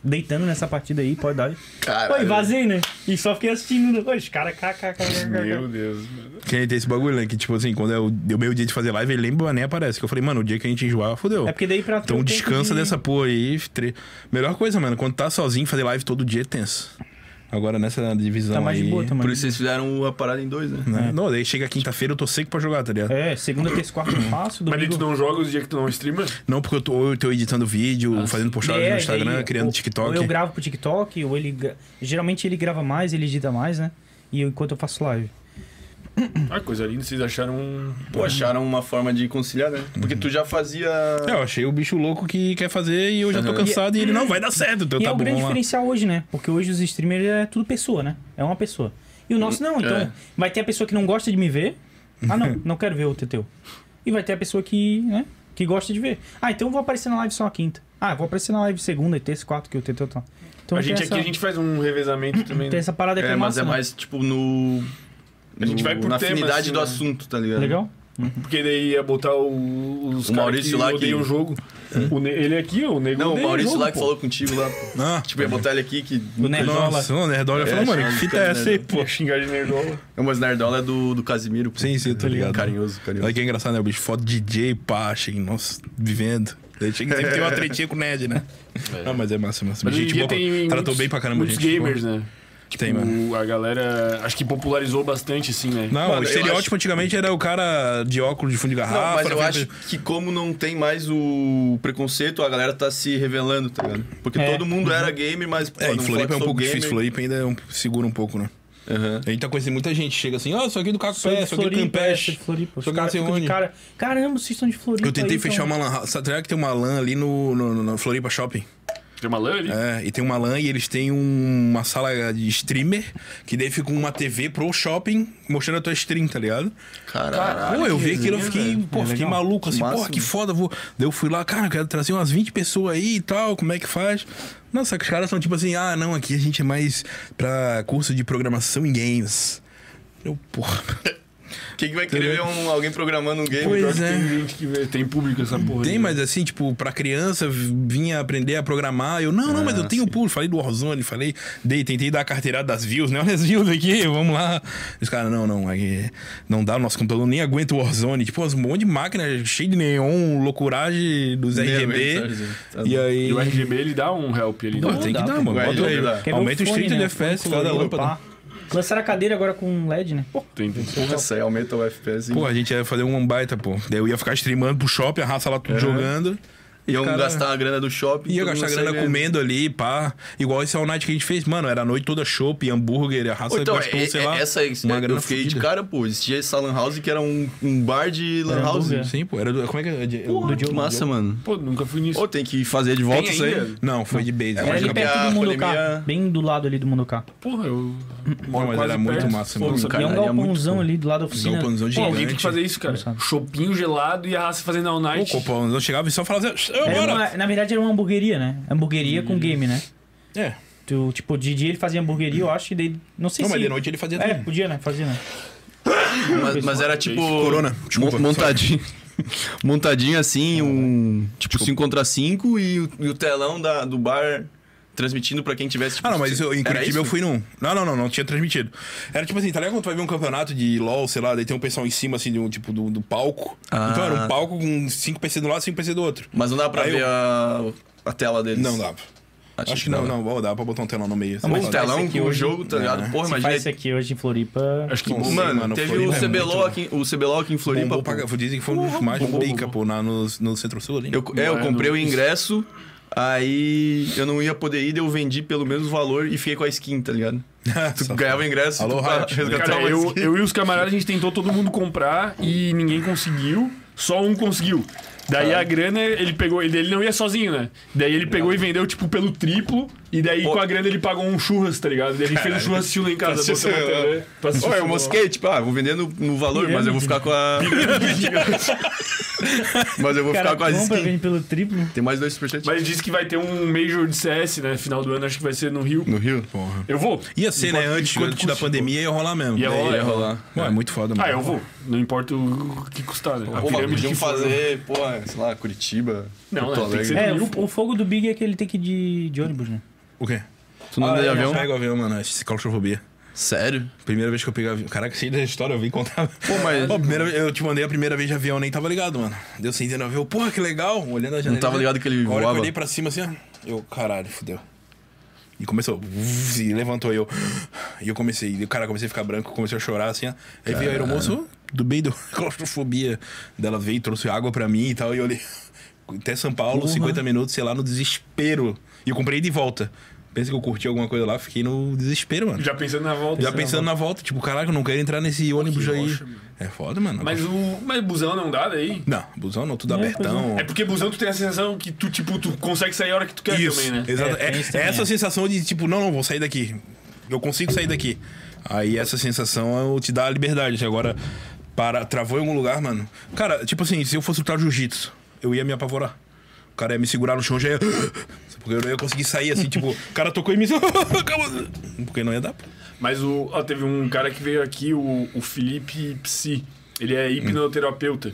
D: deitando nessa partida aí, pode dar. Pô, e vazei, né? E só fiquei assistindo. Pô, os caras,
A: Meu
D: kkk.
A: Deus, mano.
C: Que tem esse bagulho, né? Que tipo assim, quando é o, deu meio dia de fazer live, ele lembra, nem aparece. Que eu falei, mano, o dia que a gente enjoar, fodeu.
D: É porque daí pra ter
C: Então
D: um tempo
C: descansa
D: de-
C: dessa porra aí. tre- Melhor coisa, mano, quando tá sozinho, fazer live todo dia é tenso. Agora nessa divisão
D: Tá mais
C: aí...
D: de boa, tá É. mais
B: Por
D: de
B: isso vocês fizeram a parada em dois, né?
C: né? Não, daí chega quinta-feira, eu tô seco pra jogar, tá ligado?
D: É, segunda, terça, quarta eu faço,
A: Mas aí
D: domingo...
A: tu não joga os dias que tu não streama?
C: Não, porque eu tô, ou eu tô editando vídeo, fazendo postagem
D: É,
C: um no Instagram,
D: daí,
C: criando
D: ou- Ou
C: TikTok.
D: eu gravo pro TikTok, ou ele... gra- Geralmente ele grava mais, ele edita mais, né? E eu, enquanto eu faço live.
A: Ah, coisa linda, vocês acharam um.
B: Pô, acharam uma forma de conciliar, né? Porque tu já fazia.
C: É, eu achei o bicho louco que quer fazer e eu já tô
B: Uhum.
C: cansado e ele não vai dar certo. Então
D: é- e
C: tá
D: é o
C: bom.
D: grande
C: vamos lá.
D: diferencial hoje, né? Porque hoje os streamers é tudo pessoa, né? É uma pessoa. E o nosso não, então
B: é.
D: vai ter a pessoa que não gosta de me ver. Ah, não, não quero ver o Teteu. E vai ter a pessoa que, né, que gosta de ver. Ah, então eu vou aparecer na live só a quinta. Ah, vou aparecer na live segunda e terça, quarta, que o Teteu tá. Então
A: A
D: tem
A: gente
D: essa,
A: aqui, a gente faz um revezamento também. Né?
D: tem essa parada aqui
B: É, mas
D: massa,
B: é
D: né?
B: mais tipo no.
A: A
B: no-
A: gente vai por
B: Na
A: tema,
B: afinidade
A: assim,
B: do
A: né?
B: assunto, tá ligado?
D: legal.
A: Porque daí ia botar o, os
B: O
A: cara
B: Maurício
A: que
B: lá que-
A: odeiam o jogo.
C: Hum?
A: O ne- ele é aqui, ó, o nego.
B: Não, o
A: odeia
B: Maurício
A: jogo,
B: lá que
A: pô.
B: falou contigo lá. pô.
C: Ah,
B: Tipo, ia botar ele aqui que.
D: Do Nerdola.
C: nossa, o Nerdola falou,
B: É,
C: mano, que
B: chama
C: fita
B: de
C: é essa aí,
B: Nerdola.
C: pô?
A: Ia xingar de nerdola.
B: É umas nerdola do, do Casimiro. Pô.
C: Sim, sim, tô ligado.
B: Carinhoso, carinhoso.
C: Olha que é engraçado, né? O bicho foto DJ, pá, achei, nossa, vivendo. Daí tinha que sempre ter uma tretinha com o Nerd, né? Ah, mas é massa, massa.
A: Mas hoje em
C: gente
A: dia
C: boa, pra-
A: tem.
C: tratou
A: muitos-
C: bem pra caramba,
A: Muitos
C: gente. boa.
A: gamers, né?
C: Tem,
B: tipo,
C: mano.
A: O- a galera. Acho que popularizou bastante, assim, né?
C: Não,
B: Mano, eu
C: o estereótipo
B: acho-
C: antigamente era o cara de óculos de fundo de
B: Não,
C: garrafa.
B: mas eu
C: era-
B: acho que como não tem mais o preconceito, a galera tá se revelando, tá ligado? Porque
D: É.
B: todo mundo era gamer, mas... pô,
C: É, em
B: não fala
C: Floripa é um
B: que sou
C: pouco
B: gamer.
C: difícil. Floripa ainda é um- segura um pouco, né?
B: Aham.
C: A gente tá conhecendo muita gente, chega assim, ah, sou aqui do Caco
D: Sou
C: Pé,
D: de
C: sou aqui do
D: Floripa, é, sou
C: Campeche.
D: de Floripa.
C: sou
D: Os caras ficam de
C: Caceone.
D: cara. Caramba, vocês estão de Floripa.
C: Eu tentei
D: aí,
C: fechar
D: então.
C: uma lan house. Sabe será que tem uma lan ali no, no, no- no Floripa Shopping?
A: Tem uma lã ali?
C: É, e tem uma LAN e eles têm um- uma sala de streamer, que daí fica uma TV pro shopping mostrando a tua stream, tá ligado?
B: Caralho.
C: Pô, eu vi aquilo, eu fiquei,
D: É
C: pô, fiquei maluco, assim,
B: Massa,
C: porra, que
B: né?
C: foda, vou. Daí eu fui lá, cara, eu quero trazer umas 20 pessoas aí e tal, como é que faz? Nossa, que os caras são tipo assim, ah, não, aqui a gente é mais pra curso de programação em games. Eu, porra.
B: Quem que vai querer ver um- alguém programando um game?
C: Pois
B: Pior que
C: é.
B: tem-
A: Tem gente que vê, tem público essa porra. né?
D: Uhum.
C: Tem,
A: aí,
C: mas assim, tipo, pra criança vinha aprender a programar. Eu, não, não, mas
D: Ah,
C: eu tenho pulso. Falei do Warzone, falei, dei, tentei dar a carteirada das views, né? Olha as views aqui, vamos lá. Os caras, não, não, aí não dá, o nosso computador nem aguenta o Warzone. Tipo, um monte de máquina cheio de neon, loucuragem dos RGB.
D: tá
C: E aí.
A: E o RGB ele dá um help ali.
C: Pô,
A: né?
C: tem que
D: dá,
C: dar,
D: pô.
C: mano.
B: Vai,
C: Bota
B: vai
C: aí.
B: dar.
D: Quer ver
C: Aumenta
D: o
C: os
D: fone,
C: 30
D: né?
C: de FPS
D: Fone
C: lá da
D: colorido,
C: lâmpada.
D: pá. Lançaram a cadeira agora com LED, né? Pô,
A: Tem, tem.
B: Porra, isso aí aumenta o FPS. hein?
C: é. Pô, a gente ia fazer um baita, pô. Daí eu ia ficar streamando pro shopping, a raça lá tudo jogando.
B: E eu
C: cara-
B: gastar a grana do shopping.
C: Ia
B: todo
C: gastar
B: mundo
C: grana
B: sairia.
C: comendo ali, pá. Igual esse All Night que a gente fez, mano, era a noite toda chopp, hambúrguer, a raça
B: Ou então,
C: gastou,
B: é-
C: Tipo, sei
B: é-
C: lá.
B: essa aí,
C: uma grana
B: eu fiquei de
C: fodida.
B: cara, pô. Existia essa lan house que era um, um bar de lan house.
D: hambúrguer.
C: Sim, pô, era do, como é que é? De- do
B: Porra, que
C: Diogo,
B: massa,
C: Diogo.
B: mano.
A: Pô, nunca fui nisso.
B: Ô, tem que fazer de volta
A: Tem
B: isso aí.
A: ainda?
C: Não, foi de base.
D: era É ali
B: que
D: perto
B: a
D: do Mundo
B: pandemia-
D: K. Bem do lado ali do Mundo K. é um
A: Porra, eu.
C: Não, mas era muito massa, mano.
A: mano.
B: Cara,
D: e é um
B: ali é muito
D: galpãozão
B: bom.
D: ali do lado da oficina.
C: Galpãozão
A: Pô,
C: gigante.
A: alguém tem que fazer isso, cara.
D: Engraçado.
A: Chopinho gelado e a raça fazendo all
C: Pô,
A: night.
C: Copão, eu chegava e só falava assim, "Ô,
D: Era
C: bora!
D: uma- na verdade era uma hamburgueria, né? Hamburgueria com game, né?
C: É.
D: Tu, tipo, de dia ele fazia hamburgueria, eu acho, e daí. Não sei
C: Não,
D: se.
C: mas de noite ele fazia
D: É,
C: tudo.
D: podia, né? Fazia, né?
B: Mas, mas era tipo.
C: É Corona,
B: mon-
C: desculpa.
B: montadinho. montadinho assim, um. Tipo 5 contra 5 e, o- e o telão da, do bar transmitindo pra quem tivesse. Tipo,
C: Ah, não, mas eu, em
B: Era
C: Curitiba
B: isso?
C: eu fui num. Não, não, não, não tinha transmitido. Era tipo assim, tá ligado quando tu vai ver um campeonato de LOL, sei lá, daí tem um pessoal em cima, assim, de um, tipo, do, do palco.
B: Ah.
C: Então era um palco com cinco PC do lado e cinco PC do outro.
B: Mas não dá pra
C: Aí
B: ver
C: eu-
B: a, a tela deles.
C: Não dava. Acho, que não,
B: dava.
C: não, ó, dá pra botar um telão no meio. sei
B: Mas
C: lá.
B: um telão com
D: aqui
B: o
D: hoje-
B: jogo, tá ligado? Porra,
D: Se faz isso
B: imagina.
D: aqui hoje em Floripa.
A: Acho que
C: Não sei,
B: Mano,
C: mano,
B: teve
C: Floripa
B: o
C: é
B: CBLOL
C: muito-
B: aqui, o CBLOL aqui em Floripa.
C: Bombou
B: pô.
C: pra cá. Dizem que foi um dos mais pica, pô, lá no, no Centro-Sul ali. né?
B: Eu, é, eu
A: Mano,
B: comprei o
A: isso-
B: ingresso, aí eu não ia poder ir, daí eu vendi pelo mesmo valor e fiquei com a skin, tá ligado? Tu
C: Só-
B: ganhava o ingresso,
C: Alô,
B: tu pra
C: Riot.
B: resgatar
A: Cara,
B: uma
A: eu,
B: skin.
A: eu e os camaradas, a gente tentou todo mundo comprar e ninguém conseguiu. Só um conseguiu. Daí a grana, ele pegou. Ele ele não ia sozinho, né? Daí ele pegou e vendeu, tipo, pelo triplo. E daí com a grana ele pagou um churras, tá ligado? Daí ele fez o churras assistindo lá em
C: Tá
A: casa.
B: Pra
A: botou na
B: assistir,
A: TV, pra assistir
B: Ó,
A: o
B: eu
C: é
A: futebol.
B: mosquei, tipo, ah, vou vender no, no valor, mas eu vou ficar com a. mas eu vou
D: Cara,
B: ficar assim. com as
D: compra,
B: skins.
D: vende pelo triplo.
B: Tem mais dois superchats?
A: Mas disse que vai ter um Major de CS, né? Final do ano, acho que vai ser no Rio.
B: No Rio?
C: Porra.
A: Eu vou.
C: Ia ser,
A: Não
C: né?
A: importa
C: Antes,
A: quanto
C: antes da
A: custa,
C: pandemia ia rolar mesmo.
A: Ia rolar,
C: Daí-
A: ia
B: rolar.
C: Pô, é muito foda, mano.
A: Ah, eu vou. Não importa o que custar, né? A
B: Pô, mas
A: pirâmide
B: podiam
A: que for.
B: fazer, pô, sei lá, Curitiba.
A: Não,
B: Porto
A: né, tem que ser-
B: Alegre.
D: É,
A: Mil,
D: o,
A: pô.
D: o fogo do Big é que ele tem que ir de, de ônibus, né?
C: O quê?
B: Tu não
C: Ah,
B: anda
C: é,
B: de avião?
C: Pega o avião, mano. Esse claustrofobia.
B: Sério?
C: Primeira vez que eu peguei avião. Caraca, sei da história, eu vim contar.
B: Pô, mas.
C: Ó, primeira vez- eu te mandei a primeira vez de avião, nem tava ligado, mano. Deu sem entender avião. Porra, que legal. Olhando a janela.
B: tava ligado que ele
C: A hora que
B: voava.
C: eu olhei pra cima assim, ó. Eu, caralho, fudeu. E começou, vzz, e levantou e eu. E eu comecei, e o cara comecei a ficar branco, comecei a chorar assim, ó. Aí veio a aeromoço, do meio da claustrofobia dela veio, trouxe água pra mim e tal, e eu olhei. Até São Paulo, 50 minutos, sei lá, no desespero. E eu comprei de volta. Pensa que eu curti alguma coisa lá, fiquei no desespero, mano.
A: Já pensando na volta.
C: Já pensando na volta, tipo, caraca, eu não quero entrar nesse ônibus aí. é foda, mano.
A: Mas o. Mas busão não dá daí?
C: Não, busão não, tudo
D: É,
C: abertão.
A: É porque busão tu tem a sensação que tu, tipo, tu consegue sair a hora que tu quer
C: Isso,
A: também, né?
C: exato.
D: É,
C: É,
D: tem isso
C: é
D: também,
C: essa
D: é.
C: sensação de, tipo, não, não, vou sair daqui. Eu consigo sair daqui. Aí essa sensação eu te dá a liberdade. Assim, Agora, para, travou em algum lugar, mano. Cara, tipo assim, se eu fosse lutar jiu-jitsu, eu ia me apavorar. O cara ia me segurar no chão, já ia. Porque eu não ia conseguir sair assim, tipo, o cara tocou em mim assim. calma. Porque não ia dar. pô.
A: Mas o. Ó, teve um cara que veio aqui, o, o Felipe Psi. Ele é hipnoterapeuta.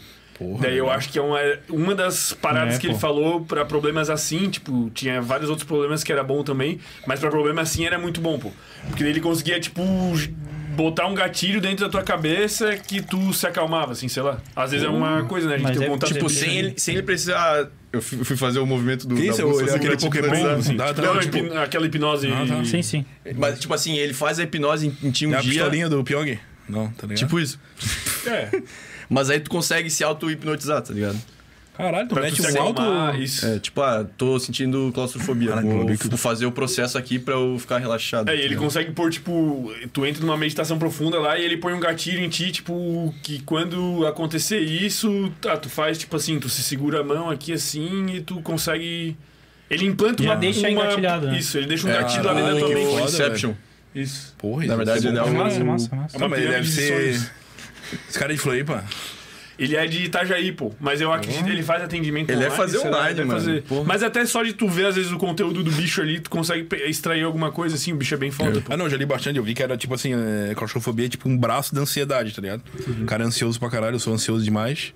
A: Daí eu acho que é uma, uma das paradas
D: né? É,
A: que ele
D: pô.
A: falou pra problemas assim, tipo, tinha vários outros problemas que era bom também, mas pra problema assim era muito bom, pô. Porque daí ele conseguia, tipo, j- botar um gatilho dentro da tua cabeça que tu se acalmava, assim, sei lá. Às vezes é uma coisa, né? A gente
D: Mas
A: tem
D: é
A: um contato
D: tipo
A: com isso,
C: assim,
B: Sem
A: né?
B: ele, sem ele precisar. Eu fui fui fazer o movimento do.
C: Que
B: da
C: isso, eu
B: bolsa,
C: olhei
B: assim,
C: aquele
B: que era tipo precisar-
C: Pokémon, assim, tá, tá,
A: Não, é
C: tipo,
A: hipno- aquela hipnose. é,
C: Ah, tá.
D: Sim, sim.
B: Mas, tipo assim, ele faz a hipnose em, em ti um
C: é a
B: dia.
C: pistolinha do Pyong? Não, tá ligado?
B: Tipo isso.
A: É.
B: Mas aí tu consegue se auto-hipnotizar, tá ligado?
C: Caralho, tu
A: Pra
C: mete
A: tu se
C: um alto.
A: acalmar, isso.
B: É, tipo, ah, tô sentindo claustrofobia.
C: Caralho,
B: vou,
C: que louco.
B: vou fazer o processo aqui pra eu ficar relaxado. tá
A: É, e ele
B: entendeu?
A: consegue pôr, tipo, tu entra numa meditação profunda lá e ele põe um gatilho em ti, tipo, que quando acontecer isso, tá, tu faz, tipo assim, tu se segura a mão aqui assim e tu consegue. Ele implanta
D: Já
A: uma. uma...
D: deixa engatilhado, né?
A: Isso, ele deixa
B: É,
A: um gatilho lá dentro da
C: caralho,
A: tua
C: que
A: mente.
C: foda,
B: Inception.
A: Isso.
C: Porra,
B: Na verdade, ele é
D: É
B: um-
D: massa, é massa, é massa.
A: É uma
C: mas ele
A: pirâmide
C: né, deve
A: de
C: ser.
A: sonhos.
C: Esse cara é de Floripa.
A: Ele é de Itajaí, pô. Mas eu acredito que ele faz atendimento
B: Ele
A: online.
B: é fazer
A: sei lá,
B: online,
A: ele é
B: mano.
A: fazer-
B: Porra.
A: Mas até só de tu ver, às vezes, o conteúdo do bicho ali, tu consegue pe- extrair alguma coisa, assim, o bicho é bem foda, pô.
C: Ah, não, eu já li bastante. Eu vi que era tipo assim: é, claustrofobia é tipo um braço da ansiedade, tá ligado? O cara é ansioso pra caralho, eu sou ansioso demais.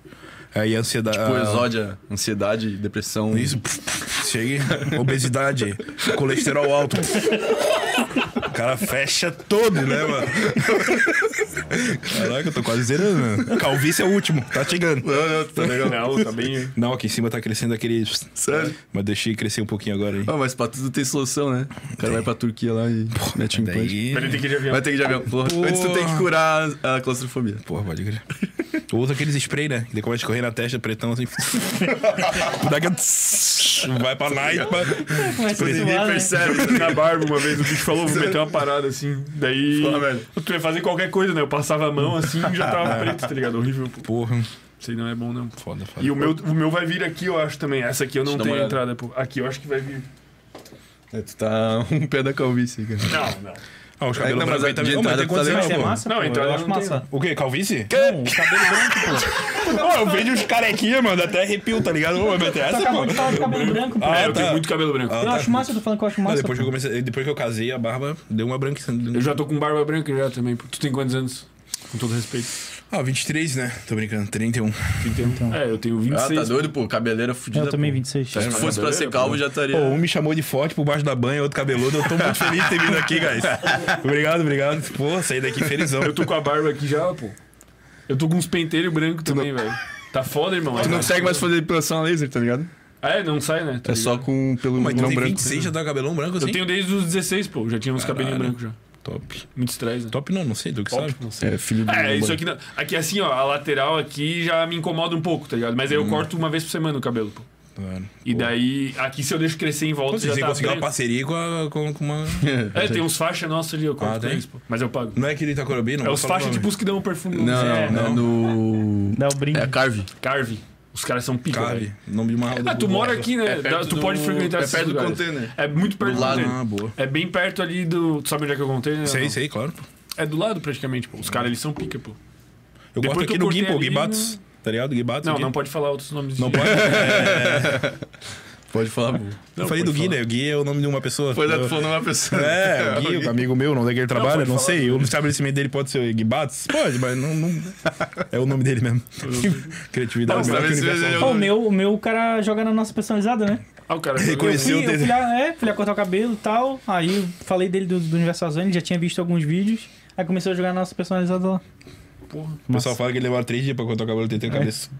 C: Aí a ansiedade.
B: Tipo,
C: a-
B: exódia, ansiedade, depressão.
C: Isso, pf, pf, chega, obesidade, colesterol alto. O cara fecha todo, né, mano? Caraca, eu tô quase zerando, mano. Calvície é o último, tá chegando.
B: tá legal.
A: Não, tá bem.
C: Não, aqui em cima tá crescendo aquele.
B: Sério?
C: Mas deixei crescer um pouquinho agora aí.
B: Ah, mas pra tudo tem solução, né? O cara vai pra Turquia lá e mete um implante.
A: Mas ele
C: Daí...
A: tem que ir de avião.
B: Vai ter que ir de avião. Porra.
C: Porra.
B: Antes tu tem que curar a claustrofobia.
C: Porra, pode crer. Tu usa aqueles spray, né? Que daí começa a correr na testa, pretão assim. Daqui a... Vai pra naipa.
D: Começa a
B: Ninguém
A: Ah, é.
D: zoar, né?
B: percebe.
A: na barba uma vez, o bicho falou, vou meter uma parada assim. Daí.
B: Fala, velho.
A: Tu ia fazer qualquer coisa, né? Eu passava a mão assim e já tava preto, tá ligado? Horrível, pô.
C: Porra.
A: Isso aí não é bom, não. pô.
C: Foda, foda.
A: E o meu, o meu vai vir aqui, eu acho também. Essa aqui eu não
B: Deixa eu dar
A: tenho
B: uma
A: entrada, pô. Aqui eu acho que vai vir.
B: É, tu tá um pé da calvície, cara.
A: Não, não.
C: Ah, os
B: É,
C: cabelos
B: não, mas
C: brancos
B: a-
C: aí também.
B: de
C: Ô, mas
B: entrada
C: tem
B: tá legal,
D: Mas
C: quantos anos,
D: é
C: né, pô?
D: massa,
A: Não,
D: pô,
A: então
D: eu
A: eu
D: acho
A: não tenho.
D: massa.
C: O quê? Calvície?
D: Não, o cabelo branco, pô.
C: Pô, eu vejo os carequinhas, mano, até arrepio, tá ligado? Ô, mas é
D: Tu
C: essa,
D: acabou
C: pô.
D: de falar de cabelo branco, pô.
C: Ah,
A: É, eu
C: tá.
A: tenho muito cabelo branco.
C: Ah,
D: Eu
C: tá.
D: acho massa, eu tô falando que eu acho
C: Ah,
D: massa.
C: depois que eu
D: pô.
C: comecei, depois que eu casei, a barba deu uma branca.
A: Eu já tô com barba branca já também, pô. Tu tem quantos anos? Com todo respeito.
C: Ah, 23, né? Tô brincando, 31.
A: 31. É, eu tenho
B: Ah,
A: 26.
B: tá doido, pô. Cabeleira fudida.
D: Eu também
B: pô.
D: 26.
B: Se tu fosse pra ser
A: Cabeleira,
B: calvo, já estaria.
C: Pô, um me chamou de forte por baixo da banha, outro cabeludo. Eu tô muito feliz de ter vindo aqui, guys. Obrigado, obrigado. Pô, saí daqui felizão.
A: Eu tô com a barba aqui já, pô. Eu tô com uns penteiros brancos também, velho. Tá foda, irmão.
B: tu não consegue mais fazer depilação a laser, tá ligado?
A: Ah, é? Não sai, né? Tá
B: É só
A: ligado?
B: com pelo
C: Mas tu
B: não
C: tem
B: branco.
C: 26, já tá com cabelão branco assim?
A: Eu tenho desde os 16, pô. Já tinha uns cabelinhos brancos já.
C: Top.
A: Muito estresse, né?
C: Top não, não sei, do que sabe.
A: não sei.
B: É, filho do.
A: É, isso aqui, não- aqui assim, ó, a lateral aqui já me incomoda um pouco, tá ligado? Mas
C: Hum.
A: aí eu corto uma vez por semana o cabelo, pô.
C: Mano.
A: E daí, aqui se eu deixo crescer em volta,
C: Vocês
A: já
C: têm
A: tá
C: conseguido assim, uma
A: branco.
C: parceria com, a- com- com uma...
A: É, tem uns faixas nossas ali, eu corto
C: Ah,
A: com
C: tem?
A: eles, pô. Mas eu pago.
C: Não é aquele Itacorobi,
A: é
C: não? vou
A: os
C: falar o
A: faixas
C: nome.
A: tipo os que dão um perfume.
B: Não,
A: é,
B: não, não. É no.
D: Dá o brinde.
B: É a Carve.
A: Carve. Os caras são pica, velho.
C: Cave, nome de uma...
A: Ah, tu mora aqui, né? Dá- tu pode frequentar
B: É
A: esses
B: perto do
A: lugares.
B: container.
A: É muito perto
B: Do
A: do,
B: lado.
A: container.
C: Ah, boa.
A: É bem perto ali do. Tu sabe onde é que eu contei? né?
C: Sei,
A: Não.
C: sei, claro. pô.
A: É do lado praticamente, pô. Os caras eles são pica, pô.
C: Eu
A: Depois
C: gosto
A: que
C: aqui
A: eu
C: no
A: cortei
C: Gui, pô,
A: ali, né?
C: Gui Batos. Tá ligado? Gui Batos.
A: Não,
C: Gui.
A: não pode falar outros nomes
C: Não
A: de...
C: pode.
B: Pode falar, pô.
C: Eu falei do Gui, né? O Gui é o nome de uma pessoa.
B: Pois é,
C: Eu-
B: tu falando uma pessoa.
C: É, o Gui, um amigo meu, não é que ele trabalha,
A: pode
C: não,
A: falar.
C: sei. O estabelecimento dele pode ser Gui Bates? Pode, mas não, não- É o nome dele mesmo. Criatividade.
B: Não,
C: melhor que o
B: estabelecimento
C: universo.
B: é
D: Pô, o meu, o meu o cara joga na nossa personalizada, né?
A: Ah, o cara.
C: Reconheci.
D: Sim,
C: Seu
D: eu fui
C: dedo.
D: lá, é, fui lá cortar o cabelo e tal. Aí eu falei dele do, do Universo Azul, ele já tinha visto alguns vídeos. Aí começou a jogar na nossa personalizada lá.
A: Porra.
C: O pessoal fala que ele levaram três dias pra cortar o cabelo, tentei a cabeça.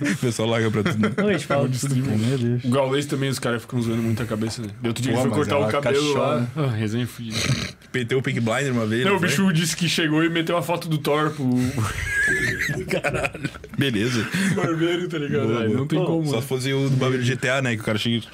C: o pessoal larga pra tudo.
D: Dois, fala disso. Meu Deus.
A: O Gaulês também, os caras ficam zoando muito a cabeça, né? De outro dia
B: Pô,
A: ele foi
B: mas
A: cortar
B: é
A: o
B: uma
A: cabelo
B: caixona.
A: lá. Ah, resenha fudida.
C: Pentei o Pink Blinder uma vez.
A: Não, o
C: foi?
A: bicho disse que chegou e meteu a foto do Thor pro
C: Beleza.
A: barbeiro, tá ligado?
C: Boa,
A: Aí
C: boa.
A: não tem como.
C: Só
A: né?
C: se fosse o do bagulho de GTA, né? Que o cara chega.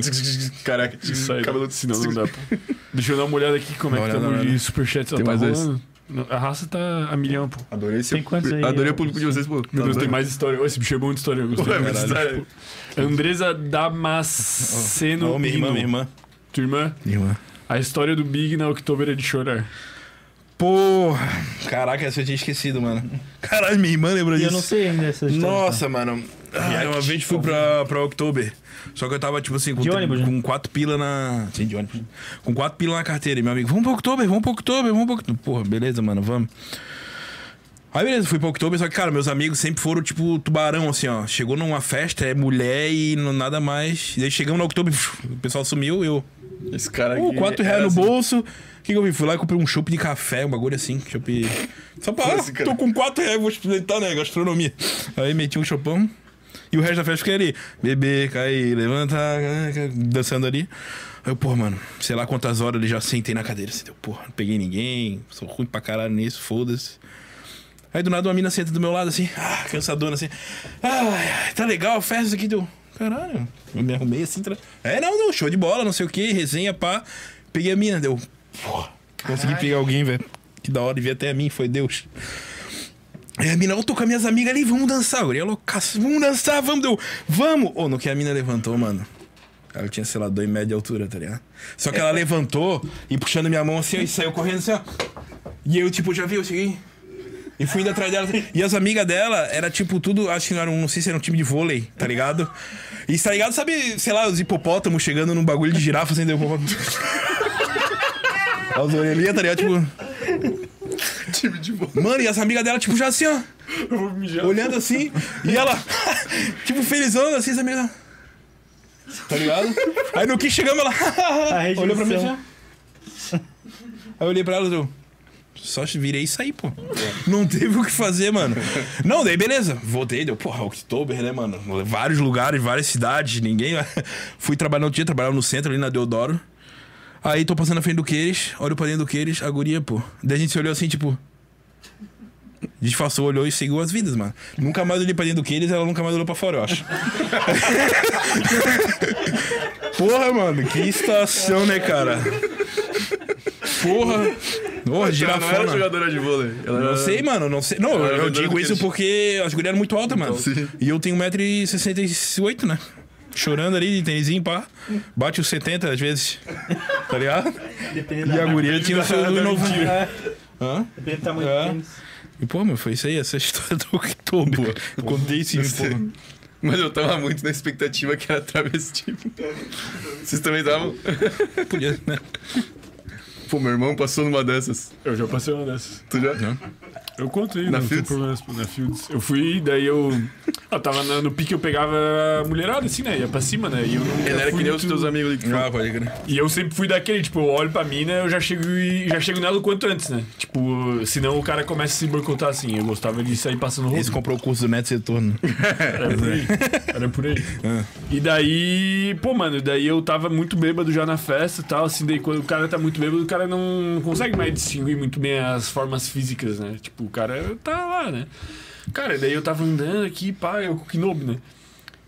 B: Caraca,
A: Isso aí,
B: cabelo
A: cabelo
B: de
A: senão não dá. pô. Deixa eu dar uma olhada aqui como é
C: Dá
A: que
C: uma
A: tá
C: olhada,
A: de
C: né?
A: superchat. ó,
B: Tem
A: tá
B: mais dois.
A: rolando. Não, A raça tá a milhão, pô.
B: Adorei esse.
D: Tem quantos aí?
B: Adorei o público de vocês, pô.
A: Meu Deus, tem mais história. Ô, Esse bicho é bom de história, eu gostei.
B: Ué, mas
A: Caralho.
B: tá-
A: Andresa Damasceno.
C: Ô, minha irmã,
A: Pino.
C: minha irmã.
A: Tua irmã?
C: Minha irmã.
A: A história do Big na October é de chorar.
C: Porra! Caraca, essa eu tinha esquecido, mano. Caralho, minha irmã lembrou
D: E
C: disso.
D: eu não sei ainda essa história.
C: Nossa, mano. Ah, uma vez fui pra, pra October. Só que eu tava, tipo assim, com,
D: De ônibus, né?
C: com quatro pila na. Sim, de ônibus. Com quatro pila na carteira. E meu amigo, vamos pra October, vamos pra October, vamos pra October. Porra, beleza, mano, vamos. Aí beleza, fui pra Oktober, só que, cara, meus amigos sempre foram, tipo, tubarão, assim, ó. Chegou numa festa, é mulher e não, nada mais. E aí chegamos no Oktober, o pessoal sumiu, eu.
B: Esse cara aqui.
A: Uh,
C: Pô, 4
B: era
C: Um reais no
B: assim.
C: bolso. O que, que eu vi? Fui lá e comprei um chopp de café, um bagulho assim. Chopp. Só pra.
B: Esse
C: Ah,
B: cara.
C: tô com 4 reais, vou experimentar, né? Gastronomia. Aí meti um chopão. E o resto da festa fiquei ali. Beber, cair, levantar, ah, dançando ali. Aí eu, porra, mano, sei lá quantas horas ele já sentei na cadeira. Assim, eu, porra, não peguei ninguém, sou ruim pra caralho nisso, foda-se. Aí do nada uma mina senta do meu lado assim, ah, cansadona assim. Ai, ai, tá legal a festa aqui do. Caralho, eu me arrumei assim. Tra... É, não, não, show de bola, não sei o que, resenha, pá. Peguei a mina, deu. Porra, consegui pegar alguém, velho. Que da hora, devia até a mim, foi Deus. Aí a mina, eu tô com as minhas amigas ali, vamos dançar. Eu ia loucaço, vamos dançar, vamos, deu. Vamos! Ô, no que a mina levantou, mano. Ela tinha, sei lá, dois e meio de altura, tá ligado? Só que ela levantou e puxando minha mão assim, ó, e saiu correndo assim, ó. E eu, tipo, já vi, eu cheguei. E fui indo atrás dela. E as amigas dela era tipo tudo, acho que não era um, não sei se era um time de vôlei, tá ligado? E tá ligado, sabe, sei lá, os hipopótamos chegando num bagulho de girafa sem derrubar. As orelhinhas, tá ligado? Tipo. Mano, e as amigas dela, tipo, já assim, ó. Olhando assim. E ela, tipo, felizona, assim, as amigas. Tá ligado? Aí no que chegamos, ela. olhou pra mim assim. ó. Aí eu olhei pra ela e eu. Só virei e saí, pô. Não teve o que fazer, mano. Não, daí beleza. Voltei, deu, porra, Oktober, né, mano? Vários lugares, várias cidades, ninguém. Fui trabalhar no outro dia, trabalhava no centro ali na Deodoro. Aí tô passando na frente do Queires, olho pra dentro do Queires, a guria, pô. Daí a gente se olhou assim, tipo. Disfarçou, olhou e seguiu as vidas, mano. Nunca mais olhei pra dentro do Queires, ela nunca mais olhou pra fora, eu acho. Porra, mano, que estação, né, cara? Porra. Porra,
B: Ela não era
C: girafona.
B: jogadora de vôlei. Ela
C: Não
B: era-
C: sei, mano, não sei. Não, eu- eu,
B: jogadora
C: digo
B: do
C: isso
B: Queires.
C: porque as gurias eram muito altas, mano.
B: sim.
C: E eu tenho 1,68m, né? Chorando ali de tênisinho, pá. Bate os 70 às vezes. Tá ligado?
H: Dependendo
C: E
H: da
C: a guria tinha o seu novo. É. Hã?
H: Dependendo do tamanho
C: É.
H: do tênis.
C: E, pô, meu, foi isso aí, essa história do October. Eu contei isso, pô.
B: Mas eu tava muito na expectativa que era travesti. Vocês também estavam?
C: Podia, né?
B: Pô, meu irmão passou numa dessas.
A: Eu já passei uma dessas.
B: Tu já?
A: Eu contei,
B: Na
A: não tem
B: Fields?
A: problema. Na Fields. Eu fui, daí eu. Eu tava na- no pique, eu pegava a mulherada assim, né? Ia pra cima, né? E eu não.
B: Ele era que nem os
A: muito-
B: teus amigos ali que
C: Ah, pode crer.
A: E eu sempre fui daquele, tipo, eu olho pra mina, eu já chego e já chego nela o quanto antes, né? Tipo, senão o cara começa a se boicotar assim. Eu gostava de sair passando
C: Esse
A: roupa.
C: comprou o curso do Neto Setorno.
A: Era por aí. É. Era por aí. E daí, pô, mano, daí eu tava muito bêbado já na festa e tal, assim, daí quando o cara tá muito bêbado, o cara não consegue mais distinguir muito bem as formas físicas, né? Tipo, o cara tá lá, né? Cara, daí eu tava andando aqui, pá, eu com o Kinobi, né?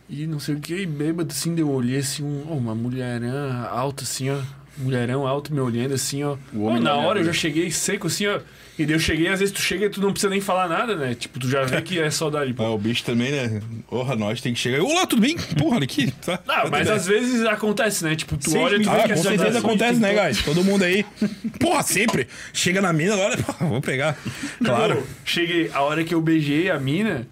A: E não sei o que, bêbado assim, daí eu olhei assim, um, ó, uma mulherã alta assim, ó. Mulherão alto me olhando assim, ó. Pô, na hora eu já cheguei seco assim, ó. E daí eu cheguei, às vezes tu chega e tu não precisa nem falar nada, né? Tipo, tu já vê que é saudade, pô.
C: Ah, o bicho também, né? Porra, nós tem que chegar. Olá, tudo bem? Porra, olha aqui. Tá.
A: Ah, mas às vezes acontece, né? Tipo, tu assim, olha e tu vê
C: Ah,
A: que
C: com
A: essa
C: certeza
A: geração
C: acontece,
A: tem
C: né,
A: todo-
C: guys? Todo mundo aí. Porra, sempre. Chega na mina, olha, pô, vou pegar.
A: Pô,
C: Claro.
A: tipo, Cheguei, a hora que eu beijei a mina,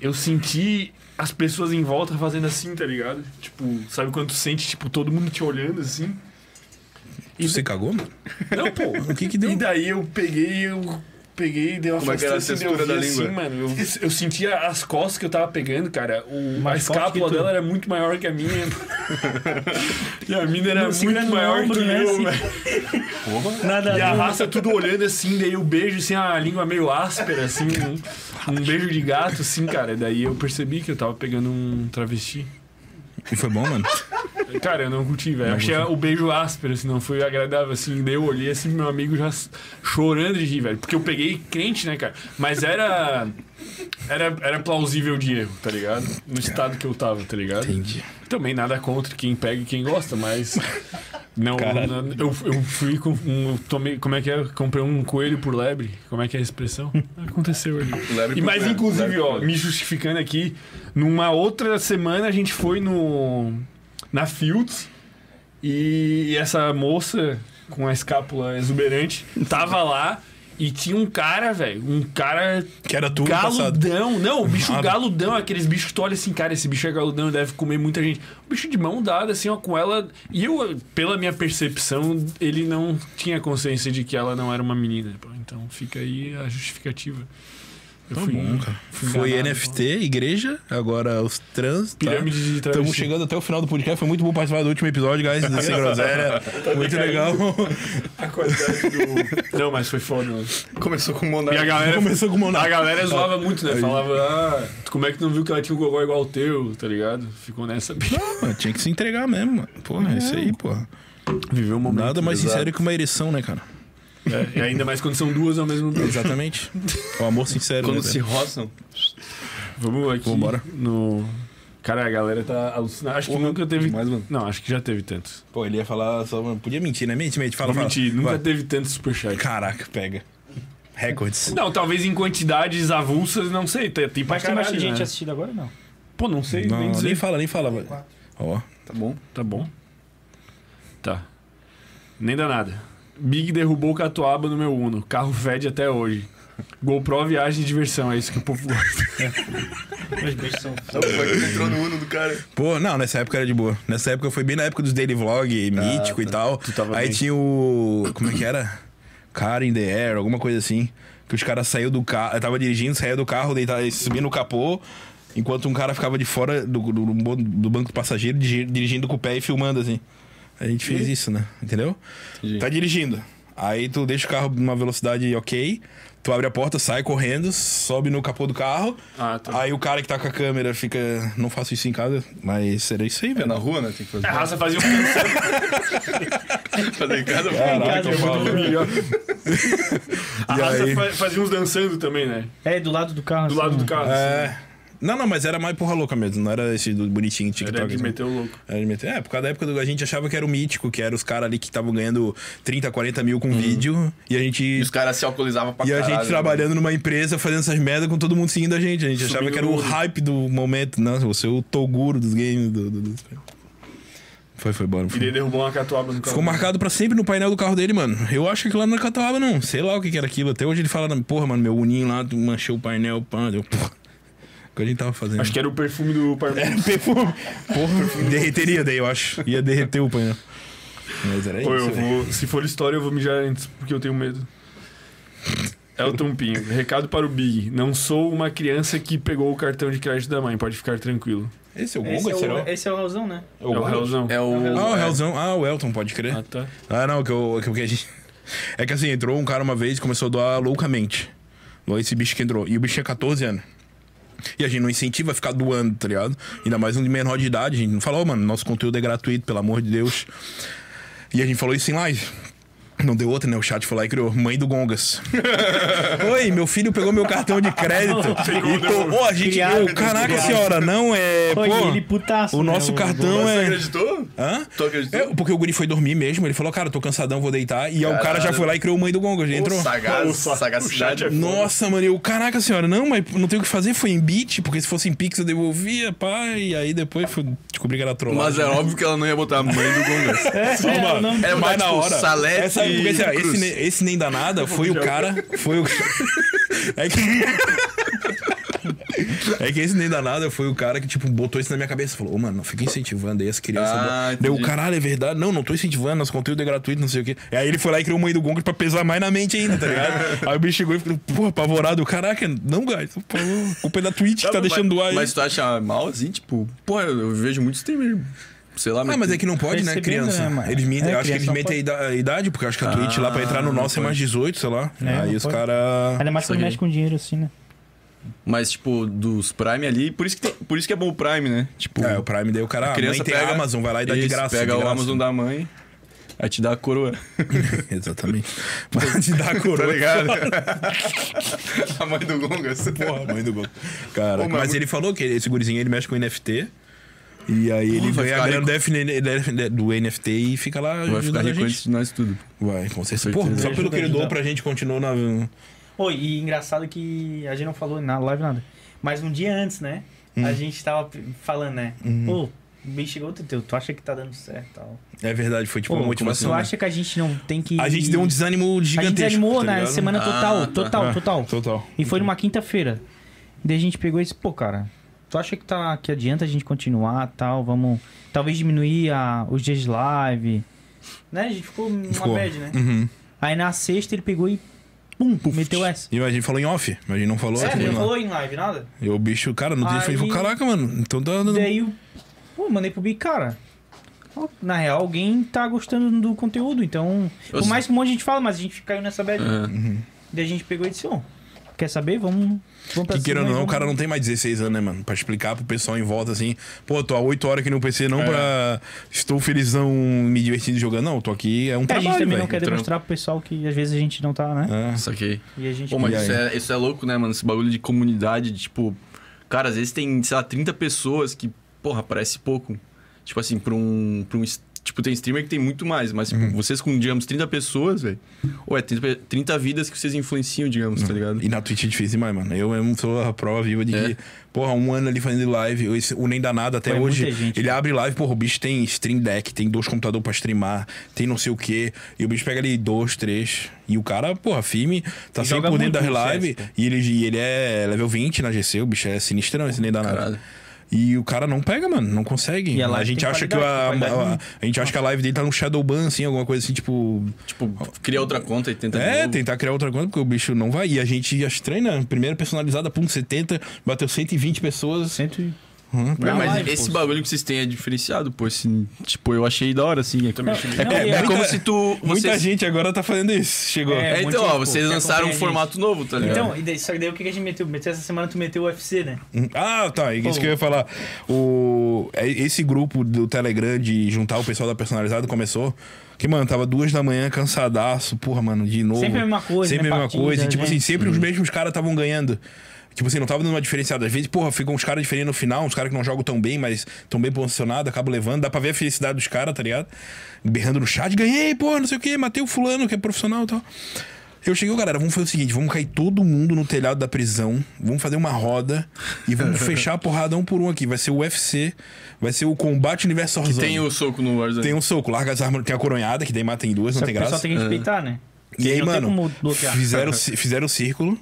A: eu senti as pessoas em volta fazendo assim, tá ligado? Tipo, sabe quando tu sente, tipo, todo mundo te olhando assim?
C: Tu se cagou, mano?
A: Não, pô.
C: O que que deu?
A: E daí eu peguei, eu peguei, dei uma
B: Como é que era a
A: afastada, assim, daí eu
B: textura
A: vi
B: da
A: assim,
B: língua?
A: mano. Eu, eu sentia as costas que eu tava pegando, cara. O, a
D: forte
A: escápula
D: que tu.
A: dela era muito maior que a minha. e a mina era
D: Não, segura
A: muito
D: no
A: maior
D: ombro,
A: que
D: né,
A: eu,
D: assim.
A: velho.
D: Nada
A: E a
D: a ver.
A: raça tudo olhando assim, daí o beijo, assim, a língua meio áspera, assim, um, um beijo de gato, assim, cara. Daí eu percebi que eu tava pegando um travesti.
C: E foi bom, mano?
A: Cara, eu não curti, velho. Achei o beijo áspero, assim, não foi agradável, assim. Daí eu olhei, assim, meu amigo já s- chorando de rir, velho. Porque eu peguei crente, né, cara? Mas era... Era, era plausível de erro, tá ligado? No estado que eu tava, tá ligado?
C: Entendi.
A: Também nada contra quem pega e quem gosta, mas... Não,
C: Caralho.
A: não- eu, eu fui com um... eu tomei, como é que é? Comprei um coelho por lebre. Como é que é a expressão? Aconteceu ali. E mais inclusive, ó, me justificando aqui, numa outra semana a gente foi no na Fields e essa moça com a escápula exuberante tava lá e tinha um cara, velho, um cara
C: Que era tu no passado.
A: galudão. Não, o bicho
C: Nada.
A: galudão, aqueles bichos que tu olha assim, cara, esse bicho é galudão, deve comer muita gente. O bicho de mão dada, assim, ó, com ela. E eu, pela minha percepção, ele não tinha consciência de que ela não era uma menina. pô. Então fica aí a justificativa. Eu
C: Tá bom, cara.
A: fui
C: Foi
A: enganado,
C: NFT, igreja, agora os trans. Tá?
A: Pirâmide de
C: Estamos
A: travesti.
C: chegando até o final do podcast. Foi muito bom participar do último episódio, guys, do Sem Groselha. Muito
A: É.
C: legal.
A: A qualidade do. Não, mas foi foda, mano.
B: Começou com o
A: E
B: Monarca.
A: a galera.
C: Começou com o
A: A
C: Monarca.
A: galera zoava muito, né? Falava, ah, tu como é que tu não viu que ela tinha um gogó igual o teu, tá ligado? Ficou nessa.
C: Mano, tinha que se
B: É.
C: entregar mesmo, mano. Porra, é isso aí, porra.
A: Viveu um
C: Nada mais sincero que uma ereção, né, cara?
A: É, e ainda mais quando são duas ao mesmo tempo.
C: Exatamente. O amor sincero.
B: Quando
C: né,
B: se roçam.
A: Vamos aqui.
C: Vambora.
A: No... Cara, a galera tá alucinada. Acho que nunca teve.
B: demais, mano.
A: Não, acho que já teve tantos.
C: Pô, ele ia falar só. Podia mentir, né? Mente, mente. Fala,
A: Vou
C: fala.
A: mentir, nunca
C: Vai.
A: teve tantos superchats.
C: Caraca, pega. Recordes.
A: Não, talvez em quantidades avulsas, não sei. Tem, tem pra
D: Mas tem
A: caralho,
D: bastante gente
A: né?
D: assistindo agora, não.
A: Pô, não sei,
C: Não,
A: nem
C: nem
A: dizer.
C: fala, nem fala. velho. Ó.
B: Tá bom.
A: Tá bom. Tá. Nem dá nada. Big derrubou catuaba no meu Uno. Carro fede até hoje. GoPro, viagem e diversão. É isso que o povo gosta.
D: Os bichos são.
B: Tá bom, mas tu entrou no Uno do cara.
C: Pô, não, nessa época era de boa. Nessa época foi bem na época dos daily vlog, mítico e tal.
A: Ah, tava
C: Aí
A: bem.
C: tinha o. Como é que era? Car in the air, alguma coisa assim. Que os caras saíram do carro. Tava dirigindo, saía do carro, deitava, subia no capô. Enquanto um cara ficava de fora do, do, do- do banco do passageiro, digi- dirigindo com o pé e filmando assim. A gente fez isso, né? Entendeu? Tá dirigindo. Aí tu deixa o carro numa velocidade ok, tu abre a porta, sai correndo, sobe no capô do carro.
A: Ah, tá.
C: Aí o cara que tá com a câmera fica. Não faço isso em casa, mas era isso aí,
B: É
C: velho.
B: na rua, né? Tem que fazer.
A: A raça fazia um
B: Fazer em casa,
C: Caraca,
D: casa, eu
C: Paulo.
A: melhor. A
C: E
A: raça
C: aí?
A: fa- fazia uns dançando também, né?
D: É, do lado do carro.
A: Do lado do carro. assim.
C: É. Não, não, mas era mais porra louca mesmo, não era esse do bonitinho TikTok.
A: Era de
C: assim.
A: meter o louco.
C: Era de meter- É, por causa da época do- a gente achava que era o mítico, que era os caras ali que estavam ganhando 30, 40 mil com vídeo, e a gente.
B: E os caras se alcoolizavam pra
C: E a
B: caralho. né?
C: gente trabalhando numa empresa, fazendo essas merdas com todo mundo seguindo a gente. A gente achava
A: Subindo
C: que era o
A: no muro.
C: hype do momento. Não, você é o Toguro dos games. Do, do- do- Foi, foi, bora.
A: E
C: Foi.
A: daí derrubou uma catuaba no carro.
C: Ficou marcado pra sempre no painel do carro dele, mano. Eu acho que aquilo lá não era catuaba, não. Sei lá o que, que era aquilo. Até hoje ele fala, porra, mano, meu uninho lá manchou o painel, pã, deu porra. O que a gente tava fazendo?
A: Acho que é era o perfume do Parmesan.
C: era perfume. Porra, derreteria daí, eu acho. Ia derreter o painel. Mas era
A: Pô,
C: isso.
A: eu
C: velho.
A: vou, se for história, eu vou mijar antes, porque eu tenho medo. É o Tompinho. Recado para o Big. Não sou uma criança que pegou o cartão de crédito da mãe, pode ficar tranquilo.
C: Esse é o
D: Esse é,
C: Gonga, será?
D: o, esse é o Raulzão, né?
A: É o Raulzão.
B: É o.
C: Ah, o Helzão. Ah, o Elton, pode crer.
A: Ah, tá.
C: Ah, não, que, eu, que, que a gente. É que assim, entrou um cara uma vez e começou a doar loucamente. Doou esse bicho que entrou. E o bicho tinha 14 anos. E a gente não incentiva a ficar doando, tá ligado? Ainda mais um de menor de idade. A gente não falou, mano, nosso conteúdo é gratuito, pelo amor de Deus. E a gente falou isso em live. Não deu outra, né? O chat foi lá e criou. Mãe do Gongas. Oi, meu filho pegou meu cartão de crédito. e co- Ô, a gente.
D: né? Criado,
C: eu, caraca,
D: criado.
C: senhora, não é.
D: Pô,
C: pô,
D: e ele putaço.
C: o
D: né,
C: nosso cartão
B: Você
C: é.
B: acreditou?
C: Hã?
B: Tu acreditou?
C: Eu- É, porque o Guri foi dormir mesmo, ele falou, cara, eu tô cansadão, vou deitar. E aí o cara já
B: Caralho.
C: foi lá e criou o mãe do Gonga, já entrou.
B: Sagaz,
A: Nossa,
B: sagacidade.
A: o chat é-
C: Nossa, mano, eu, caraca senhora, não, mas não tem o que fazer, foi em bit, porque se fosse em Pix eu devolvia, pá, e aí depois fui descobri que era trollado.
B: Mas é óbvio que ela não ia botar a mãe do Gongas.
D: É, o nome
B: Era botar,
C: Mas na
B: tipo,
C: hora.
B: Salete
C: Essa- porque, assim,
B: e
C: ó, esse,
B: Cruz.
C: ne- esse nem danada foi o cara. Foi o. é que. É que esse nem danada foi o cara que, tipo, botou isso na minha cabeça. Falou, ô, mano, não fica incentivando aí as crianças.
B: Ah,
C: Deu,
B: entendi.
C: caralho, é verdade. Não, não tô incentivando, nosso conteúdo é gratuito, não sei o quê. E aí ele foi lá e criou o mãe do Gong pra pesar mais na mente ainda, tá ligado? aí o bicho chegou e ficou, porra, apavorado. Caraca, não, guys, pô, culpa é da Twitch que tá deixando
B: mas,
C: doar
B: Mas
C: isso.
B: tu acha mal, assim, tipo, pô, eu, eu vejo muito streamer. Sei lá,
C: Ah, mas é que não pode, né?
D: Recebendo,
C: Criança.
D: né, mano?
C: eles mentem,
D: É,
C: eu acho
D: criança
C: que eles
D: não Ah,
C: mentem a ida- a idade, porque eu acho que a Twitch lá pra entrar no nosso é mais 18, sei lá.
D: É,
C: Aí
D: não
C: os
D: pode.
C: caras.
D: Ainda mais quando
B: Saquei.
D: mexe com dinheiro assim, né?
B: Mas, tipo, dos Prime ali, por isso que, tem- por isso que é bom o Prime, né? Tipo,
C: É, o Prime daí o cara. A
B: criança
C: mãe tem
B: pega-
C: a Amazon, vai lá e dá de
B: isso,
C: graça.
B: Pega
C: de
B: o
C: graça.
B: Amazon da mãe, aí te dá a coroa.
C: Exatamente. Mas te dá a coroa.
B: Tá ligado? a mãe do Gongas.
C: Porra, mãe do gol. Cara,
B: Ô, mas
C: mas
B: muito-
C: ele falou que esse gurizinho ele mexe com NFT. E aí ele
B: vai
C: ganha a
B: ficar
C: grana do FN do NFT e fica lá
B: Vai ficar
C: ajudando a
B: rico antes
C: gente.
B: de nós tudo.
C: Vai, com certeza.
B: certeza.
C: Porra, só pelo
D: Ajuda,
C: que ele doou
D: ajuda.
C: pra gente, continuou na.
D: Oi, e engraçado que a gente não falou na live nada. Mas um dia antes, né? A gente tava p- falando, né? Pô, o bicho chegou outro teu, tu acha que tá dando certo e tal.
C: É verdade, foi tipo
D: Pô,
C: uma motivação.
D: tu
C: né?
D: acha que a gente não tem que.
C: A gente deu um desânimo
D: A gente
C: gigantesco.
D: desanimou
C: tá
D: na
C: ligado?
D: semana total,
B: Ah, tá.
D: total,
C: É,
D: total.
C: Total.
D: E foi numa quinta-feira. Daí a gente pegou e disse, pô, cara, tu acha que, tá, que adianta a gente continuar tal? Vamos. Talvez diminuir a, os dias de live. Né? A gente ficou numa
C: Ficou.
D: bad, né?
C: Uhum.
D: Aí na sexta ele pegou e. Pum, meteu essa.
C: E a gente falou em off, mas a gente não falou.
D: É,
C: aqui,
D: não
C: não.
D: falou em live nada?
C: E o bicho, cara, no dia
D: Aí-
C: foi, caraca, mano, então tá dando.
D: Daí eu pô, mandei pro Bic, cara. ó, Na real, alguém tá gostando do conteúdo, então.
B: Eu
D: por
B: sei. É.
C: Uhum.
D: mais que um monte de gente fala, mas a gente caiu nessa bad. Daí a gente pegou e disse, ó, Quer saber? Vamos, vamos pra
C: Que
D: cima
C: querendo
D: e
C: ou não, o
D: vamos-
C: cara não tem mais 16 anos, né, mano? Pra explicar pro pessoal em volta assim, pô, tô há 8 horas aqui no PC, não pra. Estou felizão me divertindo jogando, não. Tô aqui, é um
D: É, a
C: trabalho.
D: gente também
C: velho.
D: não quer demonstrar pro pessoal que às vezes a gente não tá, né?
C: É.
B: Saquei.
D: E a gente.
B: Pô, mas
C: E aí?
B: isso é, isso é louco, né, mano? Esse bagulho de comunidade, de, tipo... Cara, às vezes tem, sei lá, 30 pessoas que, porra, parece pouco. Tipo assim, pra um... Pra um es- tipo, tem streamer que tem muito mais, mas
C: Uhum.
B: tipo, vocês com, digamos, 30 pessoas, velho... Ou é 30, pe- 30 vidas que vocês influenciam, digamos, tá ligado?
C: E na Twitch é difícil demais, mano. Eu mesmo sou a prova viva de
D: É.
C: que, porra, um ano ali fazendo live, eu- esse- o Nem Danado até
D: Pô, é
C: hoje,
D: muita gente.
C: ele abre live, porra, o bicho tem stream deck, tem dois computadores pra streamar, tem não sei o quê, e o bicho pega ali dois, três, e o cara, porra, firme, tá
D: E
C: sempre
D: joga
C: por dentro das
D: muito no
C: lives,
D: CS,
C: e ele, e ele é level 20 na GC, o bicho é sinistrão esse Nem Danado.
B: Caralho.
C: E o cara não pega, mano, não consegue.
D: E a
C: a,
D: live
C: gente
D: tem
C: acha que a,
D: qualidade, tem
C: a-
D: qualidade.
C: a gente acha que a live dele tá no Shadowban, assim, alguma coisa assim, tipo,
B: Tipo, cria outra conta e tenta de
C: é,
B: novo.
C: tentar criar outra conta, porque o bicho não vai. E a gente as treina, primeira personalizada, pum, 70, bateu 120 pessoas.
D: Cento e-
B: É, mas
D: live,
B: esse
D: pô.
B: bagulho que vocês têm é diferenciado, pô. Esse, tipo, eu achei da hora, assim. É, é,
D: Não,
B: é
D: e aí-
B: como se tu...
C: Muita
B: vocês-
C: gente tipo, agora tá fazendo isso. Chegou.
D: É.
B: É, então,
D: muito,
B: ó,
D: pô,
B: vocês
D: que
B: lançaram um
D: acompanha a gente.
B: formato novo, tá ligado?
D: Então, e daí, só que daí o que que a gente meteu? Meteu essa semana, tu meteu o UFC, né?
C: Ah, tá. Isso que eu ia falar. O, é- esse grupo do Telegram de juntar o pessoal da personalizada começou. Que, mano, tava duas da manhã, cansadaço, porra, mano, de novo.
D: Sempre a mesma coisa, né?
C: Sempre a mesma
D: Partida,
C: coisa. E, tipo
D: né?
C: assim, sempre os mesmos caras estavam ganhando. Tipo assim, não tava dando uma diferenciada. Às vezes, porra, ficam uns caras diferentes no final, uns caras que não jogam tão bem, mas tão bem posicionados, acabam levando. Dá pra ver a felicidade dos caras, tá ligado? Berrando no chat, ganhei, porra, não sei o quê, matei o fulano que é profissional e tal. Eu cheguei, "Ô, galera, vamos fazer o seguinte: vamos cair todo mundo no telhado da prisão, vamos fazer uma roda e vamos fechar a porrada um por um aqui. Vai ser o UFC, vai ser o combate universo
B: Que tem o soco no Warzone.
C: Tem um soco, larga as armas, tem a coronhada, que daí mata em duas,
D: Só
C: não
D: que
C: tem
D: o pessoal
C: graça.
D: tem
B: É.
D: que respeitar, né?
C: E aí,
D: não tem
C: mano,
D: como bloquear.
C: fizeram, o ci- fizeram o círculo.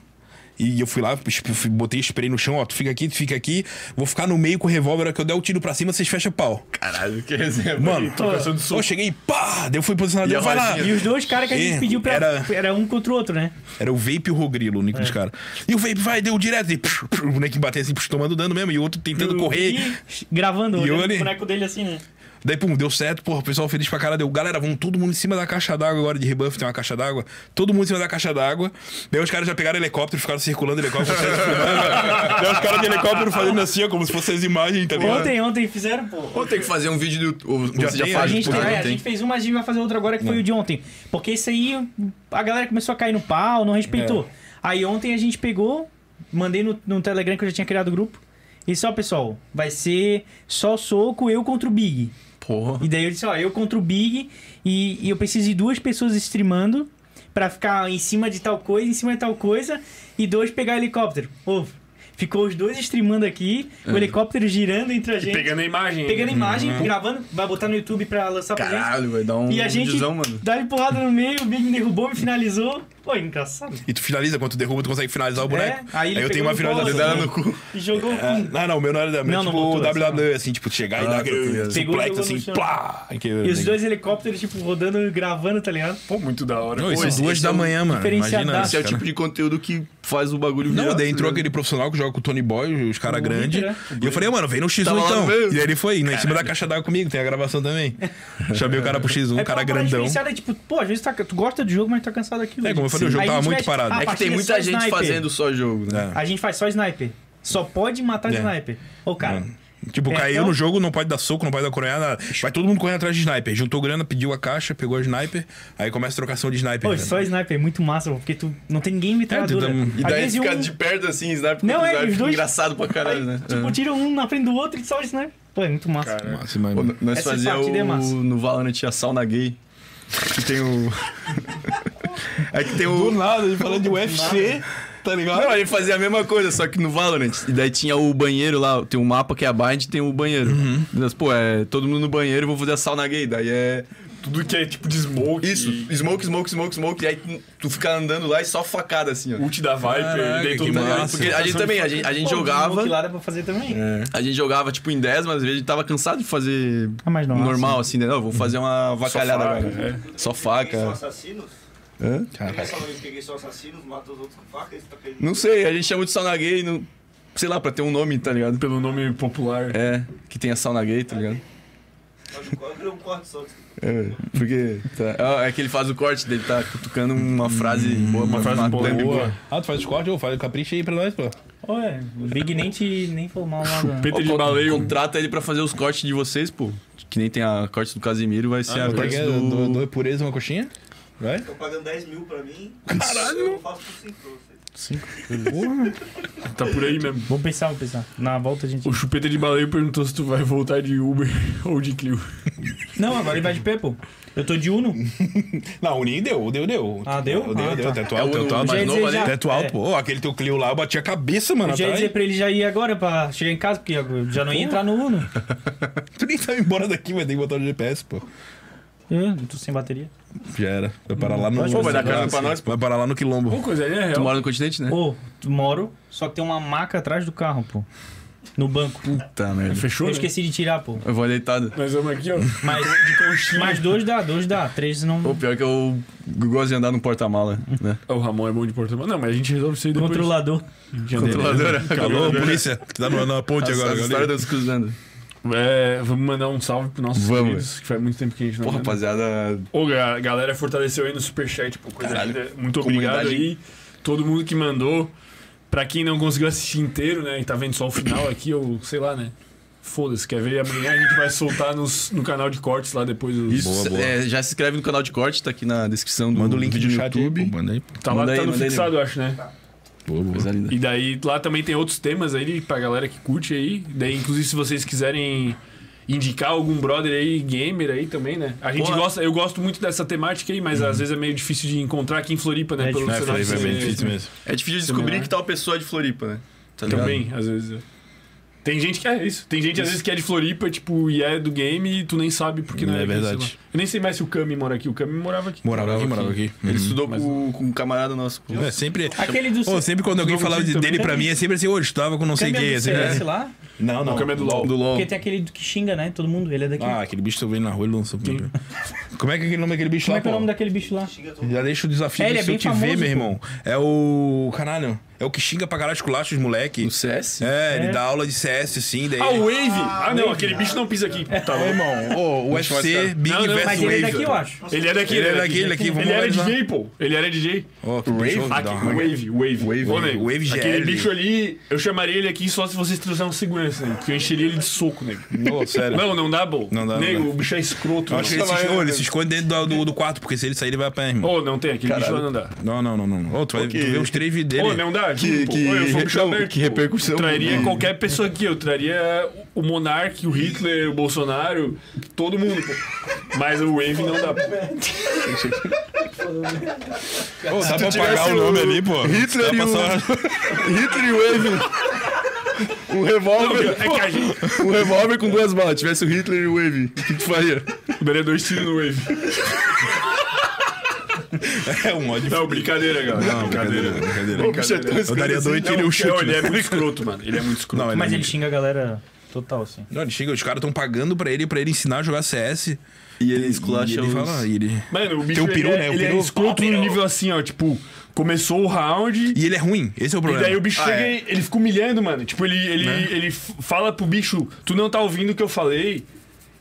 C: E eu fui lá, tipo, fui- botei spray no chão, ó, tu fica aqui, tu fica aqui, vou ficar no meio com o revólver, a hora que eu der o tiro pra cima, vocês fecham pau.
B: Caralho, que resenha.
C: Mano,
A: Trocação de soco.
C: eu cheguei, pá, daí eu fui posicionado,
B: E
C: eu
B: a
C: vai lá.
B: rodinha?
D: então, E os dois caras que a gente
C: É,
D: pediu pra.
C: era-
D: Era... um contra o outro, né?
C: Era o Vape e o Rogrilo, o nick
D: É.
C: dos caras. E o Vape vai, deu direto, e psh, psh, o bonequinho bateu assim, psh, tomando dano mesmo, e o outro tentando correr.
D: E gravando,
C: E
D: olhando
C: olha-
D: o boneco dele assim, né?
C: Daí, pum, deu certo, porra, o pessoal feliz pra caralho. Deu, galera, vamos todo mundo em cima da caixa d'água agora de rebuff, tem uma caixa d'água. Todo mundo em cima da caixa d'água. Daí os caras já pegaram helicóptero, ficaram circulando helicóptero. saíram filmando. Daí os caras de helicóptero fazendo assim, ó, como se fossem as imagens, tá ligado?
D: Ontem, ontem fizeram, pô.
B: Ou tem que fazer um vídeo do YouTube.
C: Já
B: Você já
C: tem, É.
D: A
B: faz,
D: gente,
B: tipo,
D: tem-
B: não
D: é, a gente fez um, mas a gente vai fazer outro agora que foi o de ontem. Porque isso aí, a galera começou a cair no pau, não
C: É.
D: respeitou. Aí ontem a gente pegou, mandei no, no Telegram que eu já tinha criado o grupo. E só, pessoal, vai ser só soco eu contra o Big.
B: Porra.
D: E daí eu disse, ó, eu contra o Big e, e eu preciso de duas pessoas streamando pra ficar em cima de tal coisa, em cima de tal coisa, e dois pegar helicóptero. Ô, ficou os dois streamando aqui, o helicóptero girando entre a gente.
A: Pegando Uhum. a imagem. né?
D: Pegando a imagem, gravando, vai botar no YouTube pra lançar pra gente.
B: Caralho, vai dar um
D: E a gente
B: videozão, mano.
D: dá-lhe porrada no meio, o Big me derrubou, me finalizou. Pô, engraçado.
C: E tu finaliza, quando tu derruba, tu consegue finalizar o boneco.
D: É, aí ele
C: aí eu tenho
D: pegou
C: uma
D: no colo,
C: finalização.
D: assim,
B: no cu.
D: E jogou o
C: Ah,
D: fim.
C: Não, não, o meu não era da minha.
D: Não, não
C: Tipo, o
D: botou essa,
C: WWE, assim, tipo, chegar
B: Ah,
C: e dar aquele
D: Pegou,
C: suplex,
D: jogou
C: assim,
D: no chão.
C: plá!
D: E os dois helicópteros, tipo, rodando e gravando, tá ligado?
A: Pô, muito da hora.
C: Não,
A: Pô,
C: isso é
A: esse-
C: duas da manhã, mano. Imagina
D: diferenciadaço.
B: Esse é o tipo de conteúdo que faz o bagulho virar.
C: Não,
B: tá
C: daí entrou
B: ligado?
C: aquele profissional que joga com o Tony Boy, os caras
D: O
C: grandes.
D: Inter,
C: E eu falei, mano, vem no X1
B: né? Tava lá no
C: então.
B: meio.
C: E aí ele foi, né, em cima da caixa d'água comigo, tem a gravação também. Chamei o cara pro X1, o
D: É
C: Um cara
D: uma parada
C: grandão. É,
D: diferenciada, tipo, pô, às vezes tá- tu gosta do jogo, mas tá cansado aqui. hoje.
C: como eu falei, o jogo
D: Aí a
C: tava
D: gente
C: muito
D: mexe-
C: parado.
D: Ah,
C: É
B: É que tem
D: partida
B: muita
D: só
B: gente
D: sniper.
B: fazendo só jogo, né?
D: A gente faz só sniper. Só pode matar
C: É.
D: sniper. Ô, cara.
C: Tipo,
D: É,
C: caiu
D: então-
C: no jogo, não pode dar soco, não pode dar coronhada. Vai todo mundo correndo atrás de sniper. Juntou grana, pediu a caixa, pegou a sniper. Aí começa a trocação de sniper.
D: Pô,
C: velho.
D: só sniper é muito massa, porque tu não tem ninguém metralhadora.
C: É, tu tá-
B: E
D: Às
B: daí
D: vezes
B: fica
D: um-
B: de perto assim, sniper
D: Não,
B: contra
D: é,
B: sniper,
D: os
B: fica
D: dois-
B: engraçado pra caralho, né?
D: Tipo, tira um na frente do outro e só o sniper. Pô, é muito massa.
C: Massa,
B: Pô,
C: mano.
B: Nós
D: Essa
B: fazia
D: partida é
B: o...
D: massa.
B: no Valorant a sauna gay. Que tem o... é que tem o...
C: nada, ele falando de UFC.
B: Tá ligado? Não, ele fazia a mesma coisa, só que no Valorant. E daí tinha o banheiro lá, tem um mapa que é a bind tem o banheiro.
C: Uhum.
B: Mas, pô, é todo mundo no banheiro, vou fazer a sauna gay. Daí é.
A: Tudo que é tipo de smoke.
B: Isso, smoke, smoke, smoke, smoke. E aí tu- tu fica andando lá e só facada assim, ó. Tá
A: Ult da Viper.
C: Caraca,
A: daí todo
C: que
A: mundo-
C: massa.
B: Porque a gente também, a
C: é
B: gente, a gente
D: Pô, smoke
C: né?
B: jogava, É.
D: lá dá pra fazer também.
B: a gente jogava tipo em 10, mas às vezes a gente tava cansado de fazer
D: Ah, mas não,
B: normal, assim, né? Não, vou fazer uma vacalhada
A: faca,
B: agora. Só
F: Peguei só
B: faca. Ah,
F: assassinos? Peguei só, peguei só assassinos, mata os outros com faca, isso tá acreditando.
B: Não sei, a gente chama de sauna gay, não, sei lá, pra ter um nome, tá ligado?
A: Pelo nome popular.
B: É, que tem a sauna gay, tá ligado?
F: Eu queria um corte só.
E: É, porque. Tá.
B: Ah, é que ele faz o corte dele, tá cutucando uma frase boa, uma frase boa.
C: Ah, tu faz os cortes, ou faz o capricho aí pra nós, pô.
D: Ué, é, o Big nem, te, nem falou mal nada.
A: Peito de
B: Ó, con-
A: baleio.
B: Contrata ele pra fazer os cortes de vocês, pô. Que nem tem a corte do Casimiro, vai ser a
C: Como é
B: corte
C: que é?
B: do...
C: Do... do pureza uma coxinha? Vai?
F: Estão pagando 10 mil pra mim. Caralho! Eu faço por 5 pra vocês.
A: Tá por aí mesmo.
D: Vou pensar, vou pensar. Na volta a gente.
A: O chupeta de baleio perguntou se tu vai voltar de Uber ou de Clio.
D: Não, agora ele vai de pé, pô. Eu tô de Uno.
C: Não, o Ninho deu, deu, deu.
D: Ah, deu?
C: Deu,
D: Ah,
C: deu.
D: tá.
C: Teto
B: É o
C: alto, teto alto.
B: mais
D: Já ia
B: novo
D: dizer
B: ali.
D: já.
C: Teto alto,
D: É.
C: pô. Aquele teu Clio lá, eu bati a cabeça, mano.
D: Eu já ia
C: atrás.
D: dizer pra ele já ir agora pra chegar em casa, porque eu já não ia entrar no Uno.
C: Tu nem tá embora daqui, vai ter que botar o GPS, pô.
D: Eu É, tô sem bateria.
C: Já era. Vai parar lá no.
D: Pô, vai
B: dar carne pra nós,
C: Vai parar lá no quilombo.
A: Uma coisa ali é
B: Tu
A: real.
B: mora no continente, né?
D: Ô, moro, só que tem uma maca atrás do carro, pô. No banco.
B: Puta merda.
A: Fechou? né?
D: Eu esqueci de tirar, pô.
B: Eu vou deitado.
A: Nós vamos aqui, ó.
D: Mas, mas dois dá, dois dá. Três não.
B: Pô, pior que eu gosto de andar no porta-mala, né?
A: O Ramon é bom de porta Não, mas a gente resolve isso aí depois.
D: Controlador.
A: Já
B: Controladora.
C: Alô, polícia. Que tá no- na ponte
B: As,
C: agora,
B: as histórias
C: galera.
B: dos cruzando.
A: É, vamos mandar um salve pro nossos
B: Vamos.
A: queridos, que faz muito tempo que a gente não
B: Pô,
A: manda.
B: rapaziada,
A: Ô, ga- galera fortaleceu aí no superchat, pô, coisa
B: Caralho.
A: linda. Muito obrigado
B: Comunidade.
A: aí. Todo mundo que mandou. Pra quem não conseguiu assistir inteiro, né? E tá vendo só o final aqui, ou sei lá, né? Foda-se, quer ver? Amanhã a gente vai soltar nos- no canal de cortes lá depois. Os...
B: isso
C: Boa, boa.
B: é, já se inscreve no canal de corte, tá aqui na descrição do,
C: Manda o link
B: vídeo
C: do
B: no
C: chat
B: YouTube.
C: aí. pô, Manda aí.
A: Tá lá,
B: Manda aí,
A: tá no
B: manda aí,
A: fixado, eu acho, né?
C: Boa, boa.
B: Coisa linda.
A: E daí lá também tem outros temas aí pra galera que curte aí. Daí, inclusive, se vocês quiserem indicar algum brother aí, gamer aí também, né? A gente
B: Porra. Uhum.
A: gosta, eu gosto muito dessa temática aí, mas às vezes é meio difícil de encontrar aqui em Floripa, né?
D: É
A: pelo
D: difícil.
C: É,
A: cenário
C: foi, foi
A: ser-
C: bem difícil mesmo.
B: É difícil de descobrir
A: Também,
B: que tal pessoa é de Floripa, né? Tá ligado?
A: Também, às vezes. é. Tem gente que é isso. Tem gente, às vezes, que é de Floripa, tipo, e é do game e tu nem sabe porque não é.
C: É
A: aqui,
C: verdade.
A: sei lá. Eu nem sei mais se o Kami mora aqui. O Kami morava aqui.
C: Morava aqui, morava aqui. Uhum.
B: Ele estudou com, com um camarada nosso. com-
C: É, sempre.
D: Aquele do.
C: Ô, sempre quando alguém
A: Jogo
C: falava de-
A: contigo
C: dele
D: também.
C: pra mim, é sempre assim, ô, eu estudava com não sei
D: câmera
C: quem.
D: do
C: assim,
D: CS
C: né?
D: lá?
C: Não, não.
A: O Kami é do LOL.
B: Do LOL.
D: Porque tem aquele do que xinga, né? Todo mundo, ele é daqui.
C: Ah, aquele bicho que eu vendo na rua, ele lançou pra mim. Como é que é aquele nome daquele bicho
D: Como
C: lá,
D: é que é o
C: pô?
D: nome daquele bicho lá?
F: Xinga todo mundo.
C: Já deixa o desafio
D: É, ele
C: de
D: é
C: se eu
D: bem
C: te
D: famoso,
C: ver, meu
D: pô.
C: irmão. É o. Caralho. É o que xinga pra caralho esculacha os moleque.
B: No CS?
C: É, ele
D: É.
C: dá aula de CS, assim, daí.
A: Ah, o Wave! Ah, não, aquele bicho não pisa aqui. Tá
C: Ô,
A: bom.
C: irmão, ô, o
B: Deixa eu mais
C: UFC,
B: cara.
C: Big
A: Não, não,
C: vs
D: Mas ele é
C: Wave.
D: daqui, eu acho.
A: Ele é daqui,
C: Ele é
A: né?
C: daqui, ele é daqui, vamos
A: Ele era
C: analisar.
A: DJ, pô. Ele era DJ.
C: Ó, que bicho,
A: Aqui,
C: dá uma-
A: wave, wave,
C: Wave,
A: Ô, nego,
C: wave é GL.
A: Aquele bicho ali, eu chamaria ele aqui só se vocês trouxeram segurança, nego, que eu encheria ele de soco, nego.
C: Ô, sério.
A: Não, não dá, bom.
C: Não dá, não
A: Nego,
C: dá.
A: o bicho é escroto.
C: Eu
A: Não.
C: acho que ele se, esconde, ele se esconde dentro do, do- do quarto, porque se ele sair, ele vai apanhar, irmão.
A: Ô, não tem, aquele bicho lá não dá.
C: Não, não, não, não. não. Ô, tu vai tu vê uns três vídeos
A: Ô,
C: dele.
A: não dá,
B: Que-
A: juro, pô.
B: que-
A: Ô, eu sou um bicho
B: não,
A: aberto,
B: que
A: pô.
B: repercussão.
A: Eu traria qualquer pessoa aqui, eu traria o Monark, o Hitler, o Bolsonaro, todo mundo, pô. Mas o Wave não dá, pô.
C: Ô, dá Tá pra apagar o nome ali, pô. Tá
B: Hitler
C: Dá
B: e
C: pra
B: o-
C: só-
B: Hitler e Wave. Um
A: Não,
B: revólver,
A: É que a gente.
B: um revólver com duas balas. Tivesse o Hitler e o Wave, o que tu faria?
A: Daria dois tiros no Wave.
C: É um ódio.
A: Não, brincadeira, galera. brincadeira.
C: brincadeira.
B: O bicho é tão
C: Eu daria dois tiros e
A: Não,
C: um chute.
A: Ele
C: né?
A: é muito escroto, mano. Ele é muito escroto.
C: Não,
D: Mas
C: é
D: ele xinga a galera total, assim.
C: Não, ele chega, os caras estão pagando pra ele, pra ele ensinar a jogar CS.
B: E ele
C: e
B: esculacha
C: ele é fala,
B: os...
C: e ele...
A: Mano, o bicho
C: Tem o peru,
A: ele, é-
C: né? O
A: ele é
C: peru.
A: escroto no nível assim, ó. Tipo, começou o round.
C: E ele é ruim, esse é o
A: E
C: problema.
A: daí o bicho
B: Ah,
A: chega
B: é.
A: e ele fica humilhando, mano. Tipo, ele, ele, ele f- fala pro bicho, tu não tá ouvindo o que eu falei.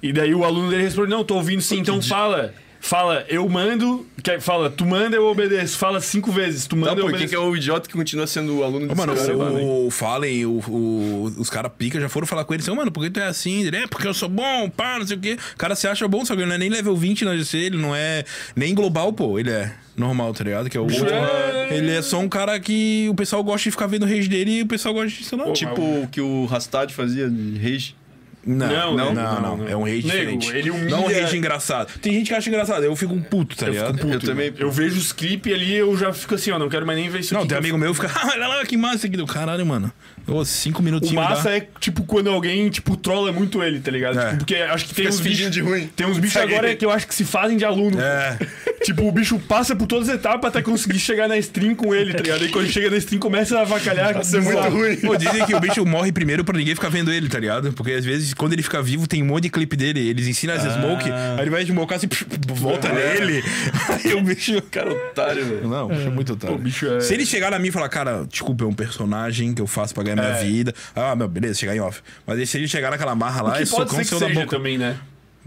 A: E daí o aluno dele responde, não, tô ouvindo sim, então fala. Fala, eu mando. que- Fala, tu manda, eu obedeço. Fala cinco vezes, tu manda,
B: Tá,
A: eu
B: pô, quem que
A: obedeço.
B: é o idiota que continua sendo o aluno né?"
C: Ô,
B: desse
C: mano,
B: cara, mano?
C: o, o Fallen, o, o- os caras pica já foram falar com ele assim, "Ô, mano, por que tu é assim? Ele é porque eu sou bom, pá, não sei o quê. O cara se acha bom, só que ele não é nem level 20 na GC, ele não é nem global, pô. Ele é normal, tá ligado? Que é o último.
A: é-
C: Ele é só um cara que o pessoal gosta de ficar vendo o rage dele e o pessoal gosta de ensinar.
B: Tipo o que o Rastad fazia de rage.
C: Não, não, não, não,
A: não.
C: É um rage
A: Nego,
C: diferente.
A: ele humilha-
C: Não um rage engraçado. Tem gente que acha engraçado, eu fico um puto, tá ligado?
B: eu também...
A: Eu vejo os clipes ali, eu já fico assim, ó, não quero mais nem ver isso
C: Não,
A: aqui.
C: tem amigo meu que fica, ah, olha lá que massa isso aqui do caralho, mano. Ô, cinco
A: O
C: minutinhos.
A: massa
C: dá.
A: é, tipo, quando alguém, tipo, trola muito ele, tá ligado?
C: É.
A: Tipo, porque acho que tem
B: Fica
A: uns
B: se fingindo
A: bichos...
B: de ruim.
A: Tem uns bichos agora que eu acho que se fazem de aluno.
C: É.
A: Tipo, o bicho passa por todas as etapas até conseguir chegar na stream com ele, tá ligado? E quando chega na stream, começa a avacalhar. Isso é muito ruim.
C: Pô, dizem que o bicho morre primeiro pra ninguém ficar vendo ele, tá ligado? Porque às vezes, quando ele fica vivo, tem um monte de clipe dele. Eles ensinam
A: Ah.
C: as smoke, aí ele vai smokear assim, psh, volta
A: É.
C: nele. Aí o bicho.
B: Cara, otário, velho.
C: Não, o bicho é muito otário.
A: O bicho é-
C: Se ele chegar na mim e falar, cara, desculpa, é um personagem que eu faço pra ganhar minha vida. Ah, meu, beleza, chegar em off. Mas aí se ele chegar naquela marra lá, é
A: Que pode
C: socão
A: ser que
C: seu na
A: seja
C: boca.
A: também, né?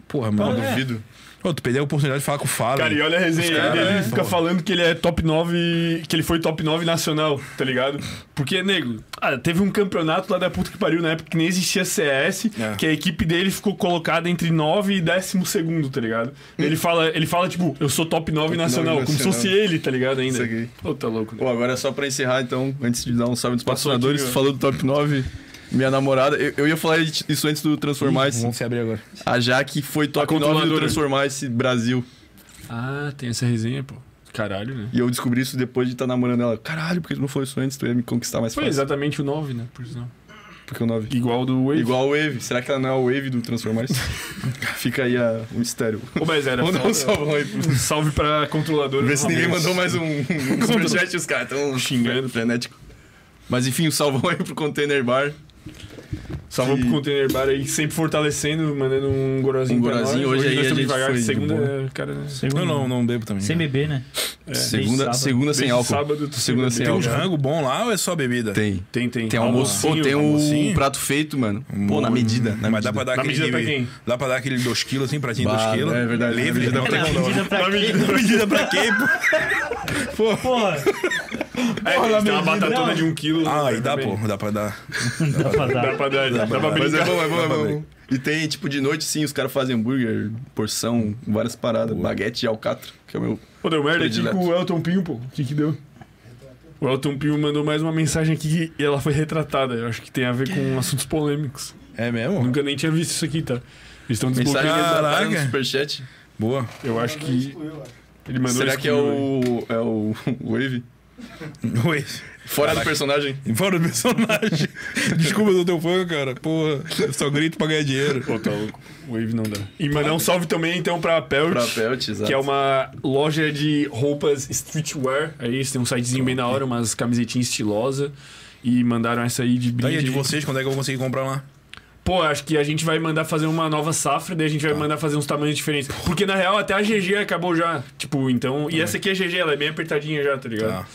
C: Porra, mano.
D: É.
B: Duvido.
C: Ô, tu perdeu a oportunidade de falar com o Fábio.
A: Cara, e olha a resenha.
C: Os caras,
A: ele
C: né?
A: fica
C: Pô.
A: falando que ele é top 9. Que ele foi top 9 nacional, tá ligado? Porque, nego, ah, teve um campeonato lá da puta que pariu na época que nem existia CS,
C: É.
A: que a equipe dele ficou colocada entre 9 e 12 segundo, tá ligado? Ele fala, ele fala, tipo, eu sou top 9 nacional, como se
B: nacional.
A: fosse ele, tá ligado? Ainda.
B: Saquei.
A: Ô, tá louco. né?
B: Pô, agora só pra encerrar, então, antes de dar um salve dos
A: Passou aqui,
B: patrocinadores,
A: meu.
B: tu falou do top 9. Minha namorada, eu, eu ia falar isso antes do Transformice.
C: Vamos se abrir agora.
B: A Jaque foi top 9 do
A: controladora.
B: Transformice Brasil.
A: Ah, tem essa resenha, pô. Caralho, né?
B: E eu descobri isso depois de estar namorando ela. Caralho, por que tu não falou isso antes? Tu ia me conquistar mais
A: Foi
B: fácil.
A: exatamente o 9, né? Por sinal.
B: Porque o 9.
A: Igual do Wave.
B: Igual a Wave. Será que ela não é a Wave do Transformice? Fica aí a- o mistério.
A: Ô, mas era.
B: Vamos dar um
A: foda.
B: salvão aí. pro-
A: Salve pra controladora.
B: Ver se ninguém
A: Ramos.
B: mandou mais um, um superchat e os caras tão
A: Xingando.
B: frenético. Mas enfim, um salvão aí pro Container Bar.
A: Salve
B: Que-
A: pro Container Bar aí, sempre fortalecendo, mandando um gorozinho
B: Um
A: pra
B: gorozinho,
A: nós.
B: hoje aí
A: nós
B: a
A: estamos
B: gente
A: devagar,
B: foi de
A: segunda,
B: boa.
A: cara, né?
D: Segundo,
C: Eu não, não bebo também.
D: Sem beber, né?
B: Segunda,
D: sábado.
B: segunda sem
A: Desde
B: álcool.
A: Sábado, tu
B: Segunda
A: tem
B: sem
C: Tem um
A: bebida.
C: rango bom lá ou é só bebida?
B: Tem.
A: Tem, tem.
B: Tem almoço, pô, tem um o
C: almocinho.
B: prato feito, mano. Pô, na medida. Na
C: Mas
B: medida.
C: dá pra dar
A: Na
C: aquele.
A: medida pra quem?
C: Dá pra dar aquele 2kg assim, pratinho
B: Bah,
C: 2kg.
B: é verdade,
C: Livre,
B: na
C: dá
D: Na
C: pra
D: medida pra quê?
C: Na medida pra quem, pô?
D: Porra,
A: É, tem uma
D: medida.
A: batatona de um quilo.
C: Ah,
A: né,
C: e dá,
A: também.
C: pô. Dá pra dar.
D: não dá
A: Dá
D: pra dar.
A: pra dar, dá pra
B: Mas é
A: brincar.
B: bom, é bom,
C: Dá pra
B: é bom. E tem, tipo, de noite, sim, os caras fazem hambúrguer, porção, várias paradas. Baguete e alcatra, que é o meu...
A: Pô, deu merda aqui
B: Predileto.
A: com o Elton Pinho, pô. O que que deu? O Elton Pinho mandou mais uma mensagem aqui e ela foi retratada. Eu acho que tem a ver com assuntos polêmicos.
C: É mesmo?
A: Nunca nem tinha visto isso aqui, tá? Eles estão
B: Mensagem
A: desbloqueando.
B: retratada no
C: Caraca.
B: superchat.
C: Boa.
A: Eu acho que ele mandou
B: Será
A: isso
B: que é
A: comigo,
B: o... é
A: né?
B: o Wave?
C: Oi.
B: Fora do personagem.
C: Fora do personagem. Desculpa, eu sou teu fã, cara. Porra, eu só grito pra ganhar dinheiro.
A: Pô, tá louco. Wave não dá. E mandar um salve também, então, pra Pelt.
B: Pra Pelt, exato.
A: Que é uma loja de roupas streetwear. Aí eles têm um
B: Tá
A: sitezinho bem da hora, umas camisetinhas estilosas. E mandaram essa aí de
B: Tá
C: Daí
A: brinde.
C: é de vocês, quando é que eu vou conseguir comprar lá?
A: Pô, acho que a gente vai mandar fazer uma nova safra, daí a gente vai
B: Tá.
A: mandar fazer uns tamanhos diferentes. Porque na real até a GG acabou já. Tipo, então.
B: Tá
A: E essa aqui é GG, ela é bem apertadinha já, tá ligado?
C: Tá.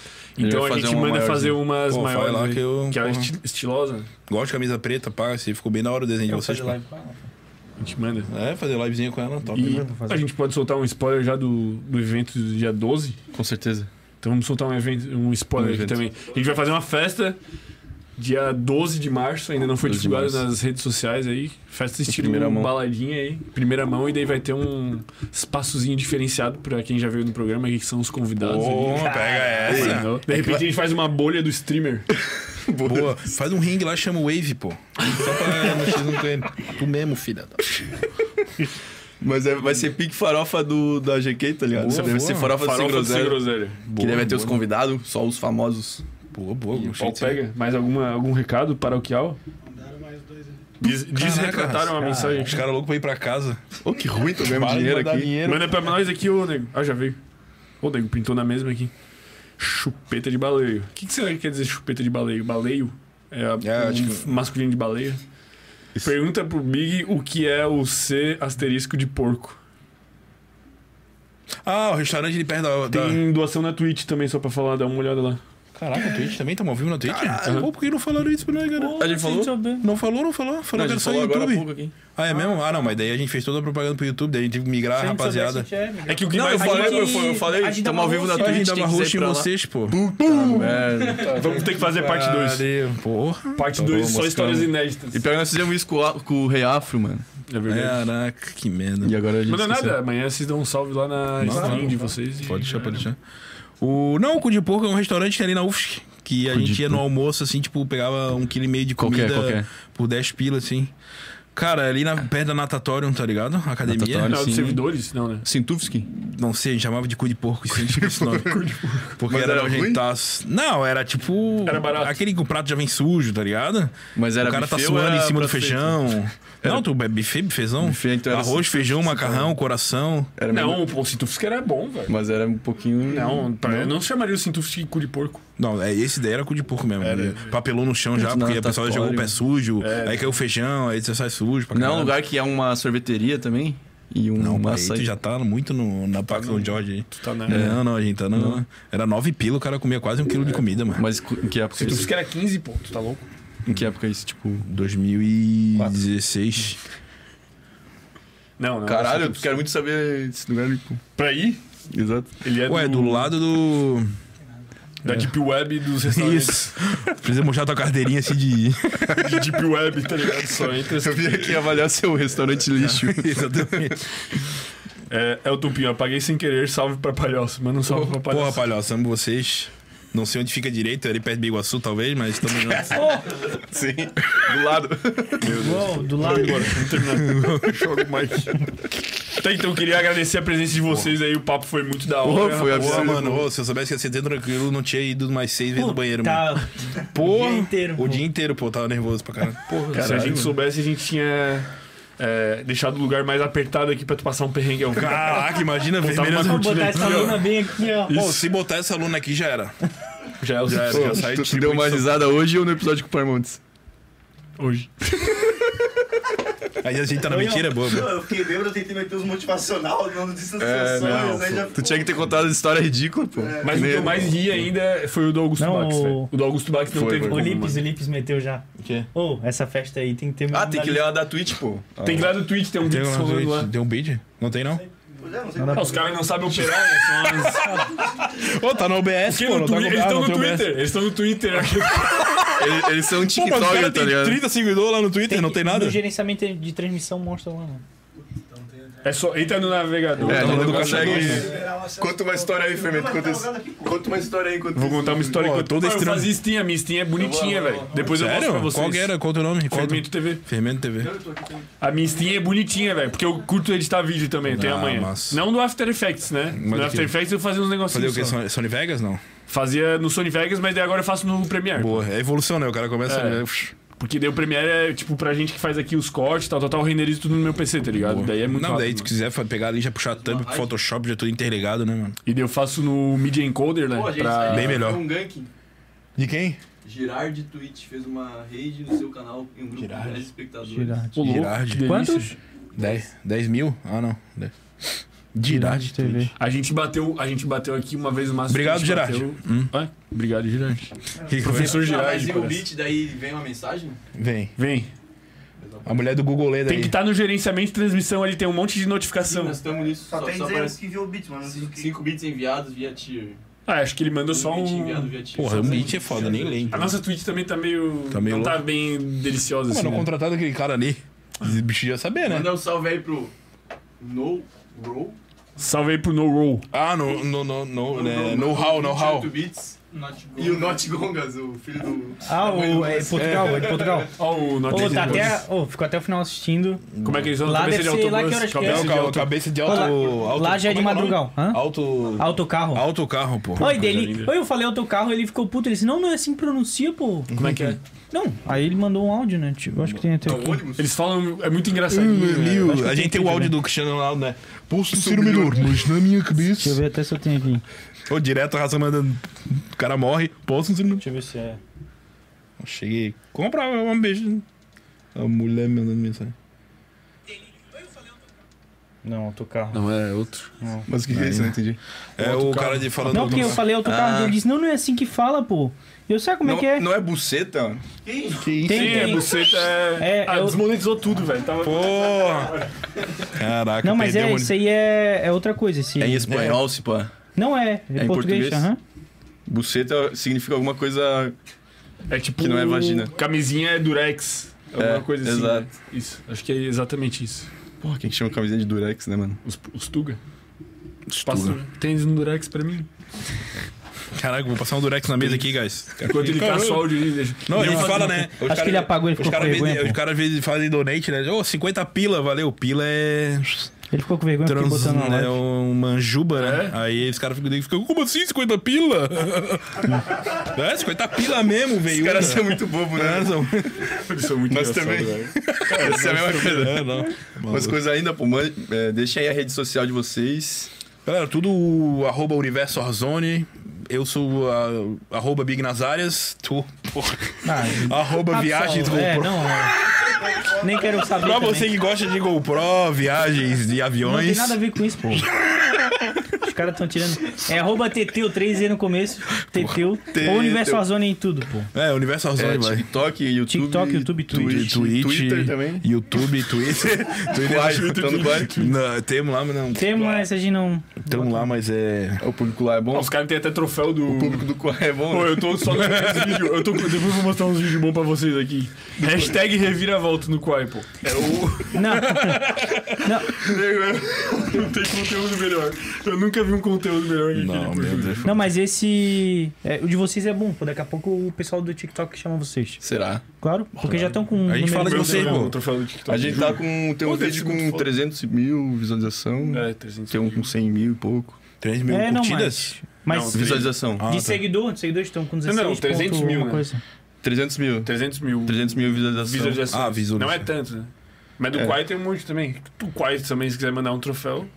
B: Ele
A: Então
B: vai
A: a
B: fazer uma
A: gente manda
B: maiorzinha.
A: fazer umas
C: Pô, fala
A: maiores.
C: lá
A: aí,
C: que
A: que,
C: eu-
A: é
C: porra.
A: esti- estilosa. né?
C: Gosto de camisa preta, pá. Se ficou bem na hora o desenho de vocês, pá.
A: A gente manda.
C: É, fazer livezinha com ela, top. né?
A: E
B: né?
C: mesmo.
A: a gente pode soltar um spoiler já do, do evento do dia 12.
B: Com certeza.
A: Então vamos soltar um, evento, um
B: Um
A: spoiler aqui
B: evento.
A: também. A gente vai fazer uma festa dia 12 de março, ainda não foi
B: 12 de
A: divulgado
B: março.
A: nas redes sociais aí. Festa estilo
B: primeira mão.
A: baladinha aí, primeira mão, e daí vai ter um espaçozinho diferenciado pra quem já veio no programa aqui, que são os convidados.
C: Pô,
A: ali.
C: pega essa.
B: É
A: Entendeu? De repente a gente faz uma bolha do streamer.
C: Boa. Faz um ringue lá, chama o Wave, pô. Só pra mexer no treino. Tu mesmo, filha. da-
B: Mas é- vai ser pique farofa do, da GK, tá ligado?
C: Boa,
B: vai ser
C: boa.
B: farofa, do Sem
A: Farofa do Sem
B: Groselha.
A: Groselha.
B: Que daí vai ter os convidados, só os famosos.
C: Boa, boa. gostei
A: Qual
C: disso aí.
A: Um pega? Mais alguma, algum recado para o Kial? Diz, desretrataram a mensagem.
C: Os caras loucos pra ir pra casa.
B: Ô, que ruim, tô ganhando é dinheiro aqui.
A: Manda pra nós aqui, ô nego. Ah, já veio. Ô nego, pintou na mesma aqui. Chupeta de baleio. O que, que será que quer dizer chupeta de baleio? Baleio? É, a,
C: É,
A: um
C: acho que-
A: masculino de baleia. Pergunta pro Big o que é o C asterisco de porco.
C: Ah, o restaurante ali perto da. da...
A: Tem doação na Twitch também, só pra falar, dá uma olhada lá.
C: Caraca, o Twitch também tá ao vivo na Twitch? Pô, por que não falaram isso pra nós, cara?
B: A gente falou?
C: Não falou, não falou. Falou
B: Não, a
C: que era
B: gente
C: só
B: falou agora há
C: YouTube.
B: pouco aqui.
C: Ah, é mesmo? Ah, não, mas daí a gente fez toda a propaganda pro YouTube, daí a gente teve que migrar, a rapaziada.
A: É que o que
B: Não,
A: mais
B: eu falei,
A: vale-
B: eu falei, eu falei,
D: a tipo gente
B: tamo
D: dá
B: ao vivo na
D: uma
C: A
B: Twitch,
C: gente
B: quem
C: dava
B: quiser
C: rosto
B: ir
C: em
B: pra lá.
C: vocês, pô.
B: É.
A: Vamos ter que fazer parte 2.
C: dois. Porra.
A: Parte 2, só
C: moscando.
A: histórias inéditas.
B: E pior que nós fizemos isso com o, A- com o Rei Afro, mano.
A: É verdade.
C: Caraca, que merda.
B: E agora a gente
A: Mas não é
B: esqueceu.
A: nada, amanhã vocês dão um salve lá na
C: Não,
A: stream
C: não.
A: de vocês. e-
C: Pode deixar, pode deixar. O... Não, o Cu de Porco é um restaurante que tem ali na UFSC. Que a gente ia no almoço, assim, tipo, pegava um quilo e meio de
B: Qualquer,
C: comida
B: qualquer.
C: por 10 pilas, assim. Cara, ali na perto da Natatorium, tá ligado? Academia.
B: Natatorium.
A: Não, dos
B: Sim.
A: servidores? Não, né?
B: Sintufsky?
C: Não sei, a gente chamava de cu de porco, isso a gente esquece o nome. Porque
B: Mas
C: era,
B: era ruim?
C: nojentaço. Não, era tipo.
A: Era barato.
C: Aquele que o prato já vem sujo, tá ligado?
B: Mas era
C: o cara tá
B: buffet ou
C: suando
B: era
C: em cima do
B: prato feito?
C: feijão. Não, tu é buffet, bifezão?
B: Buffet, então era assim,
C: Arroz, feijão, macarrão, coração.
B: Era mesmo-
A: Não, pô, o Cintufsky era bom, velho.
B: Mas era um pouquinho...
A: Não, pra- eu não chamaria o Sintufsky de cu de porco.
C: Não, é, esse daí era É. cu de porco mesmo. Ele Papelou no chão já,
B: Putz,
C: porque
B: não,
C: a pessoa
B: tá
C: jogou o
B: fora,
C: pé sujo, aí caiu o feijão, aí você sai sujo. Pra
B: Não é um
C: caralho.
B: lugar que é uma sorveteria também? E um
C: Não, mas
B: massa
C: aí tu já tá muito no, na parte do Jorge aí.
A: Tá, né?
C: Não, não, a gente tá no. Era nove pila, o cara comia quase um quilo de comida, mano.
B: É. Mas cu- em que época isso?
A: Sintufsky era 15, pô, tu tá louco?
B: tipo? Em que época isso, tipo...
C: 2016.
A: Não, não.
B: Caralho, eu quero muito saber esse lugar. Tipo.
A: Pra ir,
B: Exato.
A: ele é
C: Ué, do lado do.
A: da Deep Web dos restaurantes.
C: Precisa mostrar tua carteirinha assim de.
A: De Deep Web, tá ligado? Só entra.
B: Eu vim aqui avaliar seu restaurante lixo.
C: Exatamente.
A: É, é o Tupinho, apaguei sem querer, salve pra palhoça. Manda um salve pra
C: Porra,
A: palhoça.
C: palhoça, amo vocês. Não sei onde fica direito, ali perto de Biguaçu, talvez, mas estamos juntos.
B: Sim. Do lado.
D: Uou, do lado.
A: Bora, vamos terminar.
B: Jogo mais.
A: Tá, então queria agradecer a presença de vocês aí. O papo foi muito da hora.
B: Porra, foi
C: Porra,
B: absurdo.
C: mano, ô, se eu soubesse que ia ser tão tranquilo, eu não tinha ido mais seis vezes no banheiro, mano.
D: Tá,
C: Porra,
D: dia inteiro,
C: o
D: pô.
C: dia inteiro, pô, eu tava nervoso pra caralho. Porra,
A: Se a gente soubesse, a gente tinha é, deixado o lugar mais apertado aqui pra tu passar um perrengue ao vivo.
C: Caraca, imagina
A: Botava
C: vermelho.
A: uma
D: vou botar essa luna bem aqui, ó.
C: Pô, se botar essa aluna aqui já era.
A: Já é o
C: Já era, já sai
B: Tu, tu
C: tipo
B: deu
C: de
B: mais
C: som-
B: risada hoje ou no episódio com o Parmontes?
A: hoje.
C: Aí a gente tá na mentira, boa,
F: Não,
C: mano.
F: eu fiquei bêbado, eu tentei meter uns motivacional, não disse as
B: É,
F: sensações,
B: não,
F: aí já
B: Tu tinha que ter contado essa história ridícula, pô.
A: Mas o que eu mais ri ainda foi o do Augusto
D: Não,
A: Bax,
D: o-
A: velho. O do Augusto Bax não
B: Foi,
A: teve
B: foi.
D: O
A: como,
D: Lips,
A: mano.
D: o Lips meteu já. O
B: quê?
D: Ô, essa festa aí tem que ter
B: Ah, tem que ler a da Twitch, pô.
A: Tem que ir lá no Twitch, tem um
C: Tem
A: vídeo rolando
C: um,
A: lá.
C: tem um bid? Não tem, não?
F: Pois é, não sei.
A: Ah, os caras não sabem operar, né? São as...
C: Ô, tá ah, no OBS,
A: Porque no Twi- eles estão no Twitter, eles estão no Twitter.
B: Eles, eles são um
C: Pô, mas o
B: TikToker,
C: cara
B: tá
C: tem
B: ligado?
C: 30 seguidores lá no Twitter, não tem nada?
D: O gerenciamento de transmissão mostra lá, mano.
A: É só, entra no navegador.
B: É, a
A: Tá
B: gente
A: no
B: não
A: navegador.
B: consegue.
F: é,
B: Conta uma história aí, Fermento. Conta, esse- conta uma história aí. Conta
A: Vou contar uma história
C: Ó,
A: que eu
C: todo
A: Ah,
C: estranho.
A: Eu fazia Steam, a minha Steam é bonitinha, velho. Depois eu mostro pra
C: Sério?
A: vocês.
C: Qual que era? Qual o teu nome? Qual o teu-
A: Fermento TV.
C: Fermento TV.
A: A minha Steam é bonitinha, velho, porque eu curto editar vídeo também, eu tenho
C: Ah,
A: amanhã.
C: massa.
A: Não do After Effects, né?
C: Mas
A: no
C: do
A: After
C: quê?
A: Effects eu fazia uns
C: Fazer
A: negocinhos
C: o quê?
A: só.
C: Sony- Sony Vegas, não?
A: Fazia no Sony Vegas, mas daí agora eu faço no Premiere.
C: Boa, é evolução, né? O cara começa...
A: É. Porque daí o Premiere é, tipo, pra gente que faz aqui os cortes, tal, tal, tal, eu renderizo tudo no meu PC, tá ligado? Daí é muito
C: não,
A: rápido,
C: daí se
A: mano.
C: quiser fa- pegar ali, já puxar a thumb pro Photoshop, já tudo interligado, né, mano?
A: E daí eu faço no Media Encoder, né? pra...
C: Bem melhor.
H: Um ganking.
C: De quem?
H: Girard Twitch fez uma raid no seu canal em um grupo de 10 espectadores.
A: Ô, louco,
C: Girardi.
A: que delícia.
D: Quantos?
C: 10, 10 mil? Ah, não. Dez. Girard.
D: TV.
A: A gente bateu, a gente bateu aqui uma vez o máximo.
C: Obrigado,
A: que a gente
C: Girardi.
A: bateu- Ué? Obrigado, Girardi.
C: Que
A: Professor
H: Ah, mas
A: Girardi.
H: e o
A: parece.
H: beat daí vem uma mensagem?
C: Vem.
A: Vem.
C: A mulher do Google Leda
A: Tem
C: aí.
A: que tá- estar no gerenciamento de transmissão ali, tem um monte de
H: Sim,
A: notificação.
H: nós estamos nisso.
F: Só
H: Só,
F: tem
H: só
F: dizer
H: aparece
F: que viu o beat, mano. não sei o que.
H: 5 bits enviados via tier.
A: Ah, acho que ele mandou só
H: bit
A: um.
H: enviado via tier.
C: Porra,
H: Só
C: o
H: tem-
C: Meet é foda, nem lembro.
A: A nossa Twitch também tá meio.
C: Tá meio
A: não tá bem deliciosa assim.
C: Mano,
A: né?
C: contratado aquele cara ali. O bicho ia saber, né?
H: Manda um salve aí pro No Roll.
A: Salve aí pro No Roll.
C: Ah, no, no, no, no, né? no how, no how.
H: 28 bits. E o Not Gongas, o filho do.
D: Ah, o, é de Portugal, é de Portugal.
A: Ó, o
D: Ô,
A: Notice
D: tá
A: depois.
D: até, ô, ficou até o final assistindo.
A: Como é que eles vão
D: Lá
A: Cabeça
D: deve
A: de
D: ser- lá que
A: autobus.
D: horas que é?
A: cabeça
C: Não,
A: de
C: ca-
A: autobus.
C: cabeça de
D: Ô,
C: auto,
D: lá-
C: auto.
D: lá já é de
C: como que o nome?
D: madrugão. Hã?
C: Auto.
D: Autocarro.
C: Autocarro, pô.
D: Oi,
A: coisa
D: dele,
A: linda.
D: oi, eu falei autocarro, ele ficou puto, ele disse, não, não é assim que pronuncia, pô.
A: Como é que é?
D: Não, aí ele mandou um áudio, né? Tipo, eu acho que tem até aqui.
A: Eles falam. É muito engraçado.
D: acho que
C: A
D: tem
C: gente tem o
D: vídeo, né?
C: áudio do Cristiano Ronaldo, né? Posso ser o melhor, mas na
D: Deixa
C: minha
D: eu
C: cabeça.
D: ver até se eu tenho aqui.
C: Ô, direto a raça mandando. O cara morre. Posso ser o melhor.
D: Deixa eu ver se é...
C: Cheguei. Compra um beijo. A mulher me mandando mensagem.
D: Não, autocarro.
A: Não, é outro.
B: Mas o que, que é isso? Eu Não entendi.
C: É o cara de falando.
D: Não, porque eu falei autocarro,
B: Ah.
D: ele disse, não, não é assim que fala, pô. Eu sei como
B: não,
D: é que é.
B: não é buceta?
D: tem,
A: Sim, é buceta. É,
D: É,
A: ah,
D: eu-
A: desmonetizou tudo, velho. então- Tava...
C: Porra! Caraca,
D: Não, mas
C: perdeu
D: é,
C: o
D: isso aí é, é outra coisa. Esse...
B: É em espanhol, se pá.
D: Não é, é,
B: em
D: português.
B: português?
D: aham.
B: Buceta significa alguma coisa.
A: É tipo.
B: Que não é vagina.
A: Camisinha é durex. Alguma
B: É,
A: coisa assim.
B: exato.
A: né? Isso. Acho que é exatamente isso.
B: Porra, quem que chama camisinha de durex, né, mano?
A: Os, os Tuga. Passa um tênis no durex pra mim.
C: Caraca, vou passar um durex na mesa aqui, guys.
A: Enquanto ele tá
C: Caramba.
A: caça o áudio ali, deixa.
C: Não, a
A: Ele
C: gente
A: fala-
C: fala, né? Os
D: Acho que ele apagou, ele
C: os
D: ficou com
C: cara vende-
D: vergonha.
C: Os
D: pô.
C: caras às vezes fazem donate, né? Ô, 50 pila, valeu. Pila é.
D: Ele ficou com vergonha porque
C: Trans,
D: botou na
C: né,
D: live.
C: uma juba, né?
B: É?
C: Aí os caras ficam, ficam, como assim 50 pila? é, 50 pila mesmo, velho. É,
B: Os caras são muito bobos, né?
A: Eles são muito
B: Nós
A: engraçados,
B: também.
A: velho.
B: Essa é a mesma coisa.
C: É, não.
B: Umas coisas ainda, pô. man- é, deixa aí a rede social de vocês.
C: Galera, tudo o arroba Universo Orzoni. Eu sou a, arroba Big Nazarias. Tu, porra,
D: Ah,
C: arroba
D: tá,
C: Viagens
D: pessoal, É,
C: GoPro.
D: não, é. Nem quero saber.
C: Pra
D: também.
C: você que gosta de GoPro, viagens e
D: Não tem
C: aviões.
D: nada a ver com isso, pô. Os caras estão tirando. É arroba TTU, 3 e no começo. TTU. Ou Universo Warzone em tudo, pô.
C: É, Universo Warzone,
B: É,
C: vai.
B: TikTok, YouTube,
D: TikTok, YouTube, Twitch.
C: Twitch,
B: Twitter também.
C: YouTube, Twitter.
B: Quai,
C: Twitter.
B: tá no Quai?
C: Não, temos lá, mas não.
D: Temos, mas a gente não.
C: Temos lá, mas é.
B: O público lá é bom.
A: Os caras têm até troféu do.
B: O público do Quai é bom.
A: Pô,
B: né?
A: eu tô só vendo esse vídeo. Eu tô... Depois eu vou mostrar uns vídeos bons pra vocês aqui. Hashtag reviravolta no Quai, pô.
D: Não,
A: Não tem conteúdo melhor. Eu nunca vi um conteúdo melhor que
C: Não,
A: aquele.
C: meu Deus.
D: não mas esse. é, o de vocês é bom, pô. Daqui a pouco o pessoal do TikTok chama vocês.
B: Será?
D: Claro, porque já estão com. um
C: A gente
D: número
C: fala de
D: bom.
A: Meu
C: vocês,
A: Deus,
C: pô.
A: o troféu do TikTok.
B: A gente tá com. Tem um
A: Pô, deve
C: é
B: vídeo
A: ser muito
B: com
A: foda.
B: 300 mil visualização.
A: É, 300.
B: Tem um com 100 mil e pouco.
C: 3 mil
D: É, não,
C: curtidas?
D: Mas
A: Não,
B: Visualização.
C: Ah,
D: de
C: tá.
D: seguidor, de seguidores estão com 16
A: Não, 300
D: ponto
A: mil,
D: alguma
A: né?
D: coisa.
B: 300 mil.
A: 300 mil
B: 300 mil visualização.
A: visualizações.
C: Ah, visualização.
A: Não é tanto, né? Mas do
B: É.
A: Quai tem um monte também. Do Quai também, se quiser mandar um troféu.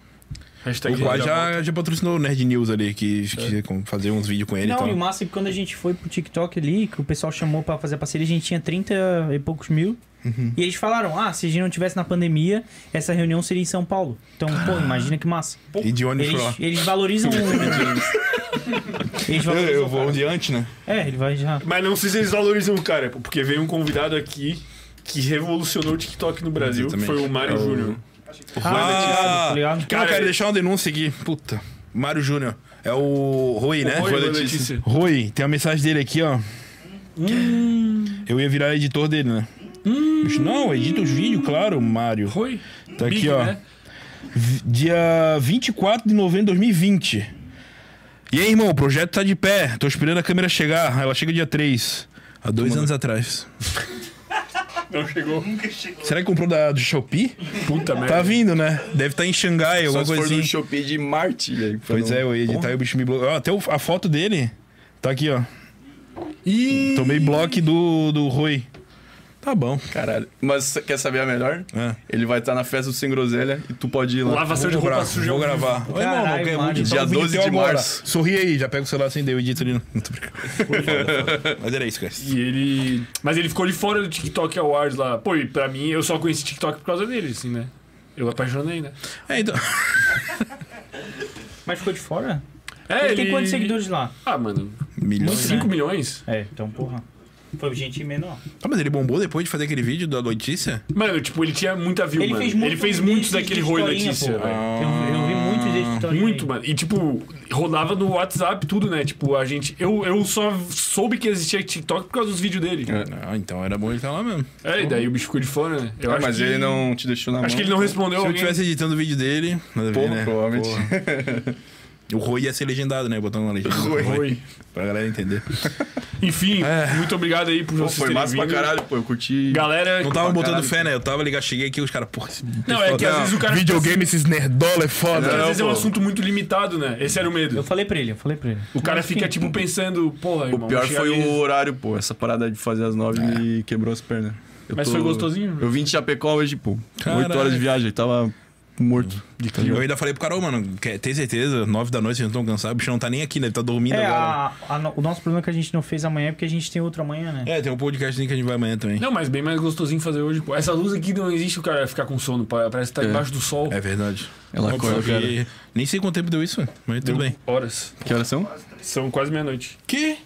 A: Hashtag
C: O Quai
A: reviravolta.
C: já, já patrocinou o Nerd News ali,
A: É.
C: que, que com- fazer uns vídeos com ele tá-
D: não, e o
C: e tal.
D: massa é que quando a gente foi pro TikTok ali, que o pessoal chamou pra fazer a parceria, a gente tinha 30 e poucos mil.
C: Uhum.
D: E eles falaram: ah, se a gente não tivesse na pandemia, essa reunião seria em São Paulo. Então, pô, imagina que massa.
C: E de ônibus pra lá.
D: Eles, eles valorizam. o- eles
C: Eu,
D: valorizam.
C: eu
D: o
C: vou
D: cara.
C: de antes, né?
D: É, ele vai já.
A: Mas não sei se eles valorizam o cara, pô, porque veio um convidado aqui que revolucionou o TikTok no Brasil, que
C: Exatamente.
A: foi o Mário
C: É o-
A: Júnior.
D: Ah, tá ligado?
C: Cara,
A: Cara,
C: eu quero
A: ele-
C: deixar uma denúncia aqui. Puta. Mário Júnior. É o Rui, né?
A: Rui,
C: Rui,
A: Rui Letícia.
C: tem uma mensagem dele aqui, ó.
D: Hum.
C: Eu ia virar editor dele, né? Bicho, Não, edita os vídeos, claro, Mário.
A: Rui?
C: Tá
A: Big,
C: aqui, ó.
A: né?
C: V- Dia 24 de novembro de 2020. E aí, irmão, o projeto tá de pé. Tô esperando a câmera chegar. Ela chega dia 3. Há dois anos atrás.
A: Não chegou.
C: Será que comprou da, do Shopee?
A: Puta merda.
C: Tá vindo, né? Deve estar em Xangai,
B: Só
C: alguma
B: se for
C: coisinha.
B: no Shopee de Marte. aí, pra
C: Pois
B: não-
C: é, eu ia editar e o bicho me bloqueou. Ó, Até o- a foto dele tá aqui, ó. Tomei bloco do, do Rui. Tá bom.
B: Caralho. Mas quer saber a melhor?
C: É.
B: Ele vai estar na festa do Sem Groselha e tu pode ir lá. Ah,
A: Lavação de
C: Vou
A: roupa
C: gravar.
A: suja.
C: Vou gravar. Ô, irmão,
D: Caralho,
C: quer-
D: Mário.
B: Dia
C: só o vídeo
B: 12
C: teu
B: de
C: agora.
B: março.
C: Sorri aí, já pega o celular, acendeu, edita ali. Não, tô brincando. Mas era isso, cara.
A: E ele. Mas ele ficou ali fora do TikTok Awards lá. Pô, e pra mim, eu só conheci TikTok por causa dele, assim, né? Eu apaixonei, né?
C: É, então...
D: Mas ficou de fora?
A: É,
D: Ele, tem quantos seguidores lá?
A: Ah, mano,
C: Milhões.
A: 5 milhões?
D: É, então, porra. Foi gente menor.
C: Ah, mas ele bombou depois de fazer aquele vídeo da notícia?
A: Mano, tipo, ele tinha muita view, mano. ele fez muitos daquele Rui Letícia, velho. Ah,
D: Eu, eu vi muitos desses historinha
A: Muito,
D: aí.
A: mano. E, tipo, rodava no WhatsApp tudo, né? Tipo, a gente. Eu, eu só soube que existia TikTok por causa dos vídeos dele.
C: Ah, então era bom ele estar lá mesmo.
A: É, e daí o bicho ficou de fora, né? Eu
B: Ah,
A: acho
B: mas
A: que-
B: ele não te deixou na mão.
A: Acho que ele não respondeu
C: Se eu
A: alguém.
C: estivesse editando o vídeo dele... nada a ver,
B: Porra,
C: né?
B: provavelmente.
C: Porra. O Rui ia ser legendado, né? Botando uma legenda.
A: Foi.
C: Pra galera entender.
A: Enfim, muito obrigado aí por
B: É. Pô,
A: vocês
B: foi
A: terem
B: massa pra
A: vindo.
B: caralho, tá pô. Eu curti.
A: Galera,
C: Não tava
B: pra
C: botando
B: caralho.
C: fé, né? Eu tava ligado, cheguei aqui os caras... Porra, esse
A: Não, é que às vezes o cara-
C: Videogame, esses nerdola é foda.
A: às
B: Não,
A: vezes é um
B: pô.
A: assunto muito limitado, né? Esse era o medo.
D: Eu falei pra ele, eu falei pra ele.
A: O cara fica, tipo, pensando, porra, irmão.
B: O pior
A: vou chegar
B: foi
A: ali-
B: o horário, pô. Essa parada de fazer às nove me quebrou as pernas. Eu
A: Mas
B: tô-
A: foi gostosinho?
B: Eu vim de Chapecó hoje, pô.
C: Caralho.
B: Oito horas de viagem, tava morto. Tá De
C: Eu ainda falei pro Carol, mano, quer, tem certeza? Nove da noite, vocês não estão cansados? O bicho não tá nem aqui, né? Ele tá dormindo
D: É,
A: ah,
C: agora.
D: a, a no- o nosso problema é que a gente não fez amanhã é porque a gente tem outro amanhã, né?
C: É, tem um podcast que a gente vai amanhã também.
A: Não, mas bem mais gostosinho fazer hoje, pô. Essa luz aqui não existe o cara ficar com sono, pá. parece que tá embaixo do sol.
C: É verdade.
B: Ela
C: Óbvio
B: acorda,
C: que-
B: cara.
C: Nem sei quanto tempo deu isso, mas tudo bem.
A: Horas.
B: Que horas são?
A: São quase meia-noite.
C: Que?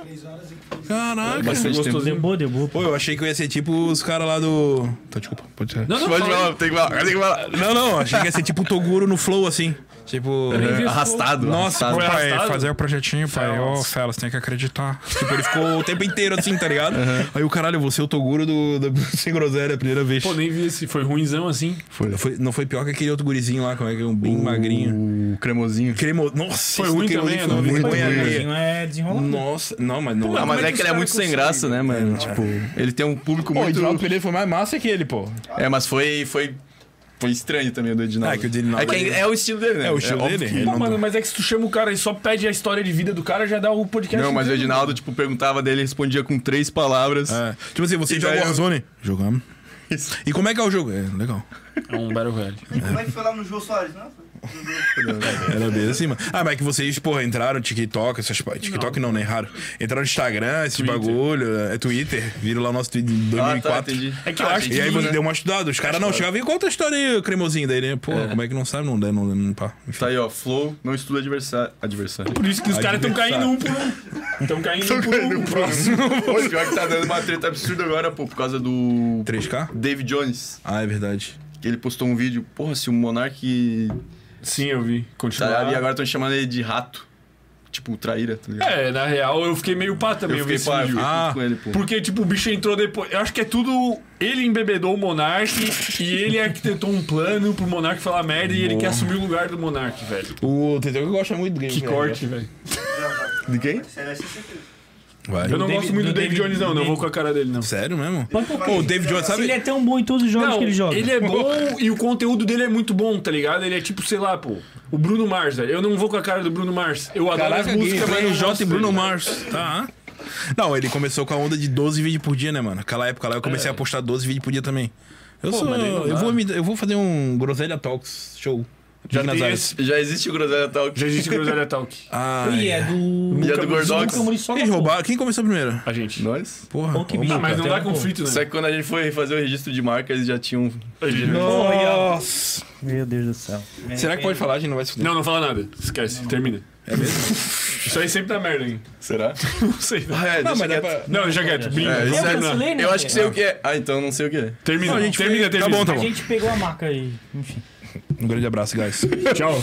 C: Porra! Caraca!
B: Bastante tempo.
A: Gostosinho.
D: Deu boa, deu boa.
C: Pô, eu achei que eu ia ser tipo os caras lá do. Tá, desculpa, pode ser.
A: Não, não,
B: Pode
A: fala aí.
B: falar, tem que falar. Tem que falar.
C: Não, não, achei que ia ser tipo o Toguro no Flow, assim. Tipo.
A: vi.
B: Arrastado.
C: Nossa,
B: arrastado.
A: Foi
C: pai,
A: arrastado?
C: fazer o projetinho, pai. Ô,
A: Felas.
C: Felas, tem que acreditar. Tipo, ele ficou o tempo inteiro assim, tá ligado? Aí o caralho, eu vou ser o Toguro do, do- Sem Groselha, a primeira vez.
A: Pô, nem vi esse. Foi ruinzão assim.
C: Foi- foi- não foi pior que aquele outro gurizinho lá, como é que é? Um bem magrinho.
B: O cremosinho.
C: Cremo... Nossa,
A: Foi
C: esse do
A: ruim também,
C: cremosinho
A: eu não vi.
C: foi
D: Mas
C: muito
D: o
C: ruim.
D: Leozinho é desenrolado.
C: Nossa, não, mas não.
B: Ah, mas é que ele é muito sem graça, né, mano? Tipo, ele tem um público
C: Pô, o
B: muito.
C: Edinaldo Pereira foi mais massa que ele, pô.
B: É, mas foi. Foi, foi estranho também o do Edinaldo.
C: Ah, que o Edinaldo-
B: É, que é, é o estilo dele, né?
C: É o estilo
B: óbvio
C: dele,
B: que-
C: ele
A: Pô,
C: não-
A: mano, mas é que se tu chama o cara e só pede a história de vida do cara, já dá o podcast.
B: Não, mas o
A: inteiro.
B: Edinaldo, tipo, perguntava dele, respondia com três palavras. Ah, tá,
C: É. Tipo assim, você
B: E
C: joga
B: daí eu-
C: Warzone? Jogamos. E como é que é o jogo? É, legal.
A: É um Battle Royale.
F: E como é que foi lá no Jô Soares, não? Foi-
C: Era bem assim, mano. Ah, mas é que vocês, porra, entraram no TikTok, essas pa- TikTok não, né? Raro. Entraram no Instagram, esses bagulho, é Twitter. Viram lá o nosso tweet de
B: Ah,
C: 2004.
B: tá, entendi. Né?
A: É que eu acho
C: E aí
A: que-
C: você deu uma estudada, os caras não, chegava e conta a história aí, cremosinho daí, né? Pô, como é que não sabe? Não dá, não dá, não pá. Enfim.
B: Tá aí, ó. Flow não estuda adversário. Adversário.
A: Por isso que os caras estão caindo um por um. Estão caindo um por um. Próximo.
B: Pô, pior que tá dando uma treta absurda agora, pô, por causa do
C: 3K?
B: David Jones.
C: Ah, é verdade.
B: que Ele postou um vídeo, porra, se o Monark.
A: Sim, eu vi.
B: Tá ligado? E
A: Continuar.
B: agora estão chamando ele de rato. Tipo, traíra, tá ligado?
A: É, na real, eu fiquei meio pá
B: eu
A: também. É, Eu
B: fiquei
A: vi esse
B: pá, eu
A: vídeo.
B: fiquei
C: Ah,
B: puto com ele, pô.
A: Porque, tipo, o bicho entrou depois. Eu acho que é tudo. Ele embebedou o Monark e ele arquitetou um plano pro Monark falar merda e ele quer assumir o lugar do Monark, velho. É,
C: O TT que gosta muito do game. né?
A: Que corte, velho.
B: De quem?
F: Será que você
C: Vai.
A: Eu não
D: David-
A: gosto muito do
D: do
A: David
D: David-
A: Jones, não. Não vou com a cara dele, não.
C: Sério mesmo?
D: Mas por
C: Pô, o
D: quê?
C: David Jones,
D: Se ele
C: sabe?
D: é tão bom em todos os jogos
A: Não,
D: que ele joga.
A: ele é bom e o conteúdo dele é muito bom, tá ligado? Ele é tipo, sei lá, pô, o Bruno Mars, velho. Eu não vou com a cara do Bruno Mars. Eu adoro as músicas, mas é
C: Mano
A: não
C: J
A: gosto
C: e Bruno
A: dele.
C: Mars. Tá. Não, ele começou com a onda de 12 vídeos por dia, né, mano? Aquela época lá eu comecei a postar 12 vídeos por dia também. Eu sou.
A: É. mas daí não
C: Eu
A: dá.
C: vou, me- eu vou fazer um Groselha Talks show.
A: Já
C: Aqui
A: tem
C: áreas.
A: esse.
B: Já existe o Groselha Talk.
A: Já existe Groselha Talk.
C: Ah,
D: E é do.
B: E a do Gordox?
D: Nunca Muriçoca,
C: Eles
D: pô.
C: roubaram. Quem começou primeiro?
A: A gente.
B: Nós?
C: Porra.
D: Pô, que
C: ô,
D: bicho.
A: Ah,
C: Muca.
A: mas não
D: até
A: dá
D: um
A: conflito, né?
B: Só que quando a gente foi fazer o registro de marca, eles já um tinham.
C: Nossa.
D: Meu Deus do céu.
C: Será que pode falar? A gente não vai se fuder.
A: Não, não fala nada. Esquece. Termina. É mesmo? Isso aí sempre dá merda, hein?
B: Será?
A: Não sei.
B: Ah, é,
C: Não,
B: deixa
C: mas dá
B: quieto.
C: pra.
A: Não, deixa quieto. Brinca.
B: É,
A: Vamos
B: isso é-
A: terminar.
D: cancelei, né,
B: Eu acho
D: velho?
B: que sei o que é. Ah, então não sei o que é.
A: Termina,
C: Não, a gente
A: termina,
C: foi- tá
A: termina.
C: bom, tá
D: A gente pegou a marca aí. Enfim.
C: Um grande abraço, guys.
A: Tchau.